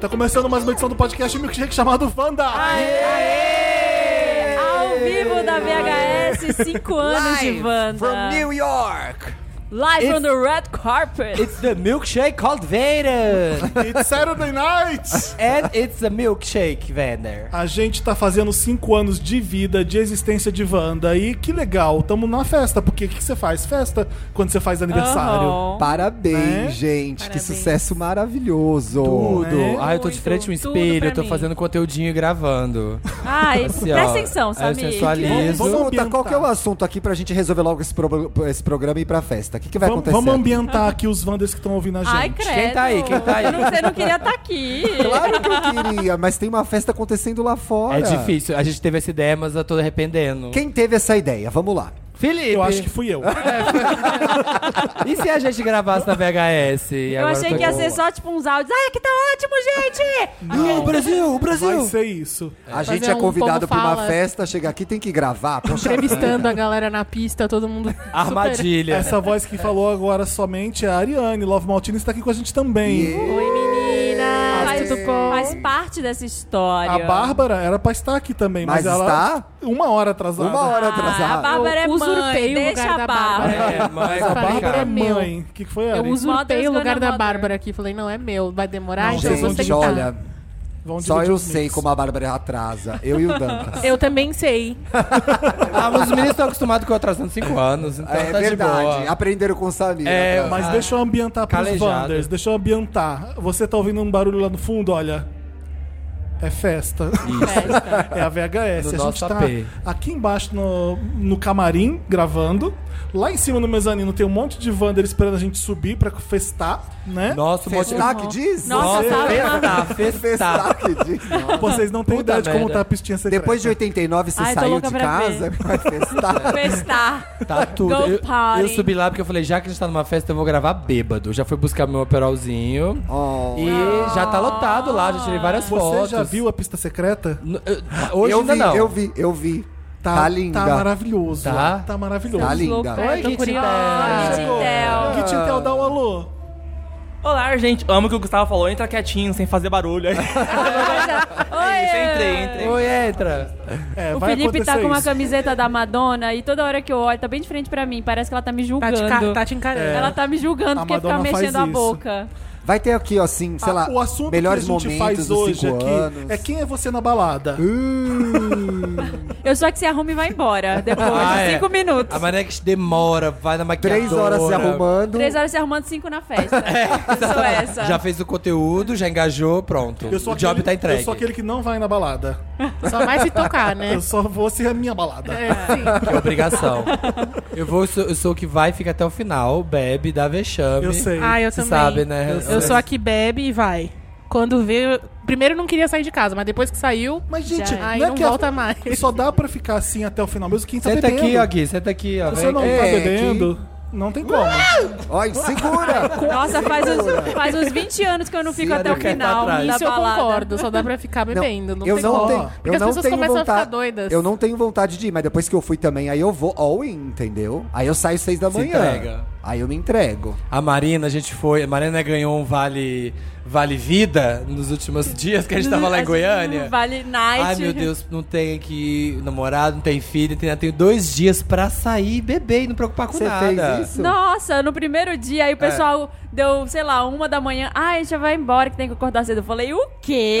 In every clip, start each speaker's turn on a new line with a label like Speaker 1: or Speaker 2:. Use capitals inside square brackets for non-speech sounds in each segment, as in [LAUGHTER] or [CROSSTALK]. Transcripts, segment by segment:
Speaker 1: Tá começando mais uma edição do podcast Milkshake chamado Wanda.
Speaker 2: Aê! Ao vivo da VHS, 5 anos de Wanda.
Speaker 3: from New York.
Speaker 2: Live
Speaker 4: It's-
Speaker 2: from the red carpet.
Speaker 4: It's the milkshake called Vader.
Speaker 1: It's Saturday night!
Speaker 4: And it's a milkshake, Vader.
Speaker 1: A gente tá fazendo 5 anos de vida, de existência de Wanda. E que legal, tamo na festa. Porque o que que você faz? Festa quando você faz aniversário.
Speaker 2: Aham.
Speaker 3: Parabéns,
Speaker 1: Né?
Speaker 3: gente. Que
Speaker 2: Parabéns.
Speaker 3: sucesso maravilhoso. É.
Speaker 4: Tudo.
Speaker 1: né?
Speaker 4: Ai, eu tô de
Speaker 2: Muito,
Speaker 4: frente a um
Speaker 2: tudo
Speaker 4: espelho,
Speaker 2: pra
Speaker 4: eu tô
Speaker 2: mim.
Speaker 4: fazendo conteúdinho e gravando.
Speaker 2: Ai,
Speaker 4: Assim, ó,
Speaker 2: Ah, presta atenção,
Speaker 4: eu
Speaker 2: Samir.
Speaker 4: sensualizo.
Speaker 1: Vamos- vamos
Speaker 3: Pergunta,
Speaker 1: ambientar.
Speaker 3: qual que é o assunto aqui pra gente resolver logo esse, pro- esse programa e ir pra festa? O que, que vai
Speaker 1: Vamos,
Speaker 3: acontecer?
Speaker 1: vamos ambientar aqui os Wanders que estão ouvindo a gente.
Speaker 2: Ai, credo.
Speaker 4: Quem tá aí? Quem tá aí?
Speaker 2: Eu não- Você não queria estar aqui.
Speaker 3: [LAUGHS] Claro que eu queria, mas tem uma festa acontecendo lá fora.
Speaker 4: É difícil. A gente teve essa ideia, mas eu tô arrependendo.
Speaker 3: Quem teve essa ideia? Vamos lá.
Speaker 4: Felipe!
Speaker 1: Eu acho que fui eu.
Speaker 4: E se a gente gravasse na VHS?
Speaker 2: Eu
Speaker 1: tá
Speaker 2: achei que ia ser só tipo uns áudios. Ai, aqui tá ótimo,
Speaker 1: [LAUGHS]
Speaker 2: gente!
Speaker 4: Não. O Brasil, o
Speaker 1: Vai
Speaker 4: Brasil!
Speaker 1: ser isso.
Speaker 3: A gente
Speaker 5: Fazer
Speaker 3: é
Speaker 5: um
Speaker 3: convidado
Speaker 5: povo
Speaker 3: pra uma
Speaker 5: fala.
Speaker 3: festa, chega aqui, tem que
Speaker 2: [LAUGHS]
Speaker 3: gravar. Poxa,
Speaker 5: Entrevistando a galera na pista, todo mundo. super-
Speaker 4: Armadilha.
Speaker 1: Essa voz que falou agora somente é a Ariane Love Maltini está aqui com a gente também.
Speaker 2: Oi, meninas! Faz,
Speaker 5: tudo bom?
Speaker 2: faz parte dessa história.
Speaker 1: A Bárbara era pra estar aqui também, mas,
Speaker 3: Mas
Speaker 1: ela
Speaker 3: está?
Speaker 1: uma hora atrasada.
Speaker 3: uma hora
Speaker 2: Ah, a
Speaker 3: atrasada.
Speaker 2: Bárbara é
Speaker 5: Eu usurpei
Speaker 2: mãe,
Speaker 5: o
Speaker 2: deixa
Speaker 5: lugar
Speaker 2: a
Speaker 5: da
Speaker 2: Bárbara.
Speaker 5: Bárbara.
Speaker 4: É, mas
Speaker 1: A
Speaker 4: é
Speaker 1: Bárbara é
Speaker 4: complicado.
Speaker 5: meu.
Speaker 1: mãe. O que, que foi,
Speaker 5: Eu
Speaker 1: Ari?
Speaker 5: usurpei
Speaker 2: Mother's
Speaker 5: o lugar
Speaker 2: gonna
Speaker 5: da
Speaker 2: mother.
Speaker 5: Bárbara aqui. Falei, não, é meu. Vai demorar,
Speaker 1: Não,
Speaker 5: então eu vou
Speaker 3: gente,
Speaker 5: tentar.
Speaker 3: olha,
Speaker 1: Vão
Speaker 3: só
Speaker 1: dividir
Speaker 3: eu
Speaker 1: os
Speaker 3: sei
Speaker 1: links.
Speaker 3: como a Bárbara atrasa. Eu e o Dantas.
Speaker 4: [LAUGHS]
Speaker 5: [LAUGHS] Eu também sei.
Speaker 4: Ah, mas os meninos estão acostumados com eu atrasando 5 anos, então
Speaker 3: É
Speaker 4: tá de
Speaker 3: verdade.
Speaker 4: boa.
Speaker 3: Aprenderam com o Samir.
Speaker 4: É,
Speaker 3: atrasar.
Speaker 1: Mas deixa eu ambientar pros
Speaker 4: Calejado.
Speaker 1: Wanders, deixa eu ambientar. Você tá ouvindo um barulho lá no fundo, olha. É festa. [LAUGHS] é a VHS.
Speaker 4: Do
Speaker 1: a gente
Speaker 4: nosso
Speaker 1: tá
Speaker 4: AP.
Speaker 1: aqui embaixo no, no camarim gravando. Lá em cima no mezanino tem um monte de Wander esperando a gente subir pra festar, né?
Speaker 4: Nossa, Tá, um monte de...
Speaker 3: Festar que diz?
Speaker 2: Nossa,
Speaker 4: Nossa,
Speaker 2: tá sabe,
Speaker 4: festar,
Speaker 3: Festar
Speaker 4: festar.
Speaker 3: que diz? não.
Speaker 1: Vocês não têm
Speaker 4: Puta
Speaker 1: ideia de como
Speaker 4: merda.
Speaker 1: tá a pistinha secreta.
Speaker 3: Depois de 89, você
Speaker 2: Ai, tô
Speaker 3: saiu
Speaker 2: louca
Speaker 3: de
Speaker 2: pra ver.
Speaker 3: casa, [LAUGHS] vai
Speaker 2: [LAUGHS]
Speaker 3: festar.
Speaker 2: Festar.
Speaker 4: Tá tudo.
Speaker 2: Go
Speaker 4: Eu,
Speaker 2: party.
Speaker 4: eu subi lá porque eu falei, já que a gente tá numa festa, eu vou gravar bêbado. Já fui buscar meu aperolzinho.
Speaker 3: Oh.
Speaker 4: E já tá lotado lá, já tirei várias
Speaker 1: Você
Speaker 4: fotos.
Speaker 1: já viu a pista secreta?
Speaker 4: N- eu- Hoje
Speaker 3: eu
Speaker 4: ainda
Speaker 3: vi,
Speaker 4: não.
Speaker 3: eu vi, eu vi. Tá, linda.
Speaker 1: Tá maravilhoso.
Speaker 4: Tá?
Speaker 1: lá. Tá maravilhoso.
Speaker 3: Tá linda.
Speaker 2: Louco,
Speaker 4: Oi,
Speaker 2: é, tô
Speaker 4: Kit
Speaker 2: curiosa.
Speaker 4: Tel.
Speaker 2: Kit Tel.
Speaker 1: Kit Intel, dá um alô.
Speaker 6: Olá, gente. Amo o que o Gustavo falou. Entra quietinho, sem fazer
Speaker 4: [LAUGHS]
Speaker 6: barulho. Aí,
Speaker 2: Oi,
Speaker 6: entrei, entrei.
Speaker 4: Oi, entra.
Speaker 1: É,
Speaker 2: O
Speaker 1: vai
Speaker 2: Felipe tá
Speaker 1: acontecer
Speaker 2: com uma
Speaker 1: isso.
Speaker 2: camiseta da Madonna e toda hora que eu olho, tá bem de frente pra mim. Parece que ela tá me
Speaker 5: Tá
Speaker 2: julgando.
Speaker 5: te, ca- tá te encarando.
Speaker 2: Ela tá me julgando
Speaker 1: A
Speaker 2: porque fica
Speaker 1: Madonna faz
Speaker 2: mexendo a
Speaker 1: isso.
Speaker 2: boca.
Speaker 3: Vai ter aqui, ó, assim, sei
Speaker 1: Ah,
Speaker 3: lá,
Speaker 1: o assunto que a
Speaker 3: melhores
Speaker 1: gente
Speaker 3: momentos
Speaker 1: faz
Speaker 3: dos
Speaker 1: hoje
Speaker 3: cinco
Speaker 1: aqui
Speaker 3: anos.
Speaker 1: é quem é você na balada.
Speaker 4: Uh,
Speaker 2: Eu só que se arruma e vai
Speaker 1: [LAUGHS]
Speaker 2: embora. Depois
Speaker 4: Ah,
Speaker 2: de
Speaker 4: é.
Speaker 2: cinco minutos.
Speaker 4: A maneira que se demora, vai na maquiagem.
Speaker 3: Três horas se arrumando.
Speaker 2: Três horas se arrumando, cinco na
Speaker 1: [LAUGHS]
Speaker 2: festa.
Speaker 1: É,
Speaker 2: é. Eu sou essa.
Speaker 4: Já fez o conteúdo, já engajou, pronto.
Speaker 1: Eu sou
Speaker 4: o job
Speaker 1: aquele,
Speaker 4: tá entregue.
Speaker 1: Eu sou aquele que não vai na balada.
Speaker 5: [LAUGHS] Só vai se tocar, né?
Speaker 1: Eu só vou se é a minha balada. [LAUGHS]
Speaker 5: É, sim.
Speaker 4: Que é obrigação. eu, vou, eu, sou, eu sou o que vai, fica até o final, bebe, dá vexame.
Speaker 1: Eu sei.
Speaker 5: Ah, eu
Speaker 4: Você
Speaker 5: também.
Speaker 4: sabe, né?
Speaker 5: Eu sou a que bebe e vai. Quando vê. eu- Primeiro não queria sair de casa, mas depois que saiu.
Speaker 1: Mas, gente,
Speaker 5: Já- Ai,
Speaker 1: não é
Speaker 5: não
Speaker 1: que a-
Speaker 5: volta mais.
Speaker 1: só dá pra ficar assim até o final, mesmo quem tá
Speaker 4: Senta
Speaker 1: bebendo.
Speaker 4: aqui, ó, Gui, senta aqui, ó.
Speaker 1: Se
Speaker 4: vem
Speaker 1: você não
Speaker 4: cá.
Speaker 1: tá
Speaker 3: É,
Speaker 1: bebendo, não tem como.
Speaker 3: Olha, segura!
Speaker 2: Nossa, faz uns, faz uns 20 anos que eu não fico
Speaker 4: Sim,
Speaker 2: até o
Speaker 4: Adriana tá
Speaker 2: final
Speaker 4: atrás.
Speaker 2: da
Speaker 5: Isso eu
Speaker 2: balada.
Speaker 5: concordo, só dá pra ficar bebendo. Não,
Speaker 3: eu
Speaker 5: tem
Speaker 3: não
Speaker 5: como.
Speaker 3: tenho,
Speaker 5: Porque
Speaker 3: eu
Speaker 5: as
Speaker 3: não
Speaker 5: pessoas
Speaker 3: tenho
Speaker 5: começam
Speaker 3: vontade,
Speaker 5: a ficar doidas.
Speaker 3: Eu não tenho vontade de ir, mas depois que eu fui também, aí eu vou all in, entendeu? Aí eu saio seis da
Speaker 4: Se
Speaker 3: manhã.
Speaker 4: entrega.
Speaker 3: Aí eu me entrego.
Speaker 4: A Marina, a gente foi. A Marina ganhou um vale, vale vida nos últimos [LAUGHS] dias que a gente tava lá em
Speaker 2: Assim,
Speaker 4: Goiânia.
Speaker 2: Vale night.
Speaker 4: Ai, meu Deus, não tem aqui namorado, não tem filho, não tem, tenho dois dias pra sair e beber e não preocupar com
Speaker 3: Você
Speaker 4: nada. É.
Speaker 3: fez isso?
Speaker 2: Nossa, no primeiro dia, aí o pessoal deu, sei lá, uma da manhã. Ai, já vai embora que tem que acordar cedo. Eu falei, o quê,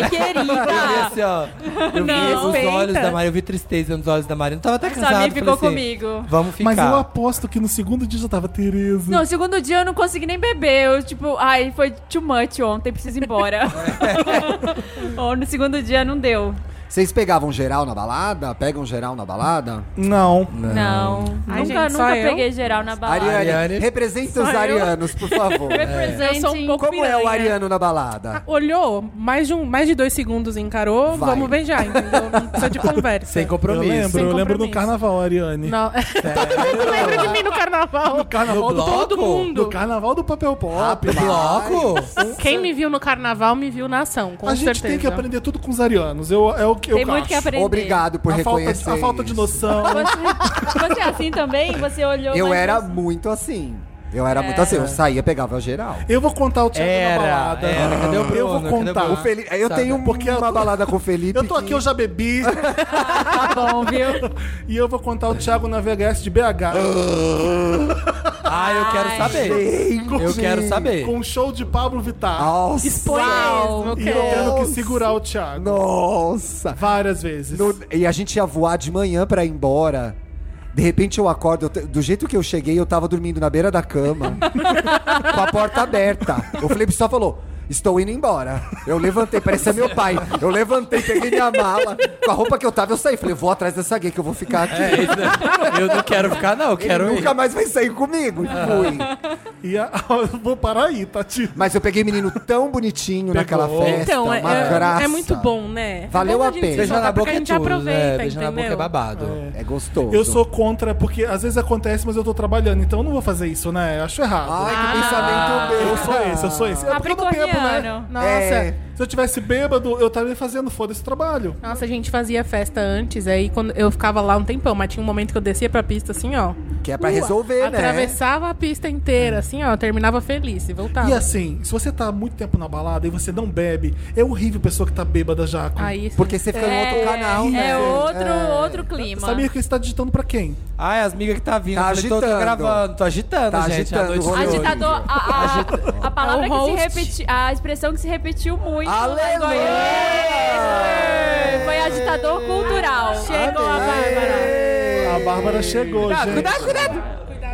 Speaker 3: [LAUGHS]
Speaker 4: Eu vi
Speaker 2: querida?
Speaker 4: assim, ó. Eu vi
Speaker 2: Não.
Speaker 4: os olhos
Speaker 2: Respeita.
Speaker 4: da Marina, eu vi tristeza nos olhos da Marina. Eu tava até cansado.
Speaker 2: Samir
Speaker 4: falei
Speaker 2: ficou
Speaker 4: assim,
Speaker 2: comigo.
Speaker 4: Vamos ficar.
Speaker 1: Mas eu aposto que no segundo dia já tava Tereza.
Speaker 2: Não, segundo dia eu não consegui nem beber. Eu, tipo, ai, foi too much ontem, preciso ir embora.
Speaker 3: [LAUGHS]
Speaker 2: [LAUGHS] Ou no segundo dia não deu.
Speaker 3: Vocês pegavam geral na balada? Pegam geral na balada?
Speaker 1: Não.
Speaker 2: Não.
Speaker 5: Ai,
Speaker 2: nunca
Speaker 5: gente, só
Speaker 2: nunca
Speaker 5: eu?
Speaker 2: peguei geral na balada.
Speaker 3: Ariane,
Speaker 4: Ariane.
Speaker 3: representa os
Speaker 5: Só eu?
Speaker 3: arianos, por
Speaker 5: [LAUGHS]
Speaker 3: favor.
Speaker 2: Representing-
Speaker 5: Eu sou um pouco-
Speaker 3: Como é o
Speaker 5: piranha.
Speaker 3: ariano na balada?
Speaker 5: Olhou, mais de, um, mais de dois segundos encarou,
Speaker 3: Vai.
Speaker 5: vamos beijar, entendeu? Não precisa de conversa.
Speaker 4: Sem
Speaker 1: Eu
Speaker 4: compromisso.
Speaker 1: lembro,
Speaker 5: Sem
Speaker 1: eu lembro no
Speaker 5: compromisso.
Speaker 1: carnaval, Ariane.
Speaker 5: Não. Todo mundo lembra de mim no carnaval.
Speaker 1: Carnaval
Speaker 4: No
Speaker 1: do
Speaker 4: bloco?
Speaker 5: Todo mundo.
Speaker 1: No carnaval do papel pop.
Speaker 3: Rapaz.
Speaker 4: Bloco?
Speaker 5: Quem me viu no carnaval me viu na ação, com
Speaker 1: a gente
Speaker 5: certeza.
Speaker 1: tem que aprender tudo com os arianos. Eu, é o que eu
Speaker 2: Tem muito
Speaker 1: acho.
Speaker 2: que aprender.
Speaker 3: Obrigado por
Speaker 1: a falta,
Speaker 3: reconhecer.
Speaker 1: de, a falta de
Speaker 2: [LAUGHS]
Speaker 3: isso.
Speaker 1: noção.
Speaker 2: Você, você é assim também? Você olhou.
Speaker 3: Eu
Speaker 2: mas
Speaker 3: era
Speaker 2: você-
Speaker 3: muito assim. Eu era
Speaker 5: É.
Speaker 3: muito assim, eu saía, pegava geral.
Speaker 1: Eu vou contar o Thiago
Speaker 4: Era,
Speaker 1: na balada.
Speaker 4: era. Cadê o
Speaker 1: eu vou
Speaker 4: Bruno? Cadê o
Speaker 1: contar.
Speaker 4: Bruno? Tá,
Speaker 3: O Felipe, eu
Speaker 4: Sabe.
Speaker 3: tenho
Speaker 1: Porque eu
Speaker 3: uma
Speaker 1: tô-
Speaker 3: balada com o Felipe.
Speaker 1: Eu tô aqui,
Speaker 3: que-
Speaker 1: eu já bebi.
Speaker 2: Tá bom, viu?
Speaker 1: e eu vou contar o Thiago na VHS de BH.
Speaker 4: Ah, eu quero saber.
Speaker 3: Gente.
Speaker 4: Eu quero saber.
Speaker 1: com um show de Pablo Vittar.
Speaker 3: Nossa.
Speaker 5: Expõe
Speaker 2: Uau.
Speaker 5: mesmo,
Speaker 1: e eu tendo que
Speaker 3: Nossa.
Speaker 1: segurar o Thiago.
Speaker 3: Nossa.
Speaker 1: Várias vezes.
Speaker 3: No- e a gente ia voar de manhã pra ir embora. De repente eu acordo, eu te- do jeito que eu cheguei, eu tava dormindo na beira da cama, [LAUGHS] com a porta aberta. O Felipe só falou: Estou indo embora. Eu levantei, parecia meu pai. Eu levantei, peguei minha mala. Com a roupa que eu tava, eu saí. Falei: "Eu Vou atrás dessa gay que eu vou ficar aqui.
Speaker 4: É, isso daí. eu não quero ficar, não. Eu quero
Speaker 3: Ele
Speaker 4: ir.
Speaker 3: nunca mais vai sair comigo. E fui.
Speaker 1: [LAUGHS] E a- vou parar aí, tá, Tati.
Speaker 3: Mas eu peguei menino tão bonitinho naquela festa.
Speaker 5: Então, é,
Speaker 3: uma
Speaker 1: né?
Speaker 5: é-
Speaker 3: graça.
Speaker 5: é muito bom, né?
Speaker 3: Valeu
Speaker 5: é bom
Speaker 3: a
Speaker 5: gente
Speaker 3: pena.
Speaker 5: se
Speaker 4: Beijar
Speaker 5: soltar,
Speaker 4: na
Speaker 5: porque
Speaker 4: boca
Speaker 5: a
Speaker 4: é
Speaker 5: gente
Speaker 4: tudo, né?
Speaker 5: aproveita,
Speaker 4: Beijar na boca é
Speaker 5: entendeu?
Speaker 4: babado.
Speaker 3: É gostoso.
Speaker 1: Eu sou contra, porque às vezes acontece, mas eu tô trabalhando, então eu não vou fazer isso, né? Eu acho errado.
Speaker 3: Ai, Ah, é que pensamento meu.
Speaker 1: Eu sou esse, eu sou esse. É porque eu não bebo, né?
Speaker 2: Capricorniano.
Speaker 5: Nossa,
Speaker 3: É.
Speaker 1: Se eu tivesse bêbado, eu estaria fazendo foda-se trabalho.
Speaker 5: Nossa, a gente fazia festa antes, aí quando eu ficava lá um tempão, mas tinha um momento que eu descia pra pista assim, ó.
Speaker 3: Que é pra resolver, né?
Speaker 5: Atravessava a pista inteira, assim, ó, terminava feliz e voltava.
Speaker 1: E assim, se você tá muito tempo na balada e você não bebe, é horrível a pessoa que tá bêbada já. com-
Speaker 5: Aí, assim,
Speaker 3: Porque você fica em outro canal, né?
Speaker 2: é outro, outro clima.
Speaker 1: Sabia que você tá digitando pra quem?
Speaker 4: Ai, as migas que tá vindo.
Speaker 3: Tá
Speaker 4: eu falei, tô- Tô,
Speaker 3: agitando.
Speaker 4: gravando, tô agitando,
Speaker 3: Tá
Speaker 4: gente. a
Speaker 3: agitando,
Speaker 4: noite de
Speaker 3: rolou.
Speaker 4: hoje.
Speaker 2: Agitador, a, a, a palavra
Speaker 5: É
Speaker 2: que
Speaker 5: o
Speaker 2: se
Speaker 5: host.
Speaker 2: repetiu, a expressão que se repetiu muito no
Speaker 3: Aleluia!
Speaker 2: Goiânia foi agitador cultural. Chegou a Bárbara.
Speaker 1: A Bárbara chegou, gente.
Speaker 3: Cuidado, cuidado!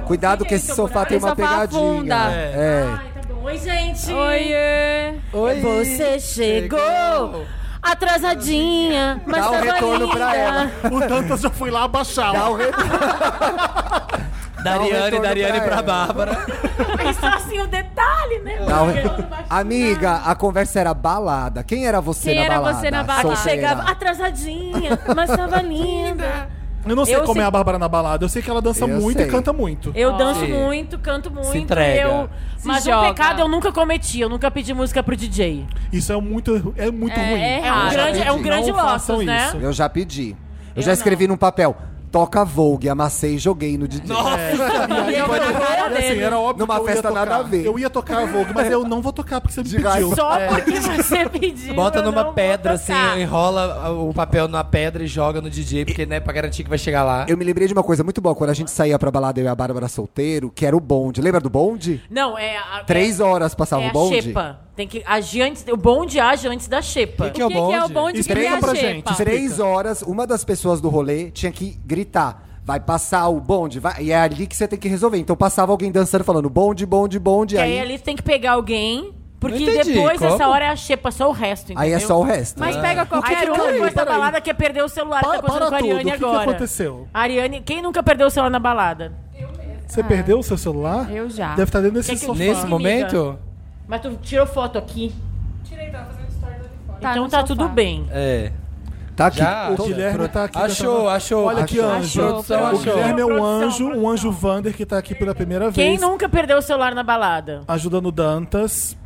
Speaker 3: Cuidado que esse sofá tem
Speaker 2: Esse
Speaker 3: uma
Speaker 2: sofá
Speaker 3: pegadinha.
Speaker 2: afunda.
Speaker 3: É.
Speaker 7: Oi, gente!
Speaker 2: Oiê!
Speaker 4: Oi.
Speaker 7: Você chegou atrasadinha, mas
Speaker 3: Dá o
Speaker 7: tava
Speaker 3: retorno
Speaker 7: linda.
Speaker 3: pra ela.
Speaker 1: O Dantas já foi lá abaixar.
Speaker 3: Dá o retorno. Dá um
Speaker 4: Dariane,
Speaker 3: retorno
Speaker 4: Dariane
Speaker 3: pra
Speaker 4: pra
Speaker 3: ela.
Speaker 4: Bárbara.
Speaker 7: Mas só assim o detalhe, né?
Speaker 3: Dá um o re- tá Amiga, a conversa era balada. Quem era você
Speaker 2: Quem
Speaker 3: na
Speaker 2: era
Speaker 3: balada?
Speaker 2: você na balada?
Speaker 3: Solteira.
Speaker 7: Chegava atrasadinha, mas tava linda.
Speaker 1: Eu não sei
Speaker 7: Eu
Speaker 1: como é
Speaker 7: sei-
Speaker 1: a Bárbara na balada. Eu sei que ela dança
Speaker 3: Eu
Speaker 1: muito e
Speaker 3: sei.
Speaker 1: canta muito.
Speaker 7: Eu danço
Speaker 4: Sim.
Speaker 7: muito, canto muito.
Speaker 4: entrega.
Speaker 7: Eu...
Speaker 2: Se
Speaker 7: Mas um
Speaker 2: joga.
Speaker 7: pecado eu nunca cometi, eu nunca pedi música pro DJ.
Speaker 1: Isso é muito, é muito
Speaker 2: É,
Speaker 1: ruim.
Speaker 2: é
Speaker 7: É um
Speaker 2: Ah,
Speaker 7: grande, é um
Speaker 3: entendi.
Speaker 7: grande
Speaker 1: Não façam
Speaker 7: losses, né?
Speaker 1: isso.
Speaker 3: Eu já pedi. Eu, já escrevi num papel. Toca Vogue, amassei e joguei no DJ.
Speaker 1: É. E aí,
Speaker 7: na cara
Speaker 1: assim,
Speaker 7: dele.
Speaker 1: era óbvio
Speaker 3: Numa
Speaker 1: que eu ia
Speaker 3: festa
Speaker 1: tocar.
Speaker 3: nada a ver.
Speaker 1: Eu ia tocar a Vogue, mas eu não vou tocar porque você me
Speaker 3: De raiva.
Speaker 1: pediu. É.
Speaker 7: Só porque você pediu.
Speaker 4: Bota
Speaker 7: eu não
Speaker 4: numa
Speaker 7: vou
Speaker 4: pedra, assim,
Speaker 7: tocar.
Speaker 4: enrola o papel numa pedra e joga no DJ, porque, né, pra garantir que vai chegar lá.
Speaker 3: Eu me lembrei de uma coisa muito boa quando a gente saía pra balada eu e a Bárbara solteiro, que era o bonde. Lembra do bonde?
Speaker 7: Não, é. A,
Speaker 3: Três horas passava
Speaker 7: é
Speaker 3: o
Speaker 7: a
Speaker 3: bonde.
Speaker 7: xepa. Tem que agir antes. O bonde age antes da xepa.
Speaker 4: Que é o
Speaker 2: O que, que é o
Speaker 4: bonde?
Speaker 2: bom de
Speaker 1: Explica
Speaker 2: criar
Speaker 1: pra
Speaker 2: xepa?
Speaker 1: gente.
Speaker 3: Três horas, uma das pessoas do rolê tinha que gritar. Vai passar o bonde, vai. E é ali que você tem que resolver. Então passava alguém dançando, falando bonde, bonde, bonde.
Speaker 7: Que
Speaker 3: aí,
Speaker 7: aí ali tem que pegar alguém. Porque
Speaker 4: Não entendi,
Speaker 7: depois
Speaker 4: como?
Speaker 7: essa hora é a xepa, só o resto.
Speaker 3: aí é
Speaker 7: entendeu?
Speaker 3: só o resto.
Speaker 2: Mas pega
Speaker 7: Aí
Speaker 2: qualquer
Speaker 7: a
Speaker 2: um.
Speaker 7: única coisa da
Speaker 1: peraí.
Speaker 7: balada que é perder o celular.
Speaker 1: Pa-
Speaker 7: tá acontecendo
Speaker 1: para
Speaker 7: com a
Speaker 1: tudo, o
Speaker 7: Ariane
Speaker 1: que que
Speaker 7: agora.
Speaker 1: aconteceu?
Speaker 7: Ariane, quem nunca perdeu o celular na balada? Ah,
Speaker 1: Você perdeu o seu celular?
Speaker 2: Eu já.
Speaker 1: Deve estar dentro desse
Speaker 7: Quer que eu-
Speaker 1: sofá.
Speaker 4: Nesse
Speaker 7: Amiga.
Speaker 4: momento?
Speaker 7: Mas tu tirou foto aqui.
Speaker 2: Tá
Speaker 7: então
Speaker 2: no
Speaker 7: tá
Speaker 2: sofá.
Speaker 7: tudo bem.
Speaker 4: É.
Speaker 3: Tá aqui.
Speaker 4: Já?
Speaker 1: O Guilherme tá aqui.
Speaker 4: Achou,
Speaker 1: nessa-
Speaker 4: achou.
Speaker 1: Olha que
Speaker 3: Achou.
Speaker 1: anjo.
Speaker 4: Produção
Speaker 1: O
Speaker 4: achou.
Speaker 1: Guilherme é um
Speaker 7: Produção,
Speaker 1: anjo, um anjo Vander que tá aqui pela primeira
Speaker 7: Quem
Speaker 1: vez.
Speaker 7: nunca perdeu o celular na balada?
Speaker 1: Ajudando o Dantas.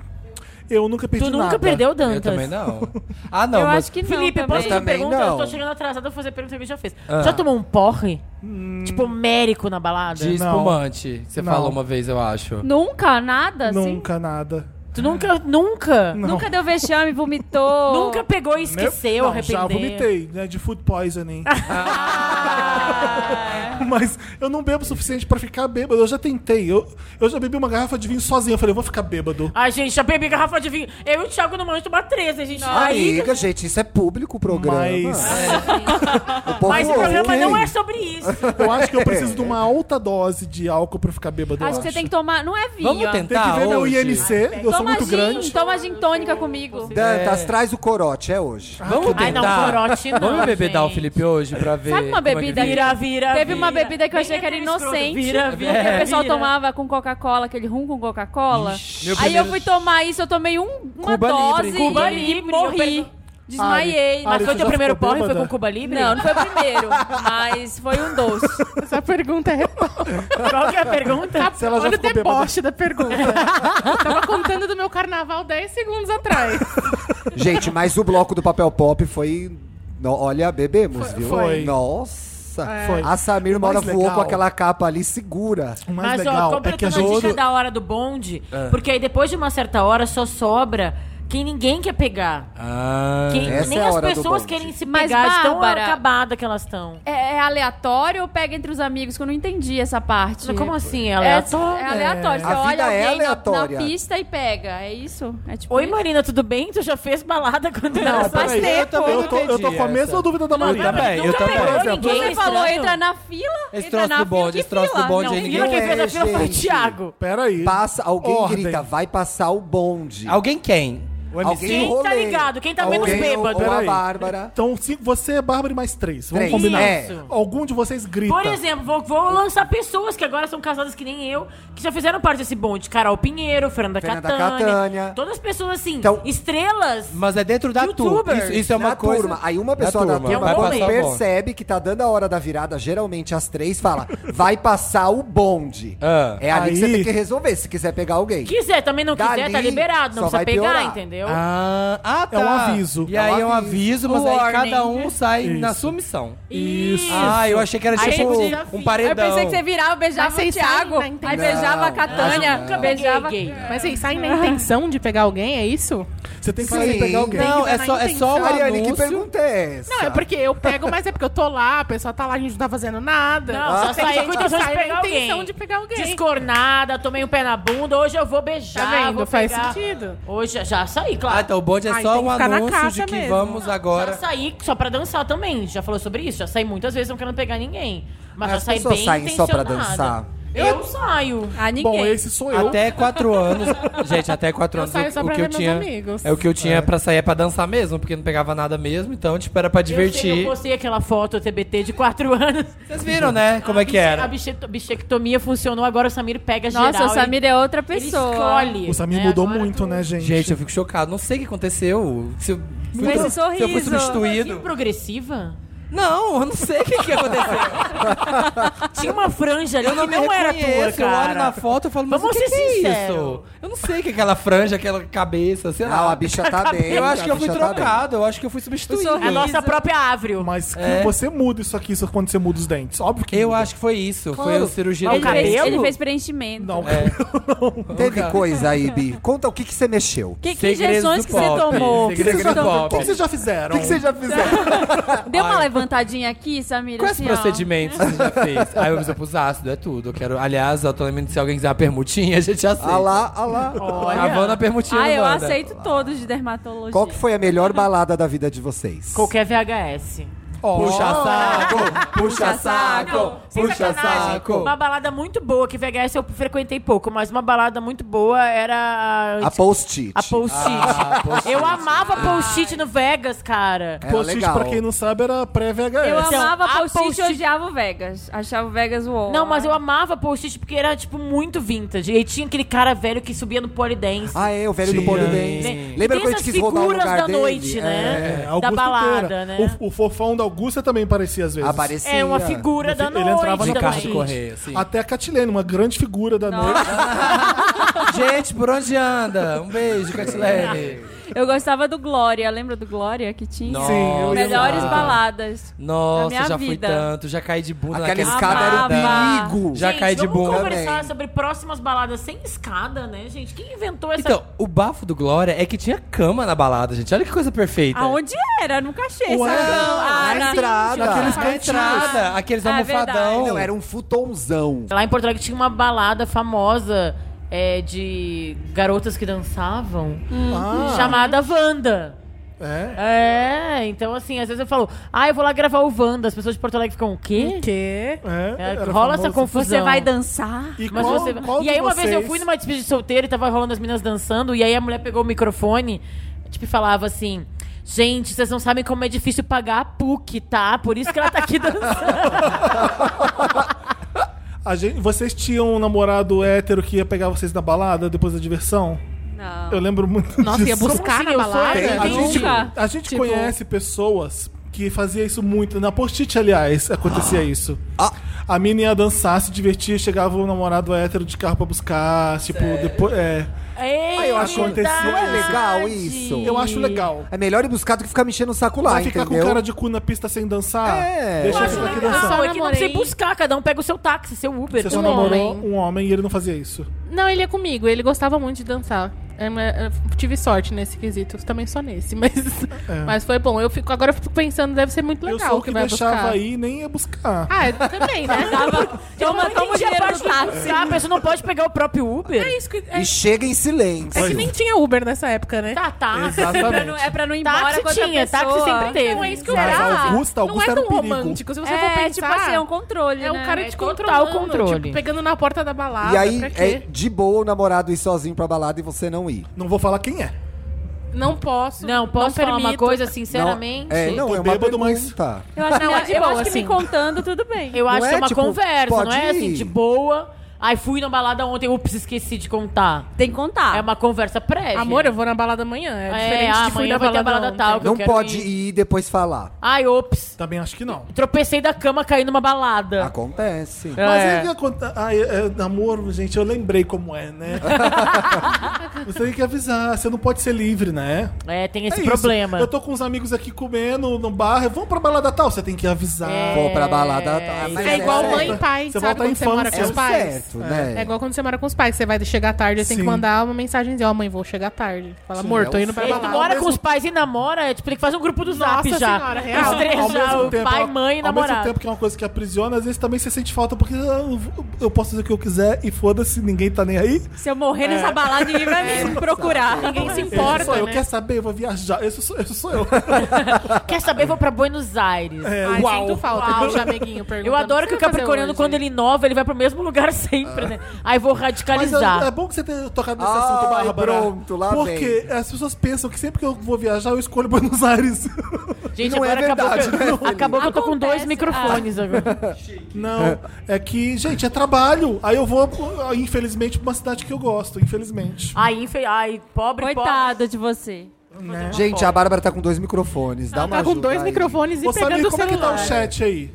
Speaker 1: Eu nunca perdi
Speaker 7: Tu nunca
Speaker 1: nada.
Speaker 7: perdeu,
Speaker 4: Eu
Speaker 7: Dantas?
Speaker 4: também não. Ah, não,
Speaker 2: Eu
Speaker 4: mas
Speaker 2: acho que não.
Speaker 7: Felipe,
Speaker 2: também.
Speaker 7: posso fazer uma
Speaker 3: também
Speaker 7: pergunta?
Speaker 3: não.
Speaker 7: Eu tô chegando atrasada, eu vou fazer a pergunta que ele já fez.
Speaker 4: Ah.
Speaker 7: Já tomou um porre?
Speaker 1: Hum.
Speaker 7: Tipo, mérico na balada?
Speaker 4: de
Speaker 1: Não.
Speaker 4: espumante. Você
Speaker 1: Não.
Speaker 4: falou uma vez, eu acho.
Speaker 2: Nunca? Nada? assim?
Speaker 1: Nunca, nada.
Speaker 7: Tu nunca, nunca,
Speaker 1: Não.
Speaker 2: Nunca deu vexame, vomitou.
Speaker 7: nunca pegou e esqueceu,
Speaker 1: Não,
Speaker 7: arrependeu?
Speaker 1: Já vomitei, né? De food poisoning.
Speaker 7: [LAUGHS] Ah,
Speaker 1: Mas eu não bebo o suficiente pra ficar bêbado. Eu já tentei. Eu, eu já bebi uma garrafa de vinho sozinho. Eu falei, eu vou ficar bêbado.
Speaker 7: Ai, gente, já bebi garrafa de vinho. Eu e o Thiago não manjo tomar 13, gente. Aí,
Speaker 3: Amiga, gente, isso é público o programa.
Speaker 1: Mas
Speaker 3: [LAUGHS] O povo
Speaker 7: mas o
Speaker 3: ouve. É.
Speaker 7: programa não é sobre isso.
Speaker 1: [LAUGHS] eu acho que eu preciso de uma alta dose de álcool pra ficar bêbado. eu
Speaker 2: Acho que você tem que tomar. Não é vinho.
Speaker 4: Vamos
Speaker 2: ó.
Speaker 1: Tem
Speaker 4: tentar
Speaker 1: que ver meu
Speaker 4: hoje?
Speaker 1: IMC. Eu sou
Speaker 2: Toma
Speaker 1: muito
Speaker 2: gin,
Speaker 1: grande.
Speaker 2: toma gin tônica comigo.
Speaker 3: Dantas, traz o corote, é hoje.
Speaker 4: Vamos
Speaker 7: Ai, não,
Speaker 2: um
Speaker 4: tentar.
Speaker 7: corote não,
Speaker 4: Vamos beber
Speaker 7: gente.
Speaker 4: dar o Felipe hoje pra ver.
Speaker 2: Sabe uma
Speaker 4: como é que
Speaker 2: bebida
Speaker 4: fica?
Speaker 7: Vira, vira,
Speaker 2: Teve uma
Speaker 7: vira.
Speaker 2: bebida que eu achei que era
Speaker 7: Nem entra no
Speaker 2: inocente.
Speaker 7: escroto. Vira, vira,
Speaker 2: que o pessoal
Speaker 7: vira.
Speaker 2: tomava com Coca-Cola, aquele rum com Coca-Cola.
Speaker 4: Ixi, meu
Speaker 2: Aí eu
Speaker 4: primeiro-
Speaker 2: fui tomar isso, eu tomei um, uma
Speaker 4: Cuba
Speaker 2: dose
Speaker 4: Libre.
Speaker 7: Cuba
Speaker 2: e
Speaker 7: Libre, eu
Speaker 2: morri.
Speaker 7: per-
Speaker 2: Desmaiei.
Speaker 1: Ari,
Speaker 7: Mas
Speaker 1: Ari,
Speaker 7: foi
Speaker 1: tu
Speaker 7: teu
Speaker 1: já
Speaker 7: primeiro
Speaker 1: ficou
Speaker 7: porre? Foi
Speaker 1: bêbada?
Speaker 7: com Cuba Libre?
Speaker 2: Não, não foi o
Speaker 7: [LAUGHS]
Speaker 2: primeiro, mas foi um doce.
Speaker 5: Essa [LAUGHS] pergunta é
Speaker 7: Qual que é a pergunta?
Speaker 1: Se ela já
Speaker 5: Olha o
Speaker 1: ficou bêbada.
Speaker 5: deboche da pergunta. Eu Tava contando do meu carnaval 10 segundos atrás.
Speaker 3: Gente, mas o bloco do papel pop foi. no- Olha, bebemos, viu?
Speaker 1: foi.
Speaker 3: Nossa. Nossa,
Speaker 1: Foi.
Speaker 3: a Samir
Speaker 1: O
Speaker 3: Mora
Speaker 1: mais
Speaker 3: voou
Speaker 1: legal-
Speaker 3: com aquela capa ali segura.
Speaker 1: O mais
Speaker 7: Mas,
Speaker 1: legal
Speaker 7: ó,
Speaker 1: é que a
Speaker 7: completando a
Speaker 1: gente.
Speaker 7: dica da hora do bonde, porque aí depois de uma certa hora só sobra quem ninguém quer pegar.
Speaker 4: Ah.
Speaker 7: Quem-
Speaker 3: Essa
Speaker 7: nem
Speaker 3: é a
Speaker 7: as
Speaker 3: hora do
Speaker 7: pessoas
Speaker 3: bonde.
Speaker 7: querem se
Speaker 2: Mas,
Speaker 7: pegar de tão
Speaker 2: Bárbara-
Speaker 7: acabada que elas estão.
Speaker 2: É, é aleatório ou pega entre os amigos? Que eu não entendi essa parte.
Speaker 7: Como assim?
Speaker 2: É,
Speaker 7: Ela é, só-
Speaker 2: é aleatório. Você
Speaker 3: A
Speaker 2: olha
Speaker 3: vida
Speaker 2: alguém
Speaker 3: é
Speaker 2: na-
Speaker 3: aleatória.
Speaker 2: Na, pista e pega. É isso? É tipo
Speaker 7: Oi,
Speaker 2: isso?
Speaker 7: Marina, tudo bem? Tu já fez balada quando
Speaker 4: Não, peraí,
Speaker 7: não, faz tempo.
Speaker 4: eu também
Speaker 1: Eu
Speaker 4: não
Speaker 1: tô, eu tô
Speaker 4: entendi
Speaker 1: com a mesma
Speaker 4: essa.
Speaker 1: dúvida da Marina.
Speaker 4: também, eu também.
Speaker 1: Por exemplo,
Speaker 7: Ninguém
Speaker 2: Você
Speaker 7: é
Speaker 2: falou,
Speaker 7: estranho?
Speaker 2: entra na fila.
Speaker 4: Esse
Speaker 2: entra
Speaker 4: troço
Speaker 2: na
Speaker 4: do bonde,
Speaker 2: fila,
Speaker 4: esse
Speaker 2: que
Speaker 4: troço do
Speaker 2: fila?
Speaker 4: bonde aí né?
Speaker 2: Não,
Speaker 4: ninguém
Speaker 7: Viu quem
Speaker 3: é,
Speaker 7: fez a fila foi o
Speaker 3: gente.
Speaker 7: Thiago.
Speaker 1: Peraí.
Speaker 3: Passa, alguém
Speaker 1: Ordem.
Speaker 3: grita, vai passar o bonde.
Speaker 4: Alguém quem? O MC?
Speaker 3: Alguém
Speaker 7: Quem
Speaker 3: no
Speaker 7: tá
Speaker 3: rolê.
Speaker 7: ligado? Quem tá
Speaker 3: Alguém
Speaker 7: menos
Speaker 3: ou-
Speaker 7: bêbado?
Speaker 3: ou a
Speaker 1: Peraí.
Speaker 3: Bárbara.
Speaker 1: Então, cinco, você é Bárbara e mais três. Vamos
Speaker 3: Três.
Speaker 1: combinar.
Speaker 3: É.
Speaker 1: Algum de vocês grita.
Speaker 7: Por exemplo, vou, vou lançar pessoas que agora são casadas que nem eu, que já fizeram parte desse bonde. Carol Pinheiro, Fernanda,
Speaker 3: Fernanda
Speaker 7: Catania.
Speaker 3: Catania.
Speaker 7: Todas pessoas assim,
Speaker 3: Então-
Speaker 7: estrelas.
Speaker 4: Mas é dentro da turma.
Speaker 7: Youtubers.
Speaker 4: Isso, isso é uma
Speaker 3: Na
Speaker 4: coisa.
Speaker 3: turma. Aí uma pessoa da turma,
Speaker 7: É um
Speaker 4: vai
Speaker 7: rolê.
Speaker 4: passar o bonde.
Speaker 3: percebe que tá dando a hora da virada, geralmente às três, fala, vai passar o bonde.
Speaker 4: Ah.
Speaker 3: É ali que você
Speaker 1: Aí-
Speaker 3: tem que resolver, se quiser pegar alguém.
Speaker 7: Quiser, também não quiser,
Speaker 3: Dali,
Speaker 7: tá liberado.
Speaker 3: só
Speaker 7: Não precisa
Speaker 3: vai
Speaker 7: pegar,
Speaker 3: piorar.
Speaker 7: entendeu?
Speaker 4: Ah, ah, tá.
Speaker 1: É um aviso.
Speaker 4: E
Speaker 1: É um
Speaker 4: aí é um
Speaker 3: aviso.
Speaker 4: aviso, mas
Speaker 2: O
Speaker 4: aí
Speaker 2: warning.
Speaker 4: cada um sai
Speaker 1: Isso.
Speaker 4: na sua missão.
Speaker 1: Isso.
Speaker 4: Ah, eu achei que era
Speaker 7: Aí
Speaker 4: tipo
Speaker 7: tem desafio.
Speaker 4: um
Speaker 2: Aí Eu
Speaker 4: paredão.
Speaker 2: pensei que você virava, beijava
Speaker 5: Mas vocês
Speaker 2: o Thiago,
Speaker 5: saem, né,
Speaker 2: aí
Speaker 5: entendeu?
Speaker 2: beijava a
Speaker 3: Não,
Speaker 2: Catânia,
Speaker 3: não.
Speaker 2: beijava...
Speaker 7: Gay, gay.
Speaker 5: Mas vocês saem na intenção de pegar alguém, é isso?
Speaker 1: Você tem que
Speaker 3: Sim.
Speaker 1: sair e pegar alguém.
Speaker 4: Não,
Speaker 5: Tem que
Speaker 4: é
Speaker 5: dar
Speaker 4: só,
Speaker 5: na
Speaker 4: é só o
Speaker 3: Mariane, que
Speaker 4: anúncio.
Speaker 3: pergunta é essa?
Speaker 5: Não, é porque eu pego, mas é porque eu tô lá, a pessoa tá lá, a gente não tá fazendo nada.
Speaker 7: [LAUGHS] Não, só
Speaker 5: Tem
Speaker 7: saí
Speaker 5: gente
Speaker 7: com a
Speaker 5: que
Speaker 7: intenção de
Speaker 5: sai
Speaker 7: pegar
Speaker 5: na intenção
Speaker 7: alguém.
Speaker 5: de pegar alguém.
Speaker 7: Descornada, tomei um pé na bunda, hoje eu vou beijar.
Speaker 5: Tá vendo?
Speaker 7: vou
Speaker 5: Faz
Speaker 7: pegar.
Speaker 5: sentido.
Speaker 7: Hoje já- já saí, claro.
Speaker 4: Ah, então o bonde é
Speaker 5: Ai,
Speaker 4: só
Speaker 5: tem que
Speaker 4: um
Speaker 5: ficar na
Speaker 4: anúncio de
Speaker 5: casa
Speaker 4: que
Speaker 5: mesmo.
Speaker 4: vamos
Speaker 7: Já
Speaker 4: agora.
Speaker 7: saí só pra dançar também. Já falou sobre isso? Já saí muitas vezes não querendo pegar ninguém. Mas
Speaker 3: As
Speaker 7: já saí
Speaker 3: pessoas
Speaker 7: bem
Speaker 3: saem só pra
Speaker 7: intencionada.
Speaker 3: dançar.
Speaker 7: Eu, saio.
Speaker 2: Ah, ninguém.
Speaker 1: Bom, esse sou eu.
Speaker 4: Até quatro anos. Gente, até quatro
Speaker 5: Eu
Speaker 4: anos
Speaker 5: saio só
Speaker 4: o, o
Speaker 5: pra
Speaker 4: que eu
Speaker 5: ver meus
Speaker 4: tinha.
Speaker 5: amigos.
Speaker 4: É o que eu tinha pra sair é pra dançar mesmo, porque não pegava nada mesmo, então tipo, era pra
Speaker 7: Eu, sei,
Speaker 4: divertir.
Speaker 7: eu postei aquela foto TBT de 4 [LAUGHS] anos.
Speaker 4: Vocês viram, né? Como é que
Speaker 7: A
Speaker 4: era?
Speaker 7: biche- bichectomia funcionou, agora o Samir pega geral.
Speaker 2: Nossa, o Samir é outra
Speaker 7: ele, ele
Speaker 2: pessoa.
Speaker 7: escolhe.
Speaker 1: O Samir
Speaker 7: né?
Speaker 1: mudou
Speaker 7: Agora
Speaker 1: muito,
Speaker 7: tu-
Speaker 1: né, gente?
Speaker 4: Gente, eu fico chocado. Não sei o que aconteceu. Se eu fui, se
Speaker 2: esse
Speaker 4: eu fui
Speaker 2: sorriso.
Speaker 7: Que
Speaker 4: substituído.
Speaker 7: progressiva?
Speaker 4: Não, eu não sei o que, que aconteceu.
Speaker 7: [LAUGHS] Tinha uma franja ali
Speaker 4: Eu não,
Speaker 7: que não era tua,
Speaker 4: Eu olho na
Speaker 7: cara.
Speaker 4: foto e falo, mas
Speaker 7: Vamos
Speaker 4: o que,
Speaker 7: ser
Speaker 4: que é
Speaker 7: sincero.
Speaker 4: isso? Eu não sei o que é aquela franja, aquela cabeça, sei lá.
Speaker 3: Não, a bicha
Speaker 7: [LAUGHS]
Speaker 4: [LAUGHS]
Speaker 3: tá bem.
Speaker 4: Eu acho que eu
Speaker 3: a
Speaker 4: fui
Speaker 3: bicha tá
Speaker 4: trocado, eu acho que eu fui substituído. É.
Speaker 2: sorriso.
Speaker 7: A nossa própria Ávrio.
Speaker 1: Mas que você muda isso aqui isso quando você muda os dentes. Óbvio que
Speaker 4: Eu
Speaker 1: muda.
Speaker 4: acho que foi isso. Foi
Speaker 3: Claro.
Speaker 4: o cirurgia
Speaker 7: Mas
Speaker 4: do
Speaker 2: Ele fez,
Speaker 7: cabelo?
Speaker 2: ele fez preenchimento.
Speaker 1: Não,
Speaker 4: É,
Speaker 1: É.
Speaker 3: [LAUGHS] bem. Teve coisa aí, Bi. Conta o que, que você mexeu. O
Speaker 2: Que, que
Speaker 4: Segredos
Speaker 2: injeções
Speaker 4: do
Speaker 2: que você
Speaker 4: pop.
Speaker 2: tomou?
Speaker 1: o que, vocês
Speaker 4: Segredo
Speaker 1: já-
Speaker 4: do
Speaker 1: o
Speaker 4: pop.
Speaker 1: que vocês já fizeram?
Speaker 3: que, que você já fizeram?
Speaker 2: [LAUGHS] Deu uma levantadinha aqui, Samir?
Speaker 4: Quais
Speaker 2: assim, ó?
Speaker 4: procedimentos você já fez? Aí eu preciso pros ácido, é tudo. Eu quero, aliás, eu tô lembrando, se alguém quiser uma permutinha, a gente aceita.
Speaker 3: Ah lá, ah lá.
Speaker 4: A Vanda permutinha
Speaker 2: Ah,
Speaker 4: não
Speaker 2: eu
Speaker 4: manda.
Speaker 2: aceito todos de dermatologia.
Speaker 3: Qual que foi a melhor balada da vida de vocês?
Speaker 7: Qualquer VHS.
Speaker 4: Puxa saco, puxa saco,
Speaker 7: Não, sem
Speaker 4: puxa
Speaker 7: sacanagem.
Speaker 4: saco.
Speaker 7: Uma balada muito boa, que VHS eu frequentei pouco, mas uma balada muito boa era a,
Speaker 3: A post-it.
Speaker 7: a Post-it. eu amava Post-it no Vegas, cara.
Speaker 3: Era
Speaker 1: Post-it,
Speaker 3: legal.
Speaker 1: pra quem não é sabe, era pré-VHS.
Speaker 2: Eu
Speaker 7: Então,
Speaker 2: amava
Speaker 7: a
Speaker 2: post-it
Speaker 7: post-it-
Speaker 2: e odiava o Vegas. Achava o Vegas o ó.
Speaker 7: Não, mas eu amava Post-it porque era, tipo, muito vintage. E tinha aquele cara velho que subia no Né? polidense.
Speaker 3: Ah, é, o velho do
Speaker 1: Sim.
Speaker 3: Polidense. Lembra quando a gente quis rodar o lugar
Speaker 7: da
Speaker 3: dele?
Speaker 7: noite,
Speaker 3: É.
Speaker 7: né?
Speaker 1: É, Augusto
Speaker 7: da balada,
Speaker 1: Teira.
Speaker 7: né?
Speaker 1: O, o fofão da Augusta também aparecia às vezes.
Speaker 3: Aparecia.
Speaker 7: É uma figura da
Speaker 1: Ele
Speaker 7: noite.
Speaker 1: entrava no
Speaker 7: também.
Speaker 4: Ricardo
Speaker 1: post-it.
Speaker 4: Correia, sim.
Speaker 1: assim. Até a Catilene, uma grande figura da noite. [LAUGHS]
Speaker 4: Gente, por onde anda? Um beijo, Catilene.
Speaker 2: Eu gostava do Glória. Lembra do Glória que tinha?
Speaker 4: Nossa.
Speaker 1: Sim, eu
Speaker 2: Melhores
Speaker 4: lembro.
Speaker 2: baladas.
Speaker 4: Nossa,
Speaker 2: minha
Speaker 4: já fui
Speaker 2: vida.
Speaker 4: tanto, já caí de bunda
Speaker 3: Aquela
Speaker 4: naquela
Speaker 3: escada era o
Speaker 2: Amava.
Speaker 3: perigo.
Speaker 4: Já cai de
Speaker 7: vamos
Speaker 4: bunda.
Speaker 7: conversar
Speaker 3: Também.
Speaker 7: sobre próximas baladas sem escada, né, gente? Quem inventou essa...
Speaker 4: Então, o bafo do Glória é que tinha cama na balada, gente. Olha que coisa perfeita.
Speaker 2: Aonde era? Nunca achei.
Speaker 1: Ué,
Speaker 2: sabe? Não,
Speaker 3: na
Speaker 2: ah, na-
Speaker 3: entrada.
Speaker 4: Aqueles
Speaker 5: Ah,
Speaker 4: entrada, aqueles
Speaker 2: Ah, é
Speaker 4: almofadão.
Speaker 2: verdade.
Speaker 3: Não, era um futonzão.
Speaker 7: Lá em Porto Alegre tinha uma balada famosa é, de garotas que dançavam,
Speaker 1: Ah,
Speaker 7: chamada Wanda.
Speaker 1: é.
Speaker 7: É, então assim, às vezes eu falo, ah, eu vou lá gravar o Wanda. As pessoas de Porto Alegre ficam, o quê?
Speaker 5: Quê?
Speaker 1: é,
Speaker 7: É,
Speaker 1: era
Speaker 7: rola essa
Speaker 1: famoso.
Speaker 7: confusão.
Speaker 2: Você vai dançar?
Speaker 1: E
Speaker 7: Mas
Speaker 1: qual,
Speaker 7: você-
Speaker 1: qual
Speaker 7: e aí
Speaker 1: de
Speaker 7: uma vez eu
Speaker 1: vocês-
Speaker 7: fui numa despedida de solteiro e tava rolando as meninas dançando, e aí a mulher pegou o microfone tipo, e falava assim. Gente, vocês não sabem como é difícil pagar a PUC, tá? Por isso que ela tá aqui dançando.
Speaker 1: A gente- vocês tinham um namorado hétero que ia pegar vocês na balada depois da diversão?
Speaker 2: Não.
Speaker 1: Eu lembro muito
Speaker 5: Nossa,
Speaker 1: disso.
Speaker 5: ia buscar
Speaker 7: assim?
Speaker 5: na
Speaker 7: Eu sou
Speaker 5: balada?
Speaker 1: Tem, a,
Speaker 2: Nunca.
Speaker 1: gente, a gente
Speaker 5: Tipo-
Speaker 3: Ah.
Speaker 1: conhece pessoas que fazia isso muito. Na post-it, aliás, acontecia isso. A mina ia dançar, se divertir, chegava o namorado hétero de carro pra buscar, tipo, depois. É.
Speaker 7: Ei,
Speaker 3: Ah,
Speaker 1: eu acho que aconteceu.
Speaker 3: Não é legal isso?
Speaker 1: Eu acho legal.
Speaker 3: É melhor ir buscar do que ficar mexendo o saco lá,
Speaker 1: Vai ficar
Speaker 3: entendeu?
Speaker 1: com cara de cu na pista sem dançar?
Speaker 3: É.
Speaker 1: Deixa
Speaker 7: Eu
Speaker 1: eu
Speaker 7: acho
Speaker 1: ficar aqui
Speaker 7: legal.
Speaker 1: dançando.
Speaker 7: Só é que não precisa
Speaker 5: Namorei.
Speaker 7: buscar, cada um pega o seu táxi, seu Uber.
Speaker 1: Você só
Speaker 5: um
Speaker 1: namorou
Speaker 5: homem.
Speaker 1: um homem e ele não fazia isso.
Speaker 5: Não, ele é comigo. Ele gostava muito de dançar. É, mas, é, tive sorte nesse quesito. Também só nesse. [LAUGHS] Mas, mas foi bom. Eu fico, agora eu fico pensando, deve ser muito
Speaker 1: É. eu
Speaker 5: legal
Speaker 1: sou o
Speaker 5: o
Speaker 1: que,
Speaker 5: vai
Speaker 1: deixava
Speaker 5: buscar.
Speaker 1: aí e nem ia buscar.
Speaker 5: Ah, eu também,
Speaker 1: [LAUGHS]
Speaker 5: né?
Speaker 2: Toma,
Speaker 7: Como
Speaker 2: toma o dinheiro do é táxi.
Speaker 7: A pessoa não pode pegar o próprio
Speaker 5: é
Speaker 7: Uber?
Speaker 5: isso que... É,
Speaker 3: E chega em silêncio.
Speaker 5: é que nem tinha Uber nessa época, né?
Speaker 7: Tá, tá.
Speaker 2: É pra não, é pra não ir embora
Speaker 7: Táxi
Speaker 2: com outra
Speaker 7: tinha, táxi
Speaker 2: pessoa.
Speaker 7: sempre teve.
Speaker 5: Não é isso que eu
Speaker 1: Mas
Speaker 5: era.
Speaker 1: Augusta, Augusta
Speaker 5: não
Speaker 1: era
Speaker 5: é
Speaker 1: um
Speaker 5: tão
Speaker 1: perigo.
Speaker 5: romântico. Se você
Speaker 2: é,
Speaker 5: for pensar,
Speaker 2: tipo assim, é um controle,
Speaker 5: é um
Speaker 2: né?
Speaker 5: cara te
Speaker 7: total
Speaker 5: controlando,
Speaker 7: controle.
Speaker 5: tipo, pegando na porta da balada.
Speaker 3: E aí
Speaker 5: pra quê?
Speaker 3: é de boa o namorado ir sozinho pra balada e você não ir.
Speaker 1: Não vou falar quem é.
Speaker 5: Não posso.
Speaker 7: Não, posso falar uma
Speaker 5: permito.
Speaker 7: coisa, sinceramente?
Speaker 3: Não, é,
Speaker 1: Tô
Speaker 3: não, é uma
Speaker 1: bêbado,
Speaker 3: pergunta.
Speaker 1: mas-
Speaker 2: Eu acho,
Speaker 5: Não,
Speaker 2: que-
Speaker 5: é de
Speaker 2: eu
Speaker 5: boa,
Speaker 2: acho que
Speaker 5: assim.
Speaker 2: me contando, tudo bem.
Speaker 7: Eu acho
Speaker 3: Não
Speaker 7: que é
Speaker 3: é,
Speaker 7: uma
Speaker 3: tipo,
Speaker 7: conversa, não é
Speaker 3: pode
Speaker 7: assim,
Speaker 3: ir.
Speaker 2: tipo,
Speaker 7: de boa. Ai, fui na balada ontem, ups, esqueci de contar.
Speaker 2: Tem que contar.
Speaker 7: É uma conversa prévia.
Speaker 5: Amor, eu vou na balada amanhã. É,
Speaker 7: é,
Speaker 5: diferente
Speaker 7: ah,
Speaker 5: de fui
Speaker 7: amanhã
Speaker 5: na
Speaker 7: vai ter
Speaker 5: balada,
Speaker 7: a balada
Speaker 5: ontem.
Speaker 7: tal. que eu
Speaker 3: Não
Speaker 7: quero
Speaker 3: pode ir e depois falar.
Speaker 7: Ai, ops.
Speaker 1: Também acho que não.
Speaker 7: Tropecei da cama, caí numa balada.
Speaker 3: Acontece.
Speaker 1: Mas
Speaker 7: É.
Speaker 1: é que acontece. Ai, é, é, amor, gente, eu lembrei como é,
Speaker 5: [LAUGHS]
Speaker 1: né? você tem que avisar, você não pode ser livre, né?
Speaker 7: É, tem esse
Speaker 1: É isso.
Speaker 7: problema.
Speaker 1: Eu tô com uns amigos aqui comendo no bar, vamos pra balada tal, você tem que avisar.
Speaker 3: Vou pra balada.
Speaker 5: É, igual
Speaker 1: certo.
Speaker 5: mãe e pai,
Speaker 1: Você
Speaker 5: sabe?
Speaker 1: volta à
Speaker 5: Quando você mora
Speaker 1: infância.
Speaker 5: com
Speaker 3: É
Speaker 5: os
Speaker 1: É
Speaker 3: o
Speaker 5: pais.
Speaker 3: certo, né?
Speaker 5: É igual quando você mora com os pais, você vai chegar tarde, tem que
Speaker 1: Sim.
Speaker 5: mandar uma mensagem e dizer, ó, mãe, vou chegar tarde. Fala, amor, tô indo pra
Speaker 7: Ele
Speaker 5: balada.
Speaker 7: mora com os pais e namora, é, tipo, tem que fazer um grupo do zap
Speaker 5: Nossa
Speaker 7: já.
Speaker 5: senhora, real.
Speaker 7: Os três
Speaker 1: Ao
Speaker 7: já,
Speaker 1: mesmo
Speaker 7: o
Speaker 1: tempo,
Speaker 7: pai,
Speaker 1: ao-
Speaker 7: mãe e namorado.
Speaker 1: Ao mesmo tempo que é uma coisa que aprisiona, às vezes também você sente falta, porque ah, eu, eu posso fazer o que eu quiser e foda-se, ninguém tá nem aí. É.
Speaker 2: Se eu morrer nessa balada, ninguém
Speaker 1: [LAUGHS]
Speaker 2: vai me procurar.
Speaker 5: Ninguém
Speaker 1: Esse
Speaker 5: se importa,
Speaker 1: sou eu,
Speaker 5: né?
Speaker 1: quer saber? Eu vou viajar. Esse sou, esse sou eu.
Speaker 7: [LAUGHS]
Speaker 1: É,
Speaker 7: Quer saber, vou pra Buenos Aires.
Speaker 5: Ai, sinto falta de
Speaker 7: Uau.
Speaker 5: um chameguinho perguntando.
Speaker 7: Eu adoro que o
Speaker 5: "O que você vai fazer
Speaker 7: Capricorniano,
Speaker 5: hoje?"
Speaker 7: quando ele inova, ele vai pro mesmo lugar [LAUGHS] sempre, né? Aí vou
Speaker 1: Mas é,
Speaker 7: radicalizar.
Speaker 1: é bom que você tenha tocado nesse
Speaker 3: Ai,
Speaker 1: assunto, Bárbara.
Speaker 3: pronto, lá
Speaker 1: Porque as pessoas pensam que sempre que eu vou viajar, eu escolho Buenos Aires.
Speaker 7: [LAUGHS] Gente,
Speaker 3: Não é
Speaker 7: agora acabou,
Speaker 3: verdade,
Speaker 7: que,
Speaker 3: né,
Speaker 7: eu- acabou que eu tô com
Speaker 2: Acontece.
Speaker 7: dois microfones agora.
Speaker 1: Ah. [LAUGHS] Não, é que, gente, é trabalho. Aí eu vou, ah, infelizmente, pra uma cidade que eu gosto, infelizmente.
Speaker 7: Ai, infe... Ai, pobre, um pobre.
Speaker 2: Coitado de você.
Speaker 3: Gente, a Bárbara tá com dois microfones. Dá uma
Speaker 5: Tá com
Speaker 3: ajuda
Speaker 5: dois
Speaker 3: aí.
Speaker 5: microfones e
Speaker 1: Ô, Samir,
Speaker 5: pegando o
Speaker 1: como é que tá
Speaker 5: celular.
Speaker 1: o chat aí?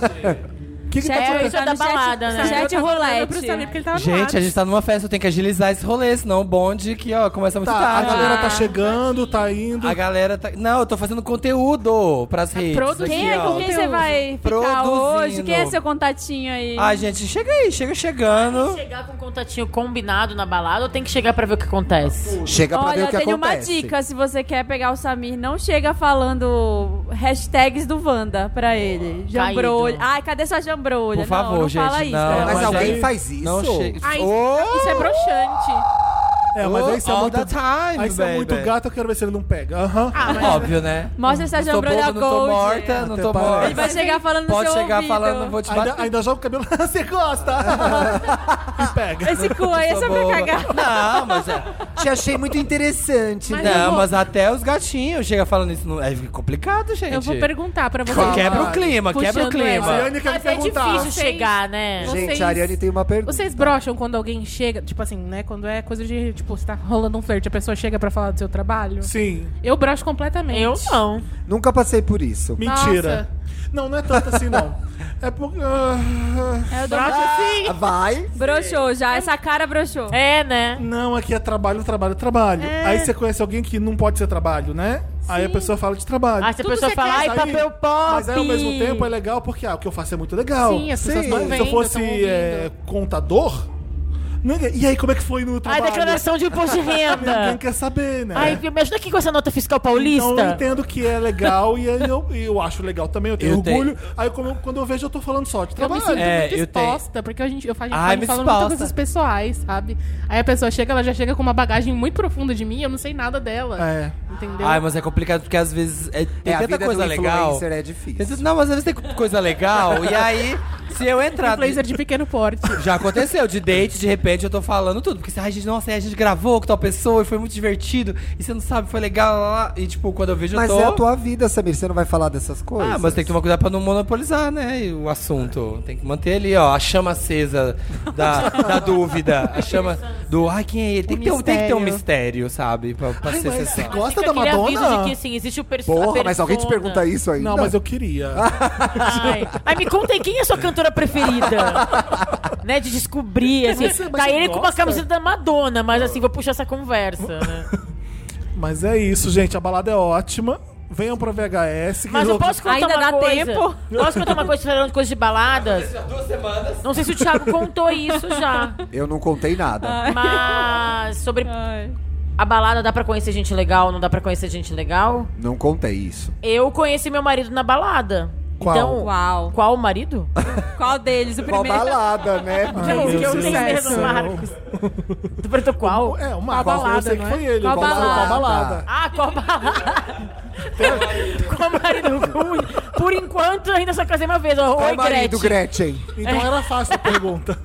Speaker 1: O que, que tá
Speaker 2: Chat,
Speaker 7: isso é da
Speaker 2: no chat-
Speaker 7: balada, né?
Speaker 2: Chat
Speaker 5: Eu tava falando pro Samir
Speaker 2: roulette.
Speaker 5: porque ele tava
Speaker 4: Gente, a gente tá numa festa, eu tenho que agilizar esse rolê, senão o bonde que, ó, começa muito
Speaker 1: Tá, a
Speaker 4: tarde.
Speaker 1: galera
Speaker 2: Ah.
Speaker 1: tá chegando, tá indo.
Speaker 4: A galera tá. Não, eu tô fazendo conteúdo pras redes.
Speaker 5: produ-
Speaker 4: aqui,
Speaker 2: Quem é
Speaker 4: ó.
Speaker 2: com quem você vai ficar
Speaker 4: Produzindo.
Speaker 2: hoje? Quem é seu contatinho aí?
Speaker 4: Ai, gente, chega aí, chega chegando.
Speaker 7: Chegar com um contatinho combinado na balada ou tem que chegar pra ver o que acontece?
Speaker 3: Chega pra ver
Speaker 2: Olha,
Speaker 3: o
Speaker 2: eu
Speaker 3: que
Speaker 2: tenho uma
Speaker 3: acontece.
Speaker 2: dica. Se você quer pegar o Samir, não chega falando hashtags do Wanda pra ele. Jambrolha.
Speaker 7: Caído.
Speaker 2: Ai, cadê sua jambrolha?
Speaker 4: Por favor,
Speaker 2: não, não
Speaker 4: gente,
Speaker 2: fala isso.
Speaker 4: não.
Speaker 2: né?
Speaker 3: Mas
Speaker 4: Mas
Speaker 3: alguém
Speaker 4: aí-
Speaker 3: faz isso?
Speaker 4: Não chega.
Speaker 5: Ai,
Speaker 4: Oh,
Speaker 5: Isso é broxante.
Speaker 1: É, mas aí você é
Speaker 4: all
Speaker 1: muito,
Speaker 4: the time,
Speaker 1: aí você é
Speaker 4: baby.
Speaker 1: muito gato, eu quero ver se ele não pega. Aham.
Speaker 5: Ah, mas...
Speaker 4: Óbvio, né?
Speaker 2: Mostra essa
Speaker 4: Não sou
Speaker 2: jambrolha
Speaker 4: boba, não tô
Speaker 2: gold.
Speaker 4: morta, não
Speaker 1: Até
Speaker 4: tô
Speaker 1: parece.
Speaker 2: Ele
Speaker 4: morta.
Speaker 2: vai chegar falando no
Speaker 4: Pode
Speaker 2: seu
Speaker 4: chegar
Speaker 2: ouvido.
Speaker 4: falando, vou te
Speaker 1: Ainda,
Speaker 4: bater.
Speaker 1: ainda joga o cabelo, [LAUGHS] você gosta! e pega.
Speaker 2: Esse cu aí é
Speaker 4: Sou
Speaker 2: só pra
Speaker 4: boba.
Speaker 2: cagar.
Speaker 4: Tá Não, mas é.
Speaker 3: Te achei muito interessante.
Speaker 5: Mas-
Speaker 3: né?
Speaker 5: eu
Speaker 4: Não,
Speaker 5: vou-
Speaker 4: mas até os gatinhos chega falando isso. não- É complicado, gente.
Speaker 5: Eu vou perguntar tá, pra
Speaker 4: Calma.
Speaker 5: vocês.
Speaker 4: Quebra o clima,
Speaker 5: Puxando
Speaker 4: quebra o clima.
Speaker 5: essa.
Speaker 1: Ariane quer me
Speaker 7: Mas é
Speaker 1: perguntar.
Speaker 7: difícil chegar, né?
Speaker 5: Vocês-
Speaker 3: Gente, a Ariane
Speaker 4: um
Speaker 3: tem uma pergunta.
Speaker 5: Vocês brocham quando alguém chega, tipo assim, né? Quando é coisa de, tipo, você tá rolando um flerte, a pessoa chega pra falar do seu trabalho?
Speaker 1: Sim,
Speaker 5: Eu brocho completamente.
Speaker 7: Eu não.
Speaker 3: Nunca passei por isso.
Speaker 1: mentira. Não, não é tanto assim,
Speaker 5: [LAUGHS]
Speaker 1: não. É
Speaker 2: [LAUGHS]
Speaker 1: porque. ah,
Speaker 2: É, eu dou-
Speaker 5: assim.
Speaker 3: Vai.
Speaker 2: Broxou já, essa cara broxou.
Speaker 7: É, né? É.
Speaker 1: não, aqui é trabalho, trabalho, trabalho. Aí você conhece alguém que não pode ser trabalho, né? Aí a pessoa fala de trabalho.
Speaker 7: Aí Ah, se a
Speaker 5: Tudo
Speaker 7: pessoa
Speaker 5: você
Speaker 7: fala,
Speaker 5: quer.
Speaker 7: ai,
Speaker 1: Mas aí-
Speaker 7: papel pop.
Speaker 1: Mas aí, ao mesmo tempo, é legal porque ah, o que eu faço é muito legal.
Speaker 5: Sim, as pessoas
Speaker 1: Sim,
Speaker 5: tão
Speaker 1: mas Se eu
Speaker 5: vendo,
Speaker 1: fosse
Speaker 5: tão ouvindo.
Speaker 1: é, contador. ninguém- E aí, como é que foi no
Speaker 7: Ai,
Speaker 1: trabalho?
Speaker 7: declaração de
Speaker 1: [LAUGHS]
Speaker 7: imposto de
Speaker 1: Ninguém
Speaker 7: renda.
Speaker 1: quer saber, né?
Speaker 7: Ai, me ajuda aqui com essa nota fiscal
Speaker 1: Então eu
Speaker 7: paulista.
Speaker 1: entendo que é legal e aí eu, e eu acho legal também, eu tenho
Speaker 4: Eu tenho-
Speaker 1: orgulho. Aí como- quando eu vejo, eu tô falando só de
Speaker 5: Eu me
Speaker 1: trabalho.
Speaker 5: sinto
Speaker 4: É,
Speaker 5: muito
Speaker 4: eu tenho.
Speaker 5: exposta, porque a gente, eu falo,
Speaker 4: Ai,
Speaker 5: eu
Speaker 4: me
Speaker 5: falo muitas
Speaker 4: exposta.
Speaker 5: coisas pessoais, sabe? Aí a pessoa chega, ela já chega com uma bagagem muito profunda de mim, eu não sei nada dela.
Speaker 1: É.
Speaker 5: Entendeu?
Speaker 4: Ai, mas é complicado porque às vezes é, tem
Speaker 3: É, a
Speaker 4: tanta
Speaker 3: vida
Speaker 4: coisa
Speaker 3: do
Speaker 4: legal.
Speaker 3: influencer é
Speaker 4: Tem tanta-
Speaker 3: difícil.
Speaker 4: Não, mas às vezes tem coisa legal. e
Speaker 5: [LAUGHS]
Speaker 4: aí, se eu entrar.
Speaker 5: Influencer de pequeno porte.
Speaker 4: Já aconteceu, de date, de repente eu tô falando tudo. Porque, ai, gente, nossa, aí a gente gravou com tal pessoa e foi muito divertido. E você não sabe, foi legal. lá, lá. E, tipo, quando eu vejo,
Speaker 3: Mas
Speaker 4: eu tô.
Speaker 3: é a tua vida, Samir. Você não vai falar dessas coisas?
Speaker 4: Ah, mas tem que tomar cuidado pra não monopolizar, né? e O assunto. Tem que manter ali, ó, a chama acesa da, da dúvida. A chama do. Ai, quem é ele? Tem, que ter, um- tem que ter um mistério, sabe? Pra, pra
Speaker 1: Ai,
Speaker 4: ser
Speaker 1: mas você
Speaker 4: acessado.
Speaker 1: gosta
Speaker 7: Fica
Speaker 1: da
Speaker 7: aquele aviso de
Speaker 1: Madonna?
Speaker 7: que, assim, existe o perso- a
Speaker 3: Porra, mas alguém te
Speaker 7: persona. [LAUGHS]
Speaker 4: [LAUGHS]
Speaker 3: pergunta isso ainda?
Speaker 1: Não, mas eu queria.
Speaker 7: Ai. Ai, me conta aí, quem é sua cantora
Speaker 1: [LAUGHS]
Speaker 7: preferida. né? De descobrir, assim.
Speaker 1: Mas você- mas
Speaker 7: tá
Speaker 1: você
Speaker 7: ele com uma
Speaker 1: gosta?
Speaker 7: camiseta da Madonna, mas assim, vou puxar essa conversa, né?
Speaker 1: Mas é isso, gente. A balada é ótima. Venham pra VHS. que
Speaker 7: Mas eu
Speaker 1: jogo-
Speaker 7: posso contar
Speaker 2: Ainda
Speaker 7: uma
Speaker 2: dá
Speaker 7: coisa?
Speaker 2: tempo?
Speaker 7: Posso contar uma coisa falando de coisa de baladas?
Speaker 4: Duas semanas.
Speaker 7: Não sei se o Thiago [LAUGHS] contou isso
Speaker 3: [LAUGHS]
Speaker 7: já.
Speaker 3: Eu não contei nada.
Speaker 7: Mas sobre
Speaker 2: Ai.
Speaker 7: a balada, dá pra conhecer gente legal, não dá pra conhecer gente legal?
Speaker 3: Não contei isso.
Speaker 7: Eu conheci meu marido na balada.
Speaker 1: Qual?
Speaker 7: Então,
Speaker 2: Uau.
Speaker 7: Qual o marido?
Speaker 2: [LAUGHS] Qual deles? O
Speaker 3: Qual
Speaker 2: primeiro.
Speaker 3: balada, né?
Speaker 1: Ai, meu
Speaker 7: Gente, que eu
Speaker 1: Deus
Speaker 7: tenho
Speaker 1: do
Speaker 7: medo do
Speaker 1: céu.
Speaker 7: Marcos. Tu perguntou qual?
Speaker 1: É, o Marcos,
Speaker 5: Qual
Speaker 1: eu sei que
Speaker 5: balada,
Speaker 1: foi ele.
Speaker 2: Qual
Speaker 1: Qual balada? Qual
Speaker 3: balada?
Speaker 1: balada?
Speaker 7: Ah,
Speaker 1: [LAUGHS]
Speaker 7: qual balada? qual marido ruim? Por enquanto, ainda só casei uma vez.
Speaker 4: É
Speaker 7: ó.
Speaker 3: Qual
Speaker 7: Oi,
Speaker 3: o marido,
Speaker 7: Gretchen. É.
Speaker 3: Gretchen?
Speaker 1: Então era fácil a pergunta.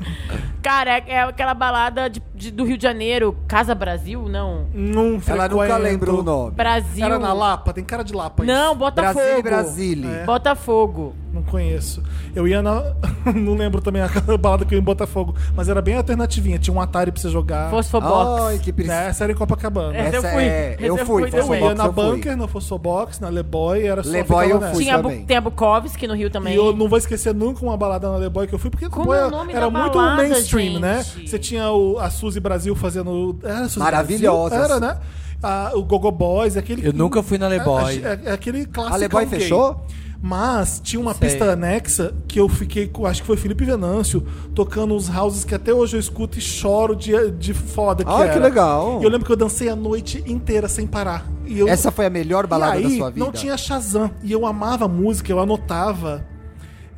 Speaker 7: Cara, é, é aquela balada de- de- do Rio de Janeiro, Casa Brasil? Não.
Speaker 1: Não
Speaker 3: Ela nunca
Speaker 1: frequento.
Speaker 3: lembra o nome.
Speaker 7: Brasil.
Speaker 1: Era na Lapa? Tem cara de Lapa isso.
Speaker 7: Não, Botafogo.
Speaker 3: Brasil e Brasília.
Speaker 1: É.
Speaker 7: Botafogo.
Speaker 1: Não conheço. Eu ia na. [LAUGHS] não lembro também a [LAUGHS] balada que eu ia em Botafogo. Mas era bem alternativinha. Tinha um Atari pra você jogar.
Speaker 7: Fosfobox.
Speaker 3: Ai, que
Speaker 1: né?
Speaker 3: precisão.
Speaker 1: Essa era em Copacabana.
Speaker 7: É. Essa eu fui.
Speaker 3: é- Eu
Speaker 7: Essa eu
Speaker 3: fui.
Speaker 7: fui
Speaker 3: Fossil
Speaker 1: Eu
Speaker 7: também.
Speaker 1: ia
Speaker 3: Box,
Speaker 1: na
Speaker 3: eu fui.
Speaker 1: Bunker, na Fossobox, na Leboy, era só
Speaker 3: Leboy
Speaker 1: ficava
Speaker 3: eu fui.
Speaker 1: nessa.
Speaker 7: Tinha a, Bu-
Speaker 3: também.
Speaker 7: tem a Bukovski no Rio também.
Speaker 1: E eu não vou esquecer nunca uma balada na Leboy que eu fui, porque
Speaker 7: Como
Speaker 1: Leboy
Speaker 7: é o nome
Speaker 1: era
Speaker 7: da
Speaker 1: muito
Speaker 7: balada,
Speaker 1: mainstream,
Speaker 7: gente?
Speaker 1: né? Você tinha o- a Suzy Brasil fazendo. Era a Suzy
Speaker 3: Maravilhosa,
Speaker 1: Brasil? Era,
Speaker 3: assim.
Speaker 1: né? Ah, o Gogo Boys, aquele.
Speaker 4: Eu nunca fui na Leboy.
Speaker 1: É, é- é aquele clássico.
Speaker 3: A Leboy
Speaker 1: gay.
Speaker 3: fechou?
Speaker 1: Mas tinha uma
Speaker 4: Sei.
Speaker 1: pista anexa que eu fiquei com, acho que foi Felipe Venâncio, tocando uns houses que até hoje eu escuto e choro de, de foda que
Speaker 3: Ah, que
Speaker 1: era.
Speaker 3: legal.
Speaker 1: E eu lembro que eu dancei a noite inteira sem parar. E eu,
Speaker 3: Essa foi a melhor balada
Speaker 1: e aí,
Speaker 3: da sua vida.
Speaker 1: não tinha Shazam. E eu amava a música, eu anotava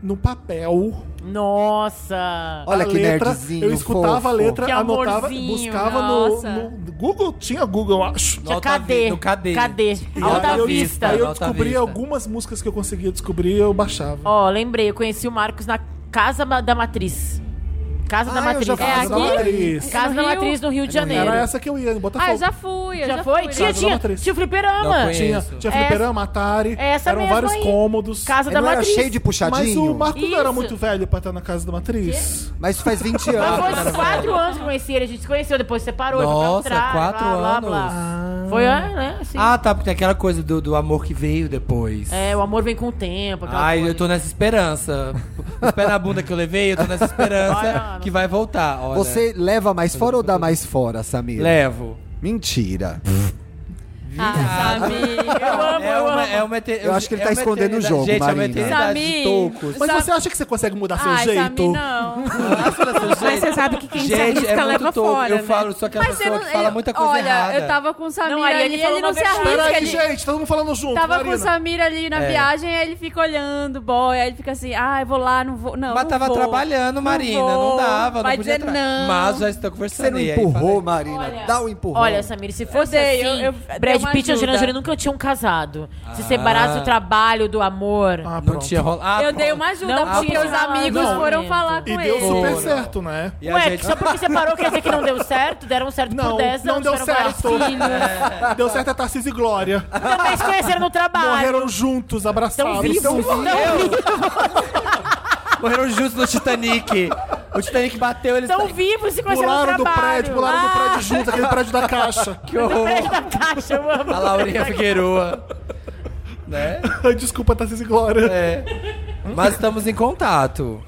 Speaker 1: no papel
Speaker 7: Nossa.
Speaker 3: Olha
Speaker 1: a
Speaker 3: que
Speaker 1: letra.
Speaker 3: nerdzinho,
Speaker 1: Eu escutava a
Speaker 3: fofo.
Speaker 1: letra,
Speaker 7: Que
Speaker 1: anotava,
Speaker 7: amorzinho,
Speaker 1: buscava no,
Speaker 2: nossa.
Speaker 1: no Google. Tinha Google, eu acho.
Speaker 4: No Alta
Speaker 7: cadê?
Speaker 4: Vi- no Cadê?
Speaker 7: Cadê?
Speaker 1: E
Speaker 7: Alta
Speaker 1: aí Tipo, eu,
Speaker 7: Vista.
Speaker 1: Aí eu
Speaker 4: Alta
Speaker 1: descobri
Speaker 4: Vista.
Speaker 1: algumas músicas que eu conseguia descobrir e eu baixava.
Speaker 7: Ó, lembrei, eu conheci o Marcos na Casa Ma- da Matriz. Casa da
Speaker 3: Ah, eu
Speaker 7: Matriz.
Speaker 3: já fui
Speaker 7: É
Speaker 3: na
Speaker 7: a
Speaker 1: Casa da
Speaker 2: aqui?
Speaker 1: Matriz. É
Speaker 7: Casa
Speaker 2: É No
Speaker 7: da
Speaker 2: Rio?
Speaker 7: Matriz no Rio
Speaker 3: É
Speaker 7: de Janeiro.
Speaker 1: Era essa que eu ia em Botafogo.
Speaker 2: Ah, eu já fui. Eu
Speaker 7: Já
Speaker 2: já,
Speaker 7: foi?
Speaker 2: fui.
Speaker 7: Tinha,
Speaker 1: Casa da
Speaker 7: tinha.
Speaker 1: Matriz.
Speaker 7: Tinha o fliperama. É,
Speaker 4: Não conheço.
Speaker 1: Tinha,
Speaker 4: Isso.
Speaker 1: tinha fliperama, Atari.
Speaker 7: essa
Speaker 1: eram
Speaker 7: mesmo
Speaker 1: vários
Speaker 7: aí.
Speaker 1: cômodos.
Speaker 7: Casa
Speaker 3: Mas
Speaker 7: da
Speaker 3: não era
Speaker 7: Matriz.
Speaker 3: cheio
Speaker 1: Mas
Speaker 3: de
Speaker 1: o
Speaker 3: puxadinho? Mas,
Speaker 1: Marcos não era
Speaker 7: Isso.
Speaker 1: muito velho pra estar na casa da matriz.
Speaker 3: isso faz 20
Speaker 7: [LAUGHS] Mas foi
Speaker 3: anos.
Speaker 7: uns quatro anos que eu conheci ele. A gente se conheceu, depois separou. ele foi pra
Speaker 4: Nossa,
Speaker 7: Austrália,
Speaker 4: quatro
Speaker 7: blá, blá,
Speaker 4: anos.
Speaker 7: blá.
Speaker 1: Ah.
Speaker 7: Foi, é, né? Assim.
Speaker 4: Ah, tá, porque tem aquela coisa do, do amor que veio depois.
Speaker 7: É, o amor vem com o tempo. aquela
Speaker 4: Ai,
Speaker 7: coisa.
Speaker 4: eu tô nessa esperança. Os pés na bunda que eu levei, eu tô nessa esperança
Speaker 7: Olha,
Speaker 4: que vai voltar. Olha,
Speaker 3: Você leva mais fora ou dá mais fora, Samir?
Speaker 4: levo.
Speaker 3: Mentira.
Speaker 2: Ah,
Speaker 7: Eu amo,
Speaker 4: é
Speaker 7: eu
Speaker 4: uma,
Speaker 7: amo.
Speaker 4: é uma ete-
Speaker 3: Eu acho que ele
Speaker 4: é
Speaker 3: tá
Speaker 4: uma
Speaker 3: escondendo o
Speaker 4: eternidade.
Speaker 3: jogo,
Speaker 4: Gente, é
Speaker 3: Marina.
Speaker 4: uma eternidade de
Speaker 2: Samir.
Speaker 4: toucos.
Speaker 1: Mas
Speaker 2: Sabe-
Speaker 1: você acha que você consegue mudar seu
Speaker 2: Ai, Samir,
Speaker 1: jeito?
Speaker 2: não.
Speaker 4: Mas
Speaker 2: você sabe que quem se
Speaker 4: assim, Gente,
Speaker 2: arrisca
Speaker 4: é muito
Speaker 2: leva
Speaker 4: touco.
Speaker 2: fora,
Speaker 4: Eu
Speaker 2: né?
Speaker 4: falo, sou aquela
Speaker 2: você
Speaker 4: pessoa que fala
Speaker 2: eu-
Speaker 4: muita coisa
Speaker 2: Olha,
Speaker 4: errada.
Speaker 2: eu tava com o Samir
Speaker 7: Não, a Ariane
Speaker 2: ali,
Speaker 7: falou
Speaker 2: ele não
Speaker 7: uma
Speaker 2: se
Speaker 7: besteira.
Speaker 2: arrisca.
Speaker 1: Peraí,
Speaker 2: ele...
Speaker 1: gente, [LAUGHS] todo mundo falando junto.
Speaker 2: Tava com
Speaker 1: Marina.
Speaker 2: o Samir ali na
Speaker 4: É.
Speaker 2: viagem, aí ele fica olhando, boy, aí ele fica assim, ah, eu vou lá, não vou, não,
Speaker 4: Mas
Speaker 2: não
Speaker 4: tava
Speaker 2: vou,
Speaker 4: trabalhando, Marina. Não,
Speaker 2: vou,
Speaker 4: dava,
Speaker 2: um
Speaker 4: não
Speaker 2: vai
Speaker 4: podia
Speaker 2: dizer
Speaker 4: entrar.
Speaker 2: não.
Speaker 4: Mas já estou conversando.
Speaker 3: Você não
Speaker 4: e aí
Speaker 3: empurrou,
Speaker 4: falei-
Speaker 3: Marina.
Speaker 4: Ah,
Speaker 3: Dá um empurrão.
Speaker 7: Olha, Samir, se fosse
Speaker 2: dei, eu-
Speaker 7: assim,
Speaker 2: eu dei
Speaker 7: Brad
Speaker 2: uma
Speaker 7: Pitt e Angelina
Speaker 2: ajuda.
Speaker 7: Jolie nunca tinham casado. Se separasse o trabalho do amor.
Speaker 1: Ah,
Speaker 4: Não
Speaker 1: pronto.
Speaker 4: tinha rolado. Ah,
Speaker 2: Eu dei
Speaker 4: pronto.
Speaker 2: uma ajuda,
Speaker 7: Não
Speaker 2: porque
Speaker 7: tinha
Speaker 2: os amigos
Speaker 7: não.
Speaker 2: foram falar com
Speaker 1: E
Speaker 2: ele.
Speaker 1: deu super
Speaker 4: Não.
Speaker 1: certo, né?
Speaker 4: E a
Speaker 7: Ué,
Speaker 4: gente-
Speaker 7: que só porque separou quer dizer que não deu certo? Deram certo
Speaker 1: Não,
Speaker 7: por 10
Speaker 1: não
Speaker 7: anos,
Speaker 1: deu
Speaker 7: tiveram vários
Speaker 1: certo. É.
Speaker 7: filhos.
Speaker 1: Deu certo a Tarcísio e Glória.
Speaker 7: Também se conheceram no trabalho.
Speaker 1: Morreram juntos, abraçados.
Speaker 7: Estão vivos.
Speaker 2: um
Speaker 7: né?
Speaker 4: Morreram juntos no Titanic. O Titanic bateu, eles...
Speaker 7: Estão vivos e se conheceram
Speaker 1: Pularam
Speaker 7: no
Speaker 1: do
Speaker 7: trabalho.
Speaker 1: prédio, pularam do
Speaker 7: Ah,
Speaker 1: prédio juntos, aquele prédio da caixa.
Speaker 4: Que
Speaker 7: [LAUGHS]
Speaker 4: horror.
Speaker 7: prédio da caixa, eu amo.
Speaker 4: A Laurinha Figueroa. Né?
Speaker 1: Ai, Desculpa, Tarcísio e Glória.
Speaker 4: É. Mas estamos em contato.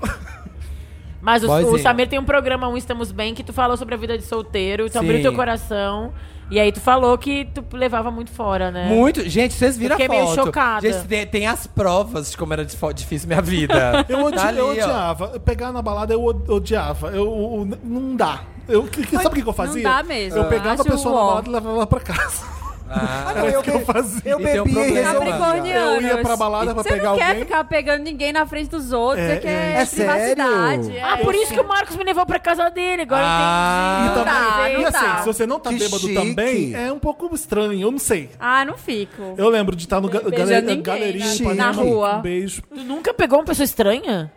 Speaker 7: Mas o,
Speaker 4: Boyzinho.
Speaker 7: o Samir tem um programa, um Estamos Bem, que tu falou sobre a vida de solteiro, tu abriu
Speaker 4: Sim.
Speaker 7: teu coração. E aí tu falou que tu levava muito fora, né?
Speaker 4: Muito. Gente, vocês viram
Speaker 7: Fiquei
Speaker 4: a foto.
Speaker 7: meio chocada.
Speaker 4: Gente, tem, tem as provas de como era difó- difícil minha
Speaker 7: [LAUGHS]
Speaker 4: vida.
Speaker 1: Eu, odi-
Speaker 4: Tá ali,
Speaker 1: eu
Speaker 4: ó.
Speaker 1: odiava. Pegar na balada eu od- odiava. Eu, o- o- não dá. Eu, que- que- sabe o que, que eu fazia?
Speaker 2: dá mesmo.
Speaker 1: Eu pegava a
Speaker 2: Acho um
Speaker 1: pessoa
Speaker 2: uó.
Speaker 1: na balada e levava ela pra casa.
Speaker 4: Ah,
Speaker 1: [LAUGHS] Era isso que eu
Speaker 3: be-
Speaker 1: fazia.
Speaker 3: eu
Speaker 4: E tem um
Speaker 3: bebi e
Speaker 4: problema.
Speaker 3: resolvi.
Speaker 2: Capricornianos.
Speaker 1: Eu ia pra balada pra
Speaker 2: Você
Speaker 1: pegar
Speaker 2: não quer
Speaker 1: alguém?
Speaker 2: ficar pegando ninguém na frente dos outros,
Speaker 1: É,
Speaker 2: é, que é,
Speaker 3: é. É
Speaker 2: privacidade.
Speaker 3: sério?
Speaker 2: é.
Speaker 7: Ah, por isso que o Marcos me levou pra casa dele, agora
Speaker 4: Ah.
Speaker 7: eu entendi.
Speaker 1: E também-
Speaker 2: dá,
Speaker 1: e
Speaker 2: não
Speaker 1: assim,
Speaker 2: dá.
Speaker 1: se você não tá
Speaker 3: Que
Speaker 1: bêbado
Speaker 3: chique.
Speaker 1: também, é um pouco estranho, eu não sei.
Speaker 2: Ah, não fico.
Speaker 7: Tipo,
Speaker 1: Eu lembro de estar no ga
Speaker 2: Beijando
Speaker 1: galer-
Speaker 2: ninguém,
Speaker 1: galerinha
Speaker 2: né?
Speaker 1: em
Speaker 3: Na
Speaker 1: Ipanema,
Speaker 2: rua.
Speaker 1: Um beijo.
Speaker 7: Tu nunca pegou uma pessoa estranha?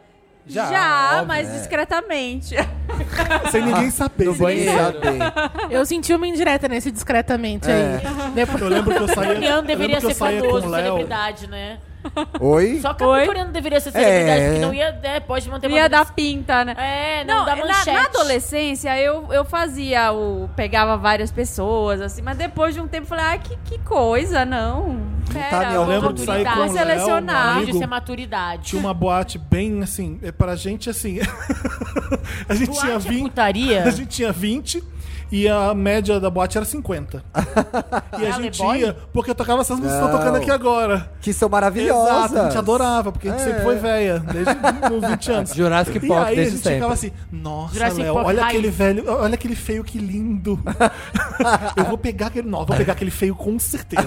Speaker 4: Já,
Speaker 2: Já,
Speaker 4: óbvio,
Speaker 2: mas
Speaker 4: né?
Speaker 2: discretamente.
Speaker 1: Sem
Speaker 7: Ah,
Speaker 1: ninguém saber.
Speaker 4: no banheiro.
Speaker 3: Saber.
Speaker 5: [LAUGHS] Eu senti uma indireta nesse discretamente
Speaker 3: É.
Speaker 5: aí. Depois...
Speaker 1: Eu lembro que eu saía.
Speaker 7: Leandro
Speaker 1: eu lembro
Speaker 7: deveria
Speaker 1: que eu
Speaker 7: ser
Speaker 1: saía com
Speaker 7: famoso,
Speaker 1: o Léo.
Speaker 7: celebridade, né?
Speaker 3: Oi?
Speaker 7: Só caricaturando deveria ser celebridade,
Speaker 3: É.
Speaker 7: porque não ia, né, pode manter
Speaker 2: Ia
Speaker 7: vida-
Speaker 2: dar pinta, né?
Speaker 7: É, não, dá
Speaker 2: na-
Speaker 7: manchete.
Speaker 2: Na, adolescência eu, eu fazia o. pegava várias pessoas, assim, mas depois de um tempo eu falei, ai, que, que coisa, não. Pera,
Speaker 3: tá, né? Eu
Speaker 2: vou-
Speaker 1: lembro de
Speaker 2: vou
Speaker 1: sair com o Léo,
Speaker 2: selecionar.
Speaker 1: um
Speaker 7: Hoje isso é
Speaker 1: amigo,
Speaker 7: maturidade.
Speaker 1: tinha uma boate bem assim, é, pra gente assim. [LAUGHS] a gente tinha
Speaker 7: Boate é
Speaker 1: 20.
Speaker 7: putaria?
Speaker 1: A gente tinha 20 e a média da boate era 50. e a
Speaker 7: Ah,
Speaker 1: gente
Speaker 7: Playboy?
Speaker 1: ia, porque eu tocava essas músicas que estão
Speaker 3: Não.
Speaker 1: tocando aqui agora.
Speaker 3: Ah. Que são maravilhosas.
Speaker 1: Exato, a gente adorava, porque a gente
Speaker 3: É.
Speaker 1: sempre foi velha,
Speaker 4: [LAUGHS]
Speaker 1: desde os 20 anos.
Speaker 4: Jurassic
Speaker 1: e
Speaker 4: Park
Speaker 1: aí a
Speaker 4: desde
Speaker 1: gente
Speaker 4: sempre.
Speaker 1: ficava assim, nossa,
Speaker 7: Jurassic
Speaker 1: Léo,
Speaker 7: Park
Speaker 1: olha
Speaker 7: High.
Speaker 1: aquele velho, olha aquele feio, que
Speaker 4: [LAUGHS]
Speaker 1: lindo. eu vou pegar aquele. Não, eu vou pegar aquele feio com certeza.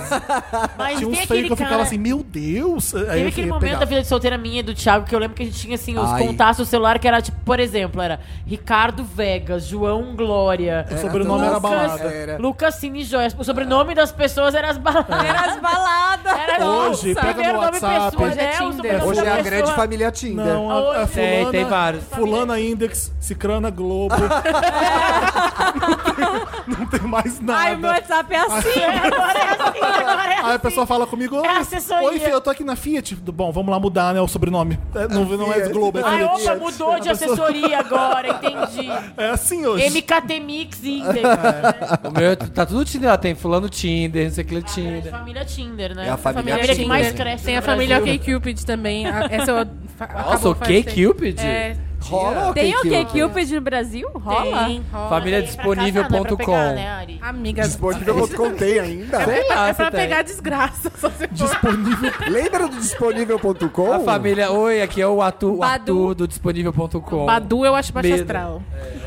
Speaker 7: Mas
Speaker 1: Tinha
Speaker 7: tem
Speaker 1: uns feios
Speaker 7: aquele
Speaker 1: que eu
Speaker 7: cara...
Speaker 1: ficava assim, meu Deus. Aí
Speaker 7: Teve
Speaker 1: eu
Speaker 7: aquele
Speaker 1: ia
Speaker 7: momento
Speaker 1: pegar.
Speaker 7: da vida de solteira minha e do Thiago que eu lembro que a gente tinha assim os
Speaker 3: Ai.
Speaker 7: contatos do celular que era tipo, por exemplo, era Ricardo Vegas, João Glória.
Speaker 1: O sobrenome era
Speaker 7: Lucas-
Speaker 1: balada.
Speaker 3: Era.
Speaker 7: Lucas Cine Joias. O sobrenome das pessoas era
Speaker 3: [LAUGHS]
Speaker 7: as baladas.
Speaker 2: Era as baladas.
Speaker 7: Era
Speaker 1: Hoje,
Speaker 7: nossa,
Speaker 1: pega no
Speaker 7: primeiro nome
Speaker 1: WhatsApp.
Speaker 7: pessoa,
Speaker 1: Hoje
Speaker 2: é
Speaker 7: né? O
Speaker 2: Tinder.
Speaker 7: sobrenome
Speaker 3: Hoje
Speaker 7: da
Speaker 3: é a
Speaker 7: pessoa.
Speaker 3: grande família Tinder.
Speaker 1: Não, é a, a
Speaker 7: Hoje.
Speaker 1: fulana,
Speaker 4: Tem, tem vários.
Speaker 1: fulana Index, Cicrana Globo. não, tem, não tem mais nada.
Speaker 2: Ai, o meu WhatsApp é
Speaker 1: [LAUGHS]
Speaker 2: assim.
Speaker 7: Agora é assim, agora é assim.
Speaker 1: Aí a pessoa fala comigo,
Speaker 7: É
Speaker 1: "Oi,
Speaker 7: assessoria."
Speaker 1: Oi, filho, eu tô aqui na Fiat. Bom, vamos lá mudar, né, o sobrenome. É, não, não é
Speaker 3: Fiat.
Speaker 1: Globo, é
Speaker 7: Ai,
Speaker 1: Fiat.
Speaker 7: opa, mudou de assessoria agora, entendi.
Speaker 1: [LAUGHS] É assim hoje. É.
Speaker 7: MKT
Speaker 4: [LAUGHS]
Speaker 7: Mix Index. né?
Speaker 4: O meu tá tudo Tinder lá, tem fulano Tinder, não sei o que
Speaker 7: É a
Speaker 4: Tinder.
Speaker 7: família Tinder, né?
Speaker 3: É a família
Speaker 7: a família que
Speaker 5: Tinder.
Speaker 7: mais cresce
Speaker 5: Tem
Speaker 7: no
Speaker 5: a família
Speaker 7: Brasil.
Speaker 5: K-Cupid também. A- Essa eu... fa-
Speaker 4: Nossa,
Speaker 5: acabou
Speaker 4: o
Speaker 5: faz tempo.
Speaker 4: K-Cupid?
Speaker 5: É,
Speaker 3: Rola
Speaker 2: Tem o
Speaker 3: que
Speaker 2: que Cupid no Brasil? Rola?
Speaker 7: Tem.
Speaker 5: rola.
Speaker 4: Família
Speaker 7: Tem é pra casar, não é pra
Speaker 4: disponível.com.
Speaker 3: [LAUGHS]
Speaker 7: pegar, né, Ari?
Speaker 5: [LAUGHS] Amiga...
Speaker 3: Disponível.com tem ainda?
Speaker 4: Sei lá,
Speaker 5: É
Speaker 4: se
Speaker 5: pra
Speaker 4: tem.
Speaker 5: pegar desgraça. Só se for.
Speaker 3: Lembra do disponível.com?
Speaker 4: A família, oi, aqui é o Atu, o
Speaker 2: Badu.
Speaker 4: Atu do disponível.com.
Speaker 5: Badu eu acho baixo
Speaker 4: Medo.
Speaker 5: astral.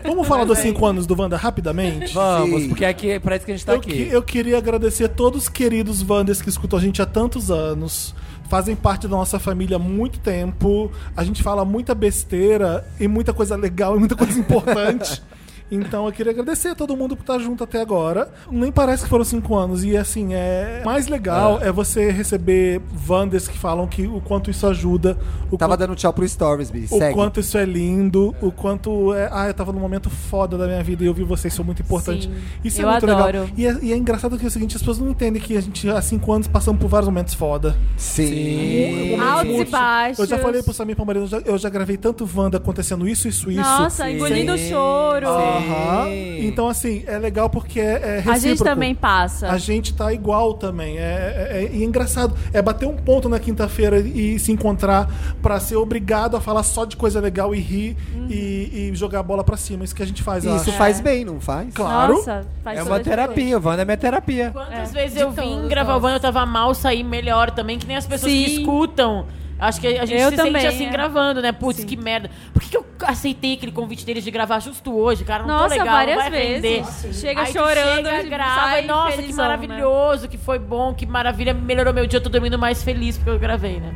Speaker 1: Vamos falar dos 5 anos do Wanda rapidamente?
Speaker 4: Vamos,
Speaker 3: Sim.
Speaker 4: porque aqui parece que a gente tá
Speaker 1: eu,
Speaker 4: aqui.
Speaker 1: que- eu queria agradecer a todos os queridos Wanders que escutam a gente há tantos anos. Fazem parte da nossa família há muito tempo. A gente fala muita besteira e muita coisa legal e muita coisa importante. Então eu queria agradecer a todo mundo por estar junto até agora. Nem parece que foram cinco anos. E assim, é. o Mais legal é, você receber Wanders que falam que o quanto isso ajuda, o
Speaker 3: Tava dando tchau pro Stories, Bi.
Speaker 1: o
Speaker 3: Segue.
Speaker 1: quanto isso é lindo, o quanto é. Ah, eu tava num momento foda da minha vida e eu vi vocês, isso é muito importante.
Speaker 2: Sim,
Speaker 1: isso
Speaker 2: eu
Speaker 1: é muito legal.
Speaker 2: adoro.
Speaker 1: E é, e é engraçado que é o seguinte, as pessoas não entendem que a gente há cinco anos passamos por vários momentos foda.
Speaker 3: Sim.
Speaker 2: Altos e baixos.
Speaker 1: Eu já falei pro Samir e pra Marina, eu já, eu já gravei tanto Wanda acontecendo isso, isso, isso.
Speaker 2: Nossa,
Speaker 1: Sim.
Speaker 2: engolindo o choro.
Speaker 1: Aham. Então, assim, é legal porque é, é
Speaker 2: A gente
Speaker 1: recíproco.
Speaker 2: também passa.
Speaker 1: A gente tá igual também. É, é- é- e é engraçado. É bater um ponto na quinta-feira e se encontrar pra ser obrigado a falar só de coisa legal e rir e, e jogar a bola pra cima. Isso que a gente faz. eu
Speaker 3: Isso
Speaker 1: acho.
Speaker 3: faz bem, não faz?
Speaker 1: Claro.
Speaker 2: É. Nossa, faz
Speaker 4: É
Speaker 2: toda
Speaker 4: uma
Speaker 2: a
Speaker 4: terapia, o Wanda é minha terapia.
Speaker 7: Quantas
Speaker 2: É.
Speaker 7: vezes
Speaker 5: De
Speaker 7: eu vim
Speaker 5: todos,
Speaker 7: gravar o
Speaker 5: nossa.
Speaker 7: Wanda, eu tava mal, saí melhor também, que nem as pessoas que
Speaker 2: Sim.
Speaker 7: escutam. Acho que a gente
Speaker 2: Eu
Speaker 7: se
Speaker 2: também,
Speaker 7: sente assim
Speaker 2: é.
Speaker 7: gravando, né? Putz, que merda. Por que, que eu aceitei aquele convite deles de gravar justo hoje, cara? Não
Speaker 2: Nossa,
Speaker 7: tô legal,
Speaker 2: várias
Speaker 7: não vai
Speaker 2: vezes.
Speaker 7: render.
Speaker 2: Nossa, chega
Speaker 7: Aí tu
Speaker 2: chorando,
Speaker 7: chega, grava.
Speaker 2: sai
Speaker 7: e, Nossa, que
Speaker 2: felizão, né?
Speaker 7: maravilhoso, que foi bom, que maravilha. Melhorou meu dia, eu tô dormindo mais feliz porque eu gravei, né?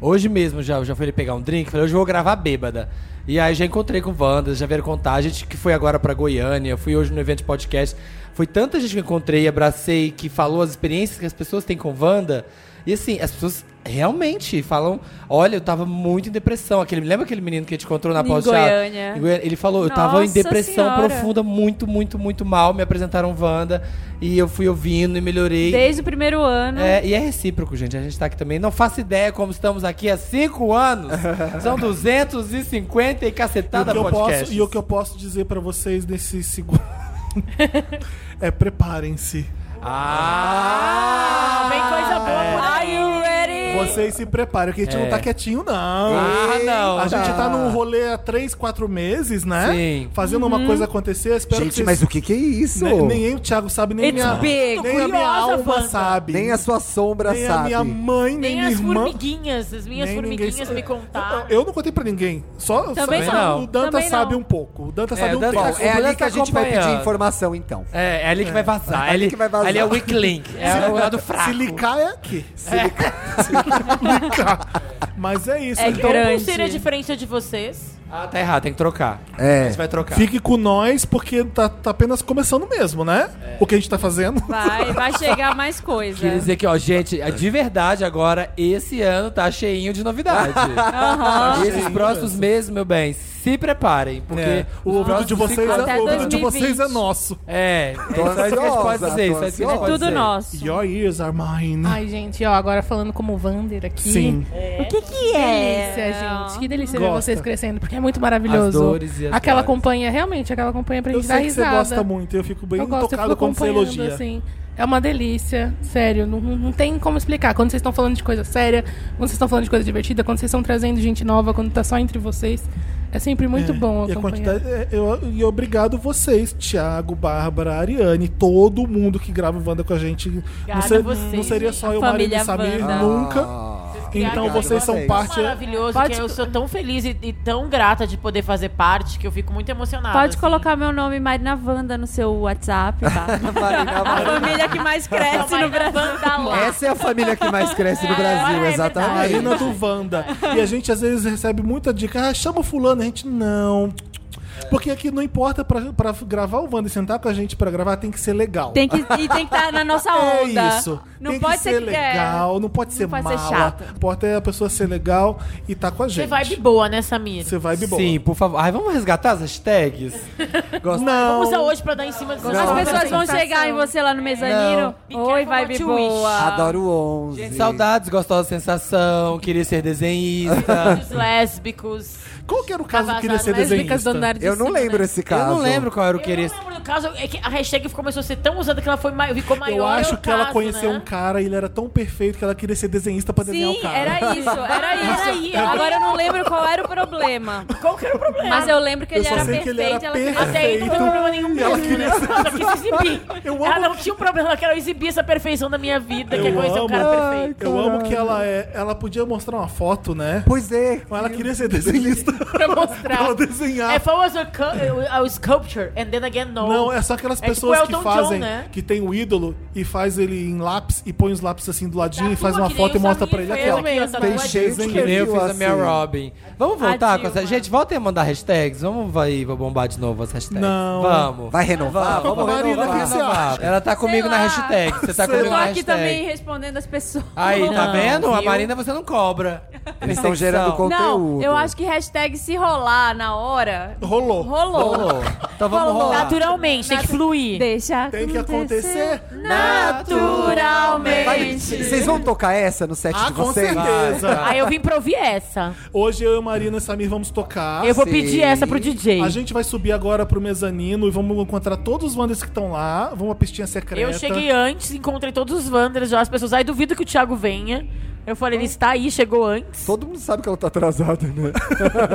Speaker 4: Hoje mesmo já, já fui ele pegar um drink, falei, hoje eu vou gravar bêbada. E aí já encontrei com o Wanda, já vieram contar, a gente que foi agora pra Goiânia, fui hoje no evento de podcast. Foi tanta gente que eu encontrei, abracei, que falou as experiências que as pessoas têm com Wanda. E assim, as pessoas realmente falam, olha, eu tava muito em depressão. Aquele, lembra aquele menino que a gente encontrou na
Speaker 2: Em
Speaker 4: pós teatro?
Speaker 2: Goiânia.
Speaker 4: Em Goiânia? Ele falou, eu tava em
Speaker 2: Nossa
Speaker 4: depressão
Speaker 2: Senhora.
Speaker 4: profunda, muito, muito, muito mal. Me apresentaram Wanda e eu fui ouvindo e melhorei.
Speaker 2: Desde o primeiro ano.
Speaker 4: É, e é recíproco, gente. A gente tá aqui também. Não faço ideia como estamos aqui há
Speaker 1: [LAUGHS]
Speaker 4: cinco anos. São 250 e
Speaker 1: E o,
Speaker 4: cacetada
Speaker 1: que eu posso,
Speaker 4: podcast.
Speaker 1: e o que eu posso dizer pra vocês nesse
Speaker 3: [LAUGHS]
Speaker 1: segundo. é preparem-se.
Speaker 4: Ah!
Speaker 7: Vem coisa boa por
Speaker 2: Are
Speaker 7: aí.
Speaker 2: you ready?
Speaker 1: Vocês se preparem, que a gente não
Speaker 4: É.
Speaker 1: tá quietinho, não.
Speaker 4: Ah, não.
Speaker 1: A gente tá
Speaker 4: Tá.
Speaker 1: num rolê há três, quatro meses, né?
Speaker 4: Sim.
Speaker 1: Fazendo
Speaker 2: Uhum.
Speaker 1: uma coisa acontecer. Espero que
Speaker 3: Gente,
Speaker 1: vocês...
Speaker 3: mas o que que é isso?
Speaker 1: Ne- Nem o Thiago sabe, nem,
Speaker 2: It's
Speaker 1: minha,
Speaker 2: big.
Speaker 1: nem a minha
Speaker 7: Curiosa,
Speaker 1: alma
Speaker 7: Wanda.
Speaker 1: sabe.
Speaker 3: Nem a sua sombra
Speaker 1: nem a
Speaker 3: sabe.
Speaker 1: minha mãe, nem,
Speaker 7: Nem
Speaker 1: minha
Speaker 7: as
Speaker 1: irmã.
Speaker 7: formiguinhas, as minhas
Speaker 1: nem ninguém
Speaker 7: formiguinhas
Speaker 1: sabe.
Speaker 7: me contaram.
Speaker 1: Eu não contei pra ninguém. Só,
Speaker 2: Também
Speaker 1: só-
Speaker 4: não.
Speaker 1: o Danta
Speaker 2: Também não.
Speaker 1: sabe um pouco. O Danta sabe
Speaker 4: o
Speaker 1: um
Speaker 4: Danta-
Speaker 3: Bom,
Speaker 1: pouco.
Speaker 4: O
Speaker 3: é ali
Speaker 4: Bruno
Speaker 3: que a
Speaker 4: tá
Speaker 3: gente vai pedir
Speaker 4: acompanhando.
Speaker 3: informação, então.
Speaker 4: É, é ali que vai vazar. É ali,
Speaker 3: que vai vazar.
Speaker 4: ali é o weak link. É o lado fraco.
Speaker 1: Se licar é aqui. Se licar. Mas é isso.
Speaker 2: É
Speaker 1: então,
Speaker 2: grande.
Speaker 7: Não seria a diferença de vocês?
Speaker 4: Ah, tá errado, tem que trocar.
Speaker 3: É.
Speaker 4: Você vai trocar.
Speaker 1: fique com nós, porque tá, tá apenas começando mesmo, né? O que a gente tá fazendo.
Speaker 2: Vai, vai chegar mais coisa.
Speaker 4: É. Queria dizer que, ó, gente, é de verdade agora, esse ano tá cheinho
Speaker 1: [LAUGHS]
Speaker 4: de novidade.
Speaker 2: Aham.
Speaker 4: Esses próximos meses, meu bem, se preparem, porque
Speaker 1: É, o ouvido,
Speaker 4: próximos
Speaker 1: de vocês
Speaker 4: cinco-
Speaker 1: é,
Speaker 2: Até
Speaker 1: o ouvido de
Speaker 2: 2020.
Speaker 1: vocês é nosso. Então,
Speaker 4: É, é
Speaker 3: Tô
Speaker 4: só isso que a gente pode
Speaker 3: ansiosa,
Speaker 4: dizer.
Speaker 3: tô
Speaker 4: Isso é isso que a gente
Speaker 3: ansiosa.
Speaker 4: pode
Speaker 2: Tudo
Speaker 4: dizer.
Speaker 2: nosso.
Speaker 1: Your ears are mine.
Speaker 5: Ai, gente, ó, agora falando como Wander aqui.
Speaker 1: Sim.
Speaker 2: que
Speaker 5: delícia, gente. Que delícia ver
Speaker 1: Gosta.
Speaker 5: vocês crescendo, porque é muito maravilhoso.
Speaker 4: As dores e as
Speaker 5: aquela
Speaker 4: dores.
Speaker 5: companhia, realmente, aquela companhia pra
Speaker 1: Eu
Speaker 5: gente dar
Speaker 1: sei que você
Speaker 5: risada.
Speaker 1: gosta muito, eu fico bem
Speaker 5: eu gosto, eu fico
Speaker 1: tocado quando você
Speaker 5: acompanhando,
Speaker 1: elogia.
Speaker 5: assim. É uma delícia, sério. Não, não tem como explicar. Quando vocês estão falando de coisa séria, quando vocês estão falando de coisa divertida, quando vocês estão trazendo gente nova, quando tá só entre vocês, é sempre muito
Speaker 1: É,
Speaker 5: bom
Speaker 1: e a
Speaker 5: acompanhar.
Speaker 1: quantidade, é, eu, e obrigado vocês, Thiago, Bárbara, Ariane, todo mundo que grava o Wanda com a gente. Não,
Speaker 7: Obrigada
Speaker 1: ser-
Speaker 7: a vocês,
Speaker 1: não seria
Speaker 7: gente.
Speaker 1: só eu, Maria
Speaker 2: família
Speaker 1: e Samir,
Speaker 2: Wanda.
Speaker 1: nunca.
Speaker 3: Ah.
Speaker 7: é
Speaker 1: Então
Speaker 3: criaram
Speaker 1: vocês são
Speaker 3: vocês.
Speaker 1: parte.
Speaker 7: Maravilhoso,
Speaker 2: Pode-
Speaker 7: que eu sou tão feliz e, e tão grata de poder fazer parte que eu fico muito emocionada.
Speaker 2: Pode
Speaker 7: assim.
Speaker 2: colocar meu nome Marina Wanda no seu WhatsApp, tá?
Speaker 7: [LAUGHS]
Speaker 3: Marina,
Speaker 2: A
Speaker 3: Marina.
Speaker 2: família que mais cresce no Brasil. Tá lá.
Speaker 3: [LAUGHS] Essa é a família que mais cresce no Brasil,
Speaker 2: é
Speaker 1: A
Speaker 3: exatamente.
Speaker 1: Marina do Wanda. E a gente às vezes recebe muita dica. Ah, chama o fulano, a gente não. Porque aqui não importa pra, pra gravar o Wanda e sentar com a gente pra gravar, tem que ser legal.
Speaker 2: Tem que, e tem que estar na nossa onda.
Speaker 1: [LAUGHS] É isso.
Speaker 2: Não
Speaker 1: tem
Speaker 2: pode
Speaker 1: que
Speaker 2: ser,
Speaker 1: ser
Speaker 2: que- é.
Speaker 1: legal, não pode ser
Speaker 2: pode
Speaker 1: mala.
Speaker 2: ser chato.
Speaker 1: Importa é a pessoa ser legal e tá com a
Speaker 7: Você
Speaker 1: gente.
Speaker 7: vibe boa, né, Samir?
Speaker 1: Você vibe boa.
Speaker 4: Sim, por favor. Ai, vamos resgatar as hashtags? Gosto
Speaker 1: Não.
Speaker 7: Vamos usar hoje pra dar em cima dos
Speaker 2: As
Speaker 7: outros.
Speaker 2: pessoas vão
Speaker 5: Sensação.
Speaker 2: chegar em você lá no mezanino.
Speaker 7: Não.
Speaker 2: Oi,
Speaker 7: Be careful
Speaker 2: vibe
Speaker 7: what you
Speaker 2: boa.
Speaker 3: Adoro o 11.
Speaker 4: Gente, saudades, gostosa sensação, queria ser desenhista.
Speaker 7: Os lésbicos.
Speaker 1: Qual que era o caso que [LAUGHS] queria ser
Speaker 5: As dicas do
Speaker 1: desenhista?
Speaker 5: andar de
Speaker 3: Eu não
Speaker 5: cima, né?
Speaker 3: lembro esse
Speaker 4: eu
Speaker 3: caso.
Speaker 4: não lembro qual era o
Speaker 7: Eu
Speaker 4: querer.
Speaker 7: não lembro do caso, é que a hashtag começou a ser tão usada que ela foi, mai- ficou maior.
Speaker 1: Eu acho
Speaker 7: o
Speaker 1: que ela
Speaker 7: caso,
Speaker 1: conheceu
Speaker 7: né?
Speaker 1: um cara e ele era tão perfeito que ela queria ser desenhista pra desenhar o
Speaker 2: Sim,
Speaker 1: cara. é
Speaker 2: era
Speaker 1: [LAUGHS]
Speaker 2: isso, era
Speaker 7: Era
Speaker 2: isso.
Speaker 7: aí, era
Speaker 2: Agora eu não lembro qual era o problema.
Speaker 7: Qual que era o problema?
Speaker 2: Mas eu lembro que
Speaker 1: Eu
Speaker 2: ele
Speaker 1: só
Speaker 2: era
Speaker 1: sei que
Speaker 2: perfeito.
Speaker 1: ele era
Speaker 2: ela queria-
Speaker 1: perfeito.
Speaker 7: Até aí não
Speaker 1: Então,
Speaker 7: foi problema nenhum
Speaker 1: ela
Speaker 7: mesmo, né? Só quis exibir.
Speaker 1: [LAUGHS] Eu amo-
Speaker 7: Ela não tinha um problema, ela queria exibir essa perfeição da minha vida, que é
Speaker 1: Eu
Speaker 7: conhecer um cara
Speaker 1: amo.
Speaker 7: perfeito.
Speaker 1: Eu amo que ela é. Ela podia mostrar uma foto, né?
Speaker 3: Pois é.
Speaker 1: Mas ela queria ser
Speaker 3: [LAUGHS]
Speaker 1: desenhista.
Speaker 7: [LAUGHS] Pra mostrar. É
Speaker 1: ela desenhava.
Speaker 7: If I was a, cu- a é sculpture, and then again, no.
Speaker 1: Não, é só aquelas
Speaker 7: É tipo
Speaker 1: pessoas
Speaker 7: Elton
Speaker 1: que fazem,
Speaker 7: John, né?
Speaker 1: que tem o ídolo e faz ele em lápis e põe os lápis assim do ladinho e faz uma
Speaker 7: Tatua Tá que
Speaker 1: foto e
Speaker 7: nem o
Speaker 1: mostra
Speaker 7: Samir
Speaker 1: pra ele aqui,
Speaker 7: foi
Speaker 1: ó.
Speaker 7: eu mesma, tatuagem.
Speaker 3: Tem cheio de
Speaker 4: Que nem eu
Speaker 3: perfil
Speaker 4: fiz a minha
Speaker 3: assim.
Speaker 4: Robin. Vamos voltar
Speaker 2: A
Speaker 4: com essa.
Speaker 2: Dilma.
Speaker 4: Gente, voltem a mandar hashtags. Vamos vai, vou bombar de novo as hashtags.
Speaker 1: Não.
Speaker 4: Vamos.
Speaker 3: Vai renovar?
Speaker 4: Vamos
Speaker 1: Marina,
Speaker 4: renovar.
Speaker 1: o que você
Speaker 4: renovar.
Speaker 1: acha?
Speaker 4: Ela tá comigo na
Speaker 2: lá.
Speaker 4: hashtag. Você tá
Speaker 2: Eu
Speaker 4: comigo
Speaker 2: tô
Speaker 4: na
Speaker 2: aqui
Speaker 4: hashtag.
Speaker 2: também respondendo as pessoas.
Speaker 4: Aí,
Speaker 2: [LAUGHS]
Speaker 4: tá
Speaker 7: Não,
Speaker 4: vendo? A
Speaker 7: viu?
Speaker 4: Marina você não cobra.
Speaker 3: Eles estão gerando
Speaker 4: Perseguição.
Speaker 2: Não,
Speaker 3: conteúdo.
Speaker 2: eu acho que hashtag se rolar na hora.
Speaker 1: Rolou.
Speaker 2: Rolou.
Speaker 4: Rolou. Então vamos
Speaker 2: Rolou.
Speaker 4: rolar.
Speaker 7: Naturalmente, tem que fluir.
Speaker 2: Deixa.
Speaker 1: Tem que acontecer.
Speaker 2: naturalmente.
Speaker 3: Vai- Vocês vão tocar essa no set
Speaker 1: Ah,
Speaker 3: de
Speaker 1: com
Speaker 3: vocês?
Speaker 1: certeza.
Speaker 7: Aí eu vim pra ouvir essa.
Speaker 1: Hoje eu, Marina e Samir vamos tocar.
Speaker 7: eu vou
Speaker 3: sim.
Speaker 7: pedir essa pro DJ.
Speaker 1: A gente vai subir agora pro mezanino e vamos encontrar todos os Wanders que estão lá. Vamos uma pistinha secreta.
Speaker 7: Eu cheguei antes, encontrei todos os Wanderers já, as pessoas. Aí duvido que o Thiago venha. Eu falei, ele está aí, chegou antes.
Speaker 3: Todo mundo sabe que ela tá atrasada, né?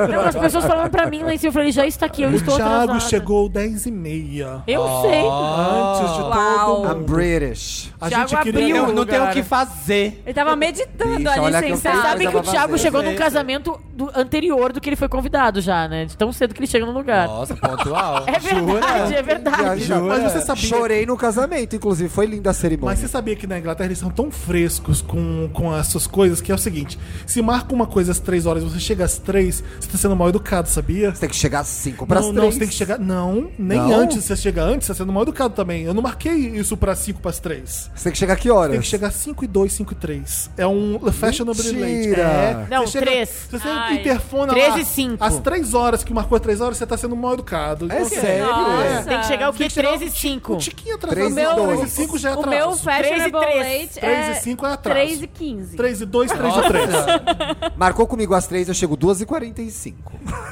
Speaker 7: Não, as pessoas falando pra mim lá em cima, eu falei, ele já está aqui, eu
Speaker 1: O
Speaker 7: estou
Speaker 1: Thiago
Speaker 7: atrasada.
Speaker 1: chegou 10 e meia.
Speaker 7: Eu sei.
Speaker 1: Ah. Antes de
Speaker 2: Uau.
Speaker 1: todo
Speaker 3: I'm
Speaker 1: mundo.
Speaker 3: British.
Speaker 1: A
Speaker 7: Thiago
Speaker 1: gente queria... um
Speaker 7: abriu.
Speaker 4: Eu não tenho o
Speaker 7: lugar.
Speaker 3: né?
Speaker 4: que fazer.
Speaker 2: Ele tava meditando
Speaker 3: Bicho, olha que
Speaker 2: ali,
Speaker 3: eu
Speaker 7: Você
Speaker 3: Ah,
Speaker 2: sentado.
Speaker 7: sabe
Speaker 3: mas
Speaker 7: que o
Speaker 3: é pra
Speaker 7: Thiago
Speaker 3: fazer,
Speaker 7: chegou
Speaker 4: sei,
Speaker 7: num
Speaker 4: sei.
Speaker 7: casamento do- anterior do que ele foi convidado já, né? De tão cedo que ele chega no lugar.
Speaker 4: Nossa, pontual.
Speaker 7: é verdade,
Speaker 4: Jura?
Speaker 7: é verdade.
Speaker 3: Viaja-
Speaker 1: Mas você sabia-
Speaker 3: Chorei no casamento, inclusive. Foi linda a
Speaker 1: Mas
Speaker 3: cerimônia.
Speaker 1: você sabia que na Inglaterra eles são tão frescos com, com essas coisas que é o seguinte: se marca uma coisa às três horas e você chega às três, você tá sendo mal educado, sabia?
Speaker 3: Você tem que chegar às 5 para
Speaker 1: não, não,
Speaker 3: três.
Speaker 1: você tem que chegar. Não, nem
Speaker 3: Não?
Speaker 1: antes. Se você chega antes, você tá sendo mal educado também. Eu não marquei isso pra cinco pras três.
Speaker 3: Você tem que chegar que
Speaker 1: Você
Speaker 3: horas?
Speaker 1: Tem que chegar 5 e 2, 5 e 3. É um fashionably late.
Speaker 3: Mentira.
Speaker 1: É.
Speaker 7: Não,
Speaker 1: Você chega-
Speaker 7: três.
Speaker 1: Se você
Speaker 7: Ai.
Speaker 1: interfona
Speaker 7: Três
Speaker 1: lá
Speaker 7: e cinco.
Speaker 1: Às 3 horas que marcou 3 horas, você tá sendo mal educado.
Speaker 3: É
Speaker 1: assim,
Speaker 3: sério?
Speaker 2: Nossa.
Speaker 3: é.
Speaker 7: Tem que chegar o quê?
Speaker 1: Tem que chegar
Speaker 7: 13 e 5.
Speaker 1: Um tiquinho
Speaker 3: Três
Speaker 1: atrasado.
Speaker 3: e
Speaker 1: Não,
Speaker 3: dois.
Speaker 1: 3 e 5 já é
Speaker 2: O
Speaker 1: atrasado.
Speaker 2: meu
Speaker 7: Três e
Speaker 2: fashionable
Speaker 7: três.
Speaker 2: late
Speaker 1: Três
Speaker 2: é...
Speaker 1: e cinco é atraso.
Speaker 2: 3
Speaker 7: Ah,
Speaker 2: e 15.
Speaker 1: 3 e 2, 3 e 3.
Speaker 3: [LAUGHS] Marcou comigo às 3, eu chego 2h45.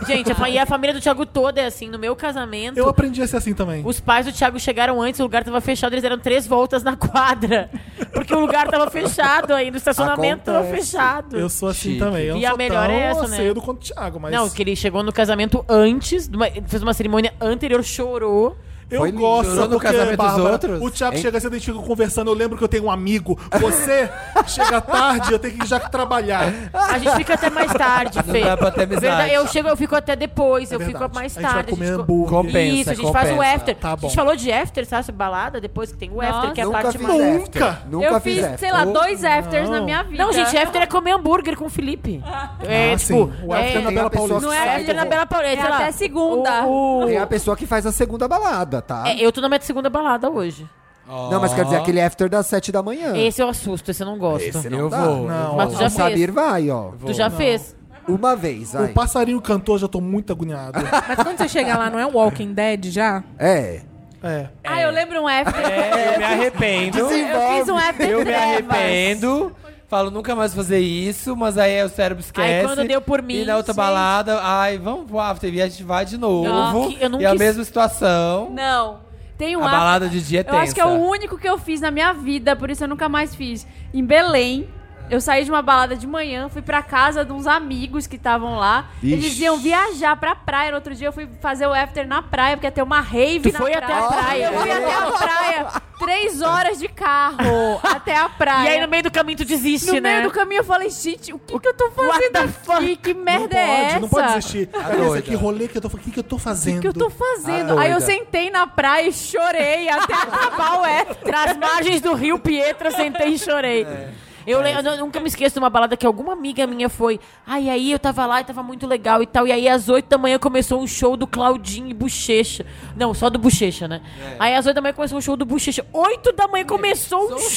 Speaker 7: Gente, a fa- e a família do Thiago toda é assim. No meu casamento,
Speaker 1: Eu aprendi a ser assim também.
Speaker 7: os pais do Thiago chegaram antes, o lugar tava fechado, eles deram três voltas na quadra. Porque o lugar tava fechado ainda, o estacionamento tava
Speaker 3: Acontece.
Speaker 7: fechado.
Speaker 1: Eu sou assim
Speaker 4: Chique.
Speaker 1: também. Eu não
Speaker 7: E a
Speaker 1: sou
Speaker 7: melhor
Speaker 1: tão
Speaker 7: é essa, né?
Speaker 1: cedo quanto o Thiago, mas
Speaker 7: Não, que ele chegou no casamento antes, de uma- ele fez uma cerimônia anterior, chorou.
Speaker 1: Eu
Speaker 3: Foi lindo.
Speaker 1: gosto
Speaker 4: Chorou no
Speaker 1: porque,
Speaker 4: casamento dos
Speaker 1: Bárbara,
Speaker 4: outros?
Speaker 1: o Thiago
Speaker 3: Hein?
Speaker 1: chega cedo, a gente fica conversando. Eu lembro que eu tenho um amigo.
Speaker 3: [LAUGHS]
Speaker 1: Você chega tarde, eu tenho que já trabalhar.
Speaker 7: A gente fica até mais tarde,
Speaker 4: [LAUGHS] Não
Speaker 7: Fê.
Speaker 4: dá pra ter amizade.
Speaker 7: Verdade, eu chego, eu fico até depois,
Speaker 1: É
Speaker 7: eu fico
Speaker 1: verdade.
Speaker 7: mais
Speaker 1: A gente vai
Speaker 7: tarde.
Speaker 1: comer
Speaker 7: co-
Speaker 1: hambúrguer.
Speaker 4: Compensa,
Speaker 7: Isso, a gente faz o
Speaker 4: compensa.
Speaker 7: after.
Speaker 1: Tá
Speaker 7: A
Speaker 1: bom.
Speaker 7: gente falou de after, sabe? Balada, depois que tem o after, que é a
Speaker 3: Nunca
Speaker 7: parte
Speaker 3: fiz
Speaker 7: mais.
Speaker 1: Nunca!
Speaker 3: after. Nunca
Speaker 2: eu
Speaker 3: fiz
Speaker 2: fiz,
Speaker 3: after.
Speaker 2: sei lá, dois afters
Speaker 1: Não.
Speaker 2: na minha vida.
Speaker 7: Não, gente, after é comer hambúrguer com o Felipe. É,
Speaker 1: Ah,
Speaker 7: tipo,
Speaker 1: sim. O after
Speaker 7: é-
Speaker 1: na Bela
Speaker 3: tem a pessoa
Speaker 1: Paulista.
Speaker 7: não
Speaker 3: que
Speaker 7: é
Speaker 3: sai,
Speaker 7: after
Speaker 3: eu
Speaker 7: na
Speaker 3: vou-
Speaker 7: Bela
Speaker 2: É
Speaker 7: Paulista. sei lá.
Speaker 2: até segunda.
Speaker 7: O- o-
Speaker 3: Tem a pessoa que faz a segunda balada, tá?
Speaker 7: É, eu tô na minha segunda balada hoje.
Speaker 3: Não, mas quer dizer, aquele after das sete da manhã.
Speaker 7: Esse eu assusto, esse eu não gosto.
Speaker 3: Esse não
Speaker 4: Eu
Speaker 3: dá.
Speaker 4: vou.
Speaker 1: Não.
Speaker 7: Mas
Speaker 3: O
Speaker 7: tu já fez.
Speaker 3: Sabir vai, ó.
Speaker 7: Tu já fez.
Speaker 3: Uma vez, vai.
Speaker 1: O passarinho cantor, já tô muito agoniado.
Speaker 5: Mas quando você chega lá, não é um Walking Dead já?
Speaker 3: É.
Speaker 1: É.
Speaker 2: Ah, eu lembro um after.
Speaker 4: É, eu me arrependo.
Speaker 2: Eu fiz um after
Speaker 4: Eu me
Speaker 2: trevas.
Speaker 4: arrependo. Falo, nunca mais fazer isso, mas aí o cérebro esquece.
Speaker 7: Aí quando deu por mim,
Speaker 4: E na outra
Speaker 7: gente.
Speaker 4: balada, ai, vamos pro after. E a gente vai de novo.
Speaker 7: Não, que- eu não
Speaker 4: e a
Speaker 7: quis-
Speaker 4: mesma situação.
Speaker 2: Não. Tem
Speaker 4: A
Speaker 2: um after.
Speaker 4: balada de dia é
Speaker 2: Eu
Speaker 4: tensa.
Speaker 2: acho que é o único que eu fiz na minha vida, por isso eu nunca mais fiz. Em Belém, eu saí de uma balada de manhã, fui pra casa de uns amigos que estavam lá. Eles
Speaker 3: Ixi.
Speaker 2: iam viajar pra praia. No outro dia eu fui fazer o after na praia, porque ia ter uma rave
Speaker 7: Tu
Speaker 2: na
Speaker 7: foi
Speaker 2: praia.
Speaker 7: até a praia.
Speaker 2: Eu fui até a praia. Três horas de carro até a praia.
Speaker 7: E aí no meio do caminho tu desiste,
Speaker 2: No
Speaker 7: né?
Speaker 2: meio do caminho eu falei, gente, o que, que eu tô
Speaker 7: What
Speaker 2: fazendo
Speaker 7: the
Speaker 2: aqui? Que
Speaker 1: não
Speaker 2: merda
Speaker 1: pode,
Speaker 2: é essa?
Speaker 1: não pode existir.
Speaker 3: Tá
Speaker 1: Cadê esse
Speaker 4: doida.
Speaker 1: aqui rolê que eu tô falando? O que, que eu tô
Speaker 2: O
Speaker 1: fazendo? Tá
Speaker 2: que eu tô fazendo?
Speaker 4: Ah,
Speaker 2: Aí eu
Speaker 4: doida.
Speaker 2: sentei na praia e chorei até [LAUGHS] um é. acabar o after.
Speaker 7: Nas margens do rio Pietra, sentei e chorei.
Speaker 3: É,
Speaker 7: Eu, le- eu nunca me esqueço de uma balada que alguma amiga minha foi. Ai, aí eu tava lá e tava muito legal e tal. E aí às 8 da manhã começou um show do Claudinho e Bochecha. Não, só do Bochecha, né?
Speaker 3: É.
Speaker 7: Aí às 8 da manhã começou um show do Bochecha. 8 da manhã começou um show,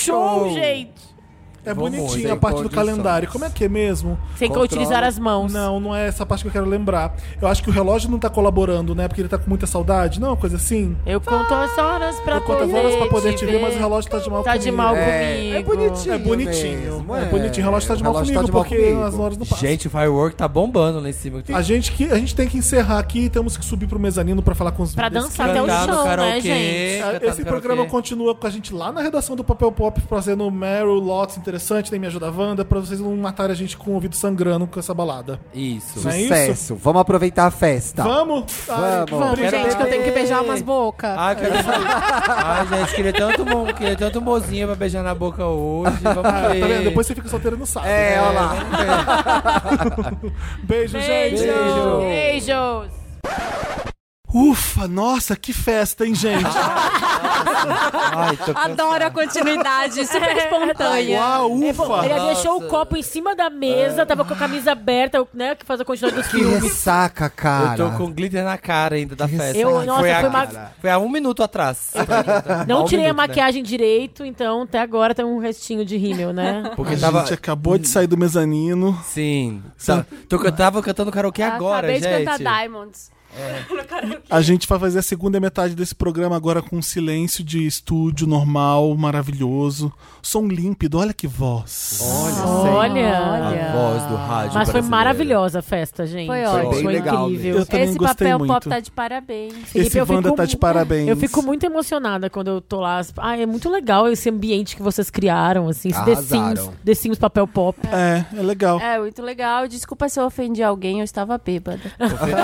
Speaker 4: show.
Speaker 7: gente.
Speaker 1: É
Speaker 4: Vamos,
Speaker 1: bonitinho a
Speaker 3: sem
Speaker 1: parte do
Speaker 3: condições.
Speaker 1: calendário. Como é que é mesmo?
Speaker 7: Sem
Speaker 3: Controla.
Speaker 7: utilizar as mãos.
Speaker 1: Não, não é essa parte que eu quero lembrar. Eu acho que o relógio não tá colaborando, né? Porque ele tá com muita saudade. Não, é uma coisa assim.
Speaker 7: Eu conto as horas pra
Speaker 1: Eu conto as horas pra poder te ver, mas o relógio tá de mal
Speaker 7: Tá de
Speaker 1: comigo.
Speaker 7: mal
Speaker 3: É,
Speaker 7: comigo.
Speaker 3: é bonitinho.
Speaker 1: É bonitinho.
Speaker 3: mesmo,
Speaker 1: é. bonitinho. O relógio tá de
Speaker 3: O
Speaker 1: mal
Speaker 3: relógio
Speaker 1: comigo,
Speaker 3: tá de mal
Speaker 1: porque
Speaker 3: comigo.
Speaker 1: as horas não passam.
Speaker 4: Gente, o firework tá bombando lá em cima.
Speaker 1: A gente, que, a gente tem que encerrar aqui e temos que subir pro mezanino pra falar com os
Speaker 7: Pra
Speaker 1: líderes.
Speaker 7: dançar até o
Speaker 4: Cantar no
Speaker 7: chão, né,
Speaker 4: karaokê.
Speaker 7: gente?
Speaker 4: Cantar no
Speaker 1: Esse programa
Speaker 4: karaokê.
Speaker 1: continua com a gente lá na redação do Papel Pop fazendo Meryl, Lotus, interessante, nem Me Ajuda Wanda, pra vocês não matarem a gente com o ouvido sangrando com essa balada.
Speaker 4: Isso.
Speaker 1: Não é isso?
Speaker 3: Sucesso. Vamos aproveitar a festa.
Speaker 1: tá Vamos? Ai,
Speaker 3: Vamos.
Speaker 5: Vamos,
Speaker 1: obrigado.
Speaker 5: gente, que eu tenho que beijar umas bocas.
Speaker 1: Ah,
Speaker 4: Ai, quero saber. Ai, gente, queria tanto, mo- queria tanto mozinho pra beijar na boca hoje. Vamos
Speaker 1: Ah,
Speaker 4: ver.
Speaker 1: tá vendo? Depois você fica solteiro e não sabe.
Speaker 3: É, olha lá.
Speaker 1: Beijo, gente.
Speaker 4: Beijo.
Speaker 7: Beijos.
Speaker 1: [LAUGHS] Ufa, nossa, que festa, hein,
Speaker 3: [LAUGHS]
Speaker 1: gente?
Speaker 4: Ai, tô cansado.
Speaker 2: Adoro a continuidade,
Speaker 7: [LAUGHS]
Speaker 2: super espontânea.
Speaker 1: Uau,
Speaker 7: Pô, É ele
Speaker 1: ufa.
Speaker 7: deixou o copo em cima da mesa, tava com a camisa aberta, né? Que faz a continuidade do
Speaker 3: Que
Speaker 7: filme.
Speaker 3: ressaca, cara.
Speaker 4: Eu tô com glitter na cara ainda da festa.
Speaker 7: Eu- nossa,
Speaker 4: foi,
Speaker 7: foi
Speaker 4: a,
Speaker 7: uma-
Speaker 4: foi há um minuto atrás. Há
Speaker 7: Não
Speaker 4: um
Speaker 7: tirei a
Speaker 4: minuto, né?
Speaker 7: maquiagem direito, então até agora tem um restinho de
Speaker 1: [LAUGHS]
Speaker 7: rímel, né?
Speaker 4: Porque
Speaker 1: A
Speaker 4: tava.
Speaker 1: gente acabou de sair do
Speaker 7: [LAUGHS]
Speaker 1: mezanino.
Speaker 4: Sim. Tá, tô, eu tava cantando karaokê agora,
Speaker 2: Acabei
Speaker 4: gente. É.
Speaker 2: de cantar Diamonds. [LAUGHS]
Speaker 1: A gente vai fazer a segunda metade desse programa agora com um silêncio de estúdio normal, maravilhoso. Som límpido, olha que voz.
Speaker 7: Olha,
Speaker 4: a
Speaker 7: olha.
Speaker 4: voz do rádio.
Speaker 7: Mas foi
Speaker 4: brasileiro.
Speaker 7: maravilhosa a festa, gente.
Speaker 2: Foi ótimo.
Speaker 3: bem legal
Speaker 7: incrível.
Speaker 1: Eu também
Speaker 2: Esse
Speaker 1: gostei
Speaker 2: papel
Speaker 1: muito.
Speaker 2: pop tá de parabéns.
Speaker 7: Felipe,
Speaker 1: Esse
Speaker 7: eu
Speaker 1: Wanda
Speaker 7: fico
Speaker 1: tá de
Speaker 7: mu-
Speaker 1: parabéns.
Speaker 7: Eu fico muito emocionada quando eu tô lá. Ah, é muito legal esse ambiente que vocês criaram, assim, esse The
Speaker 3: Arrasaram.
Speaker 7: Sims, The Sims papel pop.
Speaker 1: É, é legal.
Speaker 2: É, muito legal. Desculpa se eu ofendi alguém, eu
Speaker 4: [LAUGHS]
Speaker 2: estava bêbada.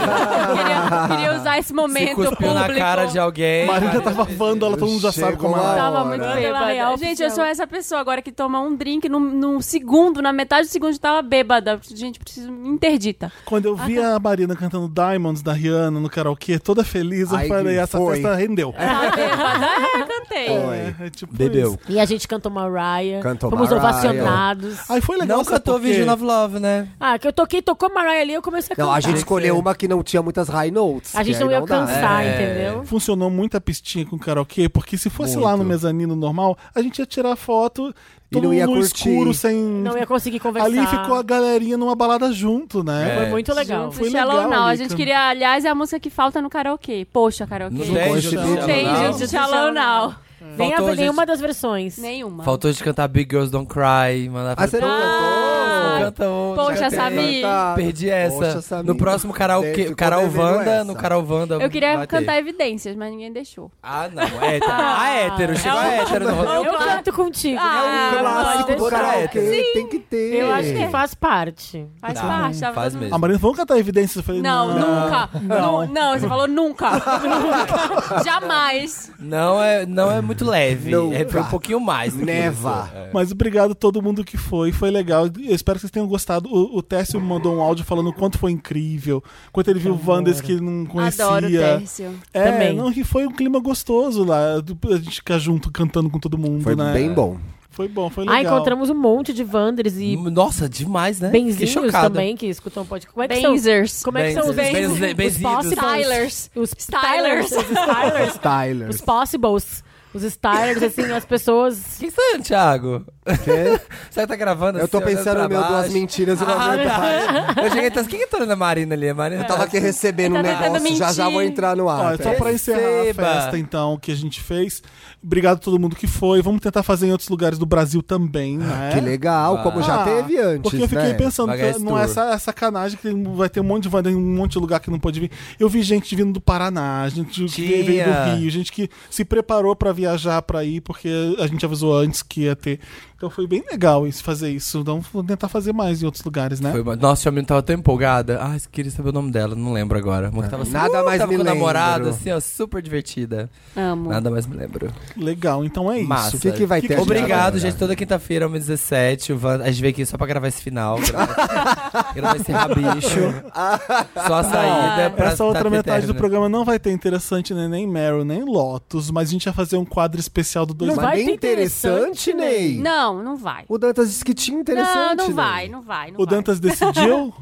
Speaker 2: queria, queria usar esse
Speaker 4: Se
Speaker 2: momento
Speaker 4: cuspiu
Speaker 2: público.
Speaker 4: na cara de alguém.
Speaker 1: Marília tava vândola, todo mundo já sabe
Speaker 3: Chegou
Speaker 1: como
Speaker 3: lá.
Speaker 1: ela é.
Speaker 2: Tava muito
Speaker 3: Ora.
Speaker 2: bêbada.
Speaker 7: Pela real
Speaker 2: gente,
Speaker 7: oficial.
Speaker 2: eu sou essa pessoa agora que toma um drink num, num segundo, na metade do segundo eu tava bêbada. Gente, preciso me interdita.
Speaker 1: Quando eu vi a Marina cantando Diamonds da Rihanna no karaokê, toda feliz, eu
Speaker 3: Aí
Speaker 1: falei, essa
Speaker 3: foi.
Speaker 1: festa rendeu.
Speaker 2: Tava bêbada, é, cantei.
Speaker 1: É, é tipo
Speaker 4: Bebeu.
Speaker 1: isso.
Speaker 7: E a gente cantou Mariah.
Speaker 3: Cantou
Speaker 7: fomos
Speaker 3: Mariah.
Speaker 7: ovacionados.
Speaker 1: Aí foi legal.
Speaker 4: Não
Speaker 1: sabe
Speaker 4: cantou
Speaker 1: por quê?
Speaker 4: Virgin of Love, né?
Speaker 7: Ah, que eu toquei, tocou Mariah ali, eu comecei a cantar.
Speaker 3: Não, a gente
Speaker 4: Tem que
Speaker 3: escolheu
Speaker 4: ser.
Speaker 3: uma que não tinha muitas high notes.
Speaker 7: A gente
Speaker 3: que
Speaker 7: não
Speaker 3: aí
Speaker 7: ia
Speaker 3: dá.
Speaker 7: alcançar,
Speaker 4: É.
Speaker 7: entendeu?
Speaker 1: Funcionou muito a pistinha com karaokê, porque se fosse lá no
Speaker 3: Muito.
Speaker 1: mezanino normal, a gente ia tirar foto
Speaker 3: E
Speaker 1: todo
Speaker 3: não ia
Speaker 1: mundo no
Speaker 3: curtir.
Speaker 1: escuro, sem...
Speaker 7: Não ia conseguir conversar.
Speaker 1: Ali ficou a galerinha numa balada junto,
Speaker 3: É.
Speaker 1: né?
Speaker 7: Foi muito legal.
Speaker 1: Foi
Speaker 2: Shallow
Speaker 1: legal,
Speaker 2: Now. A
Speaker 1: Lica.
Speaker 2: gente queria, aliás, é a música que falta no karaokê. Poxa, karaokê.
Speaker 4: Não
Speaker 3: tem,
Speaker 4: tem,
Speaker 3: gente,
Speaker 4: gente.
Speaker 3: não
Speaker 2: Não tem,
Speaker 3: Shallow Now?
Speaker 2: gente. Shallow Now.
Speaker 7: Nem a-
Speaker 4: Faltou, gente.
Speaker 7: nenhuma das versões.
Speaker 8: Nenhuma.
Speaker 4: Faltou de cantar Big Girls Don't Cry, mandar
Speaker 3: Ah, você não
Speaker 2: Ah!
Speaker 4: Não
Speaker 3: cantou?
Speaker 4: canta hoje.
Speaker 2: Poxa,
Speaker 4: canta-
Speaker 2: Samir.
Speaker 3: Cantado.
Speaker 4: Perdi
Speaker 3: Poxa,
Speaker 4: essa.
Speaker 3: Samir.
Speaker 4: no próximo
Speaker 3: Deve-
Speaker 4: karaokê,
Speaker 3: ficou
Speaker 4: Carol
Speaker 3: devendo
Speaker 4: Wanda,
Speaker 3: essa.
Speaker 4: no Carol Wanda.
Speaker 2: Eu queria
Speaker 4: vai ter.
Speaker 2: cantar evidências, mas ninguém deixou.
Speaker 4: Ah, não. É, tá. Ah, hétero. Chegou a hétero no rolê.
Speaker 7: Eu canto
Speaker 4: né?
Speaker 7: contigo.
Speaker 2: Ah,
Speaker 7: não
Speaker 3: Clássico
Speaker 7: pode
Speaker 3: do
Speaker 7: deixar.
Speaker 3: karaokê, tem que ter.
Speaker 7: Eu acho que faz parte. Tá.
Speaker 2: Faz
Speaker 3: Tá,
Speaker 4: Não,
Speaker 2: parte. tava
Speaker 4: faz
Speaker 2: todo
Speaker 4: mesmo.
Speaker 1: A Marina, vamos cantar evidências? Eu falei,
Speaker 8: Não,
Speaker 1: não.
Speaker 8: nunca. Não. não, você falou nunca.
Speaker 4: [LAUGHS]
Speaker 8: Nunca. Jamais.
Speaker 4: Não é, não é muito leve.
Speaker 3: Não.
Speaker 4: É um pouquinho mais. do que
Speaker 3: Neva.
Speaker 4: isso. É.
Speaker 7: Um
Speaker 1: Mas obrigado a todo mundo que foi, foi legal. Eu espero que vocês tenham gostado. O, o Tércio me mandou um áudio falando o quanto foi incrível, quanto ele viu Wanders que ele não conhecia.
Speaker 2: Adoro o Tércio.
Speaker 1: É,
Speaker 7: Também.
Speaker 1: não, e foi um clima gostoso lá, do- a gente ficar junto cantando com todo mundo,
Speaker 3: Foi
Speaker 1: né?
Speaker 3: bem bom.
Speaker 1: Foi bom, foi legal.
Speaker 7: Ah, encontramos um monte de Wanders e
Speaker 4: Nossa, demais, né? Fiquei
Speaker 7: benzinhos
Speaker 4: chocado.
Speaker 7: também que escutam podcast. Como é que são?
Speaker 2: Benzers.
Speaker 7: Como é que são os
Speaker 4: Benzers,
Speaker 7: os-
Speaker 4: benze-
Speaker 7: os
Speaker 4: benzidos.
Speaker 7: possibles?
Speaker 2: Stylers.
Speaker 7: Os
Speaker 2: Stylers.
Speaker 7: stylers. Os stylers.
Speaker 3: Tyler.
Speaker 7: Os possibles. Os stylers, assim, as pessoas.
Speaker 4: Quem sou eu, Thiago?
Speaker 3: Quê?
Speaker 4: [LAUGHS] Você tá gravando
Speaker 3: Eu tô
Speaker 4: assim, olhando
Speaker 3: pensando,
Speaker 4: pra
Speaker 3: meu, duas
Speaker 4: baixo?
Speaker 3: mentiras e uma
Speaker 4: Ah,
Speaker 3: verdade.
Speaker 4: tá. Eu cheguei até. Quem que tá olhando a Marina ali? A Marina
Speaker 3: Eu tava aqui recebendo um
Speaker 8: Ele tá tentando
Speaker 3: negócio, já já
Speaker 8: mentir.
Speaker 3: vou entrar no
Speaker 1: Olha,
Speaker 3: ar.
Speaker 1: só pra encerrar a
Speaker 4: Receba.
Speaker 1: festa, então, que a gente fez. Obrigado a todo mundo que foi. Vamos tentar fazer em outros lugares do Brasil também, né?
Speaker 3: Ah, Que legal, como já
Speaker 1: Ah,
Speaker 3: teve antes,
Speaker 1: Porque eu fiquei
Speaker 3: né?
Speaker 1: pensando que
Speaker 4: Vagas
Speaker 1: não é
Speaker 4: Tour.
Speaker 1: sa- é sacanagem que tem- vai ter um monte de Wander em um monte de lugar que não pode vir. Eu vi gente vindo do Paraná, gente que
Speaker 4: Tinha.
Speaker 1: veio veio do Rio, gente que se preparou pra viajar pra ir, porque a gente avisou antes que ia ter. Então foi bem legal isso, fazer isso. Então vou tentar fazer mais em outros lugares, né?
Speaker 4: Foi uma- Nossa, a menina tava tão empolgada. Ai, Ah, queria saber o nome dela, não lembro agora. Mas tava assim,
Speaker 3: Nada mais
Speaker 4: tava
Speaker 3: me lembro.
Speaker 4: com namorado, assim, ó, super divertida.
Speaker 8: Amo.
Speaker 4: Nada mais me lembro.
Speaker 1: Legal, então é isso.
Speaker 4: Massa.
Speaker 3: O que, que vai
Speaker 1: Que-
Speaker 3: ter?
Speaker 4: Obrigado,
Speaker 3: agora?
Speaker 4: gente. Toda quinta-feira, às 17 o Van... A gente veio aqui só pra gravar esse final. [LAUGHS] gravar- gravar esse rabicho. [LAUGHS] só a saída. pra
Speaker 1: Essa outra
Speaker 4: tá pro
Speaker 1: metade do
Speaker 4: eterno.
Speaker 1: programa não vai ter interessante né? nem Meryl, nem Lotus, mas a gente vai fazer um quadro especial do
Speaker 3: Mas
Speaker 1: 2000.
Speaker 7: vai
Speaker 3: bem
Speaker 7: ter
Speaker 3: interessante, né?
Speaker 7: interessante, né?
Speaker 3: Ney.
Speaker 8: Não, não vai.
Speaker 3: O Dantas disse que tinha
Speaker 1: é
Speaker 8: Não,
Speaker 3: interessante.
Speaker 8: não
Speaker 3: Ney.
Speaker 8: vai,
Speaker 1: né?
Speaker 8: não vai. Não
Speaker 1: O
Speaker 8: vai.
Speaker 1: Dantas
Speaker 3: [LAUGHS]
Speaker 1: decidiu?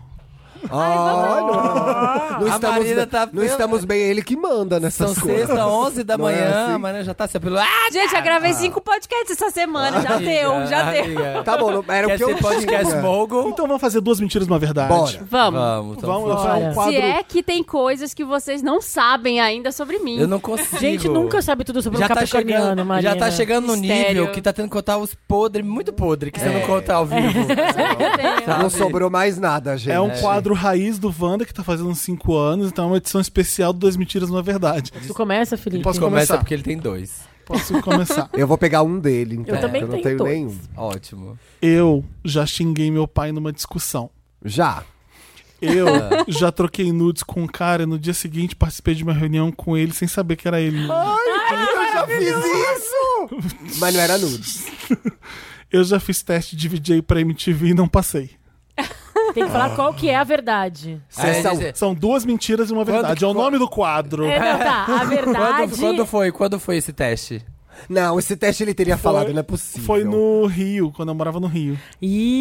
Speaker 3: Ah, não. Não
Speaker 4: A Marina
Speaker 3: estamos,
Speaker 4: tá
Speaker 3: não
Speaker 4: pela-
Speaker 3: estamos bem, é ele que manda
Speaker 4: São
Speaker 3: nessas coisas.
Speaker 4: sexta, 11 da
Speaker 3: Não é
Speaker 4: manhã.
Speaker 3: assim?
Speaker 4: A Marina já tá se apelando. Ah,
Speaker 8: Gente, já gravei cinco podcasts essa semana. Já deu, já deu.
Speaker 3: Tá bom, não- era
Speaker 4: Quer
Speaker 3: o que eu
Speaker 4: ser podcast
Speaker 3: tinha.
Speaker 4: mogul?
Speaker 1: Então vamos fazer duas mentiras, uma verdade.
Speaker 3: Bora.
Speaker 8: Vamos.
Speaker 4: Vamos, então
Speaker 1: Vamos lá, um quadro.
Speaker 8: Se é que tem coisas que vocês não sabem ainda sobre mim.
Speaker 4: Eu não consigo.
Speaker 7: Gente, nunca sabe tudo sobre
Speaker 4: já
Speaker 7: um
Speaker 4: tá
Speaker 7: capricorniano,
Speaker 4: chegando,
Speaker 7: Marina.
Speaker 4: Já tá chegando no
Speaker 8: Mistério.
Speaker 4: nível que tá tendo que contar os podres, muito podre, que você não conta ao vivo.
Speaker 3: Não sobrou mais nada, gente.
Speaker 1: É um quadro raiz do Wanda que tá fazendo cinco anos, então é uma edição especial do Dois Mentiras, uma Verdade.
Speaker 7: Tu começa, Felipe?
Speaker 1: Posso
Speaker 4: Começa
Speaker 1: começar?
Speaker 4: porque ele tem dois.
Speaker 1: Posso começar.
Speaker 3: Eu vou pegar um dele, então.
Speaker 7: Eu também
Speaker 3: porque
Speaker 7: tenho
Speaker 3: não
Speaker 7: dois.
Speaker 3: tenho nenhum.
Speaker 4: Ótimo.
Speaker 1: Eu já xinguei meu pai numa discussão.
Speaker 3: Já. Ah.
Speaker 1: Eu já troquei nudes com um cara e no dia seguinte participei de uma reunião com ele sem saber que era ele.
Speaker 3: eu já fiz isso! Mas não era nudes.
Speaker 1: [LAUGHS] Eu já fiz teste de DJ pra MTV e não passei.
Speaker 7: Tem que falar qual que é a verdade.
Speaker 4: Aí,
Speaker 3: Sessão.
Speaker 4: gente,
Speaker 1: São duas mentiras e uma
Speaker 4: Quando
Speaker 1: verdade.
Speaker 4: que-
Speaker 1: É o nome do quadro.
Speaker 7: É, não, tá.
Speaker 3: [LAUGHS]
Speaker 7: A verdade...
Speaker 4: Quando, quando foi? Quando foi esse teste?
Speaker 3: Não, esse teste ele teria falado, não é possível.
Speaker 1: Foi no Rio, quando eu morava no Rio.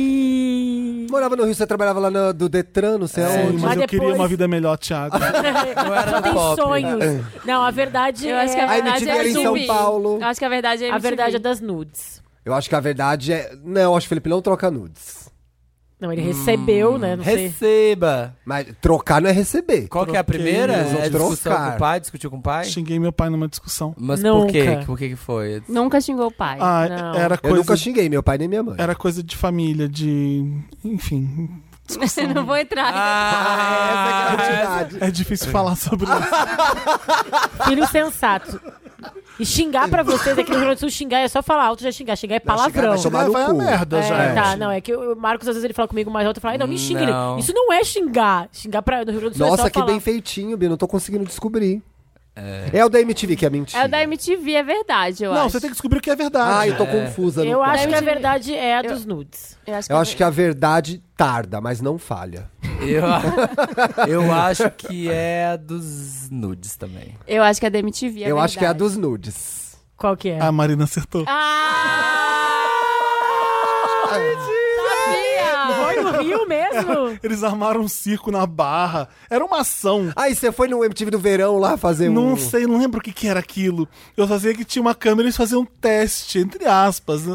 Speaker 7: Ih...
Speaker 3: Morava no Rio, você trabalhava lá no- do Detran, não sei
Speaker 1: Sim,
Speaker 3: aonde.
Speaker 1: É, mas,
Speaker 7: Mas
Speaker 1: eu queria
Speaker 7: depois-
Speaker 1: uma vida melhor, Thiago.
Speaker 4: Não era
Speaker 7: Só
Speaker 4: do
Speaker 7: tem
Speaker 4: pop.
Speaker 7: sonhos. Não, a verdade
Speaker 2: Eu
Speaker 7: é...
Speaker 2: acho que a
Speaker 3: Aí
Speaker 2: verdade
Speaker 3: MTV era
Speaker 2: é
Speaker 3: em São
Speaker 2: MTV.
Speaker 3: Paulo.
Speaker 2: Eu acho que a verdade é
Speaker 7: A
Speaker 2: MTV.
Speaker 7: verdade é das nudes.
Speaker 3: [LAUGHS] Eu acho que a verdade é. Não, acho que o Felipe não troca nudes. Hum,
Speaker 7: Não, ele recebeu, né? Não sei.
Speaker 4: Receba!
Speaker 3: Mas trocar não é receber.
Speaker 4: Qual que é a primeira?
Speaker 1: eles
Speaker 3: vão
Speaker 4: É discussão
Speaker 3: trocar.
Speaker 4: com o pai? Discutiu com o pai?
Speaker 1: Xinguei meu pai numa discussão.
Speaker 4: Mas por
Speaker 7: Nunca.
Speaker 4: quê? Por que que foi?
Speaker 8: Nunca xingou o pai.
Speaker 1: Ah,
Speaker 7: não.
Speaker 1: era
Speaker 3: Eu
Speaker 1: coisa
Speaker 3: nunca xinguei meu pai nem minha mãe.
Speaker 1: Era coisa de família, de. Enfim.
Speaker 8: Você [LAUGHS] não vou entrar.
Speaker 3: Ah, essa é a verdade.
Speaker 1: É difícil falar sobre isso.
Speaker 7: [LAUGHS] Filho sensato. E xingar pra vocês é que no Rio Grande do Sul xingar é só falar alto, já xingar. Xingar é palavrão.
Speaker 3: xingar vai tomar
Speaker 1: Mas
Speaker 3: no
Speaker 1: vai a
Speaker 3: cu.
Speaker 1: merda,
Speaker 7: É,
Speaker 1: já.
Speaker 7: tá, não, é que o Marcos às vezes ele fala comigo mais alto e fala, "Ai, não, me xinga. ele."
Speaker 4: Não.
Speaker 7: Isso não é xingar. Xingar pra, no Rio Grande do Sul é
Speaker 3: Nossa,
Speaker 7: só
Speaker 3: que
Speaker 7: falar.
Speaker 3: bem feitinho, Bia. Não tô conseguindo descobrir. É. o da MTV que é mentira.
Speaker 2: É o da MTV, é verdade, eu
Speaker 1: Não,
Speaker 2: acho.
Speaker 1: você tem que descobrir o que é
Speaker 3: Ah,
Speaker 1: verdade.
Speaker 3: eu tô confusa. no
Speaker 7: Eu
Speaker 3: quadro.
Speaker 7: acho que a
Speaker 2: Eu-
Speaker 7: verdade é a dos nudes.
Speaker 2: Eu acho que
Speaker 3: Eu acho que a verdade tarda, mas não falha. [LAUGHS]
Speaker 4: Eu, eu acho que é a dos nudes também.
Speaker 2: Eu acho que é da MTV, é
Speaker 3: eu acho que é a
Speaker 2: verdade.
Speaker 3: dos nudes.
Speaker 7: Qual que é?
Speaker 1: Ah, a Marina acertou.
Speaker 7: Foi no Ah,
Speaker 3: [LAUGHS]
Speaker 7: Rio mesmo?
Speaker 1: Eles armaram um circo na barra. Era uma ação.
Speaker 3: Ah, e você foi no MTV do verão lá fazer um...
Speaker 1: Não sei, não lembro o que, que era aquilo. Eu só sei que tinha uma câmera e eles faziam um teste, entre aspas. né?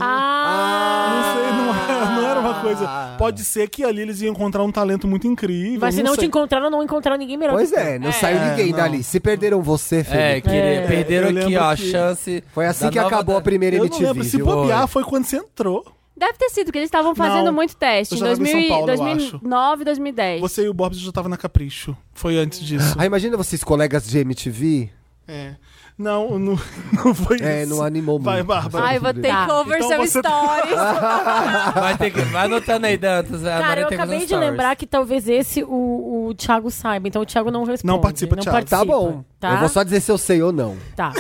Speaker 1: Não
Speaker 7: Ah,
Speaker 1: sei, não era, não era uma
Speaker 3: Ah.
Speaker 1: coisa. Pode ser que ali eles iam encontrar um talento muito incrível.
Speaker 7: Mas se não te
Speaker 1: sei.
Speaker 7: encontraram, não encontraram ninguém melhor.
Speaker 3: é um Pois é, [LAUGHS] não saiu ninguém não. dali. Se perderam você,
Speaker 4: É,
Speaker 3: Felipe.
Speaker 4: que perderam
Speaker 1: eu
Speaker 4: aqui,
Speaker 1: lembro
Speaker 4: ó, a
Speaker 1: que-
Speaker 4: chance.
Speaker 3: Foi assim
Speaker 4: da
Speaker 3: que
Speaker 4: nova-
Speaker 3: acabou a primeira
Speaker 1: Eu não
Speaker 3: MTV,
Speaker 1: lembro. Se
Speaker 3: viu?
Speaker 1: bobear, foi quando você entrou.
Speaker 2: Deve ter sido, porque eles estavam fazendo
Speaker 1: Não.
Speaker 2: muito teste.
Speaker 1: Eu
Speaker 2: Em
Speaker 1: já tava em
Speaker 2: 2000,
Speaker 1: São Paulo, eu
Speaker 2: 2009, 2010.
Speaker 1: Você e o Bob já estavam na Capricho. Foi antes disso.
Speaker 3: Ah, imagina vocês, colegas de MTV.
Speaker 1: É. Não, não, [LAUGHS] não foi
Speaker 3: É,
Speaker 1: isso.
Speaker 3: não animou
Speaker 1: Vai,
Speaker 3: muito.
Speaker 1: Bárbara.
Speaker 2: Ai, vou take
Speaker 7: Tá.
Speaker 2: over
Speaker 1: Então
Speaker 2: seu
Speaker 1: você-
Speaker 2: stories.
Speaker 1: [LAUGHS]
Speaker 4: Vai, ter que... Vai anotando aí, Dantas. a
Speaker 7: Cara,
Speaker 4: Tá, Maria
Speaker 7: eu
Speaker 4: tem que fazer
Speaker 7: acabei de
Speaker 4: stories.
Speaker 7: lembrar que talvez esse o, o Thiago saiba. Então o Thiago não responde.
Speaker 1: Não participa,
Speaker 7: não
Speaker 1: Thiago.
Speaker 3: Tá
Speaker 7: participa.
Speaker 3: bom.
Speaker 7: Tá?
Speaker 3: Eu vou só dizer se eu sei ou não.
Speaker 7: Tá.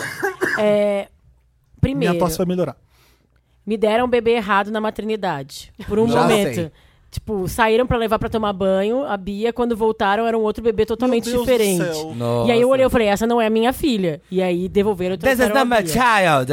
Speaker 7: É, primeiro,
Speaker 1: Minha tosse vai melhorar.
Speaker 7: me deram um bebê errado na maternidade. Por um
Speaker 3: Já
Speaker 7: momento.
Speaker 3: sei.
Speaker 7: Tipo, saíram pra levar pra tomar banho. A Bia, quando voltaram, era um outro bebê totalmente
Speaker 1: Meu Deus do
Speaker 7: diferente.
Speaker 1: céu.
Speaker 4: Nossa.
Speaker 7: E aí eu olhei e falei, essa não é a minha filha. E aí devolveram.
Speaker 4: This is
Speaker 7: trouxeram
Speaker 4: not
Speaker 7: a
Speaker 4: my
Speaker 7: Bia.
Speaker 4: child.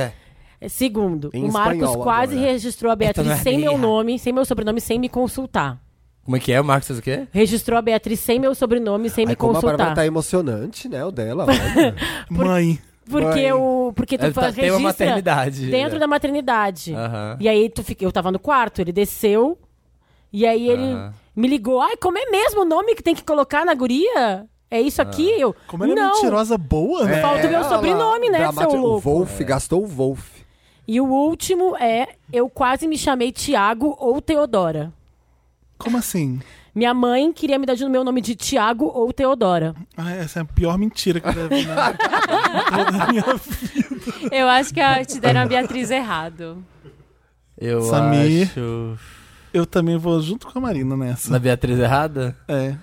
Speaker 7: É, Segundo,
Speaker 3: Em
Speaker 7: o Marcos
Speaker 3: espanhol
Speaker 7: quase
Speaker 3: agora.
Speaker 7: registrou a Beatriz
Speaker 4: não é
Speaker 7: sem meu
Speaker 4: minha.
Speaker 7: nome, sem meu sobrenome, sem me consultar.
Speaker 4: Como é que é, o Marcos? fez O quê?
Speaker 7: Registrou a Beatriz sem meu sobrenome, sem
Speaker 3: Aí
Speaker 7: me
Speaker 3: como a
Speaker 7: consultar.
Speaker 3: Bárbara tá emocionante, né? O
Speaker 7: [LAUGHS]
Speaker 3: dela. olha.
Speaker 1: Mãe.
Speaker 7: Porque
Speaker 3: Mãe.
Speaker 7: o. Porque tu
Speaker 4: Ela
Speaker 7: faz-
Speaker 4: tá- tem uma
Speaker 7: registra
Speaker 4: maternidade,
Speaker 7: Dentro
Speaker 4: né?
Speaker 7: da maternidade.
Speaker 4: Aham.
Speaker 7: E aí tu fica, eu tava no quarto, ele desceu. E aí ele
Speaker 4: Aham.
Speaker 7: me ligou. Ai, como é mesmo o nome que tem que colocar na guria? É isso aqui? Eu.
Speaker 1: Como ela é
Speaker 7: não.
Speaker 1: mentirosa boa, né?
Speaker 7: Falta o meu
Speaker 3: É, Ela-
Speaker 7: sobrenome, né,
Speaker 3: Dramati-
Speaker 7: seu
Speaker 3: O
Speaker 7: louco?
Speaker 3: Wolf, gastou o Wolf.
Speaker 7: E o último é: eu quase me chamei Tiago ou Teodora.
Speaker 1: Como assim?
Speaker 7: Minha mãe queria me dar de meu nome de Tiago ou Teodora.
Speaker 1: Ah, essa é a pior mentira que eu já vi né? na toda a minha vida.
Speaker 2: [LAUGHS] Eu acho que a- te deram a Beatriz errado.
Speaker 4: Eu
Speaker 1: Samir.
Speaker 4: acho...
Speaker 1: Eu também vou junto com a Marina
Speaker 4: Na
Speaker 1: nessa.
Speaker 4: Beatriz errada?
Speaker 1: É.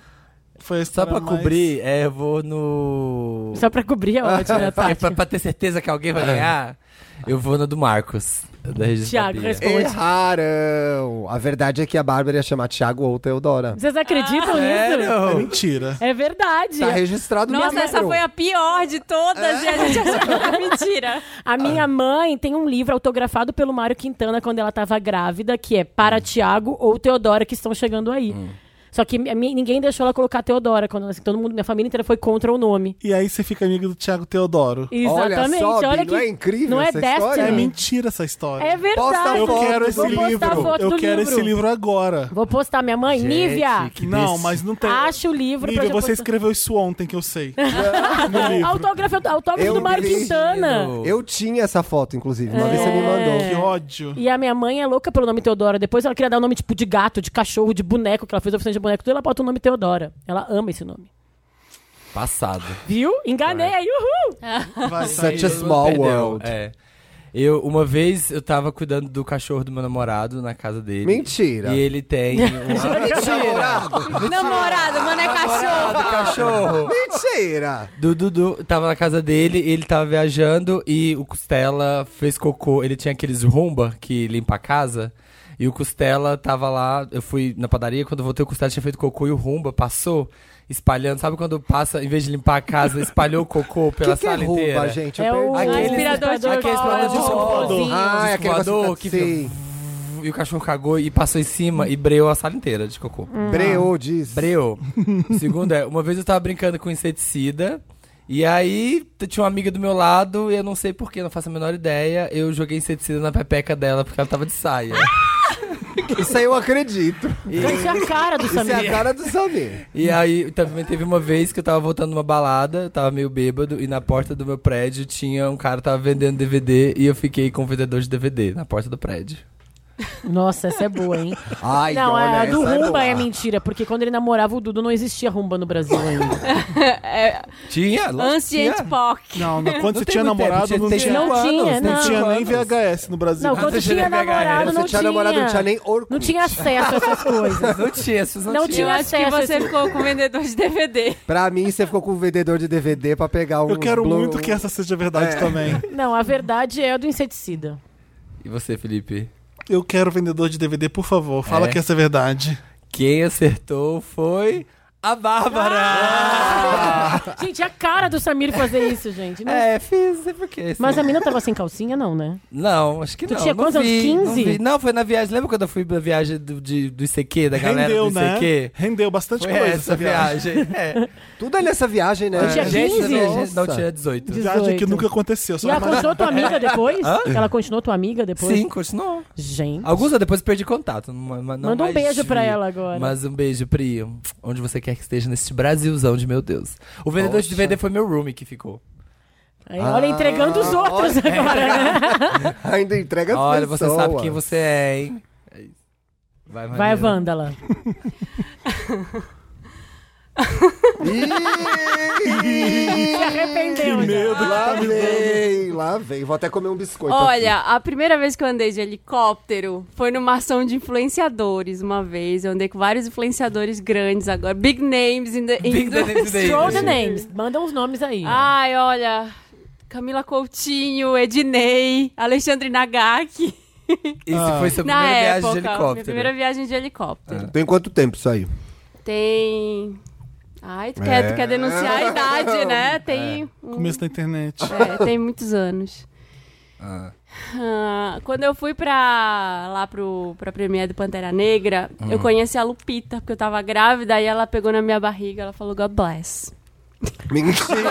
Speaker 1: Foi a
Speaker 4: Só
Speaker 1: história
Speaker 4: pra
Speaker 1: mais-
Speaker 4: cobrir, é, eu vou no... É,
Speaker 7: Só pra cobrir a
Speaker 4: [LAUGHS]
Speaker 7: ótima, né,
Speaker 4: pra,
Speaker 7: Tati?
Speaker 4: pra- pra ter certeza que alguém vai ganhar, eu vou na do Marcos. Da Regina
Speaker 7: Thiago,
Speaker 4: Bia.
Speaker 7: responde.
Speaker 3: Erraram! A verdade é que a Bárbara ia chamar Thiago ou Teodora.
Speaker 7: Vocês acreditam nisso?
Speaker 1: É
Speaker 4: Sério?
Speaker 1: mentira.
Speaker 7: É verdade.
Speaker 3: Tá registrado no
Speaker 2: Nossa, essa
Speaker 3: livro.
Speaker 2: foi a pior de todas e a gente achou que era mentira.
Speaker 7: A minha mãe tem um livro autografado pelo Mário Quintana quando ela tava grávida, que é Para Tiago ou Teodora, que estão chegando aí. Só que mi- ninguém deixou ela colocar Teodora. Quando, assim, todo mundo, minha família inteira foi contra o nome.
Speaker 1: E aí você fica amigo do Thiago Teodoro.
Speaker 7: Exatamente.
Speaker 3: Olha só,
Speaker 7: Olha,
Speaker 3: Bi,
Speaker 7: que...
Speaker 3: não é incrível
Speaker 7: não é
Speaker 3: essa história?
Speaker 1: É
Speaker 7: Destiny.
Speaker 1: mentira essa história.
Speaker 7: É verdade.
Speaker 1: Eu
Speaker 3: foto,
Speaker 1: quero
Speaker 7: vou
Speaker 1: esse
Speaker 7: postar
Speaker 1: livro.
Speaker 7: foto
Speaker 1: Eu
Speaker 7: do
Speaker 1: quero
Speaker 7: livro.
Speaker 1: esse livro agora.
Speaker 7: Vou postar minha mãe.
Speaker 4: Gente,
Speaker 7: Nívia,
Speaker 4: que
Speaker 1: não,
Speaker 4: desse-
Speaker 1: mas não tem.
Speaker 7: acha o livro pra
Speaker 1: Lívia,
Speaker 7: eu
Speaker 1: você
Speaker 7: [LAUGHS] postar.
Speaker 1: escreveu isso ontem que eu
Speaker 7: [LAUGHS]
Speaker 1: sei. no livro.
Speaker 7: Autógrafo, autógrafo
Speaker 3: Eu
Speaker 7: do Mário
Speaker 3: vi.
Speaker 7: Quintana. É.
Speaker 3: Eu tinha essa foto, inclusive. Uma vez você me mandou.
Speaker 1: Que ódio.
Speaker 7: E a minha mãe é louca pelo nome Teodora. Depois ela queria dar o nome tipo de gato, de cachorro, de boneco, que ela fez oficina de boneco, tudo ela bota o nome Teodora. Ela ama esse nome.
Speaker 4: Passado.
Speaker 7: Viu? Enganei aí, uhul!
Speaker 1: Vai, vai.
Speaker 3: Such a small
Speaker 4: Perdeu,
Speaker 3: world.
Speaker 4: É. Eu, uma vez, eu tava cuidando do cachorro do meu namorado na casa dele.
Speaker 3: Mentira.
Speaker 4: E
Speaker 1: [LAUGHS]
Speaker 4: ele
Speaker 7: [LAUGHS]
Speaker 4: tem... um-
Speaker 3: Namorado.
Speaker 2: Namorado, mano, é cachorro.
Speaker 4: do cachorro.
Speaker 3: Mentira!
Speaker 4: Do Dudu tava na casa dele, ele tava viajando e o Costela fez cocô. Ele tinha aqueles rumba que limpa a casa. E o Costela tava lá, eu fui na padaria, quando eu voltei o Costela tinha feito cocô e o rumba passou espalhando. Sabe quando passa, em vez de limpar a casa, espalhou o cocô
Speaker 3: O [LAUGHS] que,
Speaker 4: pela
Speaker 3: que é
Speaker 4: sala
Speaker 3: roupa,
Speaker 4: inteira?
Speaker 3: gente? Eu
Speaker 7: É
Speaker 3: perdi.
Speaker 7: o
Speaker 4: Aquele
Speaker 7: aspirador de
Speaker 4: Aquele
Speaker 7: pó,
Speaker 4: espalhador de
Speaker 7: de
Speaker 4: escovador.
Speaker 7: pozinho.
Speaker 3: Ah, é aquele
Speaker 4: Escovador
Speaker 3: negócio
Speaker 4: que
Speaker 3: que... Sim.
Speaker 4: E o cachorro cagou e passou em cima e breou a sala inteira de cocô.
Speaker 3: Hum. Breou, diz. [LAUGHS]
Speaker 4: Breu. Segundo é, uma vez eu tava brincando com inseticida. E aí t- tinha uma amiga do meu lado, e eu não sei porquê, não faço a menor ideia. Eu joguei inseticida na pepeca dela porque ela tava de saia.
Speaker 3: Ah, Isso aí eu acredito.
Speaker 7: Então, Isso é a cara do
Speaker 3: Isso é a
Speaker 7: Samir.
Speaker 3: cara do Samir.
Speaker 4: E aí também teve uma vez que eu tava voltando numa balada, eu tava meio bêbado, e na porta do meu prédio tinha um cara que tava vendendo DVD e eu fiquei com o vendedor de DVD na porta do prédio.
Speaker 7: Nossa, essa é boa, hein?
Speaker 3: Ai,
Speaker 7: não,
Speaker 3: olha,
Speaker 7: a do
Speaker 3: essa
Speaker 7: Rumba
Speaker 3: boa.
Speaker 7: é, mentira, porque quando ele namorava o Dudu não existia Rumba no
Speaker 4: [LAUGHS]
Speaker 7: Brasil ainda.
Speaker 4: Tinha? lógico que
Speaker 2: Ancient
Speaker 4: tinha.
Speaker 2: POC.
Speaker 1: Não, não, quando
Speaker 4: Não
Speaker 1: você
Speaker 4: tem
Speaker 1: tinha
Speaker 4: muito tempo,
Speaker 1: namorado, não
Speaker 4: tem
Speaker 1: tinha,
Speaker 7: Não
Speaker 4: cinco
Speaker 7: tinha,
Speaker 4: anos,
Speaker 7: não.
Speaker 1: não
Speaker 4: cinco
Speaker 1: tinha nem
Speaker 4: anos.
Speaker 1: VHS no Brasil.
Speaker 7: Não,
Speaker 4: Ah,
Speaker 7: quando
Speaker 4: você tinha
Speaker 7: tinha
Speaker 4: VHS,
Speaker 7: namorado
Speaker 3: Você
Speaker 7: não
Speaker 3: tinha
Speaker 7: tinha.
Speaker 3: namorado, não tinha nem Orkut.
Speaker 7: Não tinha acesso
Speaker 1: [LAUGHS]
Speaker 7: a essas coisas.
Speaker 4: Não tinha, essas
Speaker 7: Não
Speaker 2: Eu
Speaker 7: tinha
Speaker 2: acho que
Speaker 7: acesso a
Speaker 2: você
Speaker 7: esse-
Speaker 2: ficou com o vendedor de DVD.
Speaker 3: Pra mim, você ficou com o vendedor de DVD pra pegar um... É.
Speaker 1: Eu quero muito que essa seja verdade
Speaker 3: [LAUGHS]
Speaker 1: também.
Speaker 7: Não, a verdade é a do inseticida.
Speaker 4: E você, Felipe?
Speaker 1: Eu quero vendedor de DVD, por favor. Fala
Speaker 4: É.
Speaker 1: que essa é verdade.
Speaker 4: Quem acertou foi A Bárbara!
Speaker 7: Gente, é a cara do Samir fazer isso, gente. Não-
Speaker 4: É, fiz, é porque.
Speaker 7: Mas a mina tava sem calcinha, não, né?
Speaker 4: Não, acho que
Speaker 7: Tu
Speaker 4: não.
Speaker 7: tinha
Speaker 4: não
Speaker 7: quantos anos?
Speaker 4: vi, Não,
Speaker 7: 15?
Speaker 4: vi. Não, foi na viagem. Lembra quando eu fui pra viagem do, de- do ICQ, da galera
Speaker 1: Rendeu,
Speaker 4: do
Speaker 1: né?
Speaker 4: ICQ?
Speaker 1: Rendeu bastante
Speaker 4: Foi
Speaker 1: coisa
Speaker 4: essa viagem.
Speaker 3: [LAUGHS]
Speaker 4: É.
Speaker 3: Tudo ali essa viagem, né?
Speaker 7: Eu tinha
Speaker 4: A gente,
Speaker 7: 15?
Speaker 4: né, a gente Não,
Speaker 3: Nossa.
Speaker 4: tinha 18.
Speaker 7: De-
Speaker 1: Viagem que
Speaker 7: 18.
Speaker 1: nunca aconteceu. Só
Speaker 7: E ela
Speaker 1: imagina.
Speaker 7: continuou tua
Speaker 1: [LAUGHS]
Speaker 7: amiga depois?
Speaker 4: É. Hã?
Speaker 7: Ela continuou tua amiga depois?
Speaker 4: Sim, continuou.
Speaker 7: Gente.
Speaker 4: Alguns anos depois perdi contato. não- não
Speaker 7: Manda um
Speaker 4: mais
Speaker 7: beijo
Speaker 4: vi.
Speaker 7: pra ela agora.
Speaker 4: Mas um beijo, Pri. Onde você quer que esteja nesse Brasilzão de meu Deus. O vendedor de
Speaker 3: Poxa.
Speaker 4: DVD foi meu roomie que ficou.
Speaker 7: Aí, olha,
Speaker 3: Ah,
Speaker 7: entregando os outros agora, né?
Speaker 3: Ainda entrega as
Speaker 4: Olha,
Speaker 3: pessoas.
Speaker 4: você sabe quem você é, hein? É isso.
Speaker 7: Vai,
Speaker 4: Maneiro.
Speaker 7: Vândala.
Speaker 3: Ih,
Speaker 7: Se arrependeu.
Speaker 1: Que tá
Speaker 7: já.
Speaker 1: medo.
Speaker 3: lá vem, lá vem. Vou até comer um biscoito
Speaker 2: Olha, a primeira vez que eu andei de helicóptero foi numa ação de influenciadores uma vez. Eu andei com vários influenciadores grandes agora. Big names in the
Speaker 4: Big
Speaker 2: in the-
Speaker 4: Dennis Davis.
Speaker 7: Throw the names. Manda uns nomes aí.
Speaker 2: Ai, olha. Camila Coutinho, Ednei, Alexandre Nagaki.
Speaker 3: Ah.
Speaker 4: Esse
Speaker 1: Ah.
Speaker 4: foi sua
Speaker 2: Na
Speaker 4: primeira viagem
Speaker 2: época,
Speaker 4: de
Speaker 2: minha
Speaker 4: helicóptero.
Speaker 2: primeira viagem de helicóptero.
Speaker 3: aqui. É. Tem quanto tempo isso aí?
Speaker 2: Tem. Ai, tu quer,
Speaker 3: É.
Speaker 2: tu quer denunciar a idade, né? Tem. um-
Speaker 1: Começo da internet.
Speaker 2: É, tem muitos anos. Ah, quando eu fui pra, lá pro, pra Premiere do Pantera Negra, eu conheci a Lupita, porque eu tava grávida, e ela pegou na minha barriga, ela falou, God bless.
Speaker 3: [LAUGHS]
Speaker 2: [LAUGHS]
Speaker 3: Mentira!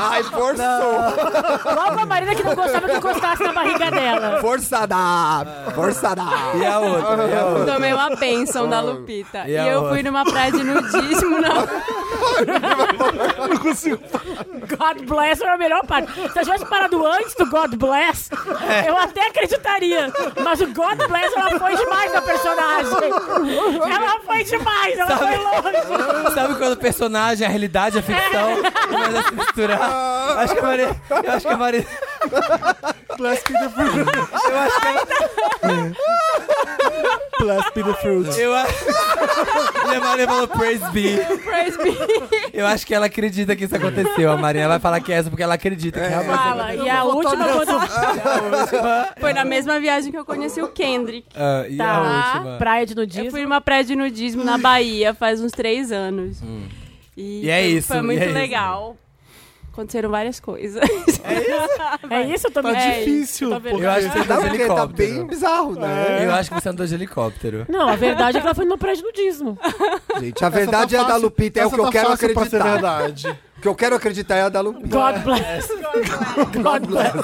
Speaker 3: Ai, forçou!
Speaker 7: Logo a Marina que não gostava que encostasse na barriga dela.
Speaker 3: Forçada! Forçada!
Speaker 4: E a outra?
Speaker 3: [LAUGHS]
Speaker 4: E a outra?
Speaker 2: Tomei uma bênção da Lupita.
Speaker 4: E
Speaker 2: E,
Speaker 4: a
Speaker 2: eu
Speaker 4: outra?
Speaker 2: fui numa praia de nudismo, na...
Speaker 7: God bless era a melhor parte. Se eu tivesse parado antes do God bless,
Speaker 3: É.
Speaker 7: eu até acreditaria. Mas o God bless, ela foi demais na personagem. [LAUGHS] Ela foi demais, ela foi longe.
Speaker 4: Sabe quando o personagem, a realidade, a
Speaker 7: [LAUGHS]
Speaker 4: ficção começa a se misturar? Acho que a Maria. Eu acho que a Maria.
Speaker 1: [LAUGHS] Plastic the Fruit.
Speaker 4: Eu acho que a,
Speaker 2: tá.
Speaker 1: Plastic the Fruit.
Speaker 4: eu a, [LAUGHS] e a Maria falou Praise be.
Speaker 2: Praise Be.
Speaker 4: Eu acho que ela acredita que isso aconteceu. A Maria vai falar que é essa porque ela acredita que realmente.
Speaker 7: Fala. E a última,
Speaker 2: [LAUGHS]
Speaker 7: quando...
Speaker 2: Foi na mesma viagem que eu conheci o Kendrick.
Speaker 4: Ah, e
Speaker 7: Tá.
Speaker 4: a última.
Speaker 7: Praia de
Speaker 2: Eu fui
Speaker 7: nudismo.
Speaker 2: numa praia de nudismo na Bahia faz uns três anos.
Speaker 8: Hum.
Speaker 2: E,
Speaker 4: E é
Speaker 2: foi-
Speaker 4: isso,
Speaker 2: Foi
Speaker 4: e
Speaker 2: muito
Speaker 4: é isso.
Speaker 2: legal. Aconteceram várias coisas. [LAUGHS]
Speaker 7: É isso, eu tô
Speaker 1: Tá
Speaker 7: me... é.
Speaker 1: difícil.
Speaker 7: Tá vendo?
Speaker 1: porque-
Speaker 4: Eu acho que você
Speaker 3: Tá,
Speaker 4: andou de
Speaker 3: porque tá bem
Speaker 4: helicóptero. É.
Speaker 3: bizarro, né?
Speaker 4: Eu acho que você andou de helicóptero.
Speaker 7: Não, a verdade é que ela foi numa praia de nudismo.
Speaker 3: Gente, a
Speaker 1: Essa
Speaker 3: verdade
Speaker 1: tá
Speaker 3: é a da
Speaker 1: fácil-
Speaker 3: Lupita, é o
Speaker 1: essa
Speaker 3: que eu
Speaker 1: tá
Speaker 3: quero
Speaker 1: fácil pra ser
Speaker 3: acreditar. [LAUGHS]
Speaker 1: verdade.
Speaker 3: O que eu quero acreditar é a da Lupita. [LAUGHS]
Speaker 7: God bless. God bless.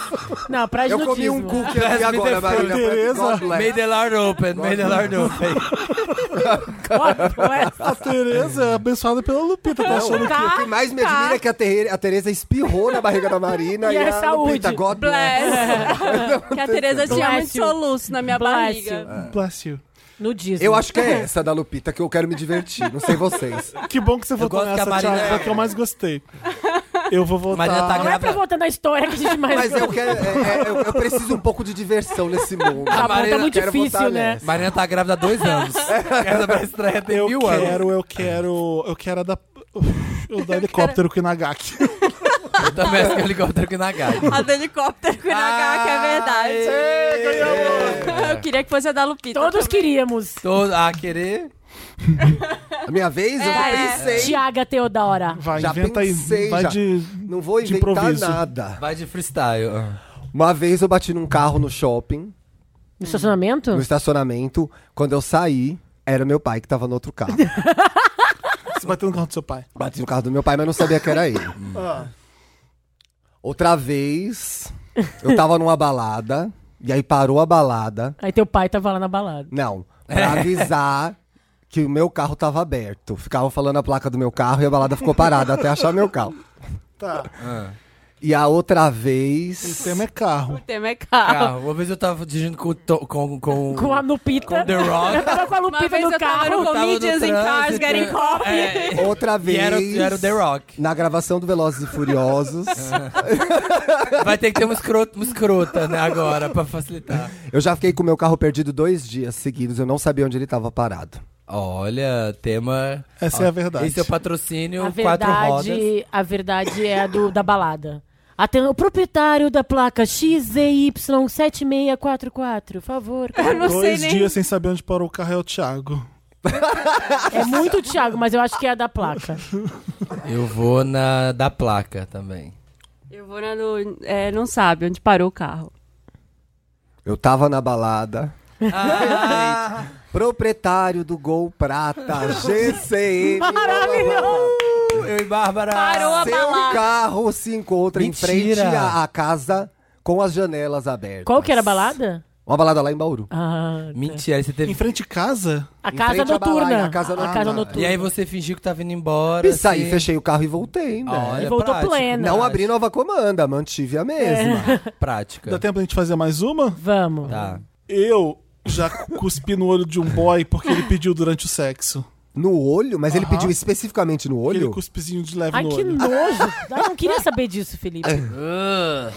Speaker 7: Não, praia de
Speaker 3: Eu comi
Speaker 7: nudismo.
Speaker 3: um cookie aqui
Speaker 4: Bless me the
Speaker 3: agora, Marina.
Speaker 1: fruit.
Speaker 3: Bless- God
Speaker 4: May
Speaker 3: bless.
Speaker 4: the Lord open, may the
Speaker 3: [LAUGHS]
Speaker 4: Lord open.
Speaker 3: um
Speaker 7: God bless.
Speaker 3: Tá
Speaker 1: A Tereza é abençoada pela Lupita. Tá
Speaker 3: Não,
Speaker 1: achando
Speaker 3: o que mais me admira é que a Tere- a Tereza espirrou na barriga da Marina
Speaker 7: tá. [LAUGHS]
Speaker 3: e,
Speaker 7: E é
Speaker 3: a Lupita,
Speaker 7: saúde.
Speaker 3: God bless.
Speaker 2: É. Que a Tereza tinha muito
Speaker 7: Bless you.
Speaker 2: soluço na minha
Speaker 7: Bless you.
Speaker 2: barriga.
Speaker 1: que... É. Bless you.
Speaker 7: Nudismo.
Speaker 3: Eu acho que é essa da Lupita que eu quero me divertir, não sei
Speaker 1: [LAUGHS]
Speaker 3: vocês.
Speaker 1: Que bom que você votou
Speaker 4: gosto que a
Speaker 1: nessa,
Speaker 4: Marina- é-
Speaker 1: Thiago, foi a que eu mais gostei. Eu vou votar...
Speaker 4: Marina tá
Speaker 7: Não é pra voltar na história que a gente mais...
Speaker 3: Mas eu quero. é, é, eu, eu preciso um pouco de diversão nesse mundo.
Speaker 7: Tá bom,
Speaker 4: Marina,
Speaker 7: tá muito
Speaker 3: quero
Speaker 7: difícil,
Speaker 3: votar
Speaker 7: né?
Speaker 3: nessa.
Speaker 4: Marina tá grávida há dois anos. [LAUGHS] Essa pra estreia tem
Speaker 1: Eu
Speaker 4: mil anos.
Speaker 1: quero, eu quero... Eu quero a da... Eu da helicóptero com o Inagaki.
Speaker 4: Eu também acho que [LAUGHS] o [LAUGHS] helicóptero que na gata.
Speaker 2: A do helicóptero com o Inagaki, é verdade. Eu queria que fosse a da Lupita.
Speaker 7: Todos queríamos.
Speaker 4: Tô a querer.
Speaker 3: A minha vez,
Speaker 2: É.
Speaker 3: eu
Speaker 7: É.
Speaker 3: pensei.
Speaker 7: Tiaga Teodora.
Speaker 1: Vai,
Speaker 3: Já
Speaker 1: inventa
Speaker 3: pensei,
Speaker 1: aí. Vai
Speaker 3: já.
Speaker 1: de...
Speaker 3: Não vou
Speaker 1: De
Speaker 3: inventar
Speaker 1: improviso.
Speaker 3: nada.
Speaker 4: Vai de freestyle.
Speaker 3: Uma vez eu bati num carro no shopping,
Speaker 7: No estacionamento?
Speaker 3: no estacionamento. Quando eu saí, era meu pai que tava no outro carro.
Speaker 1: Você bateu no carro do seu pai.
Speaker 3: Bati no carro do meu pai, mas não sabia que era ele.
Speaker 1: Ah.
Speaker 3: Outra vez, eu tava numa balada, e aí parou a balada.
Speaker 7: Aí É. teu pai tava lá na balada.
Speaker 3: Não, pra avisar que o meu carro tava aberto. Ficavam falando a placa do meu carro e a balada ficou parada até achar meu carro.
Speaker 1: Tá.
Speaker 4: Ah.
Speaker 3: E a outra
Speaker 1: O
Speaker 3: vez.
Speaker 1: tema é carro.
Speaker 2: O tema é carro.
Speaker 4: Carro. Uma vez eu tava dirigindo com, o to- com, com,
Speaker 7: Com a Lupita.
Speaker 4: The
Speaker 3: [LAUGHS]
Speaker 4: Rock.
Speaker 7: Eu tava com a
Speaker 2: Uma
Speaker 7: Lupita
Speaker 2: vez
Speaker 7: no
Speaker 2: eu tava
Speaker 7: carro.
Speaker 2: no
Speaker 4: tava no
Speaker 2: Comedians in Cars
Speaker 4: trânsito.
Speaker 2: Getting Coffee.
Speaker 4: É,
Speaker 3: Outra
Speaker 4: e
Speaker 3: vez.
Speaker 4: era, o- era o The Rock.
Speaker 3: Na gravação do Velozes e Furiosos,
Speaker 4: Vai ter que ter uma escrota, uma escrota né, agora, pra facilitar.
Speaker 3: eu já fiquei com o meu carro perdido dois dias seguidos. Eu não sabia onde ele tava parado.
Speaker 4: Olha, tema.
Speaker 1: Essa é a verdade.
Speaker 4: Esse é o patrocínio,
Speaker 7: A
Speaker 4: quatro rodas.
Speaker 7: verdade, a verdade é a do, da balada. Até o proprietário da placa XZY7644, por favor.
Speaker 2: Eu não sei
Speaker 1: Dois
Speaker 2: nem.
Speaker 1: dias sem saber onde parou o carro é o Thiago.
Speaker 7: É muito Thiago, mas eu acho que é a da placa.
Speaker 4: Eu vou na da placa também.
Speaker 2: Eu vou na do. é, não sabe onde parou o carro.
Speaker 3: Eu tava na balada.
Speaker 4: Ah.
Speaker 3: Proprietário do Gol
Speaker 7: [LAUGHS]
Speaker 3: Prata, GCM. Maravilhoso!
Speaker 4: Eu e Bárbara.
Speaker 2: Parou a
Speaker 3: Seu
Speaker 2: balada.
Speaker 3: um carro se encontra em frente
Speaker 4: Mentira.
Speaker 3: à à casa com as janelas abertas.
Speaker 7: Qual que era a balada?
Speaker 3: Uma balada lá em Bauru.
Speaker 7: Ah,
Speaker 4: Mentira, aí você
Speaker 1: Em
Speaker 4: teve.
Speaker 1: frente de casa?
Speaker 7: a
Speaker 3: Em
Speaker 7: casa
Speaker 3: frente à balada,
Speaker 7: noturna.
Speaker 3: a casa
Speaker 7: A
Speaker 3: noturna.
Speaker 7: casa
Speaker 4: E
Speaker 7: noturna.
Speaker 4: aí você fingiu que tava indo embora.
Speaker 3: E saí,
Speaker 4: assim.
Speaker 3: fechei o carro e voltei, né?
Speaker 4: Olha,
Speaker 7: E voltou
Speaker 4: É prático. né?
Speaker 7: plena.
Speaker 3: Não abri nova comanda, mantive a mesma.
Speaker 1: Dá
Speaker 4: Prática.
Speaker 1: tempo pra gente fazer mais uma?
Speaker 7: Vamos.
Speaker 4: Tá.
Speaker 1: Eu já cuspi no olho de um boy porque ele pediu durante o sexo.
Speaker 3: No olho? Mas ele pediu especificamente no
Speaker 1: Aquele
Speaker 3: olho?
Speaker 1: cuspizinho de leve
Speaker 7: Ai,
Speaker 1: no
Speaker 7: que
Speaker 1: olho.
Speaker 7: nojo. Eu não queria saber disso, Felipe.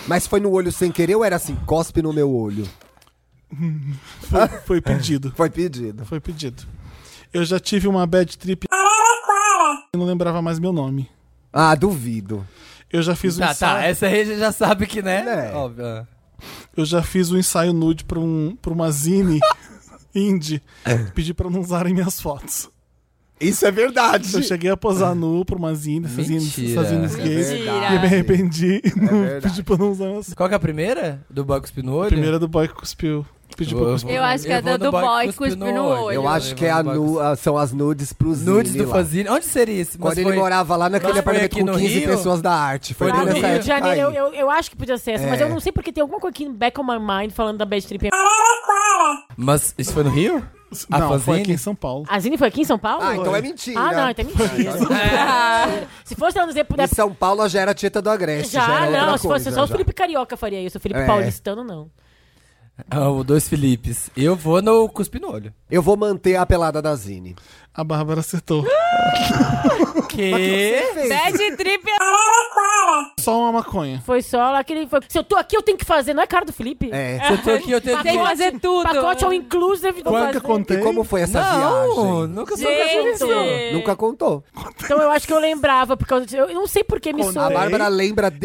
Speaker 3: Mas foi no olho sem querer ou era assim, cospe no meu olho?
Speaker 1: Foi,
Speaker 3: [LAUGHS]
Speaker 1: foi pedido.
Speaker 3: Foi pedido.
Speaker 1: Foi pedido. Eu já tive uma bad trip. Eu não lembrava mais meu nome.
Speaker 3: Ah, duvido.
Speaker 1: Eu já fiz um
Speaker 4: Tá,
Speaker 1: ensaio,
Speaker 4: tá. Essa aí a gente já sabe que, né?
Speaker 3: É.
Speaker 4: Óbvio. ah.
Speaker 1: eu já fiz um ensaio nude pra, um, pra uma
Speaker 3: [LAUGHS]
Speaker 1: zine indie. Pedi pra não usarem minhas fotos.
Speaker 3: Isso é verdade.
Speaker 1: Eu cheguei a posar nu pra uma zine, essas zines,
Speaker 4: Mentira.
Speaker 1: essas zines
Speaker 4: É
Speaker 1: gays.
Speaker 2: verdade.
Speaker 1: E eu me arrependi
Speaker 3: É
Speaker 1: e [LAUGHS] não pedi pra não usar minhas fotos.
Speaker 4: Qual que é a primeira? Do Boy Cuspe no olho?
Speaker 1: Primeira do boy que cuspiu. Pedi pra
Speaker 4: Vou-
Speaker 1: cuspir.
Speaker 2: Eu acho que é
Speaker 4: vou
Speaker 2: da
Speaker 4: no
Speaker 2: do
Speaker 4: Boy
Speaker 2: boy
Speaker 4: Cuspe
Speaker 2: cuspe no olho.
Speaker 3: Eu acho que é a
Speaker 4: vou no Boy
Speaker 3: nu-
Speaker 4: Cuspe-
Speaker 3: ah, são as nudes pro Zine
Speaker 4: né, Nudes do
Speaker 3: lá.
Speaker 4: fanzine. Onde seria esse?
Speaker 3: Quando
Speaker 4: Mas
Speaker 3: ele
Speaker 4: foi-
Speaker 3: morava lá naquele
Speaker 4: Mas foi
Speaker 3: apartamento
Speaker 4: aqui
Speaker 3: com
Speaker 4: no
Speaker 3: 15
Speaker 4: Rio?
Speaker 3: pessoas da arte. Foi
Speaker 4: Foi
Speaker 3: bem
Speaker 4: no
Speaker 3: nessa
Speaker 4: Rio?
Speaker 7: Rio de
Speaker 3: época aí.
Speaker 7: Janeiro, eu, eu, eu acho que podia ser essa, mas
Speaker 3: É.
Speaker 7: eu não sei porque tem alguma coisa aqui no back of my mind falando da bad trip.
Speaker 4: Mas isso foi no Rio? A
Speaker 1: Não, foi
Speaker 4: fanzine?
Speaker 1: aqui em São Paulo.
Speaker 7: A Zine foi aqui em São Paulo?
Speaker 3: Ah, então é mentira.
Speaker 7: Ah, não, então é mentira. Se fosse ela dizer,
Speaker 3: Em
Speaker 7: puder.
Speaker 3: São Paulo já era Tieta do Agreste. Já,
Speaker 7: Já,
Speaker 3: era outra
Speaker 7: não, se fosse
Speaker 3: coisa,
Speaker 7: só o
Speaker 3: já.
Speaker 7: Felipe Carioca faria isso, o Felipe
Speaker 3: É.
Speaker 7: Paulistano não.
Speaker 4: Amo Ah, dois Filipes. Eu vou no Cuspe no olho.
Speaker 3: Eu vou manter a pelada da Zine.
Speaker 1: A Bárbara acertou.
Speaker 4: Que?
Speaker 2: Bad [LAUGHS] trip é
Speaker 1: Só uma maconha.
Speaker 7: Foi só lá que ele foi. Se eu tô aqui, eu tenho que fazer, não é cara do Felipe?
Speaker 3: É.
Speaker 4: Eu
Speaker 7: [LAUGHS]
Speaker 4: tô aqui, eu tenho
Speaker 2: tem que
Speaker 4: que...
Speaker 2: fazer tudo.
Speaker 7: Pacote ao inclusive do
Speaker 1: Quanto que eu
Speaker 7: Brasil.
Speaker 1: contei?
Speaker 3: E como foi essa
Speaker 4: Não,
Speaker 3: viagem?
Speaker 4: nunca soube
Speaker 2: Gente,
Speaker 4: disso.
Speaker 3: Nunca contou.
Speaker 7: Então eu acho que eu lembrava, porque eu, eu não sei por que me
Speaker 1: Contei.
Speaker 7: soube.
Speaker 3: A Bárbara lembra de...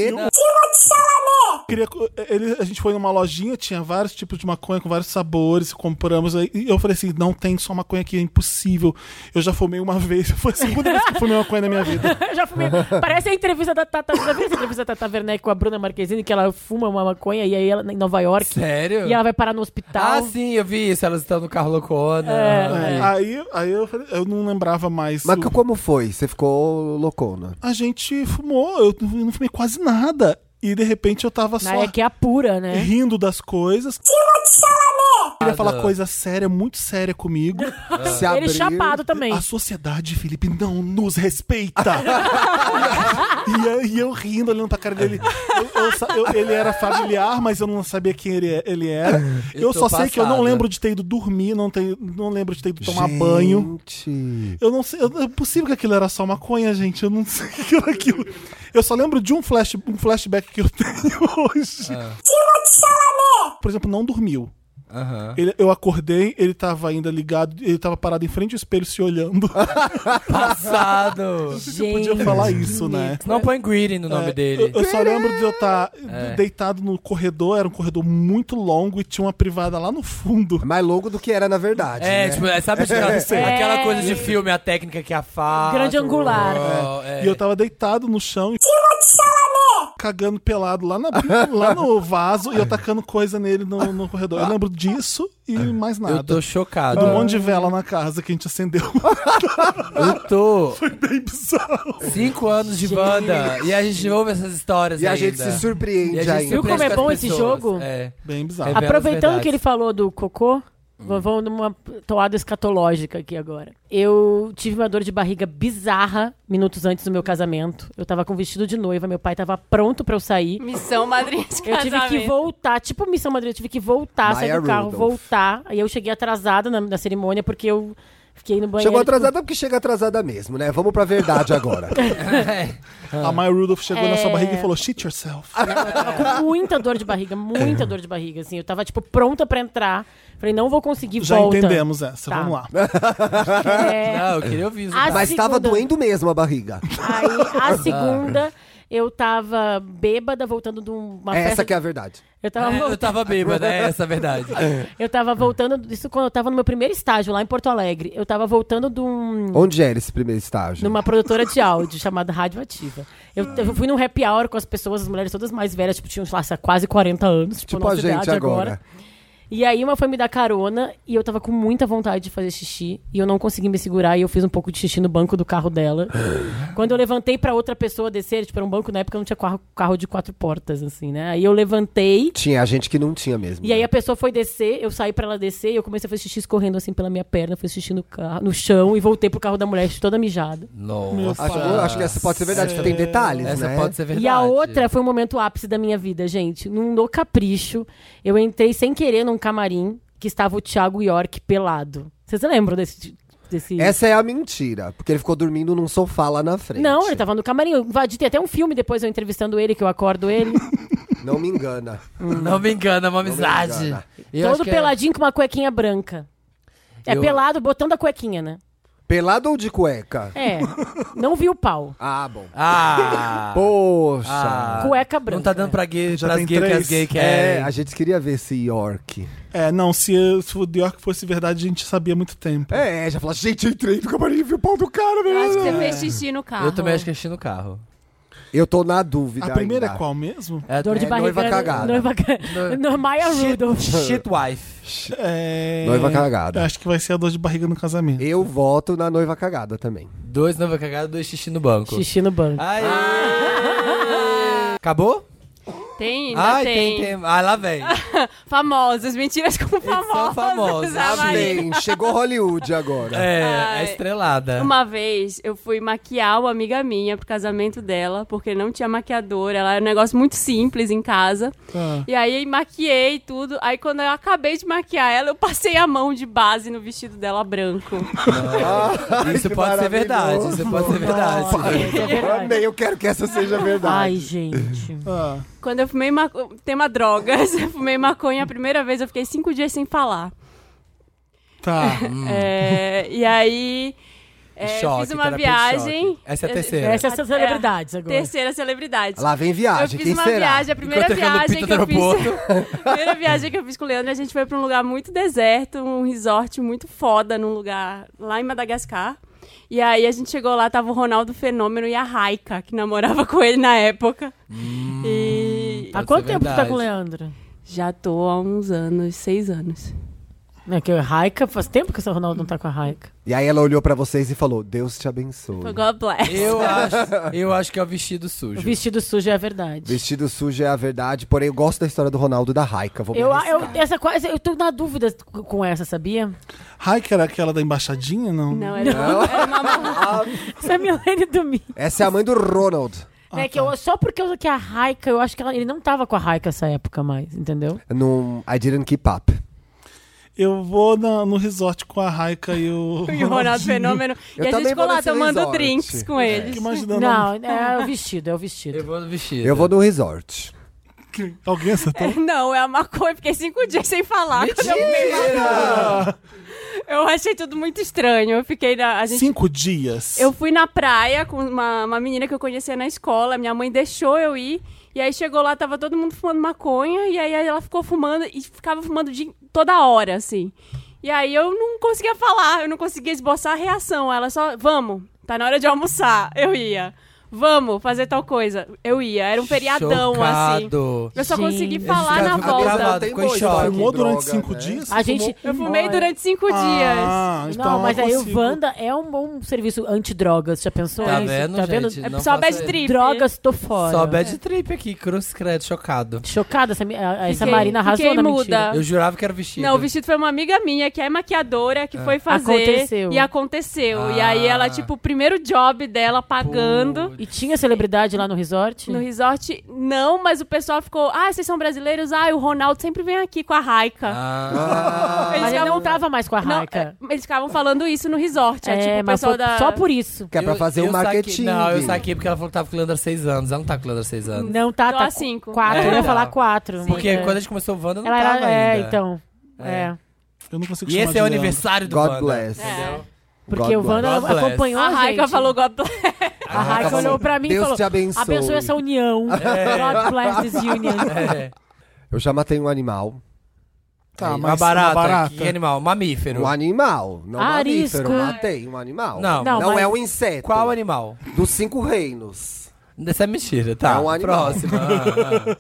Speaker 1: Queria- eh, ele- a gente foi numa lojinha, tinha vários tipos de maconha com vários sabores, compramos. aí- E eu falei assim: não tem só maconha aqui, é impossível. Eu já fumei uma [LAUGHS] vez, foi a segunda vez que eu fumei maconha na minha vida.
Speaker 7: Eu [LAUGHS] já fumei. Parece a entrevista da Tata. Já viu essa entrevista da Tata Werneck com a Bruna Marquezine, que ela fuma uma maconha e aí ela em Nova York.
Speaker 4: Sério?
Speaker 7: E ela vai parar no hospital.
Speaker 4: Ah, sim, eu vi isso. Elas estão no carro loucona.
Speaker 1: [LAUGHS] É, Aí, aí eu, falei- eu não lembrava mais.
Speaker 3: Mas
Speaker 1: o-
Speaker 3: que- como foi? Você ficou loucona.
Speaker 1: A gente fumou, eu não- eu não fumei quase nada. E de repente eu tava
Speaker 7: Na
Speaker 1: só
Speaker 7: é que é a pura, né?
Speaker 1: rindo das coisas. Queria falar coisa séria, muito séria comigo.
Speaker 4: Ah.
Speaker 3: Se
Speaker 7: Ele chapado também.
Speaker 1: A sociedade, Felipe, não nos respeita.
Speaker 4: [LAUGHS]
Speaker 1: e, eu, e eu rindo, olhando pra cara dele. Eu- eu sa- eu- ele era familiar, mas eu não sabia quem ele, é- ele era. Eu,
Speaker 4: Eu tô
Speaker 1: só sei que eu não
Speaker 4: passada.
Speaker 1: lembro de ter ido dormir, não, ter- não lembro de ter ido tomar banho.
Speaker 3: Gente.
Speaker 1: Eu não sei, eu- é possível que aquilo era só maconha, gente. Eu não [LAUGHS] sei o que era aquilo. Eu só lembro de um, flash, um flashback que eu [LAUGHS] tenho hoje.
Speaker 4: Ah.
Speaker 1: Por exemplo, não dormiu.
Speaker 4: Aham.
Speaker 1: Ele- eu acordei, ele tava ainda ligado, ele tava parado em frente ao espelho se olhando.
Speaker 4: [LAUGHS] Passado.
Speaker 1: Você podia falar isso, né?
Speaker 4: Não põe greeting no nome
Speaker 1: É,
Speaker 4: dele. É.
Speaker 1: Eu, eu só lembro de eu estar deitado no corredor, era um corredor muito longo e tinha uma privada lá no fundo.
Speaker 3: É Mais longo do que era, na verdade.
Speaker 4: É,
Speaker 3: né?
Speaker 4: tipo, é,
Speaker 1: [LAUGHS]
Speaker 4: sabe aquela, aquela coisa de filme, a técnica que afasta.
Speaker 7: É. Grande angular.
Speaker 4: Oh, é.
Speaker 1: E eu tava deitado no chão e.
Speaker 2: né?
Speaker 1: Cagando pelado lá, na,
Speaker 4: [LAUGHS]
Speaker 1: lá no vaso e eu tacando coisa nele no, no corredor. Eu lembro disso e mais nada.
Speaker 4: Eu tô
Speaker 1: E
Speaker 4: chocado.
Speaker 1: um monte de vela na casa que a gente acendeu. [LAUGHS]
Speaker 4: Eu tô
Speaker 1: Bem bizarro.
Speaker 4: cinco anos de banda e a gente ouve essas histórias
Speaker 3: E a
Speaker 4: ainda.
Speaker 3: gente se surpreende
Speaker 4: E a gente
Speaker 3: ainda.
Speaker 4: se
Speaker 7: Viu como é
Speaker 4: surpreende com
Speaker 7: bom
Speaker 4: as
Speaker 7: esse
Speaker 4: pessoas.
Speaker 7: jogo?
Speaker 4: É.
Speaker 1: Bem bizarro.
Speaker 4: belas
Speaker 7: Aproveitando
Speaker 4: verdades.
Speaker 7: que ele falou do cocô, v- vamos numa toada escatológica aqui agora. Eu tive uma dor de barriga bizarra minutos antes do meu casamento. Eu tava com um vestido de noiva, meu pai tava pronto pra eu sair.
Speaker 2: Missão Então, madrinha de
Speaker 7: Eu
Speaker 2: casamento.
Speaker 7: tive que voltar, tipo missão madrinha, eu tive que voltar, sair
Speaker 3: Maya
Speaker 7: do carro,
Speaker 3: Rudolph.
Speaker 7: voltar. Aí eu cheguei atrasada na, na cerimônia porque eu fiquei no banheiro.
Speaker 3: Chegou
Speaker 7: tipo, [LAUGHS]
Speaker 3: atrasada porque chega atrasada mesmo, né? Vamos pra verdade agora.
Speaker 1: [LAUGHS] A Maya Rudolph chegou na sua
Speaker 7: É.
Speaker 1: barriga e falou: shit yourself.
Speaker 7: Tava com muita dor de barriga, muita dor de barriga, assim. Eu tava, tipo, pronta pra entrar. Falei, não vou conseguir,
Speaker 1: Já
Speaker 7: volta.
Speaker 1: entendemos essa,
Speaker 7: Tá.
Speaker 1: vamos lá.
Speaker 7: É,
Speaker 4: Não, eu queria ouvir isso.
Speaker 7: a
Speaker 3: Mas tava
Speaker 7: segunda- [LAUGHS]
Speaker 3: [LAUGHS] doendo mesmo a barriga.
Speaker 7: Aí, a segunda, Eu tava bêbada, voltando de um- uma
Speaker 3: Essa
Speaker 7: festa.
Speaker 3: que é a verdade.
Speaker 7: Eu tá tava
Speaker 4: É, eu
Speaker 7: voltando.
Speaker 4: tava bêbada, é essa a verdade.
Speaker 1: [LAUGHS]
Speaker 7: Eu tava voltando, isso quando eu tava no meu primeiro estágio lá em Porto Alegre. Eu tava voltando de um,
Speaker 3: Onde era esse primeiro estágio?
Speaker 7: numa produtora de áudio chamada Radioativa. Eu, eu fui num happy hour com as pessoas, as mulheres todas mais velhas, tipo, tinham, sei lá, quase 40 anos. Tipo,
Speaker 3: Tipo a
Speaker 7: nossa
Speaker 3: gente
Speaker 7: idade
Speaker 3: agora.
Speaker 7: E aí uma foi me dar carona e eu tava com muita vontade de fazer xixi e eu não consegui me segurar e eu fiz um pouco de xixi no banco do carro dela. Quando eu levantei pra outra pessoa descer, tipo, era um banco na época não tinha carro, carro de quatro portas assim, né? Aí eu levantei
Speaker 3: Tinha a gente que não tinha mesmo.
Speaker 7: e aí
Speaker 3: né?
Speaker 7: a pessoa foi descer, eu saí pra ela descer e eu comecei a fazer xixi escorrendo assim pela minha perna, fiz xixi no carro, no chão e voltei pro carro da mulher toda mijada.
Speaker 4: Nossa. É.
Speaker 3: acho, eu acho que essa pode ser verdade, porque tem detalhes,
Speaker 4: Essa
Speaker 3: né?
Speaker 4: pode ser verdade.
Speaker 7: E a outra foi o momento ápice da minha vida, gente. Num no capricho, eu entrei sem querer num camarim que estava o Thiago York pelado. Vocês lembram desse. desse...
Speaker 3: Essa é a mentira, porque ele ficou dormindo num sofá lá na frente.
Speaker 7: Não, ele tava no camarim. Eu invadi, tem até um filme depois eu entrevistando ele, que eu acordo ele.
Speaker 3: Não me engana.
Speaker 4: [LAUGHS] Não me engana, é uma amizade.
Speaker 3: engana.
Speaker 4: [LAUGHS] Eu acho
Speaker 7: todo
Speaker 4: que é-
Speaker 7: peladinho com uma cuequinha branca. É
Speaker 4: Eu-
Speaker 7: pelado, botando a cuequinha, né?
Speaker 3: Pelado ou de cueca?
Speaker 7: É. Não vi o pau.
Speaker 3: Ah, bom.
Speaker 4: Ah!
Speaker 3: Poxa.
Speaker 4: Ah.
Speaker 7: Cueca branca.
Speaker 4: Não tá dando pra gay,
Speaker 1: Já
Speaker 4: pras
Speaker 1: tem
Speaker 4: gay que as
Speaker 1: três.
Speaker 4: gay querem.
Speaker 3: É, a gente queria ver esse York.
Speaker 1: É, não, se, se o Dior fosse verdade, a gente sabia há muito tempo.
Speaker 3: É, já falou, gente, entrei no camarim e vi o pau do cara,
Speaker 2: Eu acho que
Speaker 3: velho.
Speaker 2: você fez xixi no carro.
Speaker 4: Eu também acho que enchi no carro.
Speaker 3: Eu tô na dúvida.
Speaker 1: a primeira
Speaker 3: ainda.
Speaker 1: é qual mesmo?
Speaker 4: É,
Speaker 7: Dor de
Speaker 3: É,
Speaker 7: barriga.
Speaker 3: noiva cagada.
Speaker 7: Noiva cagada. [LAUGHS] No... Maya Rudolph.
Speaker 4: Shit wife.
Speaker 1: É...
Speaker 3: Noiva cagada.
Speaker 1: Acho que vai ser a dor de barriga no casamento.
Speaker 3: Eu voto na noiva cagada também.
Speaker 4: Dois noiva cagada, dois xixi no banco.
Speaker 7: Xixi no banco.
Speaker 4: Aê! Acabou?
Speaker 2: Ah! Tem, ainda
Speaker 4: Ai,
Speaker 2: tem.
Speaker 4: tem, tem. Ah, lá vem.
Speaker 2: [LAUGHS] Famosas, mentiras com famosas.
Speaker 4: famosas,
Speaker 2: Ah, vai.
Speaker 3: Bem, chegou Hollywood agora.
Speaker 4: É, é
Speaker 2: Ai.
Speaker 4: estrelada.
Speaker 2: Uma vez eu fui maquiar uma amiga minha pro casamento dela, porque não tinha maquiadora, ela era um negócio muito simples em casa.
Speaker 3: tá.
Speaker 1: Ah.
Speaker 2: E aí maquiei tudo. Aí quando eu acabei de maquiar ela, eu passei a mão de base no vestido dela branco.
Speaker 4: Isso
Speaker 3: Ah, que
Speaker 4: pode ser verdade,
Speaker 3: maravilhoso.
Speaker 4: isso pode ser Ah, é verdade.
Speaker 2: é
Speaker 3: Eu amei, eu quero que essa seja verdade.
Speaker 7: Ai, gente.
Speaker 1: Ah.
Speaker 2: Quando eu fumei ma... tema drogas, [LAUGHS] eu fumei maconha a primeira vez, eu fiquei cinco dias sem falar.
Speaker 1: Tá.
Speaker 2: É,
Speaker 4: [LAUGHS]
Speaker 2: e aí é,
Speaker 4: Hum. Choque,
Speaker 2: fiz uma
Speaker 4: terapia de
Speaker 2: viagem.
Speaker 4: choque. Essa é a
Speaker 2: Eu-
Speaker 4: terceira.
Speaker 7: Essa é a celebridades agora.
Speaker 2: Terceira celebridade.
Speaker 3: Lá vem viagem,
Speaker 2: eu fiz
Speaker 3: quem
Speaker 2: uma
Speaker 3: será?
Speaker 2: viagem, a primeira
Speaker 4: Enquanto aquela
Speaker 2: viagem
Speaker 4: Lupita
Speaker 2: que eu
Speaker 4: tá no
Speaker 2: fiz. [LAUGHS] a primeira viagem que eu fiz com o Leandro, a gente foi pra um lugar muito deserto, um resort muito foda num lugar lá em Madagascar. E aí a gente chegou lá, tava o Ronaldo Fenômeno e a Raika, que namorava [LAUGHS] com ele na época.
Speaker 4: Hum.
Speaker 2: E
Speaker 4: Pode
Speaker 7: Há
Speaker 4: ser
Speaker 7: quanto tempo tu tá
Speaker 4: verdade.
Speaker 7: com o Leandro?
Speaker 2: já tô há uns anos, seis anos.
Speaker 7: Não, é que a Raika, faz tempo que o seu Ronaldo não tá com a Raika.
Speaker 3: E aí ela olhou pra vocês e falou: Deus te abençoe.
Speaker 2: Foi God bless.
Speaker 4: Eu
Speaker 7: [LAUGHS]
Speaker 4: acho, eu acho que é o vestido sujo.
Speaker 7: O vestido sujo é a verdade.
Speaker 3: Vestido sujo é a verdade, porém eu gosto da história do Ronaldo e da Raika. Vou me
Speaker 7: Eu, eu,
Speaker 3: arriscar.
Speaker 7: essa, quase- eu tô na dúvida c- com essa, sabia?
Speaker 1: Hiker era aquela da embaixadinha, não?
Speaker 2: Não, era uma,
Speaker 3: [LAUGHS]
Speaker 2: era uma
Speaker 7: Essa é a Milene Domingues.
Speaker 3: Essa é a mãe do Ronald.
Speaker 7: é que
Speaker 3: tá.
Speaker 7: eu, só porque eu, que a Raika, eu acho que ela- ele não tava com a Raika essa época mais, entendeu?
Speaker 3: Num I didn't keep up.
Speaker 1: Eu vou na- no resort com a Raika e o.
Speaker 2: [LAUGHS] [LAUGHS] e o Ronaldo Fenômeno.
Speaker 3: Eu
Speaker 2: e a
Speaker 3: também
Speaker 2: gente ficou
Speaker 3: vou
Speaker 2: lá
Speaker 3: nesse
Speaker 2: tomando
Speaker 3: resort.
Speaker 2: drinks com eles.
Speaker 1: Fico imaginando
Speaker 7: Não, é
Speaker 3: [LAUGHS]
Speaker 7: o vestido, é o
Speaker 4: Eu
Speaker 7: vestido.
Speaker 4: vou no vestido.
Speaker 3: Eu vou no resort.
Speaker 1: alguém acertou.
Speaker 2: Não, é a maconha. Fiquei cinco dias sem falar. Eu achei tudo muito estranho. Eu fiquei na. A gente...
Speaker 1: Cinco dias.
Speaker 2: Eu fui na praia com uma, uma menina que eu conhecia na escola. Minha mãe deixou eu ir. E aí chegou lá, tava todo mundo fumando maconha. E aí ela ficou fumando e ficava fumando de, toda hora, assim. E aí eu não conseguia falar, eu não conseguia esboçar a reação. Ela só, vamos, tá na hora de almoçar. Eu ia. Vamos fazer tal coisa. Eu ia. Era um feriadão, assim.
Speaker 4: Chocado.
Speaker 2: Eu só
Speaker 7: Gente.
Speaker 2: consegui falar na
Speaker 4: ficaram
Speaker 2: volta.
Speaker 4: acabados. ficou em choque.
Speaker 1: Fumou durante
Speaker 3: droga,
Speaker 1: cinco
Speaker 3: né?
Speaker 1: dias?
Speaker 7: A gente.
Speaker 2: Eu fumei durante cinco dias.
Speaker 1: Ah, então
Speaker 7: não, mas
Speaker 1: eu
Speaker 7: aí o
Speaker 1: consigo.
Speaker 7: Wanda é um bom serviço antidrogas, já pensou?
Speaker 4: Tá
Speaker 7: nisso?
Speaker 4: vendo,
Speaker 7: Tá vendo?
Speaker 4: gente?
Speaker 2: É
Speaker 4: Não
Speaker 2: só
Speaker 4: faça
Speaker 2: bad
Speaker 4: isso.
Speaker 2: trip.
Speaker 7: Drogas, tô fora.
Speaker 4: Só bad trip aqui, cruz credo, chocado.
Speaker 7: Chocada, essa, mi- a- essa
Speaker 2: Fiquei-
Speaker 7: Marina arrasou
Speaker 2: fiquei
Speaker 7: na
Speaker 2: muda.
Speaker 7: mentira.
Speaker 4: Eu jurava que era o vestido.
Speaker 2: Não, o vestido foi uma amiga minha, que é maquiadora, que foi fazer.
Speaker 7: Aconteceu.
Speaker 2: E aconteceu. E
Speaker 4: Ah.
Speaker 2: aí ela, tipo, o primeiro job dela pagando.
Speaker 4: Putz.
Speaker 7: E tinha celebridade lá no resort?
Speaker 2: No resort, não, mas o pessoal ficou. Ah, vocês são brasileiros? Ah, o Ronaldo sempre vem aqui com a Raika.
Speaker 4: Ah,
Speaker 2: [LAUGHS] eles,
Speaker 7: Mas ele
Speaker 2: ficavam,
Speaker 7: não tava mais com a
Speaker 2: não,
Speaker 7: Raika.
Speaker 2: é, eles ficavam falando isso no resort. É, tipo, o pessoal
Speaker 7: foi
Speaker 2: da.
Speaker 7: só por isso.
Speaker 3: Que é pra
Speaker 4: eu-
Speaker 3: fazer
Speaker 4: eu
Speaker 3: o marketing.
Speaker 4: Saquei, não, eu saquei porque ela falou que tava com o Leandro há seis anos. Ela não tá com o Leandro há seis anos.
Speaker 7: Não tá,
Speaker 2: Só
Speaker 7: tá
Speaker 2: cinco.
Speaker 4: É,
Speaker 7: Quatro, eu ia
Speaker 4: então.
Speaker 7: falar quatro. mas
Speaker 4: Porque
Speaker 7: é.
Speaker 4: quando a gente começou o Wanda, não
Speaker 7: Ela
Speaker 4: tava
Speaker 7: era, é,
Speaker 4: ainda.
Speaker 7: então. É.
Speaker 1: Eu não consigo
Speaker 4: E
Speaker 1: chamar
Speaker 4: esse é
Speaker 1: de
Speaker 4: o
Speaker 1: Leandro.
Speaker 4: aniversário do
Speaker 3: God
Speaker 4: Wanda.
Speaker 3: bless.
Speaker 2: É.
Speaker 7: Porque o
Speaker 3: God
Speaker 7: Wanda
Speaker 4: bless. God bless.
Speaker 7: acompanhou
Speaker 9: A
Speaker 7: a,
Speaker 9: Raika
Speaker 7: gente.
Speaker 9: falou God bless.
Speaker 7: A Raika olhou pra mim e
Speaker 3: Deus
Speaker 7: falou:
Speaker 3: te abençoe.
Speaker 7: abençoe essa união. God bless this union.
Speaker 4: [LAUGHS] É.
Speaker 3: Eu já matei um animal.
Speaker 1: Tá,
Speaker 4: uma,
Speaker 1: mas
Speaker 4: barata,
Speaker 1: uma barata?
Speaker 4: Que animal? Mamífero.
Speaker 3: Um animal. Não um
Speaker 7: Arisco.
Speaker 3: mamífero. Matei um animal.
Speaker 4: Não,
Speaker 3: não,
Speaker 7: Não, mas-
Speaker 3: é um inseto.
Speaker 4: Qual animal?
Speaker 3: Dos cinco reinos.
Speaker 4: Essa é mentira, tá?
Speaker 3: É um animal. [LAUGHS]
Speaker 4: Próximo. Ah,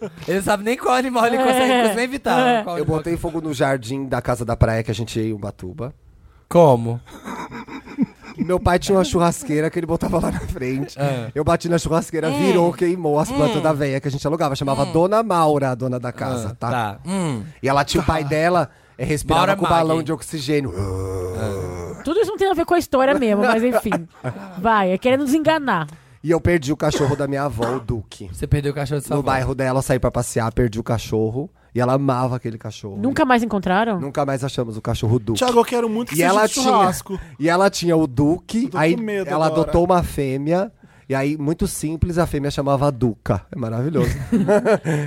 Speaker 4: ah. Ele não sabe nem qual animal ele
Speaker 7: É.
Speaker 4: consegue, ele consegue nem evitar. Qual
Speaker 3: Eu
Speaker 4: animal
Speaker 3: botei fogo no jardim da casa da praia que a gente ia em Ubatuba.
Speaker 4: que- Como?
Speaker 3: E Meu pai tinha uma churrasqueira que ele botava lá na frente.
Speaker 4: É.
Speaker 3: Eu bati na churrasqueira, virou, queimou as plantas da veia que a gente alugava. Chamava Dona Maura, a dona da casa,
Speaker 4: Ah,
Speaker 3: tá?
Speaker 4: tá. Hum.
Speaker 3: E ela tinha o pai dela, é, respirava
Speaker 4: Maura É.
Speaker 3: com balão
Speaker 4: Maggi.
Speaker 3: de oxigênio.
Speaker 7: Tudo isso não tem a ver com a história mesmo, mas enfim. Vai, é querendo nos enganar.
Speaker 3: E eu perdi o cachorro da minha avó, o Duque.
Speaker 4: Você perdeu o cachorro de
Speaker 3: No
Speaker 4: salvar.
Speaker 3: bairro dela, eu saí pra passear, perdi o cachorro. E ela amava aquele cachorro.
Speaker 7: Nunca mais encontraram?
Speaker 3: Nunca mais achamos o cachorro Duque.
Speaker 1: Thiago, eu quero muito que
Speaker 3: E
Speaker 1: seja
Speaker 3: ela,
Speaker 1: de
Speaker 3: tinha,
Speaker 1: churrasco.
Speaker 3: e ela tinha o Duque,
Speaker 1: Tô com
Speaker 3: aí
Speaker 1: medo
Speaker 3: ela
Speaker 1: agora.
Speaker 3: adotou uma fêmea. E aí, muito simples, a fêmea chamava Duca. É
Speaker 4: [LAUGHS]
Speaker 3: maravilhoso.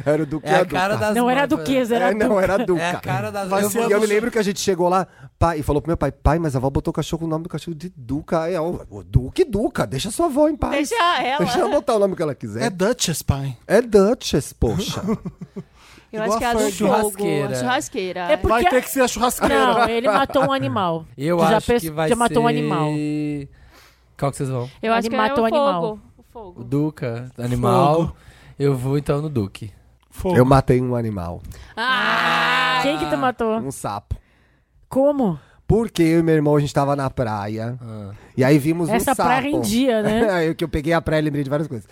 Speaker 3: era o Duque
Speaker 4: É
Speaker 3: e a,
Speaker 4: a
Speaker 3: Duca.
Speaker 4: cara das
Speaker 7: Não era a
Speaker 4: mães,
Speaker 7: duquesa, era
Speaker 3: É,
Speaker 7: a
Speaker 3: não, era a Duca.
Speaker 4: É a cara das
Speaker 1: Vai
Speaker 4: eu
Speaker 1: ser
Speaker 4: vou-
Speaker 3: E eu me lembro que a gente chegou lá pai, e falou pro meu pai, pai, mas a avó botou o cachorro, o nome do cachorro de Duca. Aí, ó, o Duque, Duca, deixa sua avó em paz.
Speaker 9: Deixa ela.
Speaker 3: [LAUGHS] Deixa ela botar o nome que ela quiser.
Speaker 1: É Duchess, pai.
Speaker 3: É Duchess, poxa.
Speaker 2: Eu
Speaker 1: Igual
Speaker 2: acho que é a
Speaker 1: a
Speaker 2: do
Speaker 1: Fergie.
Speaker 2: fogo.
Speaker 4: Churrasqueira.
Speaker 2: a Churrasqueira.
Speaker 7: É porque-
Speaker 1: Vai ter que ser a churrasqueira.
Speaker 7: Não, ele matou um animal.
Speaker 4: Eu
Speaker 7: Tu já
Speaker 4: acho
Speaker 7: pens-
Speaker 4: que vai
Speaker 7: já matou um
Speaker 4: ser-
Speaker 7: animal.
Speaker 4: Qual que vocês vão?
Speaker 2: Eu acho
Speaker 7: Ele
Speaker 2: que é
Speaker 7: matou
Speaker 2: o
Speaker 7: o animal.
Speaker 2: fogo. O
Speaker 4: O
Speaker 2: fogo.
Speaker 4: Duca, animal. Eu vou então no Duque.
Speaker 1: Fogo.
Speaker 3: eu matei um animal,
Speaker 2: Ah!
Speaker 7: Quem que tu matou?
Speaker 3: um sapo.
Speaker 7: Como?
Speaker 3: Porque eu e meu irmão, a gente tava na praia.
Speaker 4: Ah.
Speaker 3: E aí vimos um
Speaker 7: Essa
Speaker 3: sapo.
Speaker 7: praia rendia,
Speaker 3: [LAUGHS]
Speaker 7: né?
Speaker 3: Aí que eu peguei a praia e lembrei de várias coisas.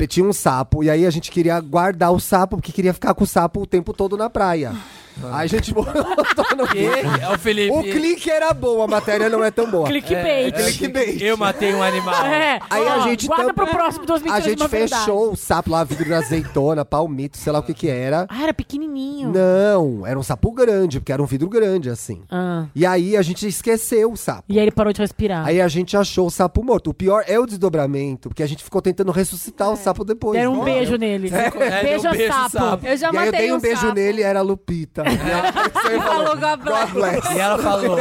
Speaker 3: E Tinha um sapo, e aí a gente queria guardar o sapo, porque queria ficar com o sapo o tempo todo na praia. Aí a gente [LAUGHS] botou no
Speaker 4: E, é o Felipe.
Speaker 3: O clique era bom, a matéria não é tão boa.
Speaker 7: Clickbait.
Speaker 3: É, clickbait.
Speaker 4: Eu matei um animal.
Speaker 7: É,
Speaker 3: Aí a
Speaker 7: ó,
Speaker 3: gente
Speaker 7: guarda
Speaker 3: tam-
Speaker 7: pro próximo 2022
Speaker 3: A gente
Speaker 7: é uma verdade.
Speaker 3: fechou o sapo lá, vidro de azeitona, palmito, sei lá o que que era.
Speaker 7: Ah, era pequenininho.
Speaker 3: Não, era um sapo grande, porque era um vidro grande, assim.
Speaker 7: Ah,
Speaker 3: E aí a gente esqueceu o sapo.
Speaker 7: e aí ele parou de respirar.
Speaker 3: Aí a gente achou o sapo morto. O pior é o desdobramento, porque a gente ficou tentando ressuscitar o sapo depois.
Speaker 7: Deram um
Speaker 3: Olha.
Speaker 7: beijo nele.
Speaker 4: É, deu
Speaker 7: beijo
Speaker 4: um
Speaker 7: a
Speaker 4: beijo,
Speaker 7: sapo.
Speaker 4: sapo.
Speaker 2: Eu já
Speaker 3: e aí
Speaker 2: matei
Speaker 3: eu dei um, beijo
Speaker 2: sapo.
Speaker 3: nele e era a
Speaker 7: [LAUGHS]
Speaker 3: Lupita. E ela pensou e falou,
Speaker 2: Falou God
Speaker 3: God
Speaker 2: bless.
Speaker 3: bless.
Speaker 4: E ela falou: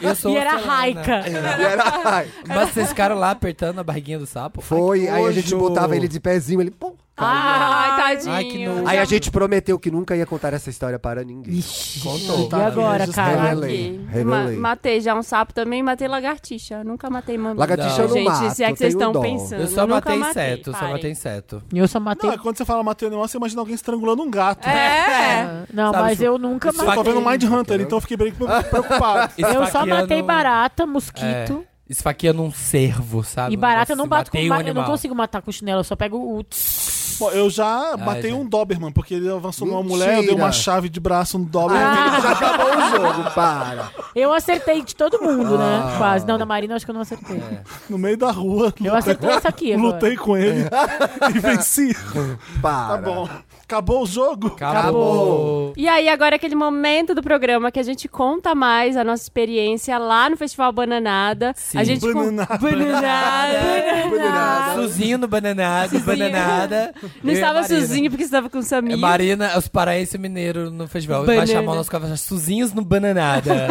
Speaker 4: Eu sou
Speaker 7: E era
Speaker 4: hortelã.
Speaker 7: raica.
Speaker 3: E era- ai,
Speaker 4: Mas vocês ficaram lá apertando a barriguinha do sapo?
Speaker 3: Foi,
Speaker 4: Ai, que
Speaker 3: aí a gente
Speaker 4: nojo.
Speaker 3: botava ele de pezinho, ele... pum.
Speaker 2: Ai, tadinho.
Speaker 4: Ai, que nojo.
Speaker 3: Aí a gente prometeu que nunca ia contar essa história para ninguém.
Speaker 7: Ixi,
Speaker 4: Contou.
Speaker 7: e agora,
Speaker 1: Tá,
Speaker 7: cara?
Speaker 3: Revelei,
Speaker 2: Aqui.
Speaker 3: revelei.
Speaker 2: Ma- matei já um sapo também, matei lagartixa. Nunca matei mamífero.
Speaker 3: Lagartixa eu não
Speaker 2: Gente,
Speaker 3: mato,
Speaker 2: se é que vocês
Speaker 3: tenho
Speaker 2: estão
Speaker 3: dó.
Speaker 2: pensando.
Speaker 4: Eu só
Speaker 2: nunca
Speaker 4: matei
Speaker 2: matei,
Speaker 4: inseto, só
Speaker 2: parem.
Speaker 4: matei inseto.
Speaker 7: Eu só matei.
Speaker 1: Não, é quando você fala matei um animal, você imagina alguém estrangulando um gato.
Speaker 2: É.
Speaker 7: Não,
Speaker 4: Sabe,
Speaker 7: mas
Speaker 4: tipo,
Speaker 7: eu nunca
Speaker 1: Eu tô
Speaker 7: matei.
Speaker 1: tá vendo Mind Hunter, então eu fiquei bem
Speaker 3: [LAUGHS]
Speaker 1: preocupado.
Speaker 7: Eu só
Speaker 4: Esfaqueando- um-
Speaker 7: matei barata, mosquito.
Speaker 4: É, Esfaqueando um cervo, sabe?
Speaker 7: E barata eu
Speaker 4: Nossa,
Speaker 7: não bato com
Speaker 4: matei um
Speaker 7: ma- Eu não
Speaker 4: animal.
Speaker 7: consigo matar com chinelo, eu só pego o. tss.
Speaker 1: Bom, eu já matei
Speaker 4: já.
Speaker 1: um Doberman, porque ele avançou numa
Speaker 3: Mentira.
Speaker 1: mulher, eu dei uma chave de braço no Doberman.
Speaker 3: Ele já acabou o jogo, para.
Speaker 7: Eu acertei de todo mundo,
Speaker 4: Ah.
Speaker 7: né? Quase. Não, da Marina eu acho que eu não acertei.
Speaker 1: no meio da rua.
Speaker 7: Eu acertei isso aqui agora.
Speaker 1: Lutei com
Speaker 3: [LAUGHS]
Speaker 1: ele e venci. Tá
Speaker 3: Para.
Speaker 1: bom. Acabou o jogo?
Speaker 4: Acabou.
Speaker 2: E aí, agora é aquele momento do programa que a gente conta mais a nossa experiência lá no Festival Bananada.
Speaker 4: Sim.
Speaker 2: A gente
Speaker 1: Bananada.
Speaker 2: Com... É. Bananada.
Speaker 5: É.
Speaker 2: [LAUGHS]
Speaker 4: Suzinho no bananada, bananada. Eu e
Speaker 2: Não
Speaker 4: a
Speaker 2: estava
Speaker 4: Marina.
Speaker 2: sozinho porque estava com o
Speaker 4: É
Speaker 2: Samir.
Speaker 4: Marina, os paraense mineiro no festival. Vai
Speaker 2: Banana.
Speaker 4: chamar o nosso café Suzinhos no bananada.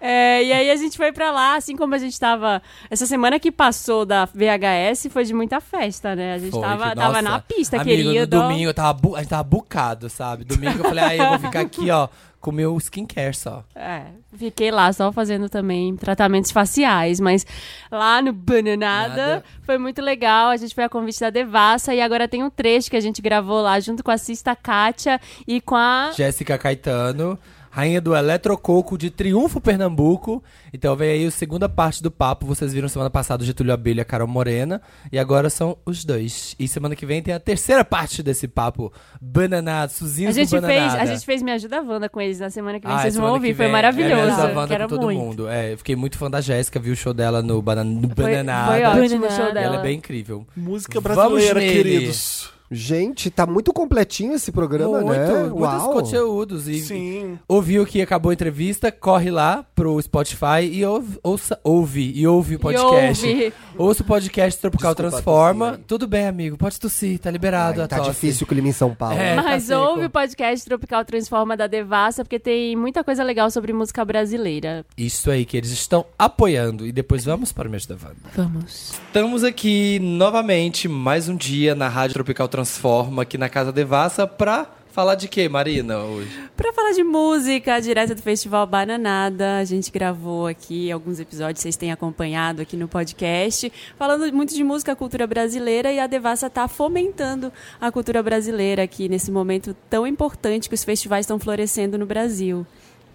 Speaker 2: É, e aí a gente foi pra lá, assim como a gente tava. Essa semana que passou da VHS foi de muita festa, né? A gente
Speaker 4: Foi,
Speaker 2: tava,
Speaker 4: que-
Speaker 2: tava
Speaker 4: nossa.
Speaker 2: na pista,
Speaker 4: Amigo,
Speaker 2: querido.
Speaker 4: No domingo eu tava, bu- a gente tava bucado, sabe? Domingo eu falei, ah, eu vou ficar aqui, ó, com o meu skincare só.
Speaker 2: É, fiquei lá só fazendo também tratamentos faciais, mas lá no Bananada
Speaker 4: Nada.
Speaker 2: foi muito legal. A gente foi a convite da Devassa e agora tem um trecho que a gente gravou lá junto com a Sista Kátia e com a.
Speaker 4: Jéssica Caetano, rainha do Eletrococo de Triunfo Pernambuco. Então vem aí a segunda parte do papo. Vocês viram semana passada o Getúlio Abelha e a Carol Morena. E agora são os dois. E semana que vem tem a terceira parte desse papo. Bananada, Suzinho
Speaker 2: A gente,
Speaker 4: com
Speaker 2: fez,
Speaker 4: bananada.
Speaker 2: a gente fez Me Ajuda Wanda com eles na semana que vem,
Speaker 4: Ah,
Speaker 2: vocês vão
Speaker 4: semana
Speaker 2: ouvir,
Speaker 4: que
Speaker 2: foi
Speaker 4: vem,
Speaker 2: maravilhoso.
Speaker 4: é, Elza Wanda
Speaker 7: Quero
Speaker 4: com todo
Speaker 7: muito.
Speaker 4: mundo. É, eu fiquei muito fã da Jéssica, vi o show dela no, banana, no
Speaker 2: Foi,
Speaker 4: Bananada.
Speaker 2: foi ótimo o show
Speaker 4: E
Speaker 2: dela.
Speaker 4: Ela é bem incrível.
Speaker 1: Música
Speaker 4: Vamos
Speaker 1: brasileira,
Speaker 4: nele.
Speaker 1: queridos.
Speaker 3: Gente, tá muito completinho esse programa,
Speaker 4: Muito,
Speaker 3: né?
Speaker 4: muitos
Speaker 3: Uau.
Speaker 4: conteúdos. E
Speaker 1: Sim.
Speaker 4: ouviu que acabou a entrevista, corre lá pro Spotify e ouve, ouça, ouve e ouve o podcast.
Speaker 10: ouve.
Speaker 4: Ouça o podcast Tropical
Speaker 3: Desculpa,
Speaker 4: Transforma.
Speaker 3: tossir aí.
Speaker 4: Tudo bem, amigo, pode tossir, tá liberado
Speaker 3: Ai,
Speaker 4: a
Speaker 3: tá
Speaker 4: tosse.
Speaker 3: difícil o clima em São Paulo.
Speaker 4: É, tá
Speaker 10: Mas
Speaker 4: seco.
Speaker 10: ouve o podcast Tropical Transforma da Devassa, porque tem muita coisa legal sobre música brasileira.
Speaker 4: Isso aí que eles estão apoiando. E depois vamos para o mês da Wanda.
Speaker 7: Vamos.
Speaker 4: Estamos aqui novamente, mais um dia na Rádio Tropical Transforma, aqui na Casa Devassa, pra falar de quê, Marina, hoje?
Speaker 10: Pra falar de música, direta do Festival Bananada, a gente gravou aqui alguns episódios, vocês têm acompanhado aqui no podcast, falando muito de música, cultura brasileira, e a Devassa tá fomentando a cultura brasileira aqui nesse momento tão importante que os festivais estão florescendo no Brasil.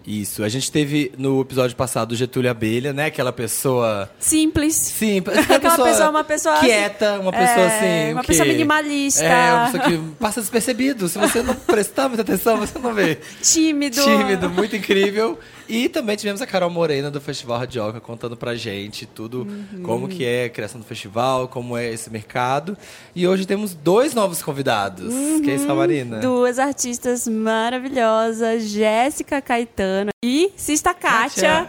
Speaker 4: Isso, a gente teve no episódio passado o Getúlio Abelha, né? Aquela pessoa.
Speaker 10: Simples.
Speaker 4: Sim,
Speaker 10: [LAUGHS] Aquela pessoa, uma pessoa
Speaker 4: quieta, uma pessoa
Speaker 10: É,
Speaker 4: assim.
Speaker 10: uma
Speaker 4: que-
Speaker 10: pessoa minimalista.
Speaker 4: É, uma pessoa que passa despercebido. Se você não prestar muita atenção, você não vê.
Speaker 10: Tímido.
Speaker 4: Tímido, muito incrível. E também tivemos a Carol Morena do Festival Radioca contando pra gente tudo,
Speaker 10: Uhum.
Speaker 4: como que é a criação do festival, como é esse mercado. E hoje temos dois novos convidados. Que é isso, Marina?
Speaker 10: Uhum. Duas artistas maravilhosas, Jéssica Caetano e Sista Kátia.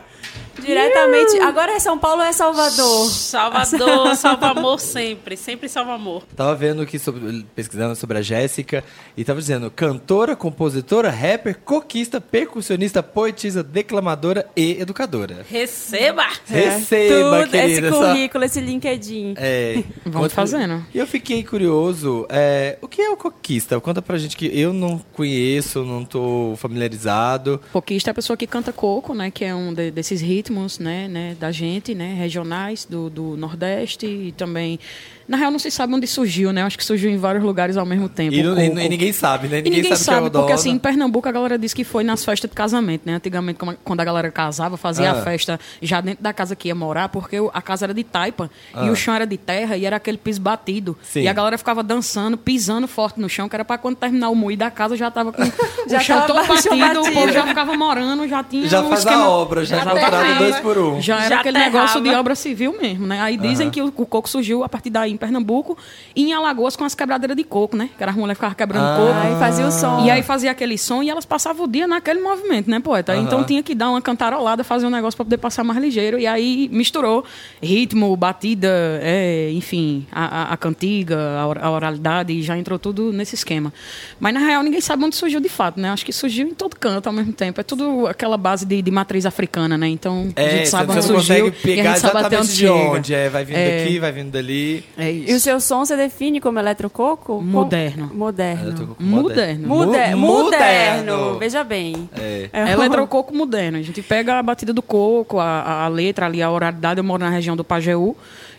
Speaker 10: Diretamente. Agora é São Paulo ou é Salvador? [LAUGHS]
Speaker 4: [LAUGHS]
Speaker 11: Salvador, salva amor sempre. Sempre salva amor.
Speaker 4: Tava vendo que sobre- pesquisando sobre a Jéssica e tava dizendo cantora, compositora, rapper, coquista, percussionista, poetisa, declamadora e educadora.
Speaker 11: Receba!
Speaker 4: É. Receba,
Speaker 10: Tudo,
Speaker 4: querida.
Speaker 10: esse
Speaker 4: essa-
Speaker 10: currículo, esse LinkedIn.
Speaker 4: É,
Speaker 8: [LAUGHS] Vamos fazendo.
Speaker 4: E eu fiquei curioso, é, o que é o coquista? Conta pra gente que eu não conheço, não tô familiarizado.
Speaker 8: Coquista é a pessoa que canta coco, né? Que é um de- desses ritmos, né? né, Da gente, né? Regionais do, do Nordeste e também... Na real, não se sabe onde surgiu, né? Acho que surgiu em vários lugares ao mesmo tempo.
Speaker 4: E,
Speaker 8: o
Speaker 4: não- e-
Speaker 8: coco.
Speaker 4: e ninguém sabe, né?
Speaker 8: E ninguém, sabe,
Speaker 4: que é o
Speaker 8: porque
Speaker 4: dono.
Speaker 8: assim, em Pernambuco a galera diz que foi nas festas de casamento, né? Antigamente, como- quando a galera casava, fazia
Speaker 4: Ah.
Speaker 8: a festa já dentro da casa que ia morar, porque o- a casa era de taipa e o chão era de terra e era aquele piso batido.
Speaker 4: Ah. Sim.
Speaker 8: E a galera ficava dançando, pisando forte no chão, que era pra quando terminar o moído da casa já
Speaker 4: [LAUGHS]
Speaker 8: tava com
Speaker 10: [LAUGHS] Já
Speaker 8: o chão
Speaker 10: tava
Speaker 8: todo
Speaker 10: baixo,
Speaker 8: batido, o povo
Speaker 10: batido.
Speaker 8: já ficava morando, já tinha
Speaker 4: Já
Speaker 8: um
Speaker 4: faz
Speaker 8: esquema-
Speaker 4: a obra, já,
Speaker 8: Já
Speaker 4: já contrata
Speaker 8: terrava.
Speaker 4: dois por um.
Speaker 8: já tá era
Speaker 11: Já
Speaker 8: aquele
Speaker 11: aterrava.
Speaker 8: negócio de obra civil mesmo, né? Aí dizem que o, o coco surgiu a partir daí em Pernambuco e em Alagoas com as quebradeiras de coco, né? Que era as mulheres ficavam quebrando
Speaker 4: Ah.
Speaker 8: coco.
Speaker 10: Aí fazia o som.
Speaker 8: E aí fazia aquele som e elas passavam o dia naquele movimento, né, poeta? Então tinha que dar uma cantarolada, fazer um negócio pra poder passar mais ligeiro. E aí misturou ritmo, batida, é, enfim, a, a- a cantiga, a, or- a oralidade, e já entrou tudo nesse esquema. Mas na real ninguém sabe onde surgiu de fato, né? Acho que surgiu em todo canto ao mesmo tempo. É tudo aquela base de, de matriz africana, né? Então a
Speaker 4: É,
Speaker 8: gente sabe
Speaker 4: você
Speaker 8: onde
Speaker 4: não
Speaker 8: surgiu
Speaker 4: consegue
Speaker 8: e a
Speaker 4: pegar
Speaker 8: gente sabe até onde
Speaker 4: exatamente de
Speaker 8: chega.
Speaker 4: onde. É, vai vindo
Speaker 8: É.
Speaker 4: daqui, vai vindo dali.
Speaker 8: É
Speaker 10: E o
Speaker 8: isso.
Speaker 10: seu som você define como eletrococo? Com-
Speaker 8: Moderno.
Speaker 4: Eu tô
Speaker 10: Moderno.
Speaker 4: com-
Speaker 8: Moderno.
Speaker 10: Mude-
Speaker 4: Mu-
Speaker 10: Moderno. Veja bem.
Speaker 4: É.
Speaker 10: um-
Speaker 8: Eletrococo moderno. A gente pega a batida do coco, a- a, a letra ali, a oralidade. Eu moro na região do Pajeú,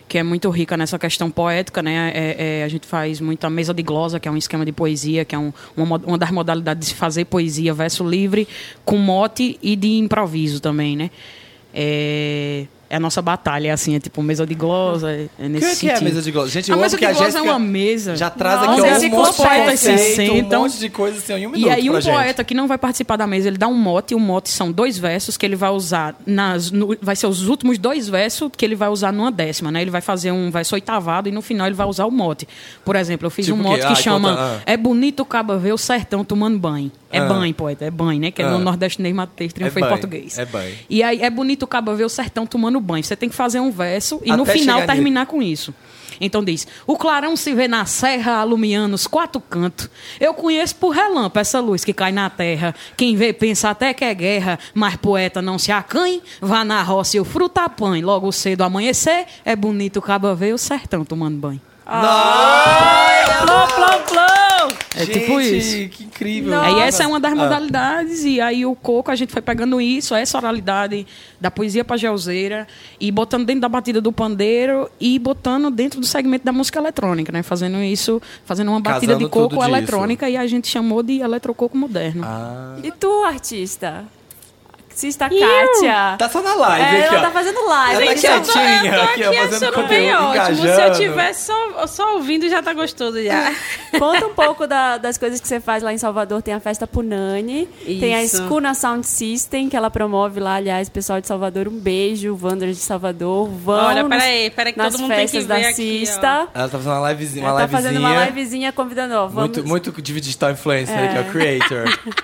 Speaker 8: que é muito rica nessa questão poética, né? É- é, a gente faz muita mesa de glosa, que é um esquema de poesia, que é um- uma, mo- uma das modalidades de se fazer poesia, verso livre, com mote e de improviso também, né? É, é a nossa batalha, assim, é tipo mesa de glosa, é, é
Speaker 4: O que
Speaker 8: nesse
Speaker 4: é que
Speaker 8: sentido.
Speaker 4: é a mesa de glosa? Gente,
Speaker 8: A
Speaker 4: eu amo
Speaker 8: mesa de
Speaker 4: que a
Speaker 8: glosa é
Speaker 4: Jéssica
Speaker 8: uma mesa.
Speaker 4: Já traz
Speaker 10: Nossa,
Speaker 4: aqui
Speaker 10: esse
Speaker 4: um monte de
Speaker 10: poeta se
Speaker 4: conceito, um
Speaker 8: sentam.
Speaker 4: monte de coisa assim, em um minuto
Speaker 8: então. E aí
Speaker 4: pra
Speaker 8: um
Speaker 4: gente.
Speaker 8: poeta que não vai participar da mesa, ele dá um mote, e o mote são dois versos que ele vai usar nas no- vai ser os últimos dois versos que ele vai usar numa décima, né? Ele vai fazer um verso oitavado e no final ele vai usar o mote. Por exemplo, eu fiz
Speaker 4: Tipo
Speaker 8: um
Speaker 4: o quê?
Speaker 8: mote que
Speaker 4: Ah,
Speaker 8: chama
Speaker 4: conta, ah.
Speaker 8: É bonito o caba ver o sertão tomando banho. É
Speaker 4: Ah.
Speaker 8: banho, poeta, é banho, né? Que é
Speaker 4: Ah.
Speaker 8: no nordestinês matei, triunfei em
Speaker 4: banho,
Speaker 8: um português.
Speaker 4: é banho.
Speaker 8: E aí é bonito o caba ver o sertão tomando banho. Você tem que fazer um verso e no
Speaker 4: Até
Speaker 8: final
Speaker 4: chegar
Speaker 8: terminar terminar com isso. Então diz: O clarão se vê na serra, alumiando os quatro cantos. Eu conheço por relâmpago essa luz que cai na terra. Quem vê pensa até que é guerra, mas poeta não se acanhe. Vá na roça e o fruta apanhe. Logo cedo amanhecer, é bonito o caba ver o sertão tomando banho.
Speaker 11: Plum, plum, plum!
Speaker 8: É tipo isso.
Speaker 4: Gente, que incrível.
Speaker 8: Aí essa é uma
Speaker 4: Ah.
Speaker 8: das modalidades, e aí o coco a gente foi pegando isso, essa oralidade da poesia pajelzeira, e botando dentro da batida do pandeiro e botando dentro do segmento da música eletrônica, né? Fazendo isso, fazendo uma batida
Speaker 4: Casando
Speaker 8: de coco
Speaker 4: tudo disso. Ah,
Speaker 8: eletrônica, e a gente chamou de eletrococo moderno.
Speaker 10: E tu, artista?
Speaker 2: Assista a Kátia.
Speaker 4: Tá só na live
Speaker 2: É,
Speaker 4: aqui,
Speaker 2: ela
Speaker 4: ó.
Speaker 2: tá fazendo live.
Speaker 4: Ela tá
Speaker 2: Gente, eu tô-
Speaker 4: quietinha
Speaker 11: eu tô aqui,
Speaker 4: aqui, ó, fazendo
Speaker 11: achando bem
Speaker 4: conteúdo,
Speaker 11: ótimo. Se eu [LAUGHS]
Speaker 4: engajando.
Speaker 11: tivesse só, só ouvindo, já tá gostoso já.
Speaker 2: [LAUGHS] Conta um pouco da- das coisas que você faz lá em Salvador. Tem a festa Punani, tem a
Speaker 11: Isso.
Speaker 2: Escuna Sound System, que ela promove lá. Aliás, pessoal de Salvador, um beijo. Wanderers de Salvador, vão
Speaker 11: Olha,
Speaker 2: nos-
Speaker 11: peraí, peraí que
Speaker 2: nas
Speaker 11: todo mundo tem que
Speaker 2: festas
Speaker 11: ver
Speaker 2: da
Speaker 11: aqui, ó.
Speaker 2: Cista.
Speaker 4: Ela tá fazendo uma livezinha, uma
Speaker 2: Ela tá
Speaker 4: livezinha.
Speaker 2: fazendo uma livezinha convidando, ó, vamos,
Speaker 4: Muito, muito de digital influencer
Speaker 2: É.
Speaker 4: aqui, ó,
Speaker 8: [LAUGHS]
Speaker 4: creator.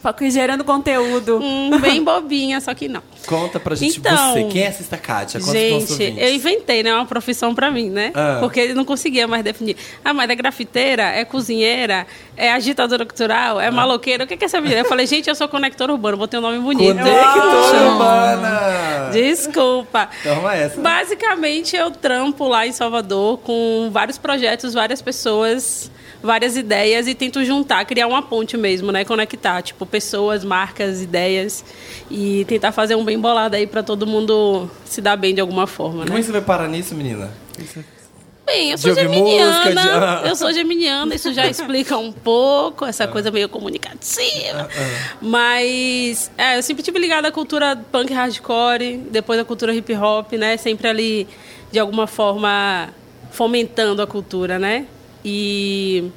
Speaker 2: fa- gerando conteúdo.
Speaker 11: Hum, bem bobinha, só que não.
Speaker 4: Conta pra gente
Speaker 11: Então,
Speaker 4: você. Quem é essa Kátia? Conta pros
Speaker 11: Gente,
Speaker 4: ouvintes.
Speaker 11: eu inventei, né? Uma profissão pra mim, né?
Speaker 4: Ah.
Speaker 11: Porque eu não conseguia mais definir. Ah, mas é grafiteira, é cozinheira, é agitadora cultural, é
Speaker 4: Ah.
Speaker 11: maloqueira. O que que é essa menina? Eu falei, gente, eu sou conector urbano, botei um nome bonito.
Speaker 4: Conector urbana!
Speaker 11: Desculpa.
Speaker 4: Toma Ah! Então, essa.
Speaker 11: Basicamente, eu trampo lá em Salvador com vários projetos, várias pessoas, várias ideias e tento juntar, criar uma ponte mesmo, né? Conectar, tipo, pessoas, marcas, ideias e tentar fazer um bem bolado aí pra todo mundo se dar bem de alguma forma,
Speaker 4: Como é
Speaker 11: né?
Speaker 4: que você vai parar nisso, menina?
Speaker 11: Bem, eu sou
Speaker 4: De ouvir música,
Speaker 11: geminiana,
Speaker 4: de-
Speaker 11: eu sou geminiana, isso
Speaker 4: [LAUGHS]
Speaker 11: já explica um pouco, essa coisa meio comunicativa.
Speaker 4: É.
Speaker 11: Mas é, eu sempre tive ligada à cultura punk hardcore, depois à cultura hip hop, né? Sempre ali, de alguma forma, fomentando a cultura, né? E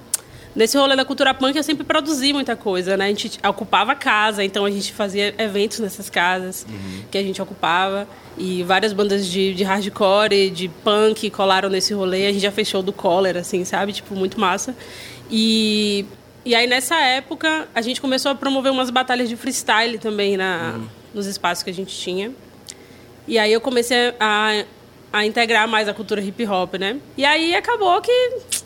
Speaker 11: nesse rolê da cultura punk eu sempre produzi muita coisa, né? A gente ocupava casa, então a gente fazia eventos nessas casas
Speaker 8: Uhum.
Speaker 4: uhum.
Speaker 11: que a gente ocupava. E várias bandas de, de hardcore, de punk colaram nesse rolê. A gente já fechou do Collar, assim, sabe? Tipo, muito massa. E, e aí nessa época a gente começou a promover umas batalhas de freestyle também na, nos espaços que a gente tinha. E aí eu comecei a, a integrar mais a cultura hip hop, né? E aí acabou que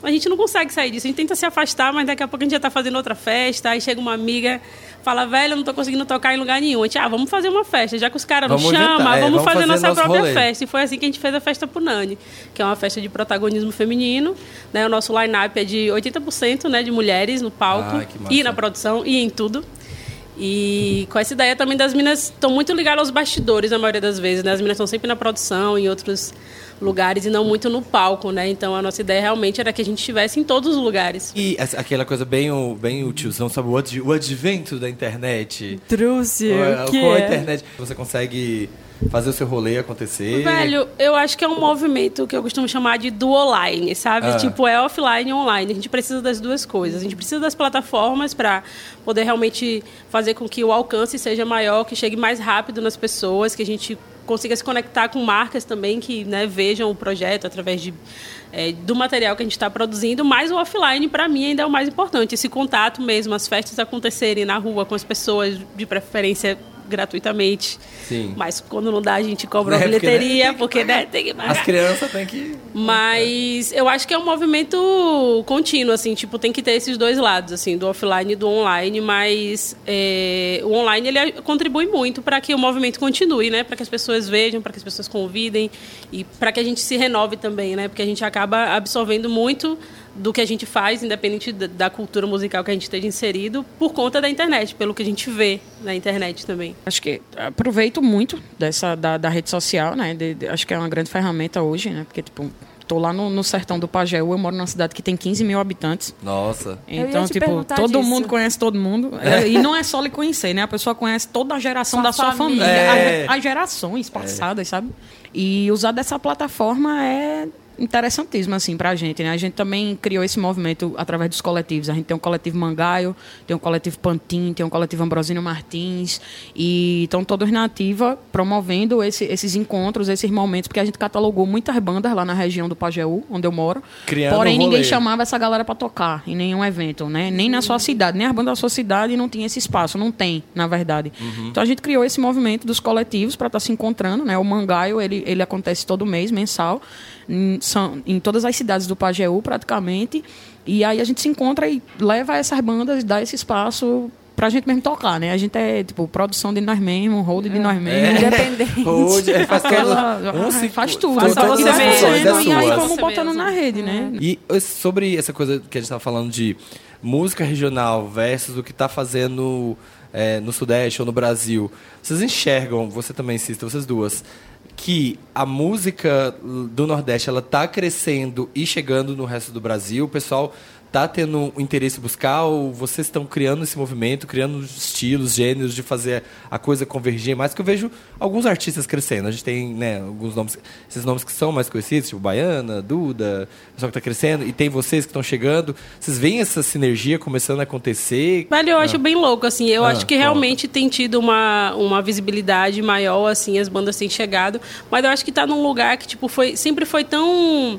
Speaker 11: a gente não consegue sair disso. A gente tenta se afastar, mas daqui a pouco a gente já tá fazendo outra festa. Aí chega uma amiga, fala, velho, eu não tô conseguindo tocar em lugar nenhum. A gente, ah, vamos fazer uma festa. Já que os caras não
Speaker 4: Vamos
Speaker 11: chamam,
Speaker 4: inventar, é,
Speaker 11: vamos,
Speaker 4: vamos
Speaker 11: fazer,
Speaker 4: fazer
Speaker 11: nossa
Speaker 4: nosso
Speaker 11: própria
Speaker 4: rolê.
Speaker 11: festa. E foi assim que a gente fez a festa Punani, que é uma festa de protagonismo feminino. Né? O nosso line-up é de 80% né, de mulheres no palco.
Speaker 4: Ah, que massa.
Speaker 11: e na produção, e em tudo. E com essa ideia também das minas estão muito ligadas aos bastidores na maioria das vezes, né? As minas estão sempre na produção, em outros lugares e não muito no palco, né? Então a nossa ideia realmente era que a gente estivesse em todos os lugares.
Speaker 4: E essa- aquela coisa bem o, bem o tiozão, sabe? O, ad- o advento da internet.
Speaker 2: Trouxe
Speaker 4: Com a-
Speaker 2: o quê?
Speaker 4: Com a internet. Você consegue fazer o seu rolê acontecer.
Speaker 11: Velho, eu acho que é um movimento que eu costumo chamar de do online, sabe?
Speaker 4: Ah.
Speaker 11: Tipo, é offline e online. A gente precisa das duas coisas. A gente precisa das plataformas para poder realmente fazer com que o alcance seja maior, que chegue mais rápido nas pessoas, que a gente consiga se conectar com marcas também que né, vejam o projeto através de, eh, do material que a gente está produzindo, mas o offline para mim ainda é o mais importante, esse contato mesmo, as festas acontecerem na rua com as pessoas, de preferência gratuitamente.
Speaker 4: Sim.
Speaker 11: Mas quando não dá, a gente cobra uma
Speaker 4: Né? Porque, né,
Speaker 11: bilheteria, porque, né, tem que pagar.
Speaker 4: As crianças têm que.
Speaker 11: Mas eu acho que é um movimento contínuo, assim, tipo, tem que ter esses dois lados, assim, do offline e do online, mas é, o online ele contribui muito para que o movimento continue, né? Para que as pessoas vejam, para que as pessoas convidem e para que a gente se renove também, né? Porque a gente acaba absorvendo muito do que a gente faz, independente da, da cultura musical que a gente esteja inserido, por conta da internet, pelo que a gente vê na internet também.
Speaker 8: Acho que aproveito muito dessa da, da rede social, né? De- de- acho que é uma grande ferramenta hoje, né? Porque, tipo, tô lá no, no sertão do Pajéu, eu moro numa cidade que tem 15 mil habitantes.
Speaker 4: Nossa.
Speaker 2: Eu ia
Speaker 8: Então,
Speaker 2: te
Speaker 8: tipo,
Speaker 2: perguntar
Speaker 8: todo
Speaker 2: disso.
Speaker 8: mundo conhece todo mundo. É, E não é só lhe conhecer, né? A pessoa conhece toda a geração
Speaker 12: Sua
Speaker 8: da sua
Speaker 12: família.
Speaker 8: família.
Speaker 4: É.
Speaker 8: As, as gerações passadas, sabe? E usar dessa plataforma é interessantíssimo, assim, pra gente, né? A gente também criou esse movimento através dos coletivos. A gente tem um coletivo Mangaio, tem um coletivo Pantin, tem um coletivo Ambrosino Martins. E estão todos na ativa promovendo esse- esses encontros, esses momentos, porque a gente catalogou muitas bandas lá na região do Pajeú, onde eu moro.
Speaker 4: Criando um
Speaker 8: Porém,
Speaker 4: rolê.
Speaker 8: ninguém chamava essa galera pra tocar em nenhum evento, né? Nem na sua cidade, nem a banda da sua cidade não tinha esse espaço, não tem, na verdade.
Speaker 11: Uhum.
Speaker 8: Então a gente criou esse movimento dos coletivos pra estar se encontrando, né? O Mangaio, ele, ele acontece todo mês, mensal, em, são, em todas as cidades do Pajeú, praticamente. E aí a gente se encontra e leva essas bandas, dá esse espaço pra gente mesmo tocar, né? A gente é, tipo, produção de nós mesmos, hold de nós mesmos.
Speaker 2: Independente.
Speaker 4: Hoje, é, faz,
Speaker 8: Aquela-
Speaker 4: todo- um se-
Speaker 8: faz tudo.
Speaker 4: todas
Speaker 8: Faz
Speaker 4: as é
Speaker 8: tudo.
Speaker 11: você mesmo.
Speaker 4: funções das
Speaker 8: E aí
Speaker 4: suas.
Speaker 8: vamos
Speaker 11: Você
Speaker 8: botando
Speaker 11: mesmo.
Speaker 8: na rede, né?
Speaker 4: E esse- sobre essa coisa que a gente tava falando de música regional versus o que tá fazendo é, no Sudeste ou no Brasil, vocês enxergam, você também insiste, vocês duas, que a música do Nordeste ela tá crescendo e chegando no resto do Brasil, o pessoal tá tendo um interesse musical, vocês estão criando esse movimento, criando estilos, gêneros de fazer a coisa convergir mais, que eu vejo alguns artistas crescendo. A gente tem, né, alguns nomes, esses nomes que são mais conhecidos, tipo Baiana, Duda, o pessoal que tá crescendo, e tem vocês que estão chegando. Vocês veem essa sinergia começando a acontecer?
Speaker 11: Velho, eu acho
Speaker 4: Ah.
Speaker 11: bem louco, assim. Eu
Speaker 4: Ah,
Speaker 11: acho que
Speaker 4: fala.
Speaker 11: realmente tem tido uma, uma visibilidade maior, assim, as bandas têm chegado. Mas eu acho que tá num lugar que, tipo, foi, sempre foi tão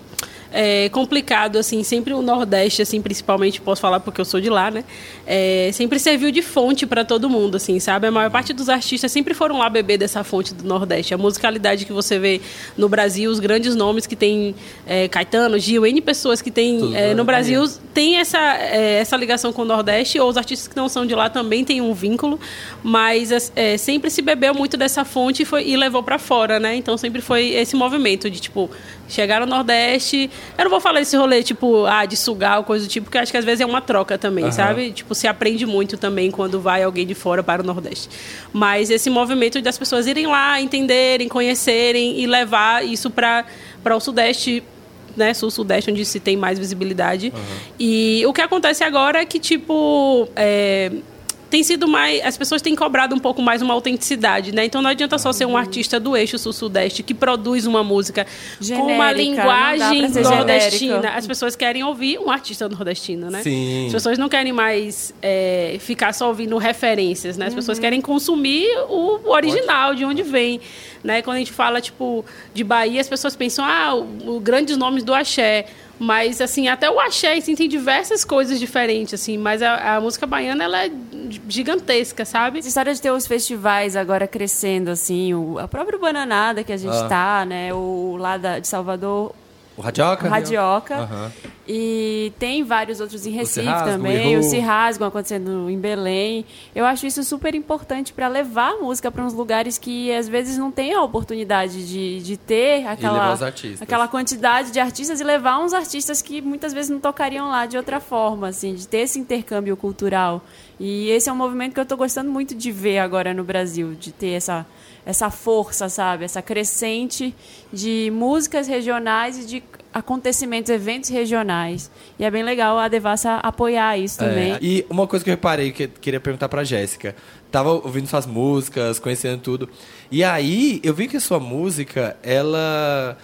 Speaker 11: é, complicado, assim. Sempre o Nordeste, assim, principalmente, posso falar porque eu sou de lá, né? É, sempre serviu de fonte para todo mundo, assim, sabe? A maior parte dos artistas sempre foram lá beber dessa fonte do Nordeste. A musicalidade que você vê no Brasil, os grandes nomes que tem é, Caetano, Gil, N pessoas que tem
Speaker 7: Tudo,
Speaker 11: é,
Speaker 7: né?
Speaker 11: no Brasil tem essa, é, essa ligação com o Nordeste, ou os artistas que não são de lá também têm um vínculo, mas as- é, sempre se bebeu muito dessa fonte e, foi- e levou para fora, né? Então sempre foi esse movimento de, tipo, chegar no Nordeste. Eu não vou falar esse rolê, tipo, ah, de sugar ou coisa do tipo, porque eu acho que às vezes é uma troca também,
Speaker 13: Aham.
Speaker 11: sabe? Tipo, se aprende muito também quando vai alguém de fora para o Nordeste. Mas esse movimento das pessoas irem lá, entenderem, conhecerem e levar isso para o Sudeste né, sul-sudeste, onde se tem mais visibilidade. E o que acontece agora é que, tipo, é, tem sido mais. As pessoas têm cobrado um pouco mais uma autenticidade, né? Então não adianta só ser um artista do eixo sul-sudeste que produz uma música com uma
Speaker 7: Genérica,
Speaker 11: linguagem
Speaker 7: não dá pra ser
Speaker 11: nordestina.
Speaker 7: genérica.
Speaker 11: As pessoas querem ouvir um artista nordestino, né?
Speaker 7: Sim.
Speaker 11: As pessoas não querem mais é, ficar só ouvindo referências, né? As pessoas
Speaker 4: Uhum.
Speaker 11: querem consumir o original, de onde vem. Né? Quando a gente fala, tipo, de Bahia, as pessoas pensam, ah, o, o grandes nomes do axé. Mas, assim, até o axé, assim, tem diversas coisas diferentes, assim. Mas a, a música baiana, ela é gigantesca, sabe?
Speaker 2: Essa história de ter os festivais agora crescendo, assim, o, a própria Bananada que a gente
Speaker 4: Ah.
Speaker 2: tá, né? O lá da- de Salvador.
Speaker 4: O Radioca?
Speaker 2: O Radioca.
Speaker 4: Aham.
Speaker 2: E tem vários outros em Recife
Speaker 4: Rasgam,
Speaker 2: também.
Speaker 4: Errou.
Speaker 2: O Se Rasgam acontecendo em Belém. Eu acho isso super importante para levar a música para uns lugares que às vezes não tem a oportunidade de, de ter aquela,
Speaker 4: levar os artistas.
Speaker 2: aquela quantidade de artistas e levar uns artistas que muitas vezes não tocariam lá de outra forma, assim, de ter esse intercâmbio cultural. E esse é um movimento que eu estou gostando muito de ver agora no Brasil, de ter essa, essa força, sabe? Essa crescente de músicas regionais e de acontecimentos, eventos regionais. E é bem legal a Devassa apoiar isso também.
Speaker 4: É, E uma coisa que eu reparei, que eu queria perguntar pra Jéssica. Tava ouvindo suas músicas, conhecendo tudo. E aí, eu vi que a sua música, ela.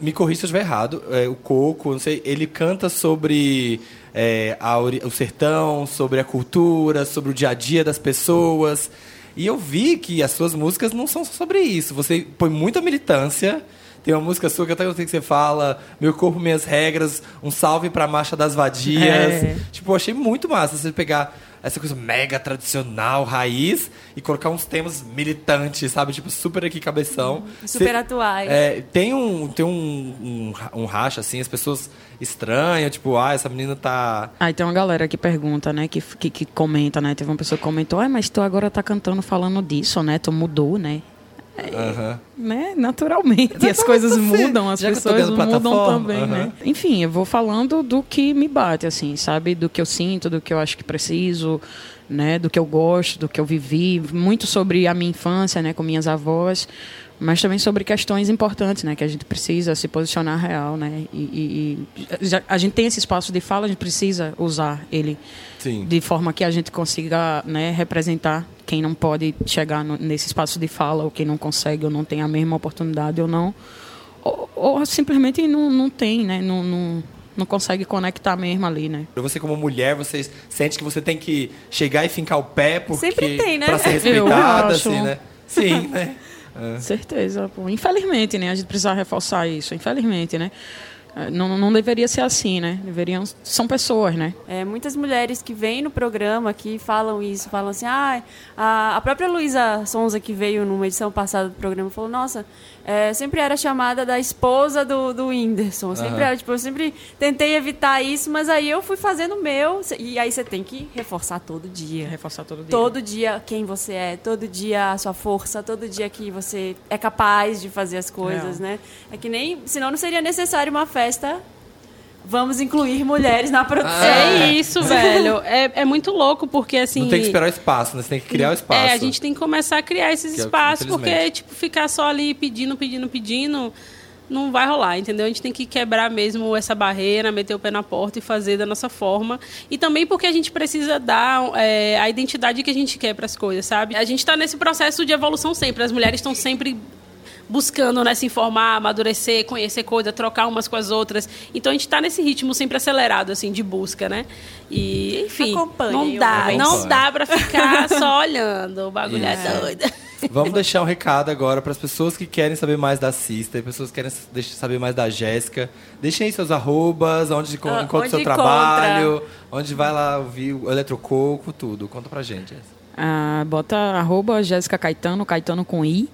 Speaker 4: Me corri se eu estiver errado. é, o Coco, não sei, ele canta sobre é, a ori- o sertão, sobre a cultura, sobre o dia a dia das pessoas. E eu vi que as suas músicas não são só sobre isso. Você põe muita militância. Tem uma música sua que eu até gostei que você fala, Meu Corpo, Minhas Regras, um salve pra Marcha das Vadias.
Speaker 14: É.
Speaker 4: Tipo, eu achei muito massa você pegar essa coisa mega tradicional, raiz, e colocar uns temas militantes, sabe? Tipo, super aqui cabeção.
Speaker 8: Uhum.
Speaker 2: Super
Speaker 4: Você-
Speaker 2: atuais.
Speaker 4: é, tem um, tem um, um, um racha, assim, as pessoas estranham, tipo, ah, essa menina tá...
Speaker 8: Aí tem uma galera que pergunta, né? Que, que, que comenta, né? Teve uma pessoa que comentou, ah, mas tu agora tá cantando falando disso, né? Tu mudou, né?
Speaker 4: Aham.
Speaker 8: né? Naturalmente. as coisas mudam, as
Speaker 4: É. Já que eu tô
Speaker 8: pessoas
Speaker 4: dando
Speaker 8: mudam
Speaker 4: plataforma,
Speaker 8: também, né?
Speaker 4: aham.
Speaker 8: Enfim, eu vou falando do que me bate, assim, sabe? Do que eu sinto, do que eu acho que preciso, né? Do que eu gosto, do que eu vivi. Muito sobre a minha infância, né? Com minhas avós. Mas também sobre questões importantes, né? Que a gente precisa se posicionar real, né? E, e- e já- a gente tem esse espaço de fala, a gente precisa usar ele
Speaker 4: Sim.
Speaker 8: de forma que a gente consiga né, representar quem não pode chegar no- nesse espaço de fala, ou quem não consegue, ou não tem a mesma oportunidade, ou não. Ou, ou simplesmente não, não tem, né? Não, não, não consegue conectar mesmo ali, né?
Speaker 4: Pra você como mulher, você sente que você tem que chegar e fincar o pé porque...
Speaker 8: Sempre tem, né?
Speaker 4: Pra ser
Speaker 8: Eu
Speaker 4: respeitada,
Speaker 8: acho.
Speaker 4: assim, né?
Speaker 8: [LAUGHS]
Speaker 4: Sim, né? Ah.
Speaker 8: Certeza, pô. Infelizmente, né? A gente precisa reforçar isso, infelizmente, né? Eh, Não, não deveria ser assim, né? Deveriam. São pessoas, né?
Speaker 2: É, muitas mulheres que vêm no programa que falam isso, falam assim, ah, a, a própria Luísa Sonza que veio numa edição passada do programa falou, nossa, é, sempre era chamada da esposa do, do Whindersson. Sempre
Speaker 8: Aham.
Speaker 2: era, tipo, eu sempre tentei evitar isso, mas aí eu fui fazendo o meu. E aí você tem que reforçar todo dia.
Speaker 8: Reforçar todo dia.
Speaker 2: Todo dia quem você é, todo dia a sua força, todo dia que você é capaz de fazer as coisas,
Speaker 8: Real.
Speaker 2: né? É que nem. Senão não seria necessário uma festa. Vamos incluir mulheres na produção.
Speaker 11: É isso, velho. É, é muito louco, porque assim.
Speaker 4: Não tem que esperar o espaço, né? Você tem que criar o espaço.
Speaker 11: É, a gente tem que começar a criar esses
Speaker 4: Que é o que,
Speaker 11: espaços, porque,
Speaker 4: infelizmente.
Speaker 11: tipo, ficar só ali pedindo, pedindo, pedindo. não vai rolar, entendeu? A gente tem que quebrar mesmo essa barreira, meter o pé na porta e fazer da nossa forma. E também porque a gente precisa dar é, a identidade que a gente quer para as coisas, sabe? A gente está nesse processo de evolução sempre. As mulheres estão sempre buscando né, se informar, amadurecer, conhecer coisa, trocar umas com as outras. Então a gente está nesse ritmo sempre acelerado assim de busca, né? E enfim,
Speaker 2: Acompanhe
Speaker 11: não
Speaker 2: o
Speaker 11: dá,
Speaker 4: homem.
Speaker 11: não
Speaker 4: Acompanhe.
Speaker 11: dá para ficar
Speaker 2: [LAUGHS]
Speaker 11: só olhando. O bagulho é
Speaker 4: Isso.
Speaker 11: doido.
Speaker 4: Vamos deixar um recado agora para as pessoas que querem saber mais da Cista e pessoas que querem s- deix- saber mais da Jéssica. Deixem aí seus arrobas, onde co-
Speaker 11: Ah,
Speaker 4: encontra o seu
Speaker 11: onde encontra.
Speaker 4: trabalho, onde vai lá ouvir o Eletrococo, tudo. Conta pra gente. Jéssica.
Speaker 15: Ah, bota arroba Jéssica Caetano, Caetano com I,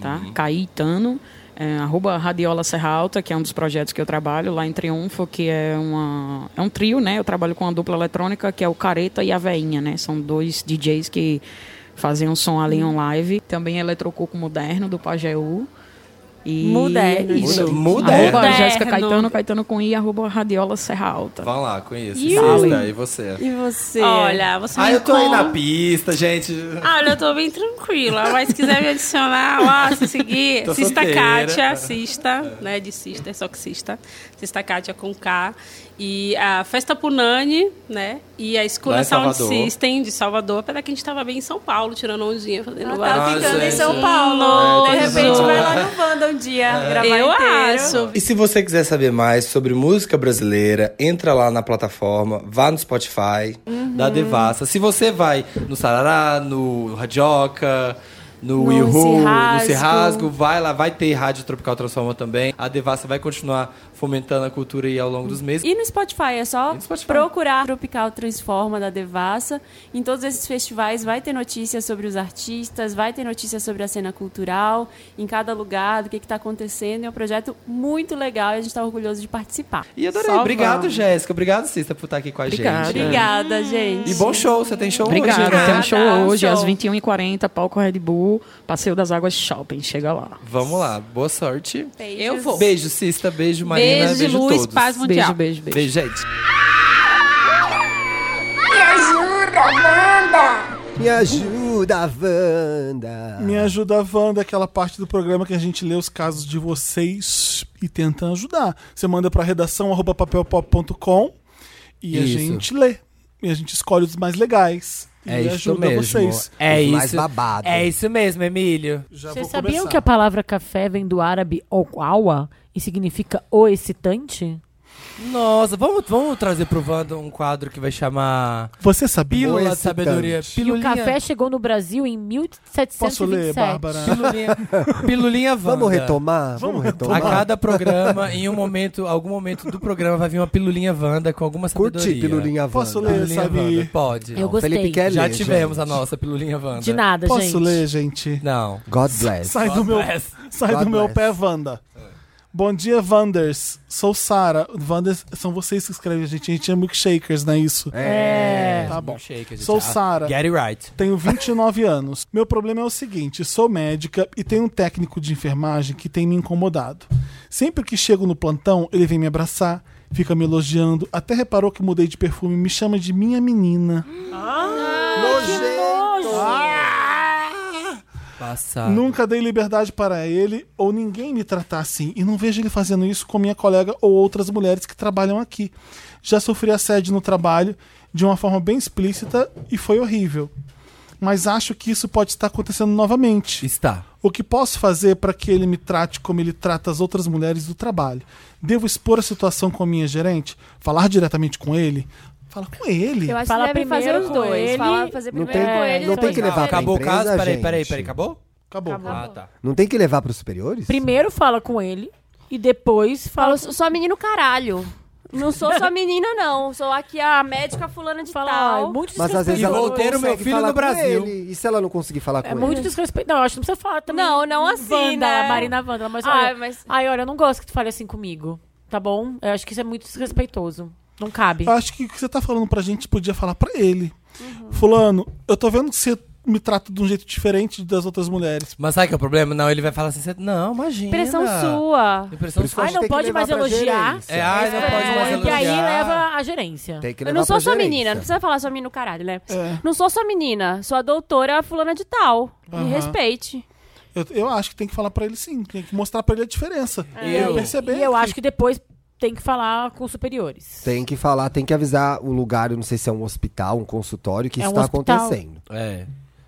Speaker 15: tá? Caetano. É, arroba Radiola Serra Alta, que é um dos projetos que eu trabalho lá em Triunfo, que é, uma, é um trio, né? Eu trabalho com a dupla eletrônica, que é o Careta e a Veinha, né? São dois DJs que fazem um som ali
Speaker 4: Uhum.
Speaker 15: on live. Também Eletrococo Moderno, do Pajeú. E
Speaker 4: Moderno.
Speaker 15: Isso.
Speaker 4: Moderno.
Speaker 15: Arroba
Speaker 4: Moderno.
Speaker 15: Jéssica Caetano, Caetano com I, arroba Radiola Serra Alta.
Speaker 4: Vão lá, conheço.
Speaker 15: E
Speaker 4: Cista,
Speaker 15: o-
Speaker 4: e você?
Speaker 15: você?
Speaker 11: Olha, você
Speaker 4: Ah,
Speaker 11: me
Speaker 4: eu tô aí na
Speaker 11: encontra-
Speaker 4: pista, gente.
Speaker 11: Ah, Olha, eu tô bem tranquila, mas se quiser me adicionar, ó, se seguir,
Speaker 4: Tô
Speaker 11: Sista
Speaker 4: solteira.
Speaker 11: Kátia, Sista, né, de Sista, só que Sista, Sista Kátia com K, e a Festa Punani, né, e a
Speaker 4: Lá
Speaker 11: Escola
Speaker 4: em
Speaker 11: Sound
Speaker 4: Salvador.
Speaker 11: System de Salvador, apesar que a gente tava bem em São Paulo, tirando ondinha, fazendo
Speaker 2: Ah,
Speaker 11: barulho.
Speaker 2: tá ficando em São
Speaker 11: Hum,
Speaker 2: Paulo. de repente
Speaker 11: Jesus.
Speaker 2: vai lá no Wanda um dia
Speaker 4: É.
Speaker 2: gravar
Speaker 11: Eu
Speaker 2: inteiro.
Speaker 11: acho.
Speaker 16: E se você quiser saber mais sobre música brasileira, entra lá na plataforma, vá no Spotify.
Speaker 4: Da Devassa. Se você vai no Sarará, no Radioca, no,
Speaker 16: No
Speaker 4: Ihu, no
Speaker 16: Serrasgo.
Speaker 4: Serrasgo, vai lá, vai ter Rádio Tropical Transforma também. A Devassa vai continuar fomentando a cultura aí ao longo Um dos meses.
Speaker 2: E no Spotify, é só procurar Tropical Transforma da Devassa. Em todos esses festivais vai ter notícias sobre os artistas, vai ter notícias sobre a cena cultural, em cada lugar, do que está acontecendo. É um projeto muito legal e a gente está orgulhoso de participar.
Speaker 4: E adorei.
Speaker 2: Só
Speaker 4: Obrigado,
Speaker 2: vamos.
Speaker 4: Jéssica. Obrigado, Cista, por estar aqui com a
Speaker 15: Obrigada.
Speaker 4: gente.
Speaker 2: Obrigada, gente.
Speaker 4: E bom show. Você tem show
Speaker 15: Obrigada,
Speaker 4: hoje, né?
Speaker 15: tem um show hoje,
Speaker 4: show.
Speaker 15: às 21h40, palco Red Bull, Passeio das Águas Shopping. Chega lá.
Speaker 4: Vamos lá. Boa sorte.
Speaker 11: Beijos. Eu vou.
Speaker 4: Beijo, Cista. Beijo, Marina.
Speaker 11: Beijo,
Speaker 4: Beijo,
Speaker 11: luz,
Speaker 4: todos.
Speaker 11: paz mundial. Beijo,
Speaker 15: beijo,
Speaker 4: Beijo, gente.
Speaker 17: Me ajuda, Wanda!
Speaker 3: Me ajuda, Wanda.
Speaker 1: Me ajuda a Wanda, aquela parte do programa que a gente lê os casos de vocês e tenta ajudar. Você manda pra redação arroba papelpop.com e a
Speaker 4: Isso.
Speaker 1: gente lê. E a gente escolhe os mais legais. E
Speaker 4: É isso
Speaker 1: ajuda
Speaker 4: mesmo.
Speaker 1: vocês.
Speaker 4: É isso. É
Speaker 6: isso mesmo, Emílio.
Speaker 7: Vocês sabiam que a palavra café vem do árabe okawa e significa o excitante?
Speaker 6: Nossa, vamos, vamos trazer pro Wanda um quadro que vai chamar.
Speaker 1: Você sabia?
Speaker 6: Pílula de
Speaker 1: Excitante.
Speaker 6: sabedoria.
Speaker 7: E o
Speaker 6: Pilulinha.
Speaker 7: café chegou no Brasil em 1727.
Speaker 1: Posso ler, Bárbara?
Speaker 3: [LAUGHS]
Speaker 6: Pilulinha, pilulinha Wanda.
Speaker 3: Vamos retomar? Vamos
Speaker 6: A
Speaker 3: retomar?
Speaker 6: cada programa, em um momento, algum momento do programa, vai vir uma pilulinha Wanda com alguma
Speaker 3: Curti
Speaker 6: sabedoria.
Speaker 3: pilulinha Wanda. Posso ler,
Speaker 6: Pilulinha
Speaker 3: sabe?
Speaker 6: Wanda, Pode.
Speaker 3: Eu gostei. Felipe quer
Speaker 6: Já
Speaker 3: ler,
Speaker 6: tivemos
Speaker 3: gente.
Speaker 6: a nossa pilulinha Wanda.
Speaker 1: De nada, Posso gente. ler, gente?
Speaker 6: Não.
Speaker 3: God bless.
Speaker 1: Sai do meu, sai
Speaker 6: God
Speaker 1: do meu
Speaker 6: bless.
Speaker 1: pé, Wanda. Bom dia, Wanders. Sou Sara. Wanders, são vocês que escrevem a gente. A gente é milkshakers, não é isso?
Speaker 6: É.
Speaker 1: Tá bom.
Speaker 6: Milkshakers,
Speaker 1: Sou
Speaker 6: tá?
Speaker 1: Sara.
Speaker 6: Get it right. [LAUGHS]
Speaker 1: Tenho 29 anos. Meu problema é o seguinte: sou médica e tenho um técnico de enfermagem que tem me incomodado. Sempre que chego no plantão, ele vem me abraçar, fica me elogiando, até reparou que mudei de perfume e me chama de minha menina.
Speaker 2: Ah,
Speaker 6: Passar.
Speaker 1: Nunca dei liberdade para ele ou ninguém me tratar assim. E não vejo ele fazendo isso com minha colega ou outras mulheres que trabalham aqui. Já sofri assédio no trabalho de uma forma bem explícita e foi horrível. Mas acho que isso pode estar acontecendo novamente.
Speaker 6: Está.
Speaker 1: O que posso fazer para que ele me trate como ele trata as outras mulheres do trabalho? Devo expor a situação com a minha gerente? Falar diretamente com ele? Fala com ele.
Speaker 2: Eu acho
Speaker 7: Fala
Speaker 2: que devem fazer
Speaker 7: primeiro
Speaker 2: os
Speaker 7: com
Speaker 2: dois.
Speaker 7: ele.
Speaker 2: Falar, fazer
Speaker 3: Não
Speaker 2: primeiro
Speaker 3: tem-
Speaker 2: com ele.
Speaker 3: não tem
Speaker 2: depois
Speaker 3: que levar pra
Speaker 6: Acabou o
Speaker 3: empresa,
Speaker 6: caso? Peraí,
Speaker 3: gente.
Speaker 6: peraí, peraí. Acabou?
Speaker 1: Acabou.
Speaker 6: Ah, tá.
Speaker 3: Não tem que levar pros superiores?
Speaker 7: Primeiro fala com ele e depois fala.
Speaker 2: Eu sou menino caralho. Não sou
Speaker 7: [LAUGHS]
Speaker 2: sua menina, não. Sou aqui a médica fulana de tal.
Speaker 7: muito
Speaker 3: Mas às vezes
Speaker 7: E
Speaker 3: ela não
Speaker 7: vou ter o meu
Speaker 3: consegue
Speaker 7: filho
Speaker 3: falar
Speaker 7: no
Speaker 3: com
Speaker 7: Brasil.
Speaker 3: ele. E se ela não conseguir falar
Speaker 7: É
Speaker 3: com
Speaker 7: muito
Speaker 3: ele?
Speaker 7: desrespeito. Não, eu acho que não precisa falar também.
Speaker 2: Não, não assim,
Speaker 7: Wanda,
Speaker 2: né?
Speaker 7: Marina Wanda, mas
Speaker 2: Ai,
Speaker 7: olha,
Speaker 2: mas-
Speaker 7: Ai, olha, eu não gosto que tu fale assim comigo, tá bom? Eu acho que isso é muito desrespeitoso. Não cabe.
Speaker 2: Ah,
Speaker 1: Eu acho que o que você tá falando pra gente podia falar pra ele. Fulano, eu tô vendo que você me trata de um jeito diferente das outras mulheres.
Speaker 6: Mas sabe que é o problema? Não, ele vai falar assim, "Cê- não, imagina.
Speaker 2: Impressão sua.
Speaker 6: Impressão sua.
Speaker 7: Ai, não pode mais elogiar.
Speaker 6: É, ai, não pode mais
Speaker 7: E
Speaker 6: elogiar.
Speaker 7: aí leva a gerência. É.
Speaker 6: Tem que
Speaker 2: Eu não sou sua menina, não precisa falar sua menina caralho, né? Não sou sua menina, sou a doutora fulana de tal. Me
Speaker 1: Aham.
Speaker 2: respeite.
Speaker 1: Eu, eu acho que tem que falar pra ele sim, tem que mostrar pra ele a diferença.
Speaker 7: É.
Speaker 1: Eu perceber.
Speaker 7: E eu acho que depois tem que falar com os superiores.
Speaker 3: Tem que falar, tem que avisar o lugar, eu não sei se é um hospital, um consultório, que
Speaker 7: É
Speaker 3: isso
Speaker 7: um
Speaker 3: tá
Speaker 7: hospital.
Speaker 3: acontecendo.
Speaker 4: É.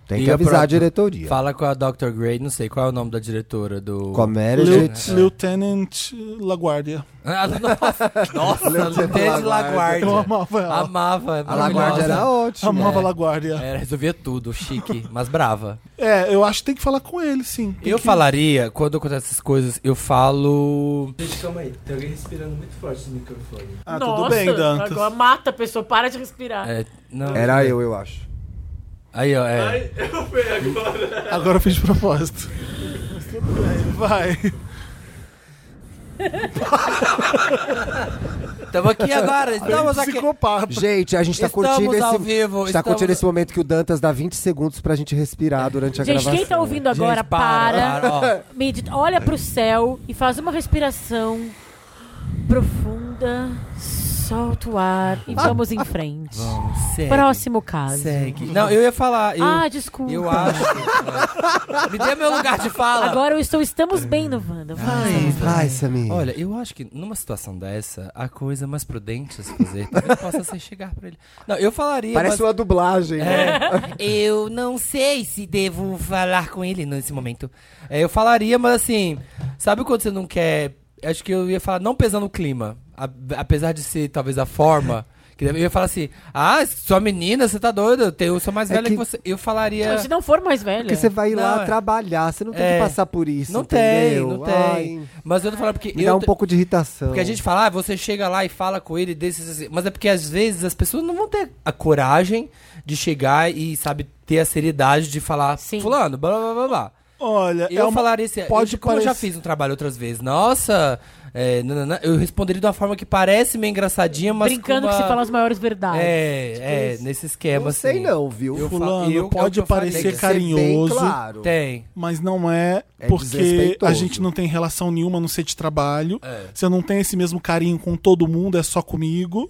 Speaker 3: Tem
Speaker 4: E
Speaker 3: que avisar
Speaker 4: própria-
Speaker 3: a diretoria.
Speaker 4: Fala com a Dr. Gray, não sei qual é o nome da diretora do.
Speaker 3: Com a Meredith.
Speaker 1: Lieu- Lieutenant LaGuardia.
Speaker 4: [LAUGHS] Ah, nossa, [LAUGHS] nossa Lieutenant LaGuardia.
Speaker 1: Eu amava ela.
Speaker 4: Amava, é
Speaker 1: A LaGuardia
Speaker 4: maravilhosa.
Speaker 1: era ótima. Amava a LaGuardia.
Speaker 4: É, resolvia
Speaker 3: [LAUGHS]
Speaker 4: tudo, chique, mas brava.
Speaker 1: É, eu acho que tem que falar com ele, sim. Tem
Speaker 4: Eu
Speaker 1: que-
Speaker 4: falaria, quando acontece essas coisas, eu falo.
Speaker 6: Gente, calma aí. Tem alguém respirando muito forte no microfone.
Speaker 1: Ah,
Speaker 7: Nossa, agora mata a pessoa, para de respirar.
Speaker 4: É, não.
Speaker 3: Era eu, eu acho.
Speaker 4: Aí, ó, é.
Speaker 6: eu fui agora.
Speaker 1: Agora eu fiz de propósito. Vai.
Speaker 4: Estamos aqui agora, estamos aqui.
Speaker 3: Gente, a gente tá
Speaker 4: Estamos
Speaker 3: curtindo
Speaker 4: ao
Speaker 3: esse.
Speaker 4: vivo,
Speaker 3: a gente tá
Speaker 4: estamos-
Speaker 3: curtindo esse momento que o Dantas dá 20 segundos pra gente respirar durante a
Speaker 7: Gente,
Speaker 3: gravação.
Speaker 4: assim.
Speaker 7: quem tá ouvindo agora,
Speaker 3: Gente,
Speaker 7: para.
Speaker 3: para, ó.
Speaker 7: [LAUGHS] Medita, olha pro céu e faz uma respiração profunda. Solta o ar e vamos em frente.
Speaker 4: Vamos, segue.
Speaker 7: Próximo caso.
Speaker 4: Segue. Não, eu ia falar. eu-
Speaker 7: ah, desculpa.
Speaker 4: Eu acho. Me dê meu lugar de fala.
Speaker 7: Agora eu estou, estamos bem no Wanda.
Speaker 4: Ai,
Speaker 7: Vai.
Speaker 3: Vai, Samir.
Speaker 4: Ah, Olha, eu acho que numa situação dessa, a coisa mais prudente a se fazer talvez possa ser chegar pra ele. Não, eu falaria.
Speaker 3: Parece
Speaker 4: mas- É.
Speaker 3: uma dublagem. né?
Speaker 4: Eu não sei se devo falar com ele nesse momento. É, eu falaria, mas assim, sabe quando você não quer. Acho que eu ia falar, não pesando o clima. A- apesar de ser talvez a forma. que deve- Eu ia falar assim, ah, sua menina, você tá doida, eu, tenho- eu sou mais
Speaker 3: É
Speaker 4: velha que...
Speaker 3: que-
Speaker 4: você. Eu falaria.
Speaker 7: Se não for mais velha.
Speaker 3: Porque você vai lá
Speaker 4: Não, é.
Speaker 3: trabalhar, você não tem
Speaker 4: É.
Speaker 3: que passar por isso.
Speaker 4: Não tem,
Speaker 3: entendeu?
Speaker 4: não
Speaker 3: Ai,
Speaker 4: tem. Mas eu tô falando porque.
Speaker 3: Me
Speaker 4: eu
Speaker 3: dá um
Speaker 4: te-
Speaker 3: pouco de irritação.
Speaker 4: Porque a gente fala, ah, você chega lá e fala com ele desses. desses- Mas é porque às vezes as pessoas não vão ter a coragem de chegar e, sabe, ter a seriedade de falar, fulano, blá blá blá blá.
Speaker 1: [LAUGHS] Olha,
Speaker 4: eu
Speaker 1: é uma-
Speaker 4: falaria assim,
Speaker 1: pode
Speaker 4: eu, como eu já
Speaker 1: parecer-
Speaker 4: fiz um trabalho outras vezes, nossa, é, nananã, eu responderia de uma forma que parece meio engraçadinha, mas.
Speaker 7: Brincando
Speaker 4: com
Speaker 7: que
Speaker 4: uma-
Speaker 7: se fala as maiores verdades.
Speaker 4: É,
Speaker 7: Tipo
Speaker 4: é,
Speaker 7: isso.
Speaker 4: nesse esquema.
Speaker 3: Não sei
Speaker 4: assim.
Speaker 3: não, viu?
Speaker 4: Eu fa-
Speaker 1: Fulano,
Speaker 4: eu- é o que
Speaker 1: pode
Speaker 4: eu falei.
Speaker 1: parecer
Speaker 4: Tem que ser bem
Speaker 1: carinhoso.
Speaker 4: claro. Tem.
Speaker 1: Mas não é,
Speaker 4: É
Speaker 1: porque a
Speaker 4: desrespeitoso. É.
Speaker 1: gente não tem relação nenhuma, a não ser de trabalho. Você não tem esse mesmo carinho com todo mundo, é só comigo.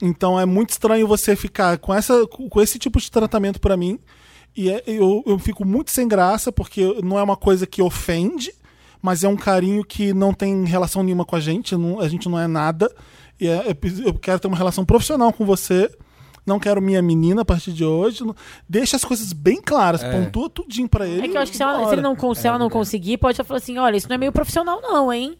Speaker 1: Então é muito estranho você ficar com, essa, com esse tipo de tratamento pra mim. E é- eu, eu fico muito sem graça, porque não é uma coisa que ofende, mas é um carinho que não tem relação nenhuma com a gente, não- a gente não é nada. E é- eu, preciso- eu quero ter uma relação profissional com você. Não quero minha menina a partir de hoje. Não- Deixa as coisas bem claras, pontua tudinho pra ele.
Speaker 7: É que eu acho que se,
Speaker 1: e
Speaker 7: ela, se
Speaker 1: bora.
Speaker 7: ele não, con- se ela não conseguir, pode só falar assim: olha, isso não é meio profissional, não, hein?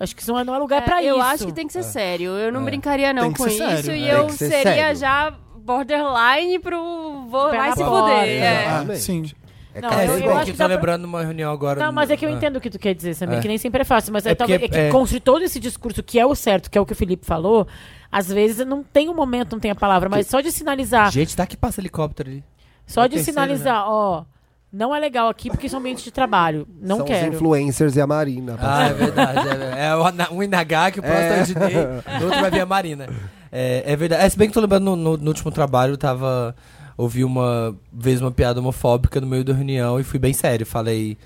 Speaker 7: Acho que isso não é, não é lugar pra isso.
Speaker 10: eu acho que tem que ser sério. Eu não brincaria não
Speaker 7: Tem que
Speaker 10: com
Speaker 7: ser
Speaker 10: isso
Speaker 7: sério,
Speaker 10: e
Speaker 7: né?
Speaker 10: eu
Speaker 7: Tem que ser
Speaker 10: seria
Speaker 7: sério.
Speaker 10: já borderline pro vou
Speaker 7: Pé
Speaker 10: vai
Speaker 7: na
Speaker 10: se
Speaker 7: porta.
Speaker 10: fuder. é.
Speaker 1: Ah, sim.
Speaker 3: É
Speaker 7: Não,
Speaker 4: É,
Speaker 7: eu-
Speaker 4: sim,
Speaker 7: eu
Speaker 4: é
Speaker 7: acho
Speaker 4: que
Speaker 7: que
Speaker 4: eu tô
Speaker 7: dá pra-
Speaker 4: lembrando uma reunião agora.
Speaker 7: Não, mas é que eu
Speaker 4: Ah.
Speaker 7: entendo o que tu quer dizer, Samir,
Speaker 4: É.
Speaker 7: que nem sempre é fácil, mas é,
Speaker 4: É
Speaker 7: talvez-
Speaker 4: porque-
Speaker 7: é que
Speaker 4: é.
Speaker 7: construir todo esse discurso que é o certo, que é o que o Felipe falou, às vezes não tem o momento, não tem a palavra, mas só de sinalizar,
Speaker 4: Gente, tá que passa helicóptero ali.
Speaker 7: só
Speaker 4: É o
Speaker 7: de
Speaker 4: terceiro,
Speaker 7: sinalizar, ó, não é legal aqui porque isso é um ambiente de trabalho, não
Speaker 3: São
Speaker 7: quero.
Speaker 3: os influencers e a Marina.
Speaker 4: Ah, é verdade. É, verdade. É o Ana- um Inagá que o próximo
Speaker 3: É.
Speaker 4: é o Dinei, o outro vai vir a Marina. É, é verdade. É, se bem que eu tô lembrando, no, no- no último trabalho, eu tava. Ouvi uma vez uma piada homofóbica no meio da reunião e fui bem sério. Falei.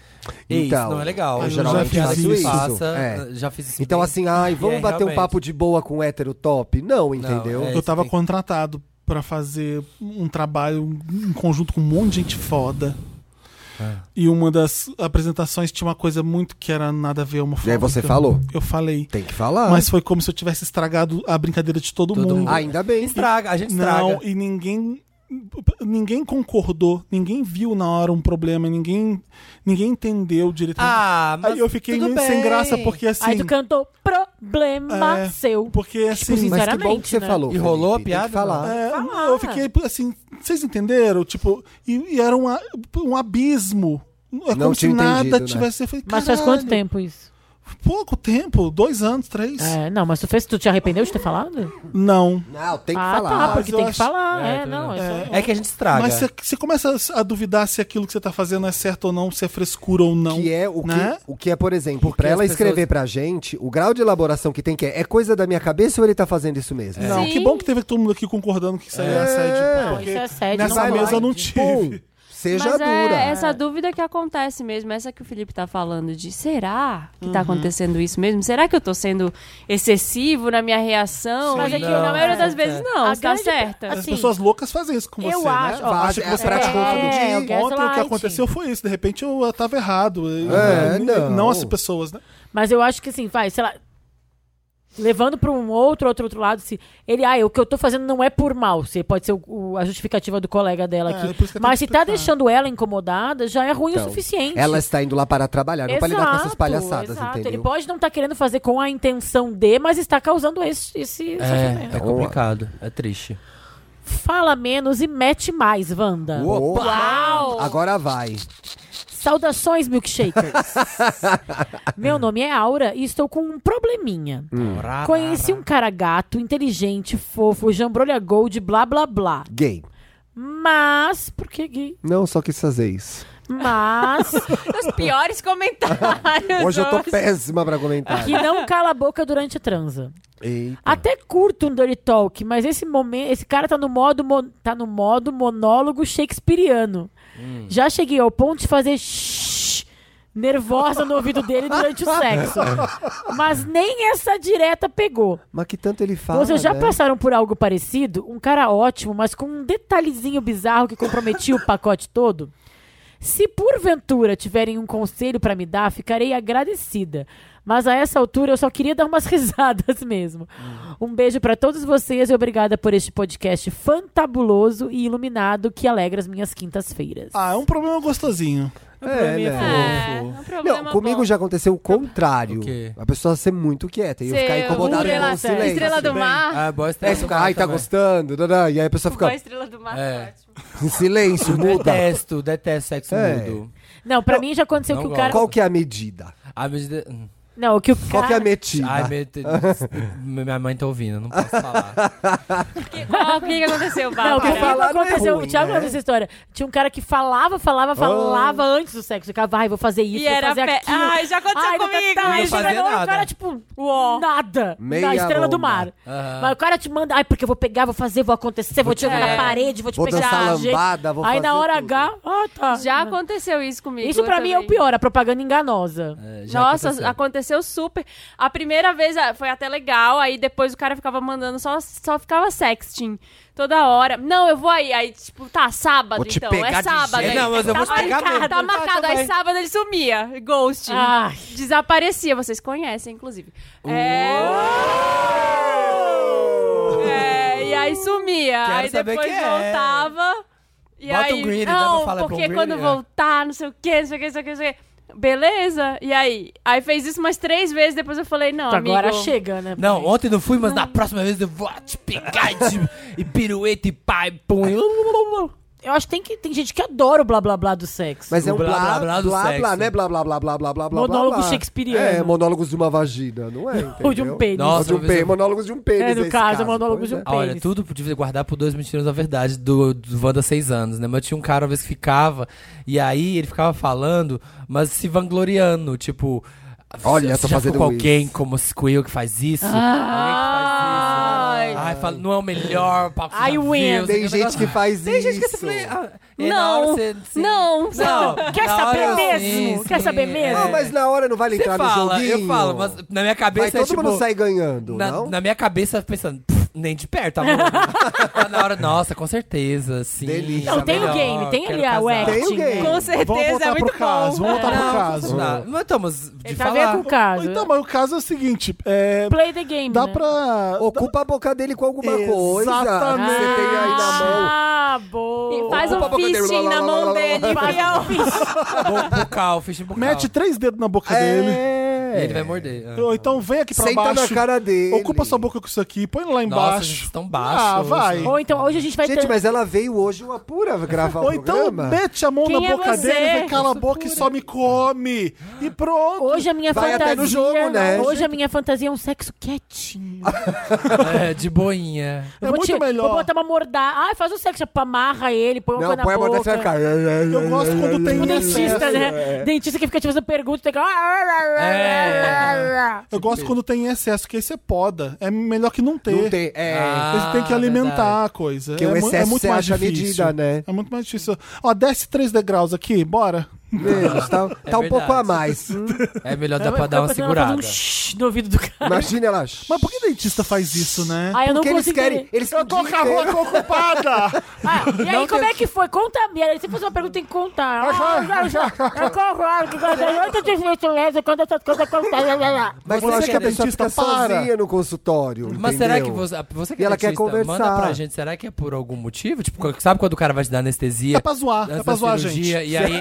Speaker 4: "Ei,
Speaker 3: Então,
Speaker 4: isso não é legal.
Speaker 3: eu
Speaker 4: Não é uma
Speaker 3: geralmente
Speaker 4: piada
Speaker 3: faço
Speaker 4: que me
Speaker 3: isso.
Speaker 4: Faça,
Speaker 3: É.
Speaker 4: Já fiz isso.
Speaker 3: Então,
Speaker 4: bem.
Speaker 3: assim, ai, vamos
Speaker 4: É,
Speaker 3: bater um
Speaker 4: realmente. é
Speaker 3: papo de boa com um hétero top? Não, é, entendeu?
Speaker 1: Eu tava contratado pra fazer um trabalho em conjunto com um monte de gente foda. E uma das apresentações tinha uma coisa muito que era nada a ver uma
Speaker 3: E aí você falou?
Speaker 1: Eu falei.
Speaker 3: Tem que falar.
Speaker 1: Mas foi como se eu tivesse estragado a brincadeira de todo,
Speaker 3: Todo
Speaker 1: mundo.
Speaker 3: mundo. Ainda bem. Estraga, a gente
Speaker 1: Não,
Speaker 3: estraga.
Speaker 1: e ninguém ninguém concordou, ninguém viu na hora um problema, ninguém ninguém entendeu direito.
Speaker 4: Ah, mas
Speaker 1: Aí eu fiquei
Speaker 7: tudo
Speaker 1: meio sem
Speaker 7: bem.
Speaker 1: graça porque assim
Speaker 7: Aí tu cantou problema
Speaker 1: É,
Speaker 7: seu. Tipo,
Speaker 1: Porque assim,
Speaker 7: né?
Speaker 4: E rolou a piada?
Speaker 1: É, Eu fiquei assim, vocês entenderam? Tipo, e, e era um, a- um abismo. É
Speaker 3: Não
Speaker 1: como se
Speaker 3: tinha
Speaker 1: nada
Speaker 3: entendido, né?
Speaker 1: tivesse. Eu falei,
Speaker 7: Mas faz quanto
Speaker 1: "Caralho,
Speaker 7: tempo isso?
Speaker 1: Pouco tempo, dois anos, três.
Speaker 7: É, não, mas tu fez, tu te arrependeu de ter falado?
Speaker 1: Não.
Speaker 3: Não, tem
Speaker 7: que Ah, falar. tá, porque
Speaker 1: Mas eu
Speaker 7: tem que
Speaker 1: acho-
Speaker 7: falar, É, é, não, é só-
Speaker 4: É que a gente estraga.
Speaker 1: Mas você- você começa a duvidar se aquilo que você tá fazendo é certo ou não, se é frescura ou não.
Speaker 3: Que é o que,
Speaker 1: né?
Speaker 3: o que é, por exemplo, pra
Speaker 1: as
Speaker 3: ela
Speaker 1: pessoas-
Speaker 3: escrever pra gente, o grau de elaboração que tem que é, é coisa da minha cabeça ou ele tá fazendo isso mesmo?
Speaker 1: Não, que bom que teve todo mundo aqui concordando que isso aí é, assédio.
Speaker 7: Não,
Speaker 1: porque
Speaker 7: isso é assédio,
Speaker 1: Nessa
Speaker 7: não é
Speaker 1: mesa eu não
Speaker 7: assédio.
Speaker 1: tive.
Speaker 3: Seja
Speaker 2: Mas
Speaker 3: dura.
Speaker 2: É essa dúvida que acontece mesmo, essa que o Felipe tá falando de será que tá
Speaker 11: Uhum.
Speaker 2: acontecendo isso mesmo? Será que eu tô sendo excessivo na minha reação?
Speaker 11: Sim.
Speaker 2: Mas é que
Speaker 11: Não.
Speaker 2: na maioria das
Speaker 11: É.
Speaker 2: vezes não,
Speaker 11: A
Speaker 2: você tá
Speaker 11: grande-
Speaker 2: certa.
Speaker 11: As
Speaker 7: Assim,
Speaker 1: As pessoas loucas fazem isso com você,
Speaker 2: Eu
Speaker 1: né?
Speaker 2: acho, ó,
Speaker 1: Acha
Speaker 7: tipo
Speaker 1: que você
Speaker 2: é,
Speaker 3: tipo
Speaker 1: praticou todo
Speaker 2: é,
Speaker 1: dia. Ontem
Speaker 2: o
Speaker 1: o que
Speaker 2: gaslighting.
Speaker 1: aconteceu foi isso. De repente eu eu tava errado.
Speaker 3: É,
Speaker 1: E-
Speaker 3: não.
Speaker 1: não as pessoas, né?
Speaker 7: Mas eu acho que assim, vai, sei lá. Levando pra um outro, outro, outro lado, se ele, ah, o que eu tô fazendo não é por mal, se pode ser o- o- a justificativa do colega dela
Speaker 3: É, é
Speaker 7: aqui.
Speaker 3: por isso que eu
Speaker 7: Mas se
Speaker 3: tenho que
Speaker 7: tá
Speaker 3: explicar.
Speaker 7: deixando ela incomodada, já é ruim
Speaker 3: Então,
Speaker 7: o suficiente.
Speaker 3: Ela está indo lá para trabalhar, não para lidar com essas
Speaker 7: Exato,
Speaker 3: palhaçadas,
Speaker 7: exato.
Speaker 3: entendeu?
Speaker 7: Ele pode não estar querendo fazer com a intenção de, mas está causando esse, esse sofrimento.
Speaker 4: É, é complicado, é triste.
Speaker 7: Fala menos e mete mais, Wanda.
Speaker 3: Opa! Agora vai. [LAUGHS]
Speaker 7: Saudações, milkshakers. Meu nome é Aura e estou com um probleminha.
Speaker 3: Hum.
Speaker 7: Conheci um cara gato, inteligente, fofo, jambrolha gold, blá blá blá.
Speaker 3: Gay.
Speaker 7: Mas, por que gay?
Speaker 3: Não, só quis fazer isso.
Speaker 7: Mas.
Speaker 2: [LAUGHS] Os piores comentários.
Speaker 3: Hoje eu tô péssima pra comentar.
Speaker 7: Que não cala a boca durante a transa.
Speaker 3: Eita.
Speaker 7: Até curto um dirty talk, mas esse momento, esse cara tá no modo mon- tá no modo monólogo shakespeariano. Já cheguei ao ponto de fazer shhh, nervosa no ouvido dele durante o sexo. Mas nem essa direta pegou.
Speaker 3: Mas que tanto ele fala,
Speaker 7: Vocês já
Speaker 3: né?
Speaker 7: passaram por algo parecido? Um cara ótimo, mas com um detalhezinho bizarro que comprometia o pacote todo? Se porventura tiverem um conselho pra me dar, ficarei agradecida. Mas a essa altura eu só queria dar umas [LAUGHS] risadas mesmo. Um beijo pra todos vocês e obrigada por este podcast fantabuloso e iluminado que alegra as minhas quintas-feiras.
Speaker 1: Ah, é um problema gostosinho.
Speaker 3: É, né?
Speaker 7: um
Speaker 3: Não, comigo já aconteceu o contrário. A pessoa ser muito quieta e eu
Speaker 2: Ser
Speaker 3: ficar
Speaker 7: É
Speaker 3: incomodada
Speaker 2: estrela-
Speaker 3: com o silêncio. assim,
Speaker 2: estrela do
Speaker 3: Bem,
Speaker 2: mar.
Speaker 4: Ah, boa
Speaker 3: É,
Speaker 4: estrela
Speaker 3: você
Speaker 4: do
Speaker 3: fica,
Speaker 4: mar
Speaker 3: ai, tá
Speaker 4: também.
Speaker 3: gostando, nanã", e aí a pessoa fica.
Speaker 2: Com a estrela do mar.
Speaker 4: É.
Speaker 3: [LAUGHS] Em silêncio, muda.
Speaker 4: Detesto, detesto sexo
Speaker 3: É.
Speaker 4: mudo.
Speaker 7: Não, pra mim já aconteceu
Speaker 4: não
Speaker 7: que o
Speaker 4: gosto.
Speaker 7: cara.
Speaker 3: Qual que é a medida?
Speaker 4: A medida...
Speaker 7: Não, o que o cara.
Speaker 3: é metida?
Speaker 4: hum.
Speaker 3: [LAUGHS]
Speaker 4: Ai, meti- Minha mãe tá ouvindo, não posso falar.
Speaker 2: Qual- O que, que aconteceu,
Speaker 7: Não, o que
Speaker 2: Bárbara?
Speaker 7: comigo aconteceu,
Speaker 4: ruim,
Speaker 7: o Thiago
Speaker 4: né?
Speaker 7: contou essa história. Tinha um cara que falava, falava, falava antes do sexo. Ficava, ai, vou fazer isso,
Speaker 2: E
Speaker 7: vou
Speaker 2: era
Speaker 7: fazer
Speaker 2: pe-
Speaker 7: aquilo.
Speaker 2: Ai, já aconteceu
Speaker 7: Ai,
Speaker 2: comigo.
Speaker 7: Tá, tá,
Speaker 2: Não
Speaker 7: aí chega
Speaker 2: fazia
Speaker 7: na hora, o
Speaker 2: nada.
Speaker 7: cara, tipo, nada.
Speaker 2: Meia
Speaker 7: na estrela
Speaker 2: bomba.
Speaker 7: do mar.
Speaker 2: Aham.
Speaker 7: Mas o cara te manda, ai, porque eu vou pegar, vou fazer, vou acontecer, vou te jogar na
Speaker 2: É.
Speaker 7: parede, vou te
Speaker 3: Vou
Speaker 7: pegar.
Speaker 3: dançar
Speaker 7: gente.
Speaker 3: lambada, vou
Speaker 7: Aí na
Speaker 3: fazer
Speaker 7: hora
Speaker 3: tudo.
Speaker 7: H, ah, tá.
Speaker 2: Já aconteceu isso comigo.
Speaker 7: Isso pra
Speaker 2: eu
Speaker 7: mim é o
Speaker 2: também.
Speaker 7: pior, a propaganda enganosa.
Speaker 3: É,
Speaker 2: Já Nossa, aconteceu. super. A primeira vez ah, foi até legal, aí depois o cara ficava mandando, só, só ficava sexting toda hora. Não, eu vou aí. Aí, tipo, tá, sábado
Speaker 4: Vou te
Speaker 2: então.
Speaker 4: pegar
Speaker 2: É
Speaker 4: de
Speaker 2: sábado.
Speaker 4: jeito.
Speaker 2: aí.
Speaker 4: Não, mas eu
Speaker 2: tá
Speaker 4: vou te pegar
Speaker 2: marcado,
Speaker 4: mesmo.
Speaker 2: Tá
Speaker 4: Tá,
Speaker 2: marcado.
Speaker 4: tá
Speaker 2: aí
Speaker 4: bem.
Speaker 2: sábado ele sumia. Ghost.
Speaker 4: Ai.
Speaker 2: Desaparecia, vocês conhecem, inclusive. É, e aí sumia.
Speaker 4: Quero
Speaker 2: aí
Speaker 4: saber
Speaker 2: depois
Speaker 4: quem é.
Speaker 2: voltava. E
Speaker 4: Bota
Speaker 2: aí,
Speaker 4: um greeting, né?
Speaker 2: não,
Speaker 4: Não fala pra um
Speaker 2: porque
Speaker 4: greeting,
Speaker 2: quando
Speaker 4: é.
Speaker 2: voltar, não sei o que, não sei o que, não sei o que, não sei o que. Beleza? E aí? Aí fez isso umas três vezes, depois eu falei, não, amigo.
Speaker 7: Então Agora chega, né?
Speaker 4: Não, ontem não fui, mas na próxima vez eu vou te pegar e,
Speaker 7: [LAUGHS]
Speaker 4: te- e pirueta e pai, pum. e-
Speaker 7: Eu acho que tem, que tem gente que adora o blá blá blá do sexo.
Speaker 3: Mas é um blá blá blá,
Speaker 4: do
Speaker 3: blá,
Speaker 4: sexo.
Speaker 3: né? Blá blá blá blá blá blá blá.
Speaker 7: Monólogo
Speaker 3: blá.
Speaker 7: shakespeariano.
Speaker 3: É, monólogos de uma vagina, não é?
Speaker 7: [LAUGHS] Ou de um
Speaker 3: entendeu?
Speaker 7: pênis.
Speaker 4: Nossa,
Speaker 3: Ou de um
Speaker 4: uma vez
Speaker 3: pênis.
Speaker 4: eu-
Speaker 3: Monólogos de um pênis.
Speaker 7: É, no
Speaker 3: nesse
Speaker 7: caso, é monólogo
Speaker 3: pois
Speaker 7: de um
Speaker 3: é.
Speaker 7: pênis.
Speaker 4: Olha, tudo devia guardar por dois mentiros da verdade do, do Wanda há seis anos, né? Mas tinha um cara uma vez que ficava, e aí ele ficava falando, mas se vangloriando, tipo.
Speaker 3: Olha,
Speaker 4: "Já
Speaker 3: tô
Speaker 4: ficou
Speaker 3: fazendo
Speaker 4: com alguém
Speaker 3: isso."
Speaker 4: como Squill que faz isso. né?
Speaker 7: Ah.
Speaker 2: Ai.
Speaker 4: Ai, fala, não é o melhor papo que
Speaker 2: Ai,
Speaker 4: já
Speaker 2: win.
Speaker 4: viu,
Speaker 3: Tem
Speaker 4: sei que
Speaker 3: gente que faz
Speaker 4: Tem gente que
Speaker 3: isso.
Speaker 4: se ah, e na hora
Speaker 2: Não,
Speaker 4: você-
Speaker 2: não,
Speaker 4: Não,
Speaker 2: não.
Speaker 4: Quer na saber hora mesmo? sim, é.
Speaker 7: Quer saber mesmo?
Speaker 3: Ah, mas na hora não vale
Speaker 4: Você
Speaker 3: entrar
Speaker 4: fala,
Speaker 3: no joguinho.
Speaker 4: eu falo, mas na minha cabeça
Speaker 3: Vai todo
Speaker 4: é tipo...
Speaker 3: mundo sai ganhando,
Speaker 4: na,
Speaker 3: não?
Speaker 4: na minha cabeça, tá pensando, "Pff, nem de perto, tá maluco?" Mas [LAUGHS] na hora, nossa, com certeza, sim.
Speaker 3: Delícia,
Speaker 7: Não, tem o game, tem ali a- o acting.
Speaker 2: Com certeza, é muito bom.
Speaker 1: Não,
Speaker 4: Não,
Speaker 1: não,
Speaker 4: não, estamos de
Speaker 7: tá
Speaker 4: falar.
Speaker 7: vendo com o caso.
Speaker 1: Então, mas o caso é o seguinte: é,
Speaker 7: Play the game.
Speaker 1: dá
Speaker 7: né?
Speaker 1: pra.
Speaker 3: Ocupa a boca dele com alguma coisa.
Speaker 1: Exatamente.
Speaker 3: Ah, Você tem aí na mão.
Speaker 7: Ah, boa.
Speaker 2: E faz um fisting na mão dele.
Speaker 7: Faz um fisting.
Speaker 4: Bo- Bucal, ficha bucal.
Speaker 1: Mete três dedos na boca
Speaker 4: É. E
Speaker 1: dele.
Speaker 4: Tá. ele vai morder. Ah.
Speaker 1: Ou então vem aqui pra
Speaker 3: É. Senta
Speaker 1: baixo.
Speaker 3: na cara dele.
Speaker 1: Ocupa sua boca com isso aqui, põe lá
Speaker 4: Nossa,
Speaker 1: embaixo.
Speaker 4: gente, tão baixo
Speaker 1: Ah,
Speaker 4: hoje,
Speaker 1: vai.
Speaker 4: né?
Speaker 7: Ou então, hoje a gente vai...
Speaker 3: Gente,
Speaker 7: ter-
Speaker 3: mas ela veio hoje uma pura gravar
Speaker 1: Ou
Speaker 3: o
Speaker 1: então
Speaker 3: programa.
Speaker 1: mete a mão
Speaker 7: Quem
Speaker 1: na
Speaker 7: é
Speaker 1: boca
Speaker 7: você?
Speaker 1: dele, vai cala a boca e só me come. E pronto.
Speaker 7: Hoje a minha
Speaker 3: Vai
Speaker 7: fantasia...
Speaker 3: até no jogo, né?
Speaker 7: Hoje a minha fantasia é um sexo quietinho.
Speaker 4: É, de boinha.
Speaker 1: É
Speaker 7: Eu vou
Speaker 1: muito
Speaker 7: te-
Speaker 1: melhor.
Speaker 7: Vou botar uma mordada. Ai, faz um sexo. tipo, Amarra ele, põe uma
Speaker 3: Não,
Speaker 7: coisa
Speaker 3: põe
Speaker 7: na
Speaker 3: a
Speaker 7: boca.
Speaker 3: boca, você vai ficar... Eu
Speaker 1: Eu gosto quando tem
Speaker 7: Tipo dentista,
Speaker 1: excesso.
Speaker 3: É.
Speaker 7: né? Dentista que fica te fazendo pergunta. Tem que...
Speaker 4: É,
Speaker 1: É. Eu gosto quando tem excesso, que aí você poda. É melhor que não ter.
Speaker 3: Não ter, é.
Speaker 1: Você tem que
Speaker 3: Ah,
Speaker 1: alimentar
Speaker 3: verdade.
Speaker 1: a coisa.
Speaker 3: Porque
Speaker 1: é,
Speaker 3: o
Speaker 1: mu-
Speaker 3: excesso
Speaker 1: é muito
Speaker 3: você
Speaker 1: mais
Speaker 3: acha a
Speaker 1: difícil.
Speaker 3: medida, né?
Speaker 1: É muito mais difícil. Ó, desce 3 degraus aqui, bora.
Speaker 3: Menos,
Speaker 7: [LAUGHS]
Speaker 3: tá,
Speaker 1: É
Speaker 3: tá um
Speaker 1: verdade.
Speaker 3: pouco
Speaker 1: [LAUGHS]
Speaker 3: a mais.
Speaker 4: É melhor
Speaker 1: dar pra dar uma
Speaker 4: um
Speaker 1: segurada.
Speaker 7: no ouvido do cara.
Speaker 3: Imagina ela.
Speaker 1: Mas por que dentista faz isso, né?
Speaker 7: Ah, eu não
Speaker 1: Porque eles
Speaker 7: consegui.
Speaker 1: querem.
Speaker 3: Eles
Speaker 1: eu tô com a rua ocupada!
Speaker 7: Ah, e aí,
Speaker 1: Não
Speaker 7: como
Speaker 1: tem-
Speaker 7: é que foi? Conta a minha. Se fosse uma pergunta, tem que contar. Ah,
Speaker 17: já,
Speaker 7: já, já. É Eu concordo que quando eu não tive gentileza, quando essas coisas acontecem.
Speaker 3: Mas
Speaker 4: Você
Speaker 3: você
Speaker 4: que
Speaker 3: acha que
Speaker 4: é
Speaker 3: a pessoa
Speaker 4: dentista,
Speaker 3: fica
Speaker 4: para.
Speaker 3: sozinha no consultório?
Speaker 4: Mas será que
Speaker 3: entendeu?
Speaker 4: você, você que
Speaker 3: E
Speaker 4: é
Speaker 3: ela quer
Speaker 4: dentista, Manda pra
Speaker 3: conversar.
Speaker 4: gente, será que é por algum motivo? Tipo, sabe quando o cara vai te dar anestesia?
Speaker 1: É pra zoar,
Speaker 4: antes
Speaker 1: é pra
Speaker 4: da
Speaker 1: zoar a
Speaker 4: cirurgia,
Speaker 1: gente.
Speaker 4: E aí ele,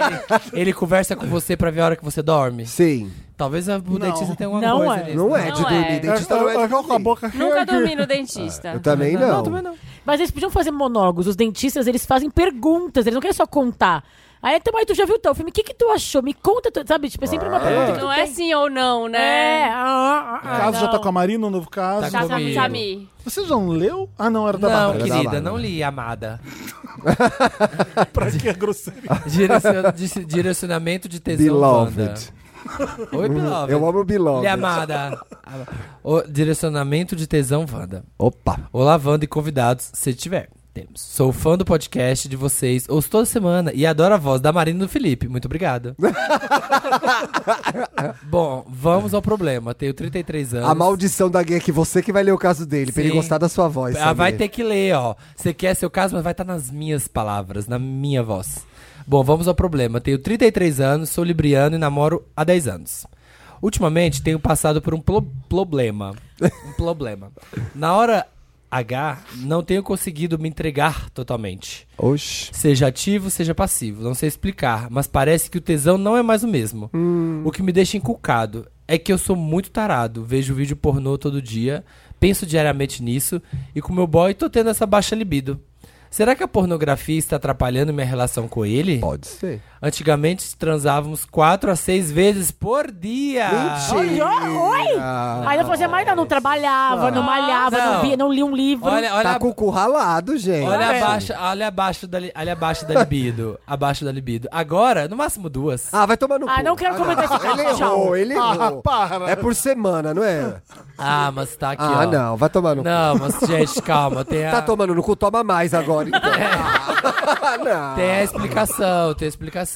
Speaker 4: ele conversa com você pra ver a hora que você dorme?
Speaker 3: Sim.
Speaker 4: Talvez a- o dentista tenha alguma
Speaker 1: Não
Speaker 4: coisa
Speaker 1: é.
Speaker 4: nisso. né?
Speaker 3: Não é de
Speaker 7: Não
Speaker 3: dormir.
Speaker 7: é.
Speaker 3: Dentista não é de
Speaker 1: Eu com a boca
Speaker 2: Nunca
Speaker 1: cheia de-
Speaker 2: dormi no dentista.
Speaker 3: Eu também não.
Speaker 7: Não, também Mas eles podiam fazer monólogos. Os dentistas, eles fazem perguntas, eles não querem só contar. Aí até mais, tu já viu tal filme? O que que tu achou? Me conta, tu- sabe? Tipo, é sempre uma pergunta que tu
Speaker 2: Não é sim ou não, né?
Speaker 7: É, ah, ah,
Speaker 1: O caso já
Speaker 2: não.
Speaker 1: tá com a Marina, o novo caso.
Speaker 2: Tá com a Samir.
Speaker 1: Você já não leu? Ah, não, era da
Speaker 4: Não,
Speaker 1: Bárbara.
Speaker 4: querida, não li, amada.
Speaker 1: [LAUGHS] pra que é grosseiro?
Speaker 4: Direcion- dis- direcionamento de tesão.
Speaker 3: Beloved.
Speaker 4: Wanda. Oi, Beloved.
Speaker 3: Eu amo Beloved.
Speaker 4: Minha amada. O direcionamento de tesão, Wanda.
Speaker 3: Opa.
Speaker 4: Olá, Wanda e convidados, se tiver. Temos. Sou fã do podcast de vocês, ouço toda semana e adoro a voz da Marina e do Felipe.
Speaker 3: [LAUGHS]
Speaker 4: Muito obrigado. Bom, vamos ao problema. Tenho 33 anos.
Speaker 3: A maldição da gay é que você que vai ler o caso dele, pra ele
Speaker 4: Sim.
Speaker 3: gostar da sua voz.
Speaker 4: Ela vai
Speaker 3: Samir.
Speaker 4: ter que ler, ó. Você quer seu caso, mas vai estar nas minhas palavras, na minha voz. Bom, vamos ao problema. Tenho 33 anos, sou libriano e namoro há 10 anos. Ultimamente tenho passado por um plo- problema. Um problema. Na hora H, não tenho conseguido me entregar totalmente.
Speaker 3: Oxi.
Speaker 4: Seja ativo, seja passivo. Não sei explicar, mas parece que o tesão não é mais o mesmo.
Speaker 3: Hum.
Speaker 4: O que me deixa inculcado é que eu sou muito tarado. Vejo vídeo pornô todo dia, penso diariamente nisso e com meu boy tô tendo essa baixa libido. Será que a pornografia está atrapalhando minha relação com ele?
Speaker 3: Pode ser.
Speaker 4: Antigamente transávamos quatro a seis vezes por dia.
Speaker 7: Olha, oi! Aí não fazia mais nada, não trabalhava, não malhava, não,
Speaker 4: Não.
Speaker 7: via, não lia um livro.
Speaker 4: Olha, olha
Speaker 3: Tá com o cu ralado, gente.
Speaker 4: Olha abaixo, olha abaixo da, li- olha abaixo da libido. abaixo da libido. Agora, no máximo duas.
Speaker 3: Ah, vai tomar no
Speaker 7: Ah,
Speaker 3: cu.
Speaker 7: não quero comentar esse
Speaker 3: Ele
Speaker 7: caso,
Speaker 3: errou,
Speaker 7: tchau.
Speaker 3: ele errou.
Speaker 1: para.
Speaker 3: É por semana, não é?
Speaker 4: Ah, mas tá aqui, ó.
Speaker 3: ah, não, vai tomar no cu.
Speaker 4: Não, mas gente, calma. Tem a, É.
Speaker 3: Tá tomando no cu, toma mais agora, então. Ah, [LAUGHS] não.
Speaker 4: tem a explicação, tem a explicação.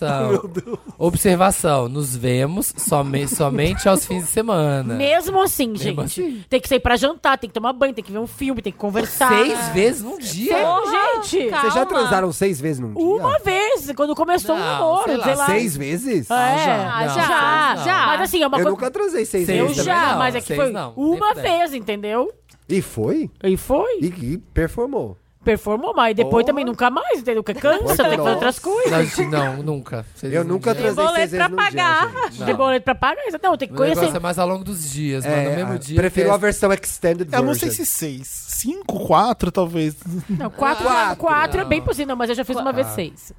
Speaker 4: Observação, nos vemos some- somente aos fins de semana.
Speaker 7: Mesmo assim, gente,
Speaker 4: Mesmo
Speaker 7: tem que sair pra jantar, tem que tomar banho, tem que ver um filme, tem que conversar.
Speaker 4: Seis vezes num dia?
Speaker 7: Sim, gente!
Speaker 3: Vocês já transaram seis vezes num dia?
Speaker 7: Uma vez, quando começou o
Speaker 4: Não,
Speaker 7: namoro, sei
Speaker 4: Ah, sei
Speaker 7: lá.
Speaker 4: lá,
Speaker 3: Seis vezes?
Speaker 7: É,
Speaker 4: Ah, já. Não,
Speaker 7: já, já,
Speaker 4: seis não.
Speaker 7: Mas assim, é uma
Speaker 3: eu
Speaker 7: coisa...
Speaker 3: nunca transei seis
Speaker 4: Seis
Speaker 3: vezes.
Speaker 7: Eu
Speaker 4: também
Speaker 7: já,
Speaker 4: não,
Speaker 7: mas é que
Speaker 4: seis
Speaker 7: foi
Speaker 4: não, nem
Speaker 7: uma
Speaker 4: fudendo.
Speaker 7: vez, entendeu?
Speaker 3: E foi?
Speaker 7: E foi.
Speaker 3: E, e performou.
Speaker 7: Performou, mas depois
Speaker 3: Porra.
Speaker 7: também nunca mais, entendeu? Porque cansa, tem que fazer outras coisas.
Speaker 4: Não, gente, não, nunca. Seis
Speaker 3: Eu
Speaker 4: vezes num
Speaker 3: nunca
Speaker 4: dia.
Speaker 3: transei seis vezes num dia, gente.
Speaker 4: Não.
Speaker 7: Tem boleto pra pagar, exato. não, tem que
Speaker 4: O negócio
Speaker 7: conhecer.
Speaker 4: é mais ao longo dos dias, mas no
Speaker 3: É,
Speaker 4: mesmo
Speaker 3: ah,
Speaker 4: dia.
Speaker 3: prefiro
Speaker 4: tem-
Speaker 3: a versão extended
Speaker 1: Eu
Speaker 3: version.
Speaker 1: não sei se seis, cinco, quatro, talvez.
Speaker 7: Não, quatro,
Speaker 3: Quatro.
Speaker 7: quatro é bem possível, não, mas eu já fiz uma vez seis.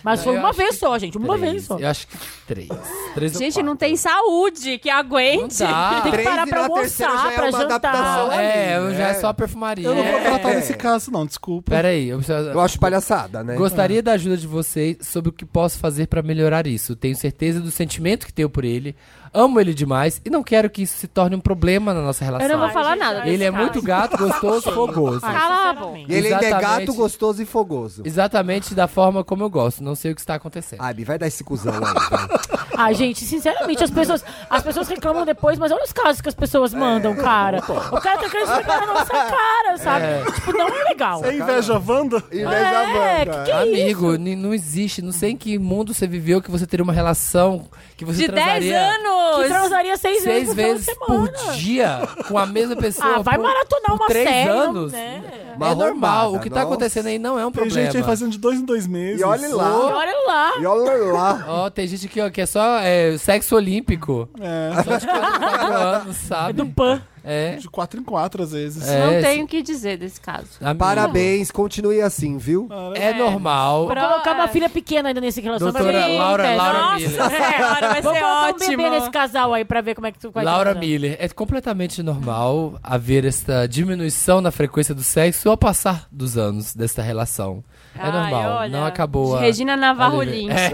Speaker 7: Mas
Speaker 4: Não,
Speaker 7: foi
Speaker 4: eu
Speaker 7: uma
Speaker 4: acho
Speaker 7: vez só, gente, uma
Speaker 4: três.
Speaker 7: vez só.
Speaker 4: Eu acho que três. Três ou
Speaker 2: Gente,
Speaker 4: quatro.
Speaker 2: não tem saúde que aguente.
Speaker 4: dá.
Speaker 7: Tem que
Speaker 3: Três
Speaker 7: parar
Speaker 3: e
Speaker 7: pra
Speaker 3: na terceira
Speaker 7: almoçar,
Speaker 3: já é
Speaker 7: pra
Speaker 3: uma
Speaker 7: jantar.
Speaker 3: adaptação.
Speaker 4: É,
Speaker 3: ali,
Speaker 4: já é
Speaker 3: né?
Speaker 4: só perfumaria.
Speaker 1: Eu não vou tratar
Speaker 4: É.
Speaker 1: desse caso, não, desculpa.
Speaker 4: Peraí, eu preciso...
Speaker 3: Eu acho palhaçada, né?
Speaker 4: Gostaria da ajuda de vocês sobre o que posso fazer pra melhorar isso. Tenho certeza do sentimento que tenho por ele. Amo ele demais e não quero que isso se torne um problema na nossa relação.
Speaker 7: Eu não vou
Speaker 8: Ai,
Speaker 7: falar
Speaker 8: gente,
Speaker 7: nada.
Speaker 8: olha
Speaker 4: Ele é
Speaker 7: desse cara.
Speaker 4: muito gato, gostoso, fogoso.
Speaker 7: Cala a
Speaker 8: sinceramente.
Speaker 7: boca.
Speaker 3: E ele ainda é
Speaker 4: Exatamente.
Speaker 3: gato, gostoso e fogoso.
Speaker 4: Exatamente da forma como eu gosto. Não sei o que está acontecendo.
Speaker 3: Ai, Bi, vai dar esse cuzão aí. vai.
Speaker 7: Ah, gente, sinceramente, as pessoas, as pessoas reclamam depois, mas olha os casos que as pessoas mandam, cara. O cara tá querendo esfregar na nossa cara, sabe? Tipo, não é legal.
Speaker 1: Você inveja a Wanda?
Speaker 3: E vai dar
Speaker 7: É,
Speaker 3: banda.
Speaker 7: que que é
Speaker 4: Amigo, ni- não existe. Não sei em que mundo você viveu que você teria uma relação que você
Speaker 2: De 10
Speaker 4: transaria
Speaker 2: anos!
Speaker 7: Que transaria seis,
Speaker 4: seis
Speaker 7: por
Speaker 4: vezes
Speaker 7: semana.
Speaker 4: por dia com a mesma pessoa.
Speaker 7: Ah, vai
Speaker 4: por-
Speaker 7: maratonar
Speaker 4: por
Speaker 7: uma
Speaker 4: três
Speaker 7: série,
Speaker 4: anos.
Speaker 7: né?
Speaker 4: É normal. O que tá
Speaker 3: Nossa.
Speaker 4: acontecendo aí não é um
Speaker 1: Tem
Speaker 4: problema.
Speaker 1: gente aí fazendo de dois em dois meses.
Speaker 3: E olha lá.
Speaker 7: E olha lá.
Speaker 3: E olha lá.
Speaker 4: Ó, tem gente aqui, ó, que é só é, sexo olímpico.
Speaker 1: É,
Speaker 4: Só de 4 4
Speaker 7: [LAUGHS]
Speaker 4: anos, sabe?
Speaker 7: É do PAN.
Speaker 4: É.
Speaker 1: de quatro em quatro, às vezes.
Speaker 4: É.
Speaker 2: Não
Speaker 4: esse-
Speaker 2: tenho o que dizer desse caso.
Speaker 4: Amigo,
Speaker 3: Parabéns, continue assim, viu?
Speaker 4: É normal.
Speaker 7: Vou
Speaker 2: Pro-
Speaker 7: colocar uma
Speaker 2: é.
Speaker 7: filha pequena ainda nesse relacionamento.
Speaker 4: Doutora
Speaker 7: Vai ver
Speaker 4: Laura-
Speaker 7: quem acontece.
Speaker 4: Laura
Speaker 7: Nossa,
Speaker 4: Miller.
Speaker 2: Nossa senhora, vai
Speaker 7: Vou
Speaker 2: ser
Speaker 7: colocar um
Speaker 2: ótimo.
Speaker 7: bebê nesse casal aí pra ver como é que tu vai
Speaker 4: Laura
Speaker 7: casar.
Speaker 4: Miller, é completamente normal haver esta diminuição na frequência do sexo ao passar dos anos desta relação. É
Speaker 2: Ai,
Speaker 4: normal,
Speaker 2: olha,
Speaker 4: não acabou a... É.
Speaker 2: Regina
Speaker 3: É.
Speaker 4: a
Speaker 2: [LAUGHS]
Speaker 7: [LAUGHS]
Speaker 2: Navarro
Speaker 4: liber-
Speaker 2: Lins.
Speaker 4: É.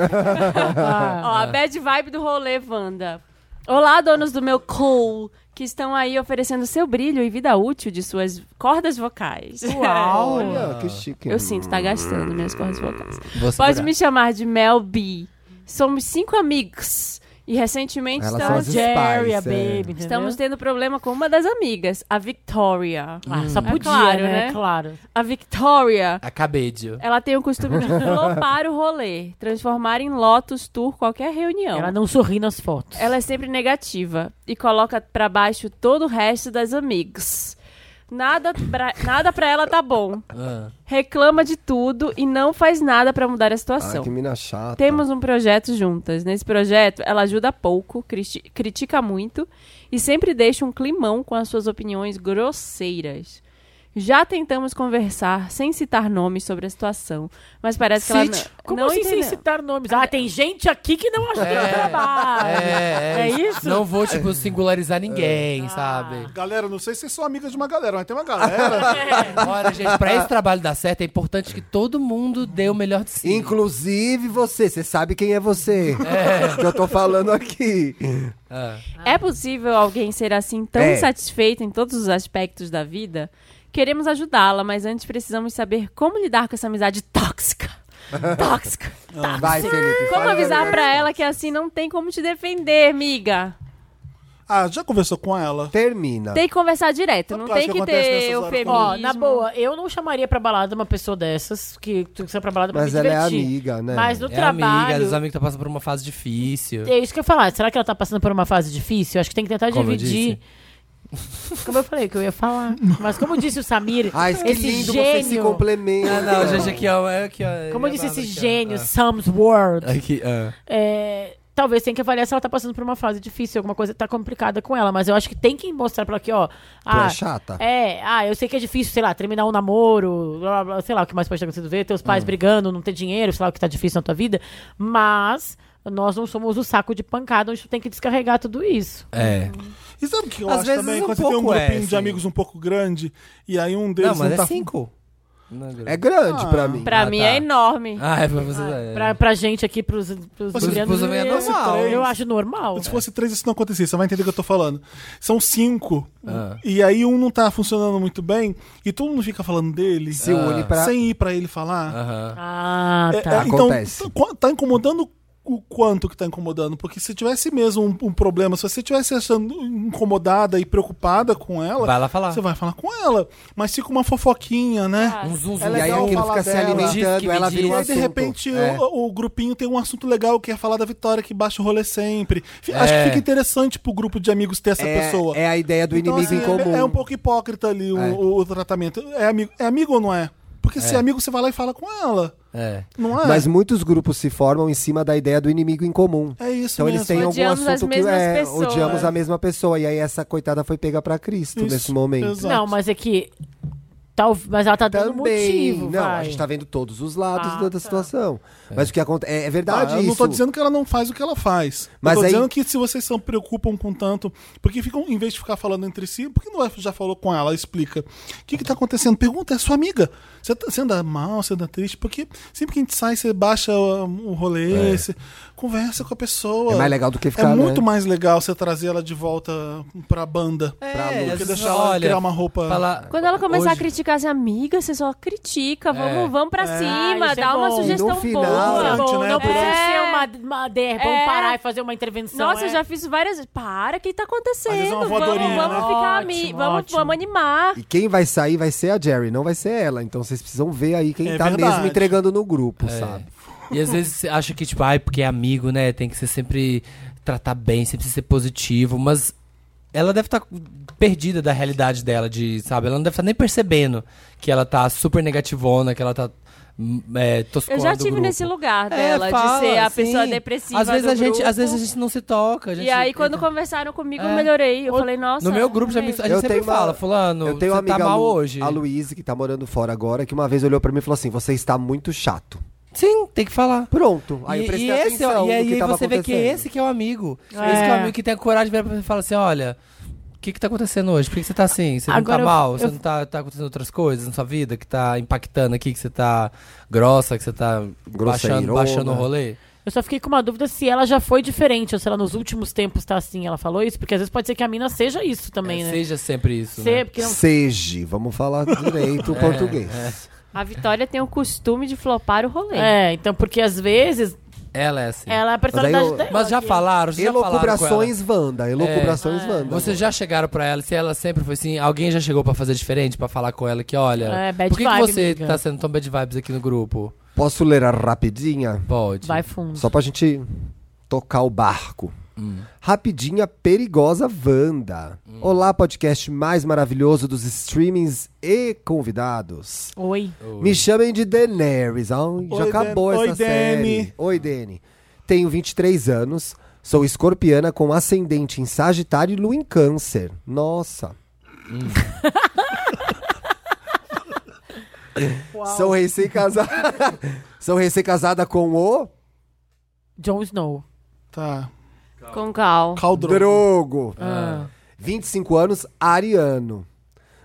Speaker 2: Ó, a bad vibe do rolê, Wanda. Olá, donos do meu cool, que estão aí oferecendo seu brilho e vida útil de suas cordas vocais.
Speaker 3: Uau!
Speaker 2: [LAUGHS]
Speaker 3: Olha, que chique.
Speaker 2: Eu sinto, tá gastando minhas cordas vocais.
Speaker 3: Vou
Speaker 2: Pode
Speaker 3: segurar.
Speaker 2: me chamar de Mel B. Somos cinco amigos. E recentemente
Speaker 3: Elas
Speaker 2: estamos...
Speaker 3: são as Jerry, spice, a baby, é. entendeu?
Speaker 2: Estamos tendo problema com uma das amigas, a Victoria.
Speaker 7: Ah, só
Speaker 2: É
Speaker 7: podia,
Speaker 2: claro,
Speaker 7: né?
Speaker 2: né?
Speaker 7: Claro.
Speaker 2: A Victoria
Speaker 4: Acabei de.
Speaker 2: ela tem o costume
Speaker 7: [LAUGHS]
Speaker 2: de flopar o rolê, transformar em Lotus Tour qualquer reunião.
Speaker 7: Ela não sorri nas fotos.
Speaker 2: Ela é sempre negativa e coloca pra baixo todo o resto das amigas. Nada pra, nada pra ela tá bom.
Speaker 4: Ah.
Speaker 2: Reclama de tudo e não faz nada pra mudar a situação.
Speaker 14: Ai, que mina
Speaker 7: Ah, tá.
Speaker 14: chata.
Speaker 3: [LAUGHS]
Speaker 2: Temos um projeto juntas. Nesse projeto, ela ajuda pouco, criti- critica muito e sempre deixa um climão com as suas opiniões grosseiras. Já tentamos conversar sem citar nomes sobre a situação, mas parece que ela
Speaker 7: Cite.
Speaker 2: não,
Speaker 7: Como
Speaker 2: não
Speaker 7: assim sem
Speaker 2: entendeu.
Speaker 7: citar nomes? Ah, tem gente aqui que não ajuda
Speaker 4: É.
Speaker 7: o trabalho.
Speaker 4: É,
Speaker 7: É isso? É. Ah.
Speaker 4: Não vou, tipo, singularizar ninguém, sabe?
Speaker 1: Galera, não sei se vocês são amigas de uma galera, mas tem uma galera.
Speaker 4: [LAUGHS] Olha, gente, pra esse trabalho dar certo, é importante que todo mundo dê o melhor de si.
Speaker 3: Inclusive você, você sabe quem é você.
Speaker 4: É.
Speaker 3: [LAUGHS] Que eu tô falando aqui.
Speaker 2: É possível alguém ser assim tão
Speaker 3: É.
Speaker 2: insatisfeito em todos os aspectos da vida? Queremos ajudá-la, mas antes precisamos saber como lidar com essa amizade tóxica. Tóxica.
Speaker 3: Ah, vai,
Speaker 2: tóxica.
Speaker 3: Felipe,
Speaker 2: Como
Speaker 7: É
Speaker 3: fala
Speaker 2: avisar
Speaker 3: agora.
Speaker 2: pra ela que assim não tem como te defender, miga?
Speaker 1: Ah, já conversou com ela?
Speaker 3: Termina.
Speaker 2: Tem que conversar direto, não
Speaker 1: tu acha
Speaker 2: tem
Speaker 1: Tá. que
Speaker 2: que
Speaker 1: acontece
Speaker 2: ter
Speaker 1: nessas horas
Speaker 2: eufemismo.
Speaker 7: Ó, na boa, eu não chamaria pra balada uma pessoa dessas, que tu precisa pra balada pra
Speaker 4: Mas
Speaker 7: me
Speaker 4: ela é
Speaker 7: divertir.
Speaker 4: amiga,
Speaker 3: né?
Speaker 7: Mas no
Speaker 4: é
Speaker 7: trabalho...
Speaker 4: amiga, os amigos estão passando por uma fase difícil.
Speaker 7: É isso que eu ia falar. Será que ela tá passando por uma fase difícil? Acho que tem que tentar
Speaker 4: Como eu
Speaker 7: dividir. Como eu falei que eu
Speaker 4: [LAUGHS]
Speaker 7: ia falar. Mas como disse o Samir,
Speaker 3: Ai, que
Speaker 7: esse
Speaker 3: lindo,
Speaker 7: gênio...
Speaker 3: vocês se complementam.
Speaker 4: Ah, não, gente, aqui, ó. é Aqui, ó
Speaker 7: Como eu
Speaker 4: é
Speaker 7: disse, esse
Speaker 4: Bárbara aqui, ó.
Speaker 7: gênio, Sam's World,
Speaker 4: Aqui, ah.
Speaker 7: é, talvez tenha que avaliar se ela tá passando por uma fase difícil, alguma coisa tá complicada com ela, mas eu acho que tem que mostrar pra ela que, ó... ah,
Speaker 3: é chata.
Speaker 7: É, ah, eu sei que é difícil, sei lá, terminar um namoro, blá, blá, blá, sei lá, o que mais pode ter acontecido, ver teus pais brigando, não ter dinheiro, sei lá, o que tá difícil na tua vida, mas... Nós não somos o saco de pancada onde tu tem que descarregar tudo isso.
Speaker 4: É.
Speaker 1: E sabe o que eu
Speaker 4: Às
Speaker 1: acho
Speaker 4: vezes
Speaker 1: também?
Speaker 4: um
Speaker 1: quando você tem um
Speaker 4: pouco é,
Speaker 1: grupinho
Speaker 4: assim.
Speaker 1: de amigos um pouco grande, e aí um deles
Speaker 4: Não, mas é
Speaker 1: tá... Ah.
Speaker 4: cinco.
Speaker 3: É grande pra mim.
Speaker 2: Pra mim é enorme.
Speaker 4: Ah, é pra você.
Speaker 7: Pra, pra gente aqui, pros, pros,
Speaker 1: Mas se
Speaker 7: grandes,
Speaker 1: fosse também é
Speaker 7: eu-
Speaker 1: normal.
Speaker 7: Eu acho normal.
Speaker 1: Se fosse três, isso não acontecia. Você vai entender o que eu tô falando. São cinco.
Speaker 4: Ah.
Speaker 1: E aí um não tá funcionando muito bem e todo mundo fica falando dele.
Speaker 3: Se une pra-
Speaker 1: Sem ir pra ele falar.
Speaker 7: Ah,
Speaker 1: É,
Speaker 7: tá.
Speaker 1: é, então, tá- qu- tá incomodando o quanto que tá incomodando? Porque se tivesse mesmo um, um problema, se você tivesse achando incomodada e preocupada com ela,
Speaker 4: Vai lá falar.
Speaker 1: Você vai falar com ela, mas fica uma fofoquinha, né?
Speaker 4: Um zoom, zoom.
Speaker 1: É
Speaker 4: E aí
Speaker 1: legal
Speaker 4: aquilo
Speaker 1: falar
Speaker 3: fica se
Speaker 1: dela.
Speaker 3: alimentando,
Speaker 1: Diz que me
Speaker 3: ela
Speaker 1: diz.
Speaker 3: vira um
Speaker 1: E aí, de
Speaker 3: assunto.
Speaker 1: repente
Speaker 3: É.
Speaker 1: o, o grupinho tem um assunto legal que é falar da Vitória que baixa o rolê sempre. Fi-
Speaker 3: É.
Speaker 1: Acho que fica interessante pro grupo de amigos ter essa
Speaker 3: É-
Speaker 1: pessoa.
Speaker 3: é a ideia do inimigo em
Speaker 1: é-
Speaker 3: comum.
Speaker 1: É, um pouco hipócrita ali o,
Speaker 3: É.
Speaker 1: o- o tratamento. É amigo, é amigo ou não é? Porque se
Speaker 3: É.
Speaker 1: é amigo, você vai lá e fala com ela.
Speaker 4: É.
Speaker 1: Não é?
Speaker 3: Mas muitos grupos se formam em cima da ideia do inimigo em comum.
Speaker 1: É isso
Speaker 3: Então eles
Speaker 1: mesmo.
Speaker 3: têm algum
Speaker 1: Odiamos as
Speaker 3: assunto que
Speaker 1: mesmas
Speaker 3: é,
Speaker 1: pessoas.
Speaker 3: odiamos a mesma pessoa. E aí essa coitada foi pega pra Cristo
Speaker 1: Isso,
Speaker 3: nesse momento.
Speaker 7: Não, mas é que. Tal, mas ela tá dando
Speaker 3: Também.
Speaker 7: motivo.
Speaker 3: Não,
Speaker 7: vai.
Speaker 3: a gente tá vendo todos os lados
Speaker 7: Ah,
Speaker 3: da, da
Speaker 1: tá.
Speaker 3: situação. Mas o que acontece. É, é verdade
Speaker 1: Ah, eu
Speaker 3: isso.
Speaker 1: não tô dizendo que ela não faz o que ela faz.
Speaker 3: Mas
Speaker 1: eu tô
Speaker 3: aí-
Speaker 1: dizendo que se vocês se preocupam com tanto. Porque ficam, em vez de ficar falando entre si, por que não é- já falou com ela? Explica. O que, que tá acontecendo? Pergunta, é sua amiga. Você, tá- você anda mal, você anda triste, porque sempre que a gente sai, você baixa um, o rolê,
Speaker 3: É.
Speaker 1: você conversa com a pessoa.
Speaker 3: É mais legal do que
Speaker 1: É
Speaker 3: ficar,
Speaker 1: muito
Speaker 3: né?
Speaker 1: mais legal você trazer ela de volta pra banda.
Speaker 4: Pra Lu.
Speaker 1: do que
Speaker 4: às
Speaker 1: deixar
Speaker 4: vezes,
Speaker 1: ela
Speaker 4: olha,
Speaker 1: criar uma roupa.
Speaker 4: falar-
Speaker 2: Quando ela começar a
Speaker 1: Hoje-
Speaker 2: criticar as amigas, você só critica, vamos, vamos pra
Speaker 1: É.
Speaker 2: cima,
Speaker 7: Ah, isso é
Speaker 2: dá uma
Speaker 7: bom.
Speaker 2: sugestão
Speaker 7: No final,
Speaker 2: boa.
Speaker 7: é bom, né? Não precisa
Speaker 2: É.
Speaker 7: ser uma- uma DR, vamos
Speaker 2: É.
Speaker 7: parar e fazer uma intervenção,
Speaker 2: Nossa,
Speaker 7: é.
Speaker 2: eu já fiz várias vezes. Para, o que tá acontecendo?
Speaker 1: vezes é uma
Speaker 2: vamos vamos
Speaker 1: voadorinha, né?
Speaker 2: ficar ami-
Speaker 1: Ótimo,
Speaker 2: vamos,
Speaker 1: ótimo.
Speaker 2: vamos animar.
Speaker 3: E quem vai sair vai ser a Jerry, não vai ser ela. Então vocês precisam ver aí quem
Speaker 4: É
Speaker 3: tá mesmo
Speaker 4: verdade.
Speaker 3: entregando no grupo,
Speaker 4: É.
Speaker 3: sabe?
Speaker 4: E às vezes você acha que, tipo, ai, porque é amigo, né? Tem que ser sempre tratar bem, sempre ser positivo, mas ela deve estar perdida da realidade dela, de, sabe? Ela não deve estar nem percebendo que ela tá super negativona, que ela tá hum, é, toscona
Speaker 2: Eu já
Speaker 4: do
Speaker 2: tive
Speaker 4: grupo.
Speaker 2: nesse lugar
Speaker 4: É,
Speaker 2: dela,
Speaker 4: fala,
Speaker 2: de ser a
Speaker 4: sim.
Speaker 2: pessoa depressiva.
Speaker 4: Às vezes
Speaker 2: do
Speaker 4: a gente-
Speaker 2: grupo.
Speaker 4: às vezes a gente não se toca. a gente-
Speaker 2: E aí, quando conversaram comigo, eu
Speaker 4: É.
Speaker 2: melhorei. Eu falei, nossa. é
Speaker 4: No meu grupo já me- a gente
Speaker 3: Eu
Speaker 4: sempre
Speaker 3: tenho uma-
Speaker 4: fala, fulano,
Speaker 3: eu tenho uma
Speaker 4: você tá
Speaker 3: amiga
Speaker 4: mal
Speaker 3: Lu-
Speaker 4: hoje.
Speaker 3: A Luísa, que tá morando fora agora, que uma vez olhou pra mim e falou assim: Você está muito chato.
Speaker 4: Sim, tem que falar.
Speaker 3: Pronto. Aí eu
Speaker 4: e,
Speaker 3: prestei
Speaker 4: e esse,
Speaker 3: atenção
Speaker 4: e
Speaker 3: no
Speaker 4: aí
Speaker 3: que tava
Speaker 4: você vê que é
Speaker 3: acontecendo.
Speaker 4: esse que é o amigo.
Speaker 3: É.
Speaker 4: Esse que é o amigo que tem a coragem de virar pra você e falar assim: olha, o que, que tá acontecendo hoje? Por que, que você tá assim? Você
Speaker 7: Agora
Speaker 4: não
Speaker 7: eu-
Speaker 4: tá mal? Você
Speaker 7: eu-
Speaker 4: não tá, tá acontecendo outras coisas na sua vida que tá impactando aqui, que você tá grossa, que você tá baixando,
Speaker 3: Grosseirona.
Speaker 4: baixando o rolê?
Speaker 7: Eu só fiquei com uma dúvida se ela já foi diferente, ou se ela nos últimos tempos tá assim. Ela falou isso? Porque às vezes pode ser que a mina seja isso também, né?
Speaker 4: É, Seja sempre isso.
Speaker 7: Se-
Speaker 4: né?
Speaker 7: porque não-
Speaker 3: Seja, vamos falar direito
Speaker 4: [LAUGHS]
Speaker 3: o
Speaker 7: É,
Speaker 3: português.
Speaker 2: A Vitória tem o costume de flopar o rolê.
Speaker 7: É, então porque às vezes
Speaker 4: Ela é assim.
Speaker 7: ela é a personalidade dela.
Speaker 4: Mas já falaram, já
Speaker 3: Elocubrações
Speaker 4: falaram com ela.
Speaker 3: Wanda, elocubrações
Speaker 7: Ah,
Speaker 4: É.
Speaker 3: Wanda.
Speaker 4: Vocês já chegaram pra ela, se ela sempre foi assim, alguém já chegou pra fazer diferente, pra falar com ela que, olha,
Speaker 7: É, bad
Speaker 4: por que, que
Speaker 7: vibe,
Speaker 4: você
Speaker 7: amiga.
Speaker 4: tá sendo tão bad vibes aqui no grupo?
Speaker 3: Posso ler a rapidinha?
Speaker 4: Pode.
Speaker 7: Vai fundo.
Speaker 3: Só pra gente tocar o barco. Rapidinha perigosa Wanda.
Speaker 4: Hum.
Speaker 3: Olá, podcast mais maravilhoso dos streamings e convidados.
Speaker 7: Oi.
Speaker 3: Me chamem de Daenerys. Ai, já
Speaker 1: Oi,
Speaker 3: acabou
Speaker 1: Dan-
Speaker 3: essa
Speaker 1: Oi,
Speaker 3: série.
Speaker 1: Dani.
Speaker 3: Oi, Dani. Tenho 23 anos, sou escorpiana com ascendente em Sagitário e lua em Câncer. Nossa. [LAUGHS] Sou recém-casada. [LAUGHS] Sou recém-casada com o
Speaker 7: Jon Snow.
Speaker 1: Tá.
Speaker 2: Com cal.
Speaker 1: Caldrogo.
Speaker 3: Drogo.
Speaker 1: Ah.
Speaker 3: 25 anos, ariano.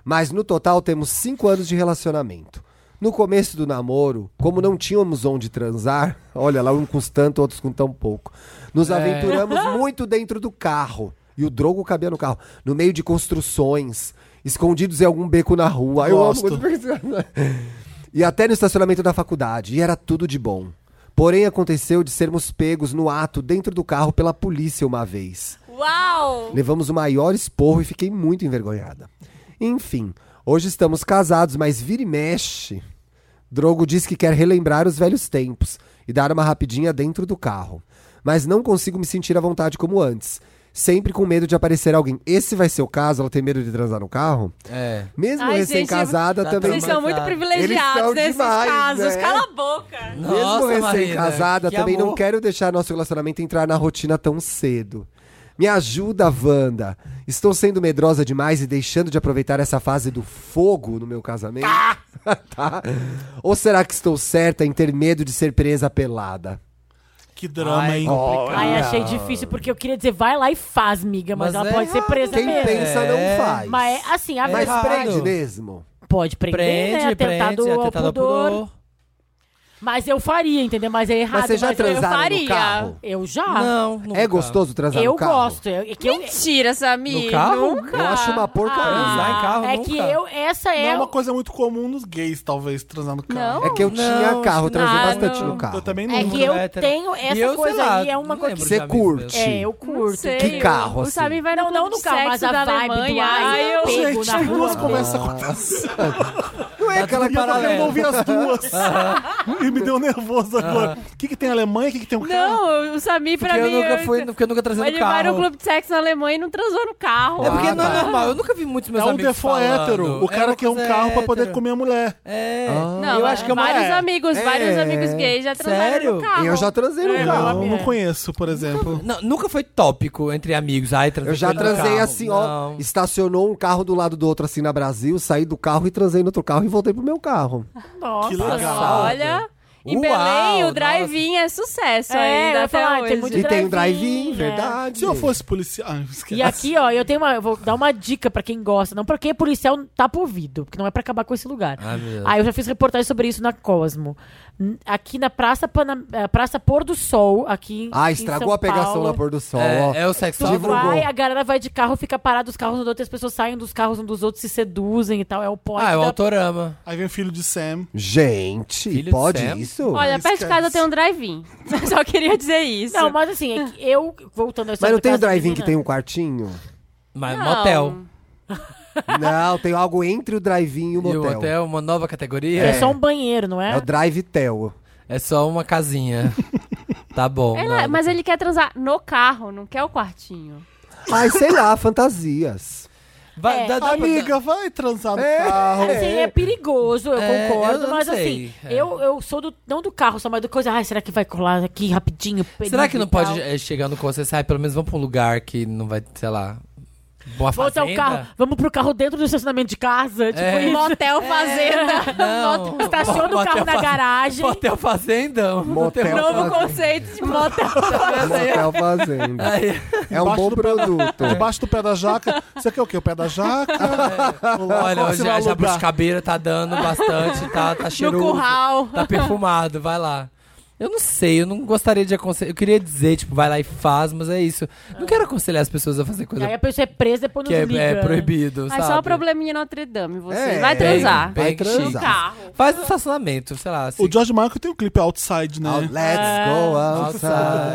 Speaker 3: Mas no total temos 5 anos de relacionamento. No começo do namoro, como não tínhamos onde transar, [LAUGHS] olha lá, um com tanto, outros com tão pouco, nos
Speaker 1: É. [LAUGHS]
Speaker 3: aventuramos muito dentro do carro. E o drogo cabia no carro. No meio de construções, escondidos em algum beco na rua. Eu amo
Speaker 1: Gosto.
Speaker 3: muito e até no estacionamento da faculdade, e era tudo de bom. Porém, aconteceu de sermos pegos no ato dentro do carro pela polícia uma vez.
Speaker 2: Uau!
Speaker 3: Levamos o maior esporro e fiquei muito envergonhada. Enfim, hoje estamos casados, mas vira e mexe. Drogo diz que quer relembrar os velhos tempos e dar uma rapidinha dentro do carro. Mas não consigo me sentir à vontade como antes. Sempre com medo de aparecer alguém. Esse vai ser o caso? Ela tem medo de transar no carro?
Speaker 4: É.
Speaker 3: Mesmo
Speaker 2: Ai, gente,
Speaker 3: recém-casada
Speaker 2: vocês
Speaker 3: também.
Speaker 2: são muito privilegiados
Speaker 3: são
Speaker 2: nesses
Speaker 3: demais,
Speaker 2: casos.
Speaker 3: né?
Speaker 2: Cala a boca.
Speaker 3: Mesmo recém-casada,
Speaker 4: que
Speaker 3: também não
Speaker 4: amor.
Speaker 3: quero deixar nosso relacionamento entrar na rotina tão cedo. Me ajuda, Wanda. Estou sendo medrosa demais e deixando de aproveitar essa fase do fogo no meu casamento? [LAUGHS] Tá. Ou será que estou certa em ter medo de ser presa pelada?
Speaker 1: Que drama,
Speaker 3: Ai,
Speaker 1: hein?
Speaker 3: complicado.
Speaker 7: Ai, achei difícil, porque eu queria dizer, vai lá e faz, miga, mas,
Speaker 3: Mas
Speaker 7: ela
Speaker 3: é
Speaker 7: pode ser presa
Speaker 3: Quem
Speaker 7: mesmo.
Speaker 3: pensa não faz.
Speaker 7: Mas é assim, a
Speaker 3: Mas
Speaker 7: verdade-
Speaker 3: prende mesmo.
Speaker 7: Pode prender, né? Atentado, ao pudor. Mas eu faria, entendeu? Mas é errado.
Speaker 3: Mas você já
Speaker 7: eu
Speaker 3: transaram no
Speaker 7: faria.
Speaker 3: carro?
Speaker 7: Eu já.
Speaker 3: Não, nunca. É gostoso transar
Speaker 7: Ah. eu
Speaker 3: no carro?
Speaker 7: Gosto. Eu gosto.
Speaker 2: Mentira, Samir.
Speaker 3: No carro?
Speaker 2: Nunca. Ah,
Speaker 3: Eu acho uma porcaria. Transar em carro,
Speaker 7: É que
Speaker 1: nunca.
Speaker 7: eu... Essa
Speaker 1: Não
Speaker 7: é...
Speaker 1: é uma coisa muito comum nos gays, talvez, transar no carro.
Speaker 7: Não. É que eu tinha Não, carro, acho que transei não. bastante no
Speaker 1: Eu
Speaker 3: carro.
Speaker 1: também não.
Speaker 7: É que eu tenho essa
Speaker 1: E eu, sei
Speaker 7: coisa
Speaker 1: lá,
Speaker 7: aí, é uma
Speaker 1: não
Speaker 7: coisa que
Speaker 1: lembro já
Speaker 3: Você curte.
Speaker 7: É, eu curto.
Speaker 2: sei.
Speaker 3: Que carro,
Speaker 2: O
Speaker 3: assim?
Speaker 2: Samir vai não,
Speaker 7: não no carro, mas a vibe do ai,
Speaker 2: Ai, eu...
Speaker 7: pego
Speaker 1: Gente,
Speaker 7: na
Speaker 1: tem duas
Speaker 7: rua.
Speaker 1: tipo, conversas
Speaker 3: Não é
Speaker 1: aquela paralela. Ah. Eu ouvi as [LAUGHS] duas. e me deu nervoso agora. O que, que tem Alemanha? O que, que tem o carro?
Speaker 2: Não, o Samir pra
Speaker 1: Porque eu
Speaker 2: mim...
Speaker 1: nunca fui- porque eu nunca transei no
Speaker 2: Ele vai no
Speaker 1: carro.
Speaker 2: clube de sexo na Alemanha e não transou no carro.
Speaker 4: É porque
Speaker 1: Ah,
Speaker 4: não
Speaker 1: tá.
Speaker 4: é normal. Eu nunca vi muitos meus
Speaker 1: é o
Speaker 4: amigos
Speaker 1: default
Speaker 4: falando.
Speaker 1: hétero. O
Speaker 4: É
Speaker 1: cara
Speaker 4: uma
Speaker 1: quer um
Speaker 4: coisa
Speaker 1: carro pra poder
Speaker 4: hétero.
Speaker 1: comer a mulher.
Speaker 4: É.
Speaker 2: Não,
Speaker 1: eu acho que é uma-
Speaker 2: vários
Speaker 1: é.
Speaker 2: amigos, vários
Speaker 1: É.
Speaker 2: amigos gays já transaram no
Speaker 4: Sério?
Speaker 7: Ah,
Speaker 2: carro.
Speaker 4: Eu já transei no
Speaker 1: É,
Speaker 4: carro.
Speaker 1: não, Eu não conheço, por exemplo.
Speaker 4: Não, nunca foi tópico entre amigos. Ai,
Speaker 3: Eu já transei assim, ó. Estacionou um carro do lado do outro, assim, na Brasil. Saí do carro e transei no outro carro e voltei pro meu carro.
Speaker 2: Nossa,
Speaker 3: Que legal.
Speaker 2: olha... Em
Speaker 3: Uau,
Speaker 2: Belém, o
Speaker 3: nossa.
Speaker 2: drive-in é sucesso
Speaker 7: É, eu
Speaker 2: ainda [LAUGHS]
Speaker 7: ia
Speaker 2: até
Speaker 7: falar,
Speaker 2: hoje.
Speaker 7: tem muito E tem um
Speaker 1: né?
Speaker 7: drive-in, drive-in, é.
Speaker 1: Se eu fosse policial. Ah, esquece.
Speaker 7: E aqui, ó, eu tenho uma. eu vou dar uma dica pra quem gosta. Não pra quem é policial tapa ouvido, porque não é pra acabar com esse lugar.
Speaker 1: Ah, meu Deus.
Speaker 7: Aí eu já fiz reportagem sobre isso na Cosmo. N- Aqui na Praça, Pana- eh, Praça Pôr do Sol, aqui em-
Speaker 3: Ah,
Speaker 7: em
Speaker 3: estragou
Speaker 7: São
Speaker 3: a pegação
Speaker 7: Paulo.
Speaker 3: na pôr do sol,
Speaker 4: É,
Speaker 3: ó.
Speaker 4: é o sexo
Speaker 7: Tu
Speaker 3: Divulgou.
Speaker 7: vai, a galera vai de carro, fica parada os carros um do outro, e as pessoas saem dos carros um dos outros, se seduzem e tal.
Speaker 3: Ah,
Speaker 7: É o pote. da-
Speaker 4: Ah, autorama.
Speaker 1: Aí vem o filho de Sam.
Speaker 3: Gente, pode isso?
Speaker 2: Olha, perto de casa tem um drive-in. Só queria dizer isso.
Speaker 7: Não, mas assim, é que eu, voltando a
Speaker 3: Mas não tem o
Speaker 7: casa da
Speaker 3: drive-in que
Speaker 7: menina-
Speaker 3: tem um quartinho?
Speaker 4: Mas é um
Speaker 7: Não.
Speaker 4: motel.
Speaker 3: [LAUGHS] Não, tem algo entre o drive-in e o
Speaker 4: E o
Speaker 3: motel.
Speaker 4: motel, uma nova categoria.
Speaker 7: É só um banheiro, não é?
Speaker 3: É o drive-tel.
Speaker 4: É só
Speaker 3: [LAUGHS]
Speaker 4: uma casinha. tá bom.
Speaker 7: é
Speaker 2: Ela-
Speaker 4: não.
Speaker 2: É, mas ele quer transar no carro, não quer o quartinho.
Speaker 3: Ai, sei lá, fantasias.
Speaker 4: Vai, dá- dá-
Speaker 1: Amiga, vai transar no
Speaker 3: É.
Speaker 1: carro.
Speaker 7: É, Assim, é perigoso, eu
Speaker 4: É,
Speaker 7: concordo,
Speaker 4: eu não
Speaker 7: mas
Speaker 4: sei. é.
Speaker 7: assim, eu, eu sou do, não do carro, só mas do coisa. Ai, será que vai colar aqui rapidinho?
Speaker 4: Será que
Speaker 7: perigo
Speaker 4: não
Speaker 7: e tal?"
Speaker 4: pode é, chegar no consenso? Ai, pelo menos vamos pra um lugar que não vai, sei lá. Boa
Speaker 7: Voltar
Speaker 4: fazenda?
Speaker 7: o um
Speaker 4: É.
Speaker 7: carro, vamos pro carro dentro do estacionamento de casa, tipo isso.
Speaker 2: Motel
Speaker 7: [LAUGHS]
Speaker 2: fazenda.
Speaker 7: Motel- Estaciona o
Speaker 4: Motel
Speaker 7: carro na
Speaker 4: faz-
Speaker 7: garagem.
Speaker 4: Motel Fazenda? Motel
Speaker 2: Novo [LAUGHS] conceito
Speaker 1: [LAUGHS]
Speaker 2: de motel
Speaker 3: Motel fazenda. É um bom produto.
Speaker 1: Debaixo do pé da jaca. Você quer o quê? O pé da
Speaker 4: [LAUGHS]
Speaker 1: jaca?
Speaker 4: Olha,
Speaker 1: Qual
Speaker 4: hoje
Speaker 1: você vai
Speaker 4: a
Speaker 1: alugar?
Speaker 7: [LAUGHS]
Speaker 4: jabuscabeira tá dando bastante, tá, tá cheiroso.
Speaker 2: curral.
Speaker 4: Tá perfumado, vai lá. Eu não sei, eu não gostaria de aconselhar. Eu queria dizer, tipo, vai lá e faz, mas é isso. Não quero aconselhar as pessoas a fazer coisa
Speaker 7: Aí a pessoa é presa depois
Speaker 4: que
Speaker 7: não
Speaker 4: é,
Speaker 7: liga.
Speaker 4: é proibido,
Speaker 2: Mas
Speaker 4: sabe?
Speaker 2: só o probleminha em Notre Dame, você.
Speaker 4: É,
Speaker 2: vai
Speaker 4: bem-
Speaker 2: transar.
Speaker 4: bem chique.
Speaker 7: Um
Speaker 2: No
Speaker 7: Tá.
Speaker 2: carro.
Speaker 4: Faz no estacionamento, sei lá. Assim. Ah.
Speaker 1: O George Michael tem o clipe Outside, né?
Speaker 4: let's go outside.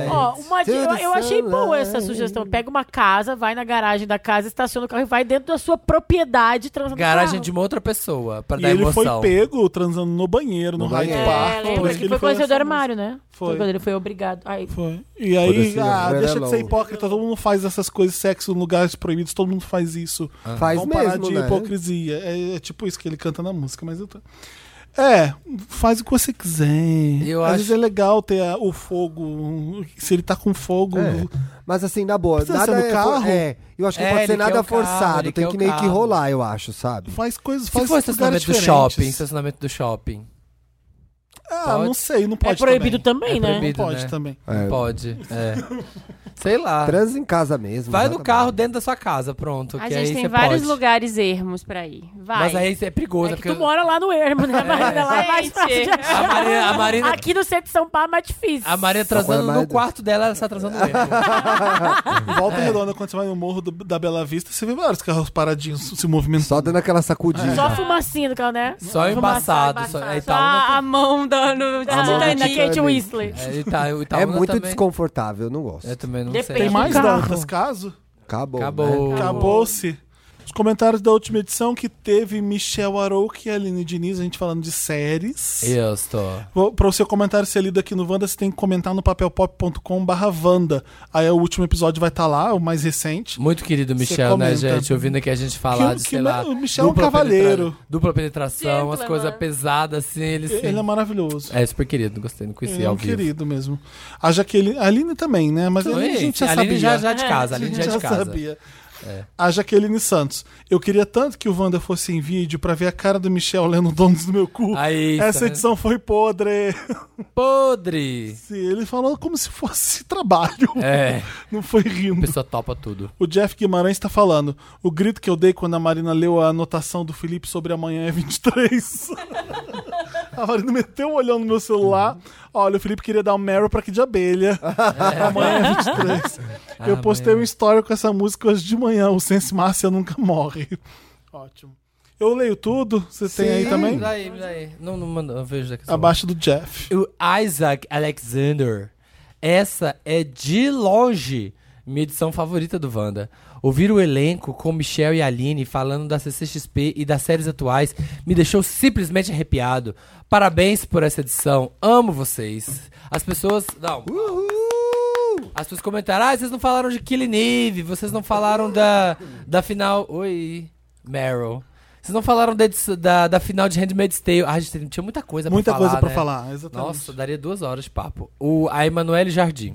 Speaker 7: Ó, uma dica, eu, eu achei
Speaker 1: To the
Speaker 7: boa essa
Speaker 1: sunlight.
Speaker 7: sugestão. Pega uma casa, vai na garagem da casa, estaciona o carro e vai dentro da sua propriedade transando
Speaker 4: Garagem
Speaker 7: carro.
Speaker 4: de uma outra pessoa, pra
Speaker 1: E
Speaker 4: dar
Speaker 1: ele
Speaker 4: emoção.
Speaker 1: foi pego transando no banheiro, no, Hyde
Speaker 7: É,
Speaker 1: Park.
Speaker 7: lembra
Speaker 1: Por isso
Speaker 7: que
Speaker 1: ele
Speaker 7: foi conhecer o do
Speaker 1: essa
Speaker 7: armário, né?
Speaker 1: Foi.
Speaker 7: Foi quando ele foi obrigado. Aí.
Speaker 1: Foi. E aí,
Speaker 3: Foda-se,
Speaker 1: ah,
Speaker 3: Umbrella
Speaker 1: deixa de ser
Speaker 3: Low.
Speaker 1: hipócrita, todo mundo faz essas coisas, sexo em lugares proibidos, todo mundo faz isso.
Speaker 3: Ah. Faz
Speaker 1: Vamos parar
Speaker 3: mesmo,
Speaker 1: de
Speaker 3: né?
Speaker 1: hipocrisia. É, é tipo isso que ele canta na música, mas eu tô... É, faz o que você quiser.
Speaker 3: Eu
Speaker 1: Às
Speaker 3: acho-
Speaker 1: vezes é legal ter a- o fogo, se ele tá com fogo...
Speaker 3: É. Mas assim, na boa,
Speaker 1: Precisa
Speaker 3: nada
Speaker 1: ser no
Speaker 3: é,
Speaker 1: carro?
Speaker 3: é, eu acho que
Speaker 1: É,
Speaker 3: não pode ser
Speaker 1: ele quer
Speaker 3: nada
Speaker 1: o carro,
Speaker 3: forçado,
Speaker 1: ele
Speaker 3: tem
Speaker 1: quer
Speaker 3: que
Speaker 1: o
Speaker 3: meio que
Speaker 1: carro.
Speaker 3: rolar, eu acho, sabe?
Speaker 1: Faz coisas,
Speaker 4: Se
Speaker 1: faz
Speaker 4: for
Speaker 1: lugares
Speaker 4: Tipo, estacionamento do
Speaker 1: diferentes.
Speaker 4: shopping, estacionamento do shopping.
Speaker 1: Ah, não sei, não pode também.
Speaker 4: É
Speaker 1: né?
Speaker 4: proibido,
Speaker 1: Não pode
Speaker 4: né?
Speaker 1: também.
Speaker 4: Não
Speaker 1: É.
Speaker 4: pode, é. Sei lá.
Speaker 3: Trans em casa mesmo.
Speaker 4: Vai
Speaker 3: nada
Speaker 4: no carro dentro da sua casa, pronto.
Speaker 2: A
Speaker 4: que
Speaker 2: gente
Speaker 4: aí
Speaker 2: tem
Speaker 4: você
Speaker 2: vários
Speaker 4: pode.
Speaker 2: lugares ermos pra ir. Vai.
Speaker 4: Mas aí é perigoso, porque
Speaker 7: Tu mora lá no ermo, né? [LAUGHS] Marina? Lá é mais
Speaker 2: Gente.
Speaker 7: fácil de achar.
Speaker 4: A Marina- a Marina-
Speaker 7: Aqui no centro de São Paulo é mais difícil.
Speaker 4: a Maria transando no quarto dela, ela tá está transando mesmo.
Speaker 1: né?
Speaker 3: [LAUGHS]
Speaker 1: Volta
Speaker 3: É.
Speaker 1: redonda, quando você vai no morro do- da Bela Vista, você vê vários carros paradinhos se movimentando.
Speaker 3: Só dando aquela sacudida.
Speaker 7: Só fumacinha do carro, né?
Speaker 4: Só embaçado. Só, é,
Speaker 2: Só
Speaker 4: Itaúna,
Speaker 2: a, a mão da, no,
Speaker 7: A mão do
Speaker 2: Titanic.
Speaker 7: Titanic. Kate Winslet.
Speaker 4: é, Ita, o Itaúna
Speaker 3: É muito
Speaker 4: também.
Speaker 3: desconfortável, eu não gosto.
Speaker 4: Eu também não sei.
Speaker 1: Tem mais datas, caso?
Speaker 3: Acabou.
Speaker 4: Acabou.
Speaker 3: né?
Speaker 1: Acabou-se. Os comentários da última edição que teve Michel Arouque e Aline Diniz, a gente falando de séries.
Speaker 4: Eu estou.
Speaker 1: Para o seu comentário ser lido aqui no Wanda, você tem que comentar no papelpop.com barra Wanda. Aí o último episódio vai estar lá, o mais recente.
Speaker 4: Muito querido
Speaker 1: Você
Speaker 4: Michel, né,
Speaker 1: comenta.
Speaker 4: gente? Ouvindo aqui a gente falar
Speaker 1: Que-
Speaker 4: de,
Speaker 1: que
Speaker 4: sei
Speaker 1: ma-
Speaker 4: lá.
Speaker 1: o Michel é um
Speaker 4: dupla
Speaker 1: cavalheiro.
Speaker 4: penetra- dupla penetração, as
Speaker 1: Gentleman.
Speaker 4: coisas pesadas, assim, ele, sim.
Speaker 1: Ele é maravilhoso.
Speaker 4: É super querido, gostei, não conheci
Speaker 1: Ele é
Speaker 4: ao
Speaker 1: um
Speaker 4: vivo.
Speaker 1: querido mesmo. A Jaqueline, a Aline também, né? Mas a Aline a gente já
Speaker 4: a Aline
Speaker 1: sabia.
Speaker 4: já, já de casa, a
Speaker 1: A
Speaker 4: Aline
Speaker 1: gente [LAUGHS]
Speaker 4: já de casa.
Speaker 1: sabia.
Speaker 4: É.
Speaker 1: A Jaqueline Santos. Eu queria tanto que o Wanda fosse em vídeo pra ver a cara do Michel lendo Donos do Meu Cu.
Speaker 4: Aí, tá
Speaker 1: Essa
Speaker 4: vendo?
Speaker 1: edição foi podre.
Speaker 4: Podre!
Speaker 1: Sim, ele falou como se fosse [LAUGHS] trabalho.
Speaker 4: É.
Speaker 1: Não foi rindo.
Speaker 4: A pessoa topa tudo.
Speaker 1: O Jeff Guimarães tá falando. O grito que eu dei quando a Marina leu a anotação do Felipe sobre amanhã é 23. a Marina meteu um olhão no meu celular. Olha, o Felipe queria dar um Meryl pra que de abelha. amanhã é 23. eu
Speaker 4: Ah,
Speaker 1: postei um story com essa música hoje de manhã. O Sense Márcia nunca morre. Ótimo. Eu leio tudo. Você tem aí também?
Speaker 4: Daí, daí. Não, não manda, eu vejo daqui. a um
Speaker 1: Abaixo do Jeff.
Speaker 4: O Isaac Alexander. Essa é de longe minha edição favorita do Wanda. Ouvir o elenco com Michel e Aline falando da CCXP e das séries atuais me deixou simplesmente arrepiado. Parabéns por essa edição. Amo vocês. As pessoas. Não. As pessoas comentaram: ah, vocês não falaram de Killing Eve, vocês não falaram da, da final. Oi, Meryl. Vocês não falaram da, edição- da, da final de Handmaid's Tale. Ah, gente, tinha muita coisa
Speaker 1: Muita
Speaker 4: pra falar.
Speaker 1: coisa pra
Speaker 4: né?
Speaker 1: falar, exatamente.
Speaker 4: Nossa, daria duas horas de papo. O, a Emanuele Jardim.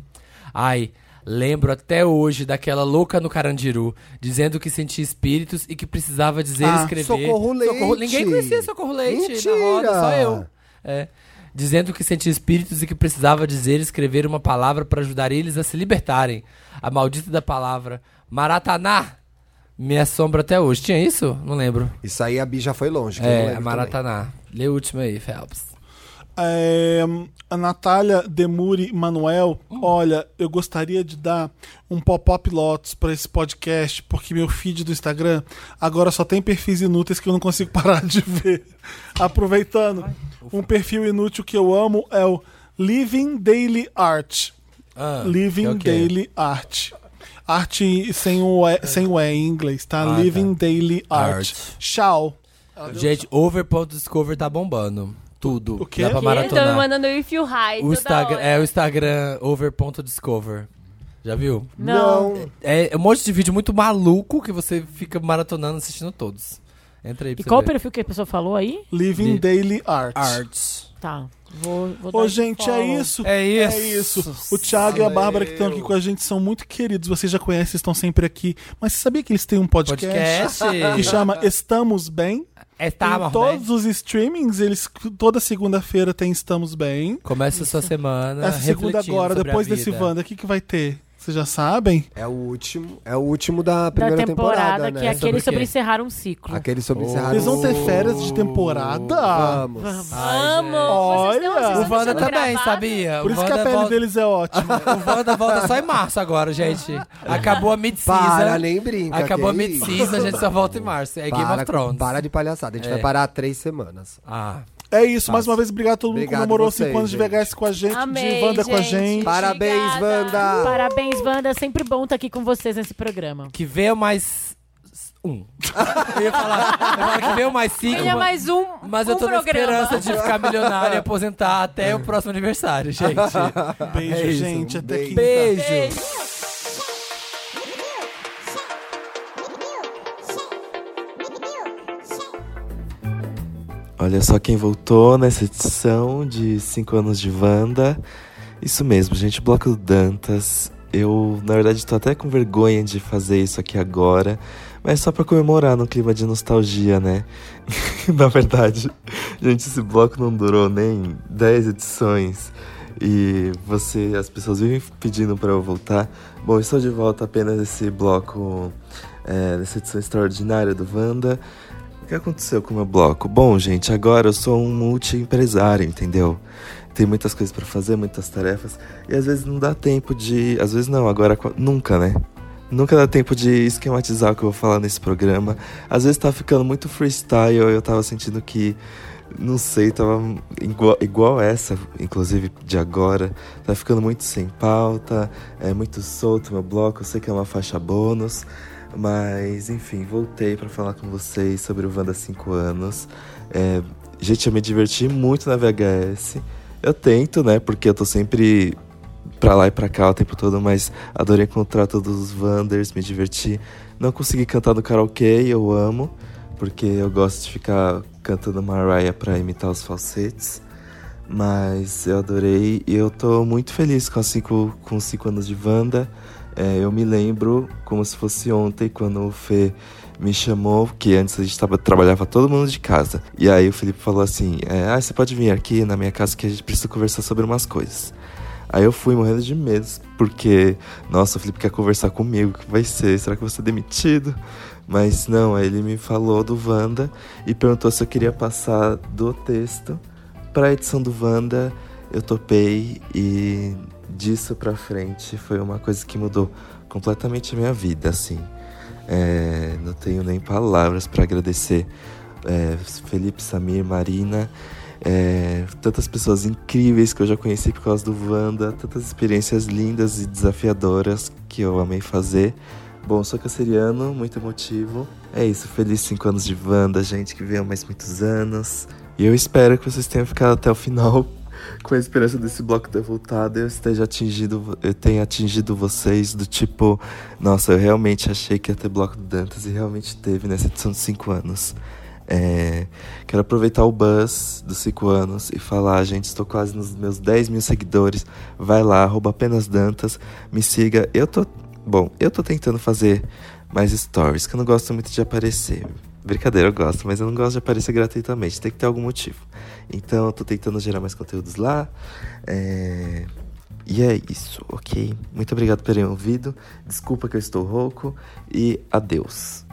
Speaker 4: Ai, lembro até hoje daquela louca no Carandiru, dizendo que sentia espíritos e que precisava dizer e
Speaker 3: Ah,
Speaker 4: escrever.
Speaker 3: Socorro Leite.
Speaker 4: Ninguém conhecia Socorro Leite
Speaker 3: Mentira.
Speaker 4: na roda,
Speaker 3: Ah.
Speaker 4: só eu. É. Dizendo que sentia espíritos e que precisava dizer e escrever uma palavra para ajudar eles a se libertarem. A maldita da palavra Marataná me assombra até hoje. Tinha isso? Não lembro.
Speaker 3: Isso aí a Bi já foi longe. que eu não
Speaker 4: É,
Speaker 3: lembro
Speaker 4: a Marataná. Lê o último aí, Phelps.
Speaker 1: É, a Natália Demuri Manuel,
Speaker 4: Hum.
Speaker 1: olha, eu gostaria de dar um pop-up lotus pra esse podcast, porque meu feed do Instagram agora só tem perfis inúteis que eu não consigo [LAUGHS] parar de ver. Aproveitando, um perfil inútil que eu amo é o Living Daily Art.
Speaker 4: Ah,
Speaker 1: Living
Speaker 4: é o quê?
Speaker 1: Daily Art. Arte sem o E, sem o e em inglês, tá?
Speaker 4: Ah,
Speaker 1: Living Daily Art.
Speaker 4: Art.
Speaker 1: Tchau.
Speaker 4: Gente, over.discover tá bombando. Tudo. O
Speaker 7: é?
Speaker 1: quê?
Speaker 4: Dá pra
Speaker 1: O quê?
Speaker 4: maratonar.
Speaker 2: Estão me mandando o if you
Speaker 4: O
Speaker 2: high. Então, toda
Speaker 4: Instagram,
Speaker 2: hora.
Speaker 4: é o Instagram over.discover. Já viu?
Speaker 2: Não.
Speaker 4: É, é um monte de vídeo muito maluco que você fica maratonando assistindo todos. Entra aí pra
Speaker 7: E
Speaker 4: você
Speaker 7: qual o
Speaker 4: ver.
Speaker 7: perfil que a pessoa falou aí?
Speaker 1: Living
Speaker 4: Li-
Speaker 1: Daily Art.
Speaker 4: Arts.
Speaker 7: Tá. Vou, vou
Speaker 1: Ô,
Speaker 7: dar
Speaker 1: gente,
Speaker 7: follow.
Speaker 1: é isso.
Speaker 4: É isso.
Speaker 1: O Thiago e a Bárbara que estão aqui com a gente são muito queridos. Vocês já conhecem, estão sempre aqui. Mas você sabia que eles têm um podcast,
Speaker 4: Podcast. É, tá,
Speaker 1: que chama Estamos Bem?
Speaker 4: Estamos
Speaker 1: em todos os streamings, eles toda segunda-feira tem Estamos Bem.
Speaker 4: Começa a sua semana.
Speaker 1: Essa segunda
Speaker 4: refletindo
Speaker 1: agora,
Speaker 4: sobre a
Speaker 1: depois desse
Speaker 4: vida.
Speaker 1: Wanda, o que, que vai ter? Vocês já sabem?
Speaker 3: É o último, é o último da primeira
Speaker 7: da temporada,
Speaker 3: temporada,
Speaker 7: que
Speaker 3: né?
Speaker 7: é aquele sobre encerrar um ciclo.
Speaker 3: Aquele sobre encerrar
Speaker 1: Eles
Speaker 3: um
Speaker 1: vão ter férias de temporada? Vamos.
Speaker 7: Vamos!
Speaker 1: Olha,
Speaker 4: O né? Wanda também, sabia?
Speaker 1: Por
Speaker 4: O
Speaker 1: isso que a
Speaker 4: Wanda
Speaker 1: pele
Speaker 4: volta-
Speaker 1: deles é ótima.
Speaker 4: O Wanda volta só em março agora, gente. Acabou a mid-season.
Speaker 3: Para, nem brinca,
Speaker 4: Acabou a
Speaker 3: que é
Speaker 4: mid-season, a
Speaker 3: isso?
Speaker 4: gente só volta em março. É Game
Speaker 3: Para
Speaker 4: of
Speaker 3: com-
Speaker 4: Thrones.
Speaker 3: Para de palhaçada, a gente
Speaker 4: É.
Speaker 3: vai parar três semanas.
Speaker 4: Ah.
Speaker 1: É isso, mais uma vez, obrigado a todo mundo que
Speaker 3: Obrigado
Speaker 1: comemorou
Speaker 3: vocês,
Speaker 1: 5 anos de
Speaker 3: gente.
Speaker 1: VHS com a gente,
Speaker 7: Amei,
Speaker 1: de Wanda com a gente.
Speaker 3: Parabéns, Wanda!
Speaker 7: Parabéns, Wanda. É Sempre bom estar aqui com vocês nesse
Speaker 3: [LAUGHS]
Speaker 7: programa.
Speaker 4: Que veio mais um. eu ia falar, eu ia falar que veio mais cinco.
Speaker 7: Venha
Speaker 4: mas-
Speaker 7: mais um-
Speaker 4: Mas eu
Speaker 7: um
Speaker 4: tô na
Speaker 7: programa.
Speaker 4: esperança de ficar milionário e aposentar até o próximo aniversário, gente.
Speaker 1: Beijo,
Speaker 4: É isso.
Speaker 1: gente. Até
Speaker 4: Beijo.
Speaker 1: quinta.
Speaker 4: Beijo.
Speaker 14: Olha só quem voltou nessa edição de 5 anos de Wanda. Isso mesmo, gente, o bloco do Dantas. Eu, na verdade, tô até com vergonha de fazer isso aqui agora, mas só pra comemorar no clima de nostalgia, né? [LAUGHS] na verdade, gente, esse bloco não durou nem 10 edições e você, as pessoas vivem pedindo pra eu voltar. Bom, eu estou de volta apenas nesse bloco, é, nessa edição extraordinária do Wanda. O que aconteceu com o meu bloco? Bom, gente, agora eu sou um multi-empresário, entendeu? Tem muitas coisas pra fazer, muitas tarefas, e às vezes não dá tempo de. Às vezes não, agora qua- nunca, né? Nunca dá tempo de esquematizar o que eu vou falar nesse programa. Às vezes tá ficando muito freestyle, eu tava sentindo que. Não sei, tava igual, igual essa, inclusive de agora. Tá ficando muito sem pauta, é muito solto meu bloco. Eu sei que é uma faixa bônus, mas enfim, voltei pra falar com vocês sobre o Wanda 5 anos. É, gente, eu me diverti muito na VHS. Eu tento, né? Porque eu tô sempre pra lá e pra cá o tempo todo, mas adorei encontrar todos os Wanders, me diverti. Não consegui cantar no karaokê, eu amo, porque eu gosto de ficar cantando Mariah pra imitar os falsetes. Mas eu adorei e eu tô muito feliz com, as cinco, com os cinco anos de Wanda. É, eu me lembro como se fosse ontem, quando o Fê me chamou, que antes a gente tava, trabalhava todo mundo de casa. E aí o Felipe falou assim: é, Ah, você pode vir aqui na minha casa que a gente precisa conversar sobre umas coisas. Aí eu fui morrendo de medo, porque, nossa, o Felipe quer conversar comigo, o que vai ser? Será que eu vou ser demitido? Mas não, aí ele me falou do Wanda e perguntou se eu queria passar do texto pra edição do Wanda. Eu topei e disso pra frente foi uma coisa que mudou completamente a minha vida, assim. É, não tenho nem palavras pra agradecer é, Felipe, Samir, Marina, é, tantas pessoas incríveis que eu já conheci por causa do Wanda, tantas experiências lindas e desafiadoras que eu amei fazer. Bom, sou canceriano, muito emotivo. É isso, feliz 5 anos de Wanda, gente, que venham mais muitos anos. E eu espero que vocês tenham ficado até o final com a esperança desse bloco ter voltado eu esteja atingido, eu tenha atingido vocês do tipo, nossa, eu realmente achei que ia ter bloco do Dantas e realmente teve nessa edição de 5 anos. É, quero aproveitar o buzz dos 5 anos e falar, gente, estou quase nos meus 10 mil seguidores. Vai lá, arroba apenas Dantas, me siga. Eu tô. Bom, eu tô tentando fazer mais stories, que eu não gosto muito de aparecer. Brincadeira, eu gosto, mas eu não gosto de aparecer gratuitamente, tem que ter algum motivo. Então eu tô tentando gerar mais conteúdos lá. É, E é isso, ok? Muito obrigado por terem ouvido. Desculpa que eu estou rouco e adeus.